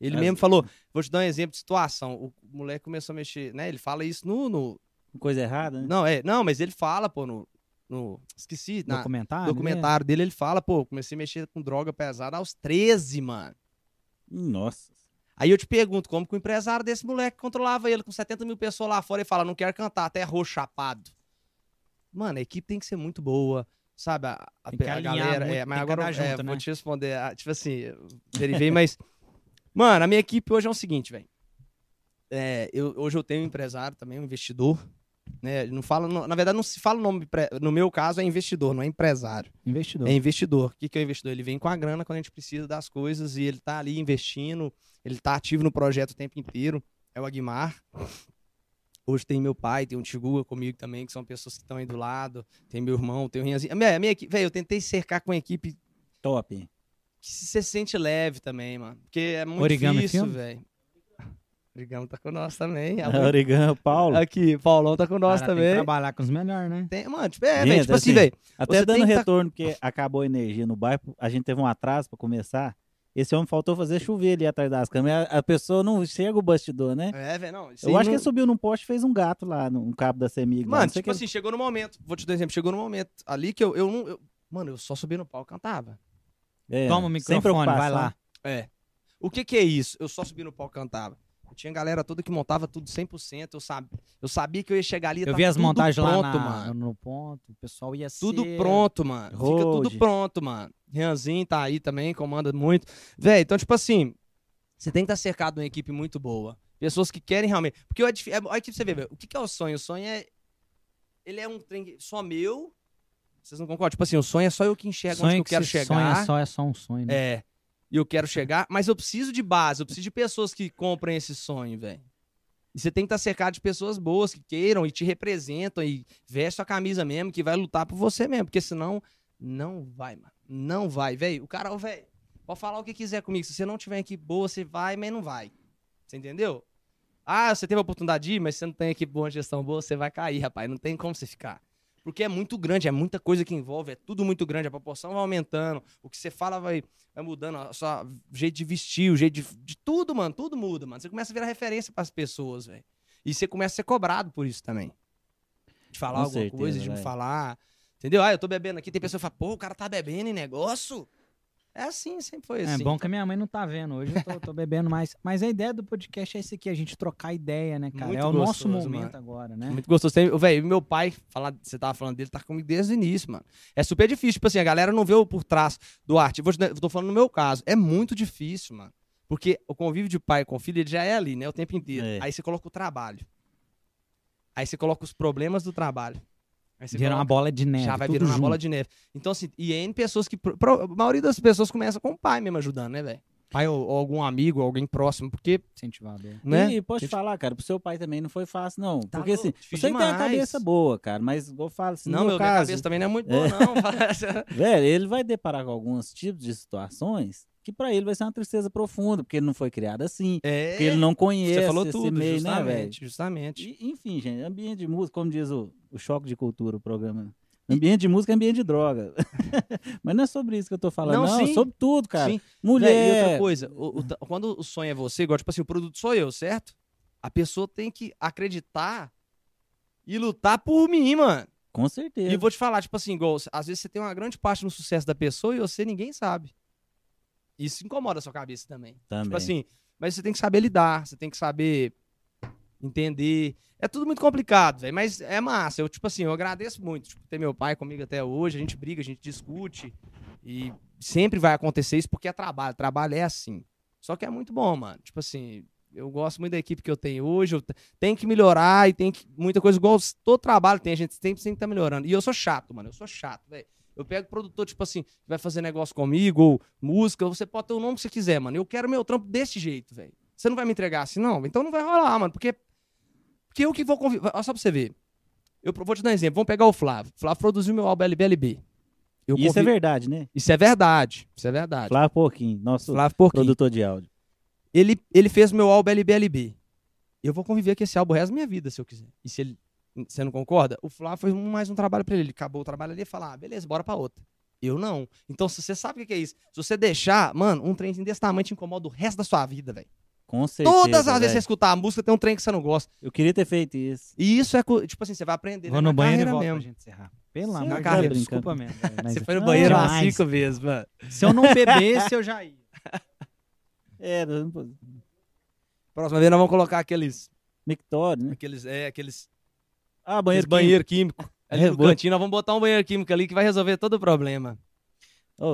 Speaker 2: Ele
Speaker 1: Mas-
Speaker 2: mesmo falou, vou te dar um exemplo de situação. O moleque começou a mexer, né? Ele fala isso no. no-
Speaker 1: Coisa errada, né?
Speaker 2: não, é. Não, mas ele fala, pô, no. no esqueci, na,
Speaker 3: documentário. né?
Speaker 2: documentário dele, ele fala, pô, comecei a mexer com droga pesada aos 13, mano.
Speaker 1: Nossa.
Speaker 2: Aí eu te pergunto, como que o empresário desse moleque controlava ele com 70 mil pessoas lá fora e fala, não quero cantar, até roxo chapado. Mano, a equipe tem que ser muito boa, sabe? A, a,
Speaker 3: Tem que
Speaker 2: a
Speaker 3: alinhar
Speaker 2: galera.
Speaker 3: muito,
Speaker 2: é, mas
Speaker 3: tem que
Speaker 2: agora
Speaker 3: andar
Speaker 2: é,
Speaker 3: junto,
Speaker 2: vou
Speaker 3: né?
Speaker 2: te responder. ah, Tipo assim, eu derivei, mas. Mano, a minha equipe hoje é o seguinte, velho. É, eu- hoje eu tenho um empresário também, um investidor. Né? Não fala, não- na verdade, não se fala o nome. empre- No meu caso, é investidor, não é empresário.
Speaker 3: Investidor.
Speaker 2: É investidor. O que que é o investidor? Ele vem com a grana quando a gente precisa das coisas e ele tá ali investindo, ele tá ativo no projeto o tempo inteiro. É o Aguimar. Hoje tem meu pai, tem o Tiguga comigo também, que são pessoas que estão aí do lado. Tem meu irmão, tem o Renanzinho. A minha, a minha equipe, velho, eu tentei cercar com uma equipe
Speaker 1: Top.
Speaker 2: que você sente leve também, mano. Porque é muito
Speaker 3: Origami
Speaker 2: difícil,
Speaker 3: Filmes?
Speaker 2: velho. Origami tá com nós também. Alô.
Speaker 1: Origami, Paulo.
Speaker 2: Aqui, Paulão tá com
Speaker 3: Cara,
Speaker 2: nós
Speaker 3: tem que
Speaker 2: também.
Speaker 3: trabalhar com os melhores, né?
Speaker 2: Tem, mano, tipo, é,
Speaker 1: Gente,
Speaker 2: velho, tipo assim,
Speaker 1: assim,
Speaker 2: velho.
Speaker 1: Até
Speaker 2: você
Speaker 1: dando
Speaker 2: tem que tá-
Speaker 1: retorno, porque acabou a energia no bairro, a gente teve um atraso pra começar. Esse homem faltou fazer chover ali atrás das câmeras. A a pessoa não chega o bastidor, né?
Speaker 2: É, velho, não. isso
Speaker 1: Eu
Speaker 2: aí
Speaker 1: acho
Speaker 2: não-
Speaker 1: que ele subiu num poste e fez um gato lá, no- um cabo da CEMIG. lá,
Speaker 2: Mano,
Speaker 1: não sei
Speaker 2: tipo
Speaker 3: é.
Speaker 1: que ele-
Speaker 2: assim, chegou no momento. Vou te dar um exemplo. Chegou no momento ali que eu, eu não. eu- mano, eu só subi no palco e cantava.
Speaker 1: É,
Speaker 3: Toma o
Speaker 1: sem
Speaker 3: microfone, vai
Speaker 1: preocupação.
Speaker 3: lá.
Speaker 2: É. O que que é isso? Eu só subi no palco e cantava. Eu tinha galera toda que montava tudo 100%. Eu, sab... eu sabia que eu ia chegar ali e
Speaker 3: Eu
Speaker 2: tava
Speaker 3: vi as
Speaker 2: tá tudo
Speaker 3: montagens
Speaker 2: pronto,
Speaker 3: lá na-
Speaker 2: mano.
Speaker 3: no ponto, o pessoal ia
Speaker 2: Tudo
Speaker 3: cedo.
Speaker 2: pronto, mano. Fica
Speaker 1: Road.
Speaker 2: tudo pronto, mano. Rianzinho tá aí também, comanda muito. Véi, então, tipo assim, você tem que estar cercado de uma equipe muito boa. Pessoas que querem realmente. Porque é difícil. Olha que você vê, velho. O que, que é o sonho? O sonho é. Ele é um trem que- só meu. Vocês não concordam? Tipo assim, o sonho é só eu que enxergo onde que eu quero
Speaker 3: se
Speaker 2: chegar.
Speaker 3: Sonha só é só um sonho, né?
Speaker 2: É. E eu quero chegar, mas eu preciso de base, eu preciso de pessoas que comprem esse sonho, velho. E você tem que estar cercado de pessoas boas que queiram e te representam e veste a camisa mesmo, que vai lutar por você mesmo. Porque senão, não vai, mano. Não vai, velho. O cara, ô, velho, pode falar o que quiser comigo. Se você não tiver aqui boa, você vai, mas não vai. Você entendeu? Ah, você teve a oportunidade de ir, mas você não tem aqui boa gestão boa, você vai cair, rapaz. Não tem como você ficar. Porque é muito grande, é muita coisa que envolve, é tudo muito grande, a proporção vai aumentando, o que você fala vai, vai mudando, a sua- o jeito de vestir, o jeito de, de tudo, mano, tudo muda, mano. Você começa a virar referência pras pessoas, velho. E você começa a ser cobrado por isso também. De falar
Speaker 1: Com
Speaker 2: alguma
Speaker 1: certeza,
Speaker 2: coisa, de me
Speaker 1: velho.
Speaker 2: falar. Entendeu? Ah, eu tô bebendo aqui, tem pessoa que fala, pô, o cara tá bebendo em negócio? É assim, sempre foi assim.
Speaker 3: É bom que a minha mãe não tá vendo. Hoje eu tô, tô bebendo mais. Mas a ideia do podcast é esse aqui, a gente trocar ideia, né, cara?
Speaker 2: Muito
Speaker 3: é o nosso
Speaker 2: gostoso,
Speaker 3: momento agora, né?
Speaker 2: É. Muito gostoso. Tem, velho, meu pai, falar, você tava falando dele, tá comigo desde o início, mano. É super difícil. Tipo assim, a galera não vê o por trás do arte. Vou, te dar- tô falando no meu caso. É muito difícil, mano. Porque o convívio de pai com filho, ele já é ali, né? O tempo inteiro.
Speaker 1: É.
Speaker 2: Aí você coloca o trabalho. Aí você coloca os problemas do trabalho. Aí você
Speaker 3: Virar uma
Speaker 2: coloca-
Speaker 3: bola de neve.
Speaker 2: já vai
Speaker 3: tudo
Speaker 2: virando uma
Speaker 3: junto.
Speaker 2: bola de neve. Então, assim, e N pessoas que. pro- pro- A maioria das pessoas começa com o pai mesmo ajudando, né, velho? Pai ou, ou algum amigo, alguém próximo, porque,
Speaker 3: Incentivador.
Speaker 2: né?
Speaker 1: E posso te
Speaker 2: Gente-
Speaker 1: falar, cara, pro seu pai também não foi fácil, não.
Speaker 2: Tá
Speaker 1: Porque
Speaker 2: louco,
Speaker 1: assim,
Speaker 2: difícil
Speaker 1: você que tem uma
Speaker 2: demais.
Speaker 1: cabeça boa, cara, mas igual eu falo, assim,
Speaker 2: não,
Speaker 1: no meu
Speaker 2: meu, minha
Speaker 1: caso,
Speaker 2: cabeça também não é muito boa, não.
Speaker 1: velho, ele vai deparar com alguns tipos de situações que pra ele vai ser uma tristeza profunda, porque ele não foi criado assim,
Speaker 2: é.
Speaker 1: porque ele não conhece
Speaker 2: Você falou
Speaker 1: esse
Speaker 2: tudo,
Speaker 1: meio, né, velho?
Speaker 2: justamente, justamente.
Speaker 1: E, enfim, gente, ambiente de música, como diz o, o Choque de Cultura, o programa. Ambiente de música é ambiente de droga. Mas não é sobre isso que eu tô falando,
Speaker 2: Não,
Speaker 1: não.
Speaker 2: sim.
Speaker 1: é sobre tudo, cara.
Speaker 2: Sim. Né, E outra
Speaker 1: Mulher.
Speaker 2: coisa, o- o ta- quando o sonho é você, igual, tipo assim, o produto sou eu, certo? A pessoa tem que acreditar e lutar por mim, mano.
Speaker 1: Com
Speaker 2: E
Speaker 1: certeza.
Speaker 2: eu vou te falar, tipo assim, igual, às vezes você tem uma grande parte no sucesso da pessoa e você ninguém sabe. Isso incomoda a sua cabeça também.
Speaker 1: Também.
Speaker 2: Tipo assim, mas você tem que saber lidar, você tem que saber entender. É tudo muito complicado, velho, mas é massa. Eu, tipo assim, eu agradeço muito tipo, ter meu pai comigo até hoje. A gente briga, a gente discute. E sempre vai acontecer isso porque é trabalho. Trabalho é assim. Só que é muito bom, mano. Tipo assim, eu gosto muito da equipe que eu tenho hoje. Eu te- tenho que melhorar e tem que. Muita coisa, igual todo trabalho tem, a gente sempre tem que tá melhorando. E eu sou chato, mano. Eu sou chato, velho. Eu pego produtor, tipo assim, que vai fazer negócio comigo, ou música, você pode ter o nome que você quiser, mano. Eu quero meu trampo desse jeito, velho. Você não vai me entregar assim, não? Então não vai rolar, mano, porque. Porque eu que vou convidar. Só pra você ver. Eu pro- vou te dar um exemplo. Vamos pegar o Flávio. O Flávio produziu meu álbum LBLB. Eu
Speaker 1: Isso é
Speaker 2: convi-
Speaker 1: verdade, né?
Speaker 2: Isso é verdade. Isso é verdade.
Speaker 1: Flávio
Speaker 2: Flávio,
Speaker 1: Porquinho, um nosso
Speaker 2: Porquinho.
Speaker 1: produtor de áudio.
Speaker 2: Ele, ele fez meu álbum LBLB. Eu vou conviver com esse álbum o resto da minha vida, se eu quiser. E se ele. Você não concorda? O Flávio foi um- mais um trabalho pra ele. Ele acabou o trabalho ali e fala: ah, beleza, bora pra outra. Eu não. Então, se você sabe o que que é isso, se você deixar, mano, um trem desse tamanho te incomoda o resto da sua vida, velho.
Speaker 1: Com certeza.
Speaker 2: Todas as vezes que você
Speaker 1: velho.
Speaker 2: escutar a música, tem um trem que você não gosta.
Speaker 1: Eu queria ter feito isso.
Speaker 2: E isso é, co- tipo assim, você vai aprender.
Speaker 3: Vou
Speaker 2: né,
Speaker 3: no
Speaker 2: na
Speaker 3: banheiro e
Speaker 2: carreira
Speaker 3: volto pra
Speaker 2: mesmo.
Speaker 3: gente encerrar. Pelo
Speaker 1: Você
Speaker 3: amor
Speaker 2: tá
Speaker 3: de Deus,
Speaker 2: brincando.
Speaker 3: desculpa mesmo. velho, mas-
Speaker 2: Você foi É, no
Speaker 3: Não,
Speaker 2: banheiro assim, umas
Speaker 3: demais.
Speaker 2: cinco vezes, mano.
Speaker 3: Se eu não bebesse, eu já ia.
Speaker 1: É, não pô,
Speaker 2: Próxima vez nós vamos colocar aqueles.
Speaker 1: mictório, né?
Speaker 2: Aqueles. É, aqueles.
Speaker 1: Ah, banheiro.
Speaker 2: Banheiro, banheiro químico. Ali
Speaker 1: É,
Speaker 2: no
Speaker 1: boa.
Speaker 2: cantinho, nós vamos botar um banheiro químico ali que vai resolver todo o problema.
Speaker 1: químico.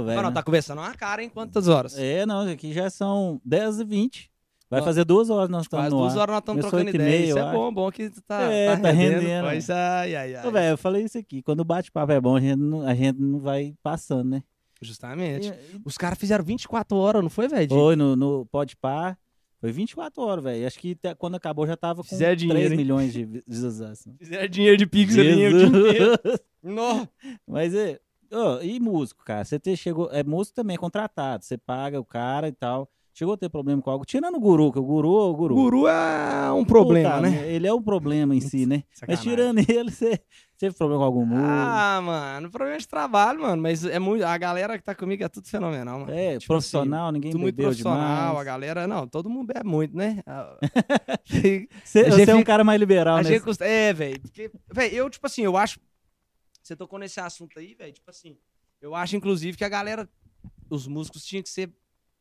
Speaker 1: Ô, velho.
Speaker 2: Mano, tá conversando uma cara, hein? Quantas horas?
Speaker 1: É, não, aqui já são 10 e 20 Vai
Speaker 2: Ó,
Speaker 1: fazer duas horas nós estamos
Speaker 2: Quase
Speaker 1: no
Speaker 2: duas
Speaker 1: ar.
Speaker 2: horas nós estamos
Speaker 1: Começou
Speaker 2: trocando
Speaker 1: oito e
Speaker 2: ideia.
Speaker 1: meia,
Speaker 2: Isso
Speaker 1: eu
Speaker 2: é bom, bom que tu tá,
Speaker 1: É,
Speaker 2: tá,
Speaker 1: tá
Speaker 2: rendendo.
Speaker 1: rendendo.
Speaker 2: Pois, ai, ai, ai.
Speaker 1: Ô, velho, eu falei isso aqui. Quando o bate-papo é bom, a gente, não, a gente não vai passando, né?
Speaker 2: Justamente.
Speaker 1: E-
Speaker 2: Os caras fizeram 24 horas, não foi, velho?
Speaker 1: Foi no, no Podpah. Foi 24 horas, velho. Acho que até quando acabou já tava com
Speaker 2: Fizeram
Speaker 1: 3
Speaker 2: é dinheiro, hein?
Speaker 1: milhões de visualizações.
Speaker 2: Fizeram dinheiro de pix ali. o dia inteiro. Nó.
Speaker 1: Mas é. ô, e músico, cara? Você te- chegou. É, músico também é contratado. Você paga o cara e tal. Chegou a ter problema com algo. Tirando o guru, que o guru é o guru.
Speaker 2: Guru é um problema,
Speaker 1: Puta,
Speaker 2: né?
Speaker 1: Ele é um problema em si, né? Mas tirando ele, você teve problema com algum músico.
Speaker 2: Ah, mano, problema de trabalho, mano. Mas é muito. A galera que tá comigo é tudo fenomenal, mano.
Speaker 1: é,
Speaker 2: Tipo
Speaker 1: profissional, ninguém
Speaker 2: assim, tudo muito
Speaker 1: bebeu
Speaker 2: profissional, a
Speaker 1: demais.
Speaker 2: galera. Não, todo mundo bebe muito, né? A-
Speaker 1: Você,
Speaker 2: A
Speaker 1: você
Speaker 2: gente
Speaker 1: é um
Speaker 2: fica-
Speaker 1: cara mais liberal,
Speaker 2: A
Speaker 1: né?
Speaker 2: gente custa- É, velho. porque- Velho, eu, tipo assim, eu acho. Você tocou nesse assunto aí, velho. Tipo assim, eu acho, inclusive, que a galera. Os músicos tinham que ser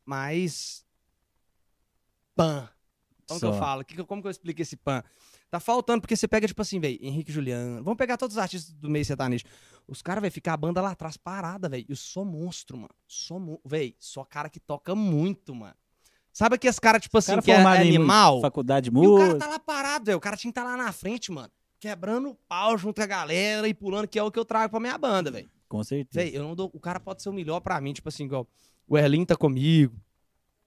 Speaker 2: mais. Pan. Como que eu
Speaker 1: Só.
Speaker 2: falo? Que que eu- como que eu explico esse pan? Tá faltando, porque você pega, tipo assim, velho, Henrique Juliano. Vamos pegar todos os artistas do meio sertanejo. Os caras, vai ficar a banda lá atrás parada, velho. Eu sou monstro, mano. Só, mon... velho, só cara que toca muito, mano. Sabe aqueles caras, tipo assim,
Speaker 1: cara
Speaker 2: que é
Speaker 1: formado em
Speaker 2: animal?
Speaker 1: faculdade de
Speaker 2: E o cara
Speaker 1: música.
Speaker 2: tá lá parado, velho. O cara tinha que tá lá na frente, mano. Quebrando o pau junto com a galera e pulando, que é o que eu trago pra minha banda, velho.
Speaker 1: Com certeza.
Speaker 2: Véi, eu não dou. O cara pode ser o melhor pra mim, tipo assim, igual. O Erlin tá comigo,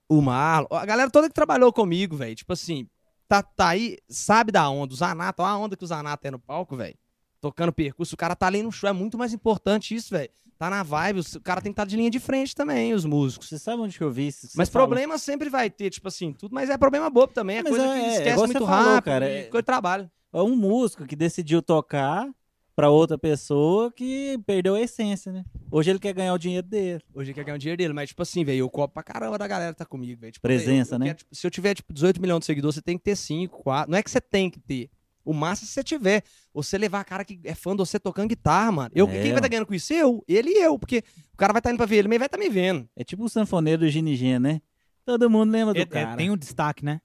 Speaker 2: o Marlon, a galera toda que trabalhou comigo, velho. Tipo assim, tá, tá aí, sabe da onda. O Zanata, olha a onda que o Zanata é no palco, velho. Tocando percurso, o cara tá ali no show. É muito mais importante isso, velho. Tá na vibe, o cara tem que estar de linha de frente também, os músicos.
Speaker 1: Você sabe onde que eu vi isso? que você
Speaker 2: Mas
Speaker 1: falou?
Speaker 2: problema sempre vai ter, tipo assim, tudo, mas é problema bobo também. É
Speaker 1: Mas
Speaker 2: coisa
Speaker 1: é-
Speaker 2: que
Speaker 1: é,
Speaker 2: esquece
Speaker 1: igual você
Speaker 2: muito
Speaker 1: falou,
Speaker 2: rápido,
Speaker 1: cara,
Speaker 2: e
Speaker 1: é-
Speaker 2: coisa de trabalho.
Speaker 1: É um músico que decidiu tocar pra outra pessoa que perdeu a essência, né? Hoje ele quer ganhar o dinheiro dele.
Speaker 2: Hoje ele quer ganhar o dinheiro dele, mas, tipo assim, velho, eu copo pra caramba da galera que tá comigo, velho. Tipo,
Speaker 1: Presença,
Speaker 2: eu- eu
Speaker 1: né?
Speaker 2: quero, tipo, se eu tiver, tipo, 18 milhões de seguidores, você tem que ter 5, 4. Não é que você tem que ter. O massa é se você tiver. Você levar a cara que é fã de você tocando guitarra, mano. Eu,
Speaker 1: É,
Speaker 2: quem vai
Speaker 1: mano.
Speaker 2: tá ganhando com isso? Eu. Ele e eu. Porque o cara vai tá indo pra ver ele, mas vai tá me vendo.
Speaker 1: É tipo o sanfoneiro do Ginigê, né? Todo mundo lembra do
Speaker 3: É- é-
Speaker 1: cara.
Speaker 3: tem um destaque, né?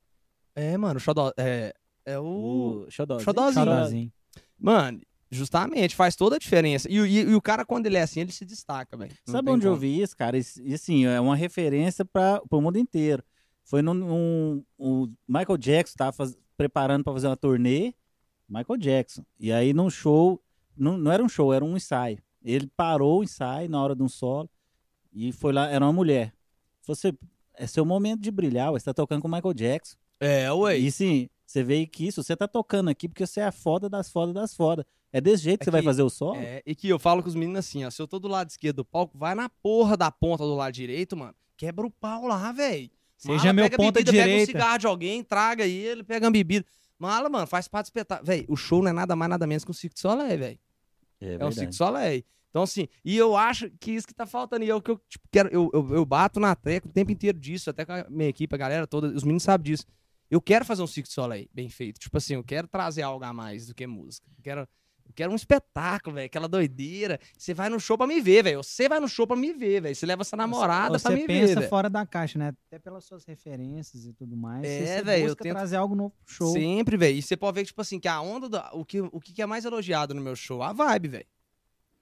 Speaker 2: É, mano, o Xodó. É, é o.
Speaker 1: o Xodózinho.
Speaker 2: Xodózinho.
Speaker 3: Xodózinho.
Speaker 2: Mano, justamente, faz toda a diferença. E, o- e- e o cara, quando ele é assim, ele se destaca, velho. Não
Speaker 1: Sabe
Speaker 2: tem
Speaker 1: onde eu
Speaker 2: como.
Speaker 1: vi isso, cara? Isso- E assim, é uma referência para o mundo inteiro. Foi num. num- o Michael Jackson tava faz- preparando para fazer uma turnê. Michael Jackson. E aí, num show. Não, não era um show, era um ensaio. Ele parou o ensaio na hora de um solo. E foi lá, era uma mulher. Você. É seu momento de brilhar, ué, você tá tocando com o Michael Jackson.
Speaker 2: É, ué.
Speaker 1: E sim, você vê que isso, você tá tocando aqui porque você é a foda das fodas das fodas. É desse jeito que
Speaker 2: É
Speaker 1: você vai
Speaker 2: que-
Speaker 1: fazer o solo?
Speaker 2: É, e que eu falo com os meninos assim, ó. Se eu tô do lado esquerdo do palco, vai na porra da ponta do lado direito, mano. Quebra o pau lá, velho.
Speaker 3: Seja meu
Speaker 2: pega
Speaker 3: ponta
Speaker 2: bebida, Pega um
Speaker 3: direita.
Speaker 2: cigarro de alguém, traga ele, pega uma bebida. Mala, mano, faz parte do espetáculo. Véi, o show não é nada mais, nada menos que um Cirque du Soleil, velho. É um
Speaker 1: verdade.
Speaker 2: Cirque du Soleil. Então, assim, e eu acho que isso que tá faltando. E é o que eu tipo, quero. Eu, eu, eu bato na tecla o tempo inteiro disso, até com a minha equipe, a galera toda, os meninos sabem disso. Eu quero fazer um Cirque du Soleil bem feito. Tipo assim, eu quero trazer algo a mais do que música. Eu quero, eu quero um espetáculo, velho. Aquela doideira. Você vai no show pra me ver, velho. Você vai no show pra me ver, velho. Você leva sua namorada
Speaker 3: Você
Speaker 2: pra me
Speaker 3: pensa
Speaker 2: ver. velho.
Speaker 3: fora da caixa, né? Até pelas suas referências e tudo mais.
Speaker 2: É,
Speaker 3: você- você
Speaker 2: velho, eu
Speaker 3: busca
Speaker 2: tento-
Speaker 3: trazer algo novo pro show.
Speaker 2: Sempre, velho. E você pode ver, tipo assim, que a onda. do- o, que, o que é mais elogiado no meu show? A vibe, velho.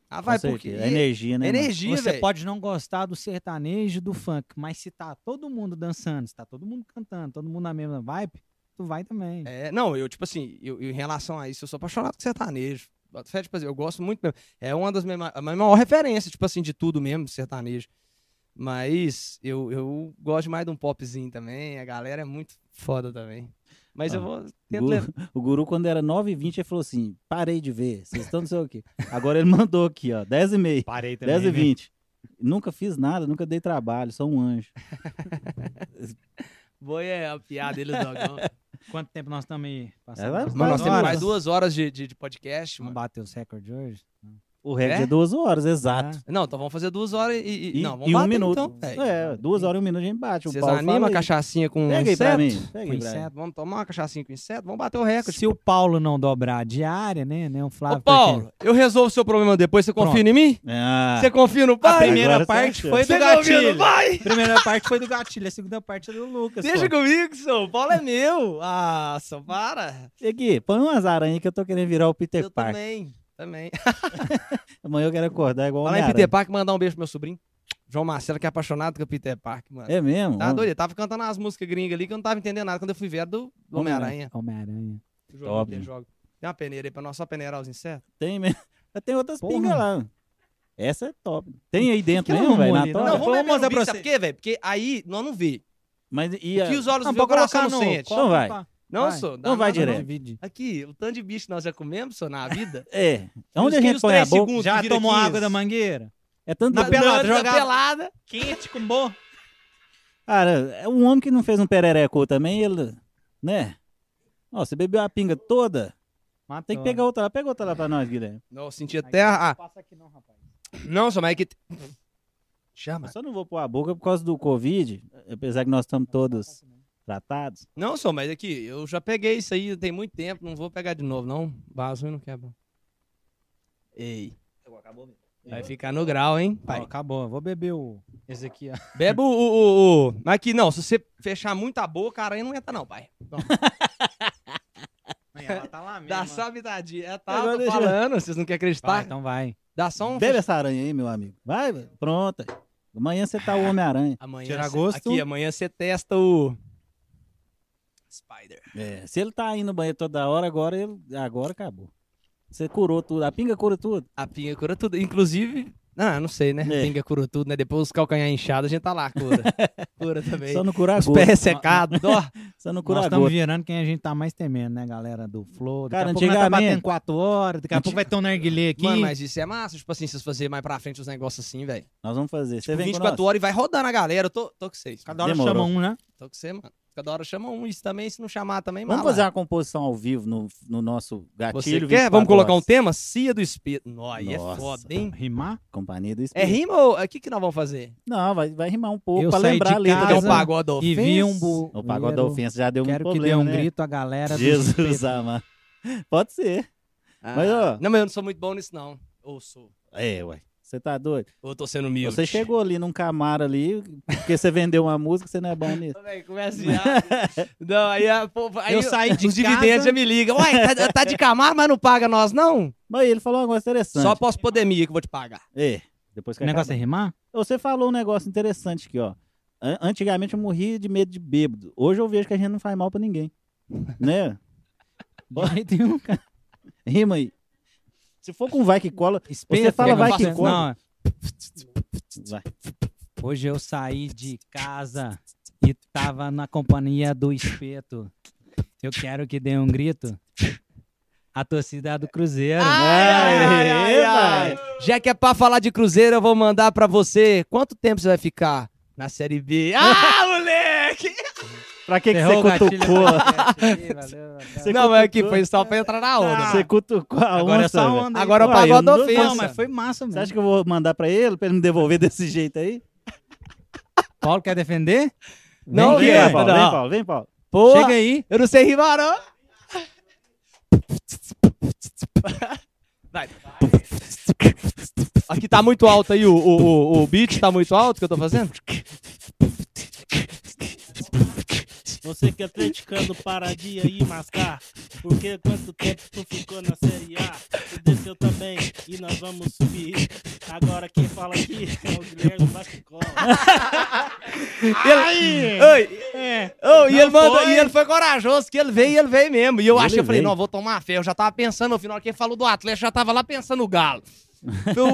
Speaker 2: A
Speaker 1: Com
Speaker 2: vibe, porque.
Speaker 1: certeza. É energia, né? mano?
Speaker 2: energia,
Speaker 3: Você
Speaker 2: velho.
Speaker 3: pode não gostar do sertanejo, do funk, mas se tá todo mundo dançando, se tá todo mundo cantando, todo mundo na mesma vibe, tu vai também.
Speaker 2: É, não, eu, tipo assim, eu, eu, em relação a isso, eu sou apaixonado por sertanejo. Boto fé, Tipo assim, eu gosto muito mesmo. É uma das minhas ma- a minha maior referência, tipo assim, de tudo mesmo, sertanejo. Mas eu, eu gosto mais de um popzinho também. A galera é muito foda também. Mas eu
Speaker 1: Ah,
Speaker 2: vou
Speaker 1: O
Speaker 2: tento levar.
Speaker 1: guru, o guru, quando era 9h20, ele falou assim: parei de ver, vocês estão não sei o quê. Agora ele mandou aqui, ó, 10h30,
Speaker 3: Parei
Speaker 2: né?
Speaker 1: 10h20. Nunca fiz nada, nunca dei trabalho, sou um anjo.
Speaker 2: Boi é a piada dele, o dogão.
Speaker 3: Quanto tempo nós estamos aí?
Speaker 1: É, vai-
Speaker 3: Passando
Speaker 2: Mas nós
Speaker 3: duas
Speaker 2: temos
Speaker 3: horas.
Speaker 2: mais um. duas horas de, de, de podcast,
Speaker 3: Vamos
Speaker 2: mano.
Speaker 3: bater os recordes hoje?
Speaker 1: O recorde
Speaker 2: É?
Speaker 1: é, duas horas, exato.
Speaker 2: Não, então vamos fazer duas horas e. e-
Speaker 1: E,
Speaker 2: não, vamos
Speaker 1: e um
Speaker 2: bater,
Speaker 1: minuto.
Speaker 2: Então, velho.
Speaker 1: é, duas horas e um minuto a gente bate. o
Speaker 2: Vocês
Speaker 1: Paulo fala
Speaker 2: animam a
Speaker 1: aí.
Speaker 2: cachaçinha com
Speaker 1: Pega aí pra
Speaker 2: inseto?
Speaker 1: mim. Pega
Speaker 3: Com
Speaker 1: aí pra mim.
Speaker 3: inseto.
Speaker 2: Vamos tomar uma cachaçinha com inseto? Vamos bater o recorde.
Speaker 3: Se o Paulo não dobrar a diária, né? né o Flávio.
Speaker 2: Ô, Paulo, eu resolvo o seu problema depois. Você confia
Speaker 3: Pronto.
Speaker 2: em mim?
Speaker 1: Ah,
Speaker 2: Você confia no
Speaker 3: A
Speaker 2: pai?
Speaker 3: primeira
Speaker 1: Agora você
Speaker 3: parte
Speaker 1: achou.
Speaker 3: foi do
Speaker 2: Você tá confia
Speaker 3: gatilho.
Speaker 2: no pai?
Speaker 3: A primeira parte foi do gatilho, a segunda parte é do Lucas.
Speaker 2: Deixa
Speaker 3: pô.
Speaker 2: comigo, senhor. O Paulo é meu. Ah, só para.
Speaker 1: e aqui, põe umas aranhas que eu tô querendo virar o Peter
Speaker 2: eu
Speaker 1: Parker.
Speaker 2: também. Também.
Speaker 1: Amanhã eu quero acordar igual
Speaker 2: Falar
Speaker 1: o
Speaker 2: em Peter Parker, mandar um beijo pro meu sobrinho. João Marcelo, que é apaixonado com o Peter Parker, mano.
Speaker 1: É mesmo?
Speaker 2: Tá doido? Ele tava cantando as músicas gringas ali que eu não tava entendendo nada quando eu fui ver a do do
Speaker 3: né?
Speaker 2: Homem-Aranha.
Speaker 3: Homem-Aranha.
Speaker 2: O jogo
Speaker 1: Óbvio.
Speaker 2: que ele joga. Tem uma peneira aí pra nós só peneirar os insetos?
Speaker 1: Tem mesmo. Tem outras
Speaker 3: Porra.
Speaker 1: pingas lá. Essa é top. Tem aí dentro
Speaker 2: é
Speaker 3: que ela
Speaker 2: um
Speaker 1: mesmo, velho,
Speaker 3: arrumou
Speaker 1: na
Speaker 3: ali, né?
Speaker 1: toga?
Speaker 3: Não, vamos
Speaker 2: ver
Speaker 3: mostrar
Speaker 2: no vídeo,
Speaker 3: pra
Speaker 2: sabe por quê, velho? Porque aí nós não vê.
Speaker 1: Mas e
Speaker 2: O que os olhos não,
Speaker 3: Não,
Speaker 2: vê, o
Speaker 3: pode
Speaker 2: coração
Speaker 3: colocar
Speaker 2: não
Speaker 3: no.
Speaker 2: sente.
Speaker 1: Então vai.
Speaker 2: Não,
Speaker 3: vai.
Speaker 2: senhor. dá
Speaker 1: Não vai
Speaker 2: nada
Speaker 1: direto.
Speaker 3: Divide.
Speaker 2: Aqui, o tanto de bicho que nós já comemos, senhor, na vida.
Speaker 1: É.
Speaker 2: os-
Speaker 1: Onde a
Speaker 2: e
Speaker 1: gente
Speaker 2: os
Speaker 1: põe a
Speaker 2: três
Speaker 1: boca?
Speaker 2: segundos?
Speaker 3: Já
Speaker 2: que vira
Speaker 3: tomou
Speaker 2: 15.
Speaker 3: água da mangueira?
Speaker 1: É tanto
Speaker 3: Na pelada,
Speaker 2: na
Speaker 3: jogava-
Speaker 2: pelada.
Speaker 3: Quente com bom.
Speaker 1: Cara, é um homem que não fez um perereco também, ele. Né? Ó, você bebeu a pinga toda,
Speaker 3: Matou.
Speaker 1: tem que pegar outra lá. Pega outra lá pra nós, Guilherme.
Speaker 2: Não, eu senti até a... ah,
Speaker 3: Passa aqui não, rapaz.
Speaker 2: Não, só mas é que...
Speaker 1: Eu
Speaker 2: Chama.
Speaker 1: só não vou pôr a boca por causa do Covid, apesar que nós estamos todos tratados.
Speaker 2: Não, só mas aqui, eu já peguei isso aí tem muito tempo, não vou pegar de novo, não. Vaso e não quebra. Ei. Vai ficar no grau, hein,
Speaker 3: Ó,
Speaker 2: pai?
Speaker 3: acabou. eu Vou beber o. Esse aqui, ó.
Speaker 2: Bebe o, o, o- o- Mas aqui, não, se você fechar muito a boca, cara, aí não entra não, pai. Não,
Speaker 3: Ela tá lá mesmo.
Speaker 2: dá só uma bitadinha. É, tá,
Speaker 1: Agora
Speaker 2: tô
Speaker 1: deixa eu-
Speaker 2: falando, vocês não querem acreditar.
Speaker 3: Vai, então vai.
Speaker 2: Dá só um...
Speaker 1: Bebe essa aranha aí, meu amigo. Vai, velho. pronta. Amanhã você
Speaker 2: Ah.
Speaker 1: tá o Homem-Aranha.
Speaker 2: Amanhã
Speaker 3: Tirar
Speaker 2: cê-
Speaker 3: gosto.
Speaker 2: Aqui, amanhã você testa o... Spider.
Speaker 1: É, se ele tá indo no banheiro toda hora, agora ele agora acabou. Você curou tudo. A pinga cura tudo.
Speaker 2: A pinha cura tudo. Inclusive, Não, não sei, né?
Speaker 1: É.
Speaker 2: Pinga, cura tudo, né? Depois os calcanhar inchados, a gente tá lá, cura. cura também.
Speaker 1: Só no curar
Speaker 2: Os pés
Speaker 1: gota.
Speaker 2: ressecados, dó.
Speaker 1: Só no
Speaker 3: Nós
Speaker 1: curar
Speaker 3: estamos
Speaker 1: gota.
Speaker 3: virando quem a gente tá mais temendo, né, galera? Do Flow. Daqui
Speaker 1: Cara,
Speaker 3: a pouco nós tá
Speaker 1: antigamente-
Speaker 3: batendo 4 horas, daqui a pouco vai ter um narguilé aqui.
Speaker 2: Mano, mas isso é massa. Tipo assim, vocês fazerem mais pra frente os negócios assim, velho.
Speaker 1: Nós vamos fazer.
Speaker 3: Tipo,
Speaker 1: Você vem com
Speaker 2: 24
Speaker 1: nós.
Speaker 2: horas e vai rodando a galera. Eu tô, tô com vocês.
Speaker 3: Cada hora
Speaker 1: demorou.
Speaker 3: chama um, né?
Speaker 2: Tô com você, mano. Cada hora chama um. Isso também, se não chamar também,
Speaker 1: Vamos
Speaker 2: mala.
Speaker 1: fazer uma composição ao vivo no, no nosso gatilho.
Speaker 2: Você
Speaker 1: 20
Speaker 2: quer? Vamos
Speaker 1: pagodes.
Speaker 2: colocar um tema? Cia do Espírito. Nó, aí é
Speaker 1: Nossa.
Speaker 2: foda, hein?
Speaker 3: Rimar?
Speaker 1: Companhia do
Speaker 2: É
Speaker 1: Espírito.
Speaker 2: rima ou... O que que nós vamos fazer?
Speaker 1: Não, vai, vai rimar um pouco
Speaker 3: Eu
Speaker 1: pra
Speaker 3: saí
Speaker 1: lembrar
Speaker 3: de
Speaker 1: a letra.
Speaker 2: Quer um
Speaker 3: Casa
Speaker 2: pagode da
Speaker 3: E
Speaker 2: ofensa?
Speaker 3: vi um bu...
Speaker 1: O pagode da ofensa já deu
Speaker 3: Quero
Speaker 1: um
Speaker 3: que
Speaker 1: problema,
Speaker 3: dê um
Speaker 1: né?
Speaker 3: grito a galera do
Speaker 1: Jesus
Speaker 3: Espírito.
Speaker 1: amado. Pode ser.
Speaker 2: Ah,
Speaker 1: Mas, ó.
Speaker 2: Não, mas eu não sou muito bom nisso, não. Ou sou.
Speaker 1: É, ué. Você tá doido?
Speaker 2: Ou tô sendo humilde.
Speaker 1: Você chegou ali num camaro ali, porque você vendeu uma música, você não é bom nisso.
Speaker 2: Ô, velho, Começa já. não, aí, a, pô, aí
Speaker 3: Eu saí de
Speaker 2: os
Speaker 3: casa-
Speaker 2: dividendos já me ligam. Ué, tá, tá de camar, mas não paga nós, não?
Speaker 1: Mas ele falou uma coisa interessante.
Speaker 2: Só após pandemia que eu vou te pagar.
Speaker 1: É, depois que
Speaker 3: O negócio é
Speaker 1: acabar.
Speaker 3: rimar?
Speaker 1: Você falou um negócio interessante aqui, ó. An- Antigamente eu morria de medo de bêbado. Hoje eu vejo que a gente não faz mal pra ninguém. né?
Speaker 3: De jeito nenhum, cara.
Speaker 1: Rima aí. Se for com vai que cola,
Speaker 3: Espírito,
Speaker 1: fala
Speaker 3: eu
Speaker 1: vai
Speaker 3: faço
Speaker 1: que
Speaker 3: isso.
Speaker 1: conta.
Speaker 3: assim, Não, é
Speaker 1: vai.
Speaker 3: Hoje eu saí de casa e tava na companhia do espeto. Eu quero que dê um grito. A torcida do Cruzeiro.
Speaker 2: Ah!
Speaker 1: ai, ai, ai.
Speaker 2: Já que é pra falar de Cruzeiro, eu vou mandar pra você. Quanto tempo você vai ficar na Série B? Ah, moleque!
Speaker 1: Pra que, que
Speaker 3: Ferrou
Speaker 1: você
Speaker 3: o gatilho É,
Speaker 1: cutucou?
Speaker 3: do podcast aí, valeu, valeu.
Speaker 1: Você
Speaker 2: não, mas aqui
Speaker 1: cutucou?
Speaker 2: foi só pra entrar
Speaker 3: Ah,
Speaker 2: na onda.
Speaker 1: Você cutucou a onça,
Speaker 3: Agora é só
Speaker 1: velho.
Speaker 3: onda. aí,
Speaker 2: Agora
Speaker 3: pô.
Speaker 2: o pagode
Speaker 1: eu não
Speaker 2: da
Speaker 1: dou-
Speaker 2: ofensa.
Speaker 3: Não, mas foi massa
Speaker 1: Você
Speaker 3: mesmo.
Speaker 1: acha que eu vou mandar pra ele, pra ele me devolver desse jeito aí?
Speaker 3: Paulo quer defender?
Speaker 2: Não,
Speaker 3: Vem
Speaker 1: vem,
Speaker 3: aqui,
Speaker 2: velho.
Speaker 3: ó,
Speaker 1: Paulo,
Speaker 2: não.
Speaker 1: vem, Paulo, vem, Paulo.
Speaker 2: Pô,
Speaker 3: Chega aí.
Speaker 2: eu não sei rimar, não. Vai. Aqui tá muito alto aí, o, o, o, o beat tá muito alto que eu tô fazendo?
Speaker 6: Você que é atleticano, para de aí mascar. Porque quanto tempo tu ficou na Série A? Tu desceu também e nós vamos subir. Agora quem fala aqui é o Guilherme Bascola.
Speaker 2: E ele, Oi, Ô, e, ele mandou, e ele É. foi corajoso, que ele veio e ele veio mesmo. E eu
Speaker 1: Ele
Speaker 2: achei, eu falei,
Speaker 1: veio.
Speaker 2: não, vou tomar fé. Eu já tava pensando no final, que ele falou do Atlético, eu já tava lá pensando no Galo.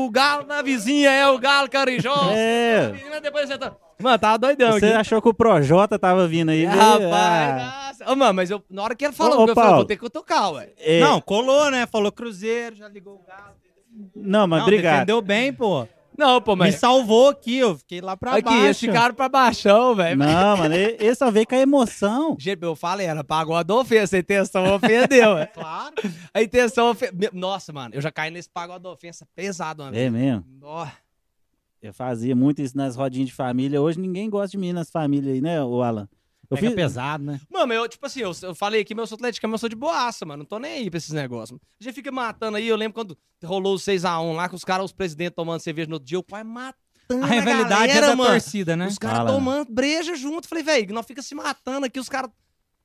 Speaker 2: o Galo da vizinha é o Galo Carijó.
Speaker 1: É.
Speaker 2: Menina, depois você tá... Mano, tava doidão
Speaker 1: Você
Speaker 2: aqui.
Speaker 1: achou que o Projota tava vindo aí?
Speaker 2: É,
Speaker 1: veio-
Speaker 2: rapaz,
Speaker 1: ah.
Speaker 2: nossa. Ô, mano, mas eu, na hora que ele
Speaker 1: Ô,
Speaker 2: falou,
Speaker 1: ô,
Speaker 2: eu falei,
Speaker 1: Paulo.
Speaker 2: vou ter que tocar, ué.
Speaker 1: É,
Speaker 3: Não, colou, né? Falou Cruzeiro, já ligou o galo.
Speaker 1: não, mas
Speaker 3: Não,
Speaker 1: obrigado.
Speaker 3: Defendeu bem, pô.
Speaker 2: Não, pô,
Speaker 3: Me
Speaker 2: mas...
Speaker 3: salvou aqui, eu fiquei lá pra
Speaker 2: Aqui,
Speaker 3: baixo.
Speaker 2: eles ficaram pra baixão,
Speaker 3: É
Speaker 2: velho.
Speaker 1: Não, mano, ele ele só veio com a emoção.
Speaker 2: Gente, eu falei, era pagode ofensa, a intenção ofendeu, ué.
Speaker 3: Claro.
Speaker 2: A intenção ofendeu. Nossa, mano, eu já caí nesse pagode ofensa pesado, mano.
Speaker 1: É mesmo.
Speaker 2: Nó.
Speaker 1: Eu fazia muito isso nas rodinhas de família. Hoje ninguém gosta de mim nas famílias aí, né, o Alan? Eu
Speaker 3: Pega
Speaker 1: fiz-
Speaker 3: pesado, né?
Speaker 2: Mano, eu, tipo assim, eu, eu falei aqui, mas eu sou atleticano, mas eu sou de boaça, mano. Não tô nem aí pra esses negócios. Mano. A gente fica matando aí, eu lembro quando rolou o 6x1 lá, com os caras, os presidentes tomando cerveja no outro dia, o pai matando.
Speaker 3: A rivalidade
Speaker 2: galera,
Speaker 3: é da
Speaker 2: mano.
Speaker 3: torcida, né?
Speaker 2: Os caras
Speaker 1: Fala,
Speaker 2: tomando breja junto. Falei, velho, nós fica se matando aqui, os caras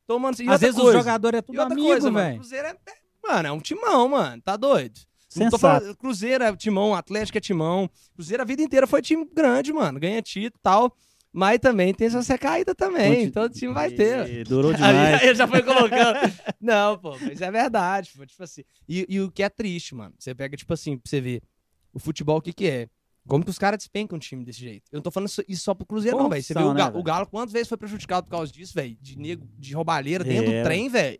Speaker 2: tomando. E outra
Speaker 3: Às vezes
Speaker 2: coisa,
Speaker 3: o jogador é
Speaker 2: e
Speaker 3: tudo
Speaker 2: outra
Speaker 3: amigo,
Speaker 2: coisa, mano.
Speaker 3: velho.
Speaker 2: Cruzeiro é, é- Mano, é um timão, mano. Tá doido? Não tô
Speaker 1: Sensato.
Speaker 2: falando- Cruzeiro é timão, Atlético é timão. Cruzeiro a vida inteira foi time grande, mano. Ganha título e tal. Mas também tem essa caída também.
Speaker 1: Conti-
Speaker 2: Todo time vai ter.
Speaker 1: E durou
Speaker 2: Aí,
Speaker 1: demais.
Speaker 2: aí eu já foi colocando. Não, pô, mas é verdade. pô, tipo assim. E, e o que é triste, mano. Você pega, tipo assim, pra você ver o futebol, o que que é? Como que os caras despencam um time desse jeito? Eu não tô falando isso, isso só pro Cruzeiro, não, velho. Você vê o,
Speaker 1: Corrupção, né,
Speaker 2: Galo,
Speaker 1: velho?
Speaker 2: o Galo quantas vezes foi prejudicado por causa disso, velho? De nego, de roubalheira dentro
Speaker 1: É.
Speaker 2: do trem, velho.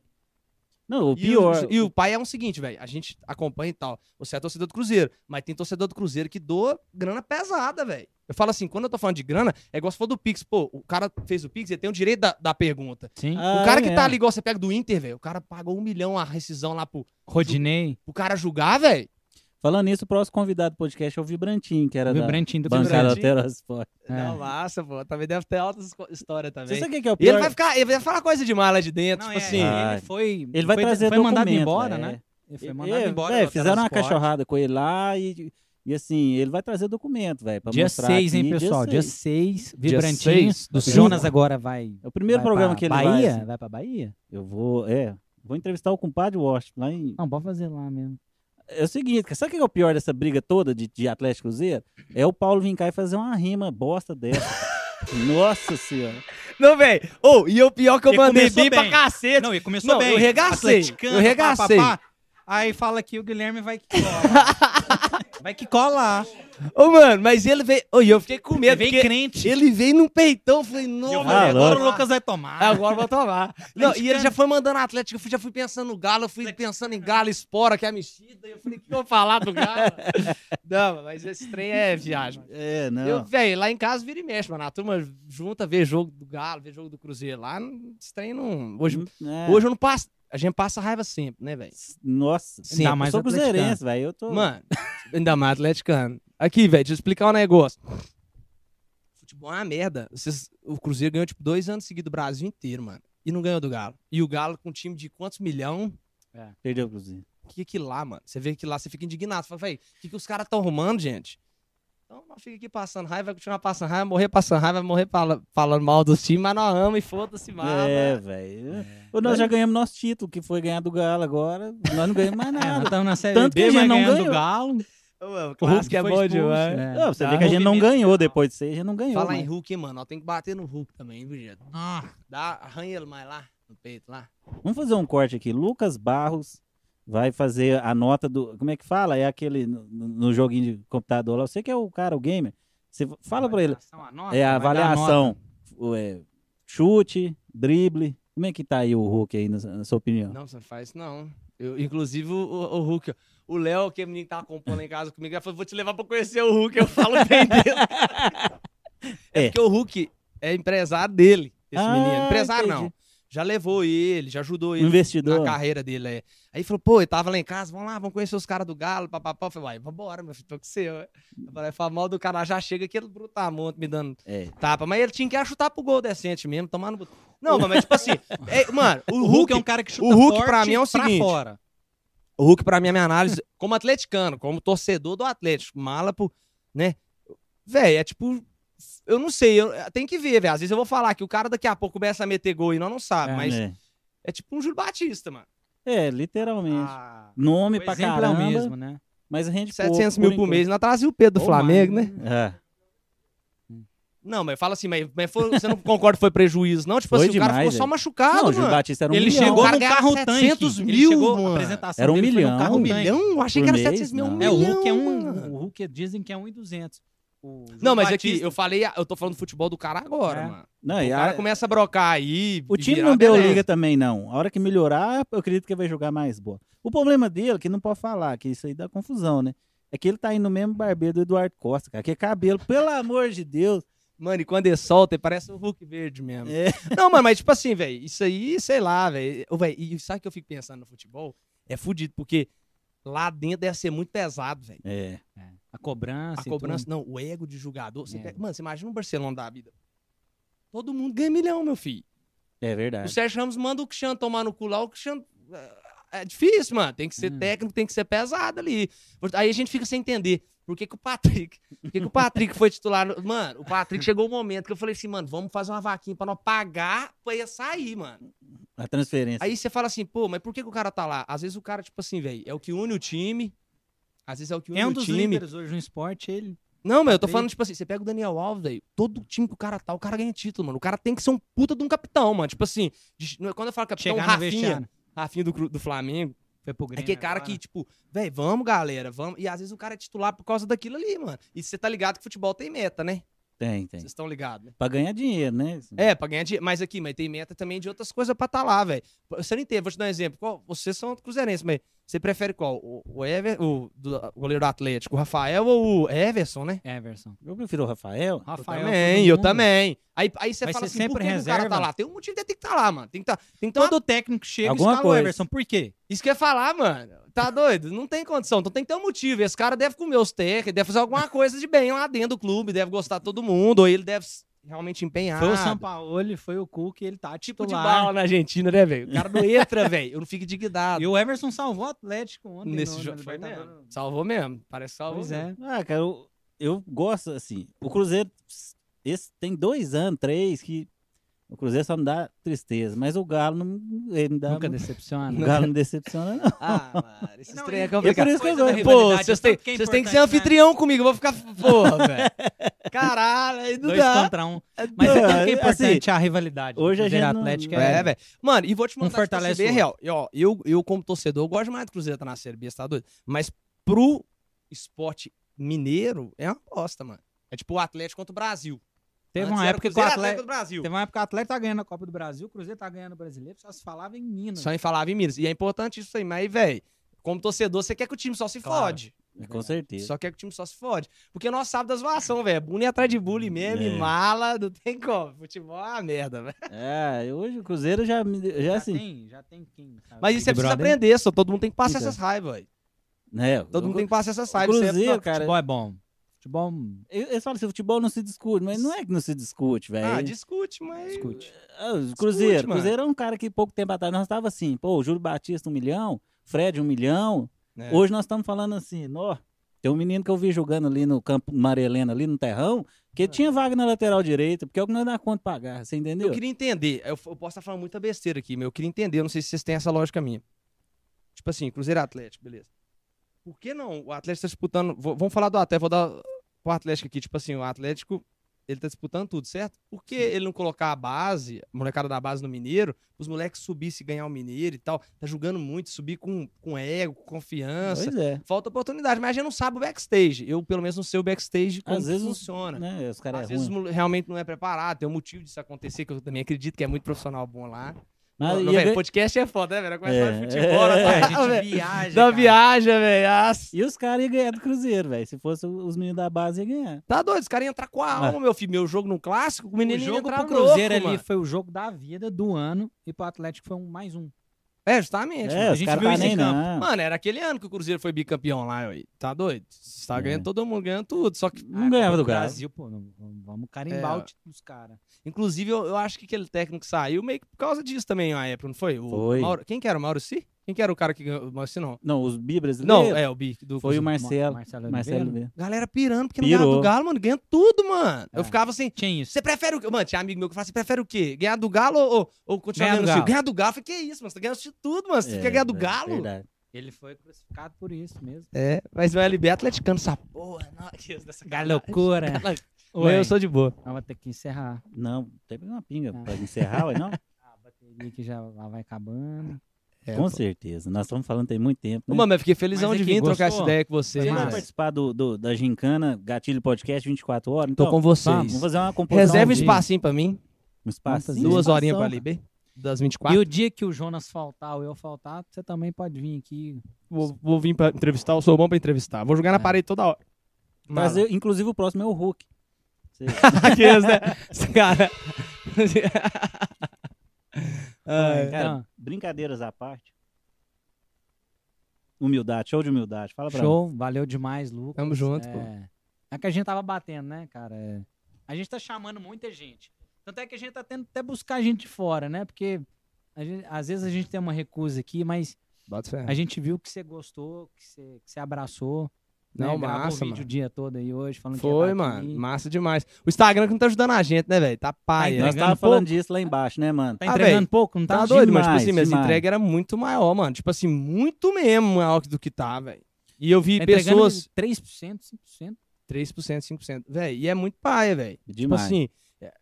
Speaker 1: Não, o
Speaker 2: E
Speaker 1: pior.
Speaker 2: E o pai é o seguinte, velho. A gente acompanha e tal. Você é torcedor do Cruzeiro, mas tem torcedor do Cruzeiro que doa grana pesada, velho. Eu falo assim, quando eu tô falando de grana, é igual se for do Pix. Pô, o cara fez o Pix, ele tem o direito da- da pergunta.
Speaker 3: Sim.
Speaker 1: Ah,
Speaker 2: O cara
Speaker 1: é
Speaker 2: que tá
Speaker 1: mesmo.
Speaker 2: ali, igual você pega do Inter, velho. O cara pagou um milhão a rescisão lá pro,
Speaker 3: Rodinei,
Speaker 2: pro cara julgar, velho.
Speaker 1: Falando nisso, o próximo convidado do podcast é o Vibrantinho, que era
Speaker 3: o
Speaker 1: da
Speaker 3: Brantinho do
Speaker 1: bancada
Speaker 3: Cruzeiro.
Speaker 2: Vibrantinho.
Speaker 1: Alterosport.
Speaker 3: É.
Speaker 2: Não, massa, pô. Também deve ter altas co- histórias
Speaker 1: Você
Speaker 3: Tá
Speaker 2: também.
Speaker 1: sabe o que que é o
Speaker 2: E ele
Speaker 1: pior?
Speaker 2: vai ficar, ele vai falar coisa demais lá de dentro,
Speaker 3: Não,
Speaker 2: tipo
Speaker 3: é,
Speaker 2: assim.
Speaker 1: Ah,
Speaker 3: ele foi,
Speaker 1: Ele vai
Speaker 3: foi,
Speaker 1: trazer
Speaker 3: foi mandado
Speaker 1: documento,
Speaker 3: embora,
Speaker 1: é.
Speaker 3: né? Ele foi
Speaker 1: É,
Speaker 3: mandado
Speaker 1: é,
Speaker 3: embora. tá
Speaker 1: é,
Speaker 3: do
Speaker 1: fizeram uma
Speaker 3: Transporte.
Speaker 1: cachorrada com ele lá e, e assim, ele vai trazer documento, velho, pra
Speaker 3: Dia
Speaker 1: mostrar
Speaker 3: 6, hein,
Speaker 1: aqui.
Speaker 3: pessoal? Dia 6, Vibrantinhos.
Speaker 2: seis.
Speaker 3: Do
Speaker 1: Sim.
Speaker 3: Jonas agora vai.
Speaker 1: É o primeiro
Speaker 3: vai
Speaker 1: programa
Speaker 3: pra
Speaker 1: que ele
Speaker 3: Bahia?
Speaker 1: vai. assim.
Speaker 3: Vai pra Bahia?
Speaker 1: Eu vou, é, vou entrevistar o compadre Washington lá em
Speaker 3: Não, pode fazer lá mesmo.
Speaker 1: É o seguinte, cara, sabe o que é o pior dessa briga toda de, de Atlético e Cruzeiro? É o Paulo vir cá e fazer uma rima bosta dessa. Nossa senhora.
Speaker 2: Não, velho. Ô, e o pior que eu
Speaker 3: Ele
Speaker 2: mandei
Speaker 3: começou
Speaker 2: bem pra
Speaker 3: bem.
Speaker 2: cacete.
Speaker 3: e começou
Speaker 2: Não, eu regacei,
Speaker 3: Atleticano,
Speaker 2: eu regacei.
Speaker 3: Aí fala que o Guilherme vai que cola. Vai que cola.
Speaker 2: Ô, mano, mas ele veio. Ô, e eu fiquei com medo.
Speaker 3: Vem
Speaker 2: porque
Speaker 3: crente.
Speaker 2: Ele veio num peitão. Falei, nossa.
Speaker 3: tá
Speaker 1: falei, Ah, agora
Speaker 3: agora
Speaker 1: louco.
Speaker 3: o Lucas vai tomar.
Speaker 2: Agora vou tomar. Não, e ele já foi mandando Atlético. Eu fui- já fui pensando no Galo, eu fui pensando em Galo Espora, que é a mexida. Eu falei, o que eu vou falar do Galo? Não, mas esse trem é viagem.
Speaker 1: É, não.
Speaker 2: Eu, velho, lá em casa vira e mexe, mano. A turma junta, vê jogo do Galo, vê jogo do Cruzeiro. Lá, não- esse trem não. Hoje,
Speaker 1: É.
Speaker 2: hoje eu não passo. A gente passa raiva sempre, né, velho?
Speaker 1: Nossa,
Speaker 2: Sim,
Speaker 1: eu
Speaker 3: mas
Speaker 1: sou
Speaker 3: atleticano.
Speaker 1: cruzeirense, velho. Eu tô.
Speaker 2: Mano, ainda mais atleticano. Aqui, velho, deixa eu explicar um negócio. Futebol é uma merda. Vocês- o Cruzeiro ganhou, tipo, dois anos seguidos do Brasil inteiro, mano. E não ganhou do Galo. E o Galo com um time de quantos milhão?
Speaker 1: Perdeu o Cruzeiro.
Speaker 2: O que que lá, mano? Você vê que lá, você fica indignado. Fala, velho, o que, que os caras estão arrumando, gente? Então, nós fica aqui passando raiva, vai continuar passando raiva, vai morrer passando raiva, vai morrer fala- falando mal dos times, mas nós amamos e foda-se mais.
Speaker 1: É, velho. Ou Nós já ganhamos nosso título, que foi ganhar do Galo agora. Nós não ganhamos mais nada.
Speaker 3: Estamos É, na série
Speaker 1: Tanto que a
Speaker 3: B,
Speaker 1: gente
Speaker 3: mas
Speaker 1: não
Speaker 3: ganhando do
Speaker 1: ganhou.
Speaker 3: Galo.
Speaker 2: O
Speaker 3: Hulk
Speaker 2: clássico é
Speaker 3: foi
Speaker 2: bom
Speaker 3: expulso,
Speaker 2: demais.
Speaker 3: né?
Speaker 1: Não, você
Speaker 2: tá.
Speaker 1: vê que a gente não
Speaker 2: Movimento
Speaker 1: ganhou depois disso aí, a gente não ganhou.
Speaker 2: Falar em
Speaker 1: mas-
Speaker 2: Hulk, hein, mano, nós tem que bater no Hulk também, hein, Brigito?
Speaker 3: Ah.
Speaker 2: Dá, arranha ele mais lá, no peito, lá.
Speaker 1: Vamos fazer um corte aqui. Lucas Barros vai fazer a nota do. Como é que fala? É aquele no, no joguinho de computador lá. Você que é o cara, o gamer. Você fala pra ele. É a avaliação. O, é, chute, drible. Como é que tá aí o Hulk aí, na, sua- na sua opinião?
Speaker 2: Não, você não faz isso, não. Eu, inclusive, o, o Hulk, ó, o Léo, que é o menino que tava compondo lá em casa comigo, ele falou, vou te levar pra conhecer o Hulk, eu falo bem dele.
Speaker 1: É.
Speaker 2: É, porque o Hulk é empresário dele, esse
Speaker 1: Ah,
Speaker 2: menino. Empresário
Speaker 1: entendi.
Speaker 2: não. Já levou ele, já ajudou ele
Speaker 1: Investidor.
Speaker 2: na carreira dele. É. Aí falou, pô, ele tava lá em casa, vamos lá, vamos conhecer os caras do Galo, papapá. Eu falei, uai, vambora, meu filho, tô com você. ué." Eu falei, fala mal do cara, já chega aquele brutamonte me dando
Speaker 1: É.
Speaker 2: tapa. Mas ele tinha que chutar pro gol decente mesmo, tomar no... bu- Não, mas tipo assim, é, mano, o,
Speaker 3: O
Speaker 2: Hulk
Speaker 3: Hulk é um cara que chuta
Speaker 2: o Hulk,
Speaker 3: forte
Speaker 2: pra mim, é o seguinte.
Speaker 3: fora.
Speaker 2: o Hulk, pra mim, é a minha análise, como atleticano, como torcedor do Atlético, mala pro, né? Véi, é tipo. Eu não sei, eu, é, tem que ver, velho. Às vezes eu vou falar que o cara daqui a pouco começa a meter gol e nós não sabe,
Speaker 3: É,
Speaker 2: mas
Speaker 1: É,
Speaker 2: é tipo um Júlio Batista, mano.
Speaker 1: É, literalmente.
Speaker 2: Ah,
Speaker 1: Nome
Speaker 3: O
Speaker 1: pra
Speaker 3: exemplo é
Speaker 1: caramba,
Speaker 3: o mesmo, né?
Speaker 1: mas rende
Speaker 2: 700
Speaker 1: pouco,
Speaker 2: mil por mês,
Speaker 1: enquanto.
Speaker 2: nós trazia o Pedro do
Speaker 3: Ou
Speaker 2: Flamengo, né?
Speaker 1: É.
Speaker 2: Não, mas fala assim, mas, mas foi- você não concorda que foi prejuízo, não? Tipo
Speaker 1: Foi
Speaker 2: assim, o cara
Speaker 1: demais,
Speaker 2: ficou só
Speaker 1: velho.
Speaker 2: machucado,
Speaker 1: não, o Gil
Speaker 2: mano.
Speaker 1: Batista era um
Speaker 3: Ele
Speaker 1: milhão.
Speaker 3: chegou
Speaker 2: cara
Speaker 3: no
Speaker 2: ganhava
Speaker 3: carro tanque.
Speaker 2: 700
Speaker 3: Ele
Speaker 2: mil,
Speaker 3: chegou-
Speaker 2: mano.
Speaker 3: A apresentação
Speaker 1: Era um
Speaker 3: dele foi num
Speaker 1: milhão.
Speaker 3: carro
Speaker 1: Um
Speaker 3: tanque.
Speaker 2: Milhão? Achei que
Speaker 1: Por
Speaker 2: era
Speaker 1: mês,
Speaker 2: 700 mil.
Speaker 1: não.
Speaker 3: É, o
Speaker 2: milhão,
Speaker 3: Hulk é
Speaker 2: mano.
Speaker 3: um... O Hulk é- dizem que é 1,200. O Júlio
Speaker 2: Não, mas é que
Speaker 3: Batista-
Speaker 2: eu falei, eu tô falando do futebol do cara agora,
Speaker 3: É.
Speaker 2: mano.
Speaker 1: Não,
Speaker 2: o
Speaker 1: e a-
Speaker 2: cara começa a brocar aí.
Speaker 1: O
Speaker 2: e
Speaker 1: time
Speaker 2: virar
Speaker 1: não deu
Speaker 2: beleza.
Speaker 1: liga também, não. A hora que melhorar, eu acredito que vai jogar mais boa. O problema dele, é que não pode falar, que isso aí dá confusão, né? É que ele tá indo no mesmo barbeiro do Eduardo Costa, cara. Que é cabelo, pelo amor de Deus.
Speaker 2: Mano, e quando ele solta, ele parece o Hulk verde mesmo.
Speaker 1: É.
Speaker 2: Não, mano, mas tipo assim, velho, isso aí, sei lá, velho. Ô, velho, E sabe o que eu fico pensando no futebol? É fudido, porque lá dentro deve ser muito pesado, velho.
Speaker 1: É.
Speaker 3: A
Speaker 1: Assim,
Speaker 3: cobrança.
Speaker 2: A
Speaker 3: e
Speaker 2: cobrança, não, o ego de jogador. Você
Speaker 3: É.
Speaker 2: pega- mano, você imagina um Barcelona da vida. Todo mundo ganha milhão, meu filho.
Speaker 1: É
Speaker 2: O
Speaker 1: verdade.
Speaker 2: Sérgio Ramos manda o Cristiano tomar no cu lá, o Cristiano. É difícil, mano. Tem que ser
Speaker 3: Hum.
Speaker 2: técnico, tem que ser pesado ali. Aí a gente fica sem entender. Por que, que o Patrick? Por que, que o Patrick foi titular? no- Mano, o Patrick chegou um momento que eu falei assim, mano, vamos fazer uma vaquinha pra nós pagar pra ele sair, mano.
Speaker 1: A transferência.
Speaker 2: Aí você fala assim, pô, mas por que, que o cara tá lá? Às vezes o cara, tipo assim, velho, é o que une o time. Às vezes é o que
Speaker 3: tudo.
Speaker 2: une
Speaker 3: É um
Speaker 2: o
Speaker 3: dos
Speaker 2: time. É
Speaker 3: líderes Tá hoje no esporte, ele...
Speaker 2: Não, mas eu tô
Speaker 3: Patrick.
Speaker 2: falando, tipo assim, você pega o Daniel Alves, velho, todo time que o cara tá, o cara ganha título, mano. O cara tem que ser um puta de um capitão, mano. Tipo assim, de- quando eu falo capitão,
Speaker 3: Chegar no
Speaker 2: Rafinha,
Speaker 3: vestiário.
Speaker 2: Rafinha do, Cru- do Flamengo.
Speaker 3: Foi pro
Speaker 2: É
Speaker 3: Grêmio
Speaker 2: que cara
Speaker 3: agora.
Speaker 2: que, tipo, velho, vamos, galera, vamos. E às vezes o cara é titular por causa daquilo ali, mano. E você tá ligado que futebol tem meta, né?
Speaker 1: Tem, tem.
Speaker 2: Vocês estão ligados, né?
Speaker 1: Pra ganhar dinheiro, né?
Speaker 2: É, pra ganhar dinheiro. Mas aqui, mas tem meta também de outras coisas pra tá lá, velho. Você não entende, vou te dar um exemplo. Qual- vocês são cruzeirenses, mas você prefere qual? O, o Ever, o, do- o goleiro do Atlético, o Rafael ou o Everson, né?
Speaker 3: Everson.
Speaker 1: Eu prefiro o Rafael.
Speaker 3: Rafael.
Speaker 2: também,
Speaker 3: todo
Speaker 2: eu
Speaker 3: mundo.
Speaker 2: também. Aí, aí você
Speaker 3: Vai
Speaker 2: fala
Speaker 3: ser
Speaker 2: assim, por
Speaker 3: sempre
Speaker 2: que que o cara tá
Speaker 3: reserva?
Speaker 2: lá? Tem um motivo de ter que tá lá, mano. Tem que tá, tem que ter uma
Speaker 3: Todo técnico chega
Speaker 1: Alguma
Speaker 3: e escala
Speaker 1: coisa.
Speaker 3: o Everson. Por quê?
Speaker 2: Isso que eu ia falar, mano. Tá doido? Não tem condição. Então tem que ter um motivo. Esse cara deve comer os técnicos, deve fazer alguma coisa de bem lá dentro do clube, deve gostar de todo mundo, ou ele deve s- realmente empenhar.
Speaker 3: Foi o Sampaoli, foi o Cook, ele tá
Speaker 2: Ah. Tipo
Speaker 3: titular.
Speaker 2: de bala na Argentina, né, velho? O cara não entra, velho. Eu não fico indignado.
Speaker 3: E o Everson salvou o Atlético ontem.
Speaker 2: Nesse
Speaker 3: no- na
Speaker 2: jogo foi
Speaker 3: Libertadores.
Speaker 2: mesmo. Salvou mesmo. Parece que salvou.
Speaker 3: Pois é.
Speaker 1: Ah, cara, eu, eu gosto, assim. O Cruzeiro, ps, esse tem dois anos, três, que o Cruzeiro só me dá tristeza. Mas o Galo não, ele me dá.
Speaker 3: Nunca
Speaker 1: muito-
Speaker 3: decepciona.
Speaker 1: o Galo não decepciona, não.
Speaker 2: Ah, mano, esse
Speaker 3: Não,
Speaker 2: trem é
Speaker 3: e-
Speaker 1: É por
Speaker 2: complicado.
Speaker 1: isso que eu
Speaker 3: Coisa da
Speaker 1: gosto.
Speaker 2: Pô,
Speaker 3: rivalidade, o
Speaker 2: vocês têm
Speaker 3: tanto que é
Speaker 2: vocês têm que ser
Speaker 3: importante, né?
Speaker 2: anfitrião comigo, eu vou ficar. Porra, velho. Caralho, aí não
Speaker 3: Dois
Speaker 2: dá.
Speaker 3: contra um. Mas é tanto que é
Speaker 1: assim,
Speaker 3: importante a rivalidade.
Speaker 1: hoje a
Speaker 3: Cruzeiro
Speaker 1: gente não-
Speaker 3: Atlético
Speaker 2: É,
Speaker 3: é...
Speaker 2: velho. Mano, e vou te
Speaker 3: Um
Speaker 2: mandar tipo,
Speaker 3: fortalece
Speaker 2: assim, bem
Speaker 3: o
Speaker 2: real. E, ó, eu, eu, como torcedor, eu gosto mais do Cruzeiro tá na Série B, você tá doido? Mas pro esporte mineiro é uma aposta, mano. É tipo o Atlético contra o Brasil.
Speaker 3: Teve
Speaker 2: Antes
Speaker 3: uma
Speaker 2: era
Speaker 3: época que o
Speaker 2: Cruzeiro,
Speaker 3: Atlético.
Speaker 2: do Brasil.
Speaker 3: Teve uma época que o Atlético tá ganhando a Copa do Brasil, o Cruzeiro tá ganhando o brasileiro, só se falava em Minas.
Speaker 2: Só em falava em Minas. E é importante isso aí, mas aí, velho, como torcedor, você quer que o time só se
Speaker 3: Claro.
Speaker 2: fode.
Speaker 1: Com certeza.
Speaker 2: Só quer que o time só se fode. Porque nós sabe das zoação, velho. é Bullying atrás de bullying
Speaker 3: Hum,
Speaker 2: mesmo,
Speaker 1: É.
Speaker 2: e mala, não tem como. Futebol é uma merda, velho.
Speaker 1: É, hoje o Cruzeiro já, me- já,
Speaker 3: já
Speaker 1: assim.
Speaker 3: tem, já tem quem. sabe?
Speaker 2: Mas isso é
Speaker 3: Big
Speaker 2: preciso
Speaker 3: Brother.
Speaker 2: aprender, só todo mundo tem que passar
Speaker 1: Isso é.
Speaker 2: essas raivas, velho.
Speaker 1: Né,
Speaker 2: Todo
Speaker 1: o-
Speaker 2: mundo tem que passar essas
Speaker 1: o
Speaker 2: raivas. isso é-
Speaker 1: Cruzeiro, cara.
Speaker 3: Futebol é bom. Futebol
Speaker 1: Eles falam assim: futebol não se discute, mas não é que não se discute, velho. é,
Speaker 2: Ah, discute, mas.
Speaker 3: discute.
Speaker 1: Ah, Cruzeiro.
Speaker 2: mano.
Speaker 1: Cruzeiro é um cara que pouco tempo atrás nós tava assim, pô, Júlio Batista um milhão, Fred um milhão.
Speaker 2: É.
Speaker 1: Hoje nós estamos falando assim, ó, tem um menino que eu vi jogando ali no campo Marelena, ali no terrão,
Speaker 2: É.
Speaker 1: que tinha vaga na lateral direita, porque é o que nós dá conta pagar, você entendeu?
Speaker 2: Eu queria entender. Eu, eu posso estar falando muita besteira aqui, mas eu queria entender. Eu não sei se vocês têm essa lógica minha. Tipo assim, Cruzeiro e Atlético, beleza. Por que não? O Atlético tá disputando. vou- vamos falar do Atlético, vou dar pro Atlético aqui. Tipo assim, o Atlético, ele tá disputando tudo, certo? Por que ele não colocar a base, a molecada da base no Mineiro, os moleques subir se ganhar o Mineiro e tal? Tá jogando muito, subir com, com ego, com confiança.
Speaker 1: Pois é.
Speaker 2: Falta oportunidade, mas a gente não sabe o backstage. Eu, pelo menos, não sei o backstage como
Speaker 1: Às
Speaker 2: que
Speaker 1: vezes os-
Speaker 2: funciona.
Speaker 1: Né? Os caras
Speaker 2: Às
Speaker 1: é
Speaker 2: vezes
Speaker 1: ruim.
Speaker 2: mo- realmente não é preparado, tem um motivo disso acontecer, que eu também acredito que é muito profissional bom lá.
Speaker 1: Mas
Speaker 2: Não,
Speaker 1: ia
Speaker 2: velho,
Speaker 1: gan-
Speaker 2: podcast é foda, né, velho? Começa
Speaker 1: É.
Speaker 2: é. futebol, né?
Speaker 3: A gente viaja.
Speaker 2: Dá
Speaker 3: cara.
Speaker 2: viagem, velho. as-
Speaker 1: E os caras iam ganhar do Cruzeiro, velho. Se fosse o- os meninos da base, ia ganhar.
Speaker 2: Tá doido, os caras iam entrar com a alma, meu filho. Meu jogo no clássico, o
Speaker 3: O
Speaker 2: menino ia
Speaker 3: jogo
Speaker 2: entrar
Speaker 3: pro Cruzeiro
Speaker 2: louco,
Speaker 3: ali
Speaker 2: mano.
Speaker 3: foi o jogo da vida do ano e pro Atlético foi um mais um.
Speaker 2: É, justamente.
Speaker 1: É,
Speaker 2: mano.
Speaker 1: os
Speaker 3: gente
Speaker 1: caras
Speaker 3: viu
Speaker 1: tá
Speaker 3: isso em
Speaker 1: nem
Speaker 3: campo.
Speaker 1: não.
Speaker 2: Mano, era aquele ano que o Cruzeiro foi bicampeão lá, ué. Tá doido? Você tá
Speaker 1: É.
Speaker 2: ganhando todo mundo, ganhando tudo. Só que,
Speaker 1: Não ganhava do Galo.
Speaker 3: Ah, Brasil, pô, não- não- vamos carimbar
Speaker 2: É,
Speaker 3: o título dos caras.
Speaker 2: inclusive, eu, eu acho que aquele técnico que saiu meio que por causa disso também, na época, não foi? O
Speaker 1: Foi.
Speaker 2: Mauro- Quem que era? O Maurici? Quem que era o cara que ganhou? O Maurici não.
Speaker 1: Não, os bi brasileiros.
Speaker 2: Não, é, o Bic do
Speaker 1: Foi o
Speaker 2: Cruzeiro.
Speaker 1: Marcelo.
Speaker 3: Marcelo,
Speaker 1: Marcelo
Speaker 3: Oliveira.
Speaker 1: B.
Speaker 2: Galera pirando, porque
Speaker 1: Pirou.
Speaker 2: não ganhava do Galo, mano. Ganha tudo, mano.
Speaker 3: É.
Speaker 2: Eu ficava assim.
Speaker 3: Tinha isso.
Speaker 2: Você prefere o quê? Mano, tinha amigo meu que falava, você prefere o quê? Ganhar do Galo ou, ou, ou continuar
Speaker 3: Ganhar
Speaker 2: ganhando o
Speaker 3: do
Speaker 2: Galo?
Speaker 3: Galo.
Speaker 2: Ganhar do Galo, eu falei, que isso, mano? Você tá ganhando isso tudo, mano. Você
Speaker 1: É,
Speaker 2: quer ganhar do
Speaker 1: é
Speaker 2: Galo?
Speaker 1: verdade.
Speaker 3: Ele foi crucificado por isso mesmo.
Speaker 2: É, mas o LB é atleticano, essa porra. Nossa, dessa
Speaker 3: Galocura.
Speaker 2: Mas eu sou de boa.
Speaker 3: Nós vamos ter que encerrar.
Speaker 1: Não, tem que pegar uma pinga
Speaker 3: Ah.
Speaker 1: pra encerrar, ué, não?
Speaker 3: A bateria que já lá vai acabando.
Speaker 2: É,
Speaker 1: Com certeza. Nós estamos falando tem muito tempo.
Speaker 2: Ô,
Speaker 1: Né?
Speaker 2: mano, eu fiquei felizão
Speaker 3: Mas
Speaker 2: de
Speaker 3: é que
Speaker 2: vir trocar
Speaker 3: gostou?
Speaker 2: essa ideia com vocês.
Speaker 1: Você vai
Speaker 3: massa.
Speaker 1: participar do, do- da Gincana Gatilho Podcast 24 horas?
Speaker 2: Tô
Speaker 1: Então,
Speaker 2: com
Speaker 1: vamos,
Speaker 2: vocês.
Speaker 1: vamos fazer uma composição.
Speaker 2: Reserva um
Speaker 1: de-
Speaker 2: espacinho pra mim.
Speaker 1: Um espacinho,
Speaker 2: Duas
Speaker 1: espação,
Speaker 2: horinhas pra
Speaker 1: cara.
Speaker 2: LB. Das
Speaker 3: E
Speaker 2: 24.
Speaker 3: o dia que o Jonas faltar ou eu faltar, você também pode vir aqui.
Speaker 2: Vou, vou vir pra entrevistar, eu sou bom pra entrevistar. Vou jogar na
Speaker 3: É.
Speaker 2: parede toda hora. Mala.
Speaker 1: Trazer- inclusive o próximo é o Hulk. Você-
Speaker 2: Aqueles, né? Esse Cara.
Speaker 3: Então,
Speaker 2: Ai,
Speaker 1: Cara, brincadeiras à parte. Humildade, show de humildade. Fala pra mim.
Speaker 3: Show, valeu demais, Lucas.
Speaker 2: Tamo junto, pô.
Speaker 3: É, é que a gente tava batendo, né, cara? É. A gente tá chamando muita gente. Tanto é que a gente tá tendo até buscar gente de fora, né? Porque a gente- às vezes a gente tem uma recusa aqui, mas
Speaker 2: Bota fé.
Speaker 3: a gente viu que você gostou, que você, que você abraçou. né?
Speaker 2: Não,
Speaker 3: Gravou
Speaker 2: massa,
Speaker 3: vídeo o
Speaker 2: mano.
Speaker 3: dia todo aí hoje, falando que ia
Speaker 2: Foi,
Speaker 3: tá
Speaker 2: mano.
Speaker 3: aqui.
Speaker 2: Massa demais. O Instagram que não tá ajudando a gente, né, velho? Tá paia.
Speaker 3: entregando
Speaker 1: Nós tava
Speaker 3: pouco.
Speaker 1: falando disso lá embaixo, né, mano?
Speaker 3: Tá
Speaker 2: Ah,
Speaker 3: entregando
Speaker 2: velho,
Speaker 3: pouco, não tá?
Speaker 2: Tá doido, mas, tipo
Speaker 1: demais,
Speaker 2: assim, minhas
Speaker 1: demais.
Speaker 2: entregas era muito maior, mano. Tipo assim, muito mesmo maior do que tá, velho. E eu vi
Speaker 3: Tá entregando
Speaker 2: pessoas.
Speaker 3: 3%, 5%.
Speaker 2: 3%, 5%. Velho, e é muito paia, velho. Tipo
Speaker 1: Demais.
Speaker 2: assim, é- é-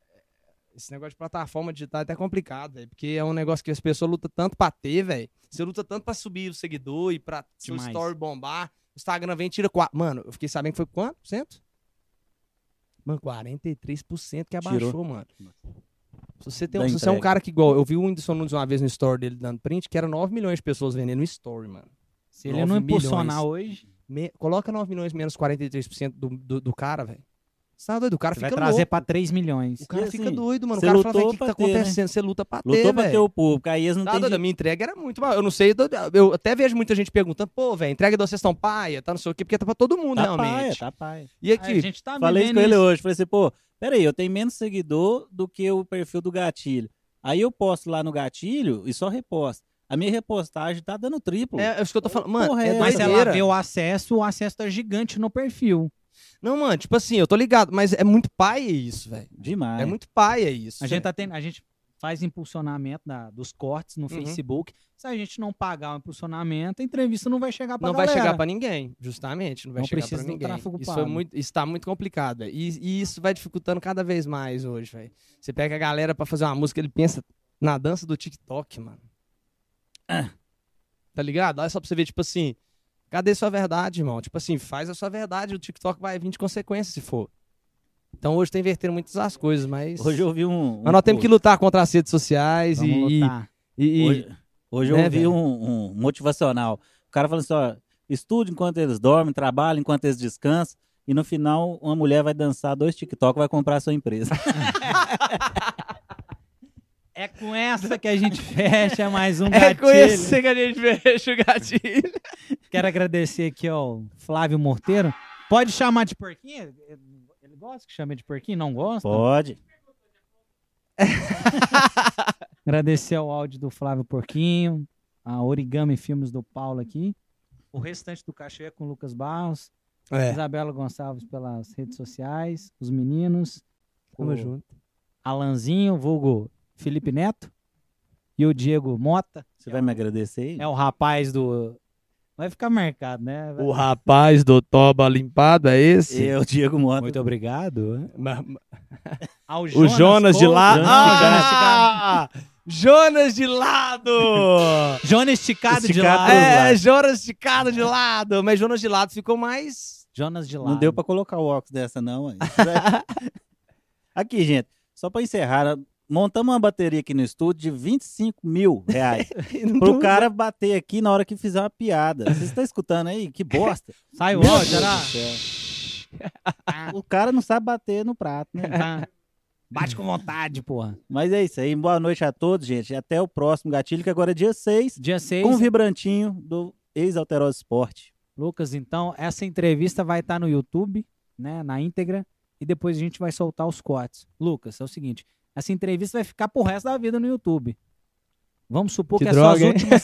Speaker 2: esse negócio de plataforma digital é até complicado, velho. Porque é um negócio que as pessoas lutam tanto pra ter, velho. Você luta tanto pra subir o seguidor e pra seu
Speaker 3: Demais.
Speaker 2: story bombar. O Instagram vem e tira 4. Mano, eu fiquei sabendo que foi quanto por cento? Mano, 43% que abaixou,
Speaker 1: Tirou.
Speaker 2: mano. Se você, tem,
Speaker 1: Da
Speaker 2: se você é um
Speaker 1: entrega.
Speaker 2: cara que igual. Eu vi o Whindersson Nunes uma vez no story dele dando print, que era 9 milhões de pessoas vendendo story, mano.
Speaker 3: Se ele
Speaker 2: Nove
Speaker 3: não
Speaker 2: milhões.
Speaker 3: impulsionar hoje,
Speaker 2: Me- coloca 9 milhões menos 43% do, do, do cara, velho. Você tá doido? O cara
Speaker 3: você vai
Speaker 2: fica
Speaker 3: trazer
Speaker 2: louco.
Speaker 3: pra 3 milhões.
Speaker 2: O cara
Speaker 1: E, assim,
Speaker 2: fica doido, mano. O
Speaker 1: você
Speaker 2: cara fala,
Speaker 1: lutou
Speaker 2: velho, o que, que tá
Speaker 1: pra ter, né?
Speaker 2: acontecendo? Você luta pra
Speaker 1: Lutou
Speaker 2: ter,
Speaker 1: pra ter
Speaker 2: velho.
Speaker 1: o público. Aí eles não
Speaker 2: Tá
Speaker 1: têm.
Speaker 2: doido, a
Speaker 1: di-
Speaker 2: minha entrega era muito mal. Eu não sei, eu- eu até vejo muita gente perguntando, pô, velho, entrega da Vocês tão paia, tá não sei o quê, porque tá pra todo mundo,
Speaker 1: Tá paia,
Speaker 2: realmente.
Speaker 1: tá paia.
Speaker 2: E
Speaker 3: Aí, a
Speaker 2: aqui,
Speaker 3: gente tá
Speaker 1: Falei isso
Speaker 3: vivendo
Speaker 1: com ele hoje. Falei assim, pô, peraí, eu tenho menos seguidor do que o perfil do gatilho. Aí eu posto lá no gatilho e só reposto. A minha repostagem tá dando triplo.
Speaker 2: é, é isso que eu tô falando, mano,
Speaker 1: Porra,
Speaker 2: é
Speaker 1: é,
Speaker 3: Mas ela
Speaker 2: doideira.
Speaker 3: vê o acesso, o acesso tá gigante no perfil.
Speaker 2: Não, mano, tipo assim, eu tô ligado, mas é muito paia isso, velho.
Speaker 1: Demais.
Speaker 2: É muito paia isso.
Speaker 3: A gente,
Speaker 2: velho.
Speaker 3: tá tendo, a gente faz impulsionamento da- dos cortes no
Speaker 2: Uhum.
Speaker 3: Facebook. Se a gente não pagar o impulsionamento, a entrevista não vai chegar pra
Speaker 2: Não vai chegar
Speaker 3: pra
Speaker 2: pra ninguém, justamente. Não vai
Speaker 3: Não
Speaker 2: chegar pra
Speaker 3: precisa do
Speaker 2: ninguém.
Speaker 3: tráfego
Speaker 2: isso, foi
Speaker 3: pago.
Speaker 2: muito, isso tá muito complicado, velho. E, e isso vai dificultando cada vez mais hoje, velho. Você pega a galera pra fazer uma música, ele pensa na É. dança do TikTok, mano. Tá ligado? Olha só pra você ver, tipo assim. Cadê sua verdade, irmão? Tipo assim, faz a sua verdade, o TikTok vai vir de consequência se for. Então hoje tá invertendo muitas as coisas, mas.
Speaker 1: Hoje eu ouvi um. um
Speaker 2: Mas nós temos que lutar contra as redes sociais e,
Speaker 3: Vamos
Speaker 2: e-
Speaker 3: lutar.
Speaker 2: e- e-
Speaker 1: Hoje, hoje
Speaker 2: Né,
Speaker 1: eu ouvi
Speaker 2: velho?
Speaker 1: um, um motivacional. O cara falando assim: ó, estude enquanto eles dormem, trabalha enquanto eles descansam. E no final, uma mulher vai dançar dois TikTok e vai comprar a sua empresa.
Speaker 3: É com essa que a gente fecha mais um
Speaker 2: É
Speaker 3: gatilho.
Speaker 2: com esse que a gente fecha o gatilho.
Speaker 3: Quero agradecer aqui ao Flávio Morteiro. Pode chamar de porquinho? Ele gosta que chame de porquinho? Não gosta?
Speaker 1: Pode.
Speaker 3: Agradecer ao áudio do Flávio Porquinho, a Origami Filmes do Paulo aqui. O restante do cachê é com o Lucas Barros,
Speaker 1: É.
Speaker 3: Isabela Gonçalves pelas redes sociais, os meninos,
Speaker 2: Tamo
Speaker 3: o
Speaker 2: junto.
Speaker 3: Alanzinho, vulgo Felipe Neto e o Diego Mota,
Speaker 1: Você vai me agradecer?
Speaker 3: é o rapaz do... Vai ficar marcado, né? Vai-
Speaker 2: rapaz do Toba limpado é esse?
Speaker 1: Eu, Diego Mota.
Speaker 3: Muito obrigado. Ao
Speaker 2: O Jonas de lá.
Speaker 3: Jonas,
Speaker 2: Ah! Jonas de lado!
Speaker 3: esticado. Jonas esticado, de
Speaker 1: Esticado.
Speaker 3: lado.
Speaker 2: é, Jonas de cada de lado. Mas Jonas de lado ficou mais.
Speaker 3: Jonas de lado.
Speaker 1: Não deu pra colocar o óculos dessa, não. ué. aqui, gente, só pra encerrar, montamos uma bateria aqui no estúdio de 25 mil reais. pro cara bater aqui na hora que fizer uma piada. Vocês estão escutando aí? Que bosta.
Speaker 3: Sai o
Speaker 1: Meu
Speaker 3: áudio,
Speaker 1: Deus
Speaker 3: era...
Speaker 1: do céu. O cara não sabe bater no prato, né?
Speaker 3: Tá. Bate com vontade, porra.
Speaker 1: Mas é isso aí. Boa noite a todos, gente. Até o próximo gatilho, que agora é dia 6,
Speaker 3: Dia 6,
Speaker 1: com o vibrantinho do ex-alterosa esporte.
Speaker 3: Lucas, então, essa entrevista vai estar no YouTube, né, na íntegra, e depois a gente vai soltar os cortes. Lucas, é o seguinte, essa entrevista vai ficar pro resto da vida no YouTube. Vamos supor que,
Speaker 2: Que
Speaker 3: é
Speaker 2: droga,
Speaker 3: suas
Speaker 2: hein?
Speaker 3: últimas,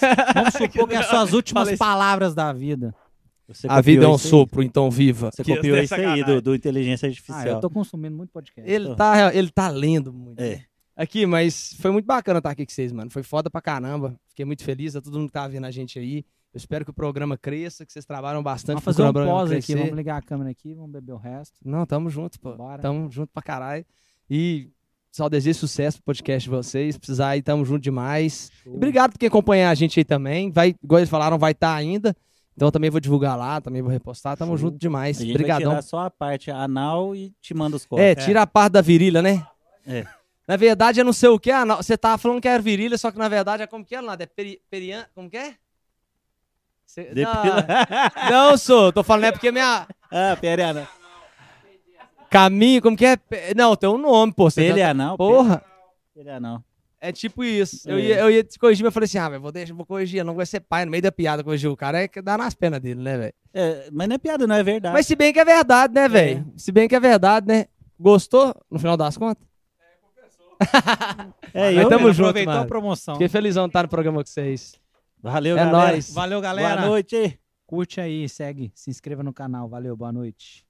Speaker 3: vamos supor que, é
Speaker 2: droga.
Speaker 3: suas últimas
Speaker 2: Falei isso.
Speaker 3: palavras da vida. Ah,
Speaker 1: Você
Speaker 2: A
Speaker 1: copiou
Speaker 2: vida é um
Speaker 1: isso aí?
Speaker 2: sopro, então viva.
Speaker 1: Você
Speaker 2: Que
Speaker 1: copiou
Speaker 2: é
Speaker 1: isso aí
Speaker 2: sacanagem.
Speaker 1: do, do Inteligência
Speaker 3: Ah,
Speaker 1: Artificial.
Speaker 3: eu tô consumindo muito podcast.
Speaker 2: Ele tá, ele tá lendo muito.
Speaker 1: É.
Speaker 2: Aqui, mas foi muito bacana estar aqui com vocês, mano. Foi foda pra caramba. Fiquei muito feliz a todo mundo que tá vendo a gente aí. Eu espero que o programa cresça, que vocês trabalham bastante.
Speaker 3: Vamos
Speaker 2: pro
Speaker 3: fazer um
Speaker 2: programa
Speaker 3: pause aqui,
Speaker 2: crescer.
Speaker 3: vamos ligar a câmera aqui, vamos beber o resto.
Speaker 2: Não, tamo junto, pô.
Speaker 3: Bora.
Speaker 2: Tamo junto pra caralho. E só desejo sucesso pro podcast de vocês. Se Precisar aí, tamo junto demais. E obrigado por quem acompanhar a gente aí também. Vai, igual eles falaram, vai estar ainda. Então eu também vou divulgar lá, também vou repostar. Tamo junto demais.
Speaker 1: A gente
Speaker 2: Obrigadão.
Speaker 1: vai tirar só a parte anal e te manda os cortes.
Speaker 2: É, tira a parte da virilha, né?
Speaker 1: É.
Speaker 2: Na verdade, eu não sei o que. é anal. Você tava falando que era virilha, só que na verdade é como que é, Leonardo? É peri, perian... Como que é? Cê-
Speaker 1: Depila-
Speaker 2: Não, não, sou. Tô falando é porque minha...
Speaker 1: ah, perianal.
Speaker 2: Caminho, como que é? Pe- Não, tem um nome, pô. Você já-
Speaker 1: Perianal.
Speaker 2: Porra.
Speaker 1: Perianal.
Speaker 2: É tipo isso. Eu,
Speaker 1: É.
Speaker 2: ia, eu ia te corrigir, mas eu falei assim, ah, velho, vou, deixar- vou corrigir. eu Não vai ser pai no meio da piada corrigir o cara. É que dá nas pernas dele, né, velho?
Speaker 1: É, mas não é piada, não é verdade.
Speaker 2: Mas se bem que é verdade, né, velho? Se bem que é verdade, né? Gostou, no final das contas?
Speaker 1: é,
Speaker 2: mas
Speaker 1: eu...
Speaker 2: tamo junto,
Speaker 3: Aproveitou
Speaker 2: mano.
Speaker 3: a promoção.
Speaker 2: Fiquei felizão de estar no programa com vocês.
Speaker 1: Valeu,
Speaker 2: É
Speaker 1: galera.
Speaker 2: nóis.
Speaker 3: Valeu,
Speaker 1: Boa
Speaker 3: galera.
Speaker 1: noite.
Speaker 3: Curte aí, segue, se inscreva no canal. Valeu, boa noite.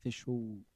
Speaker 3: Fechou.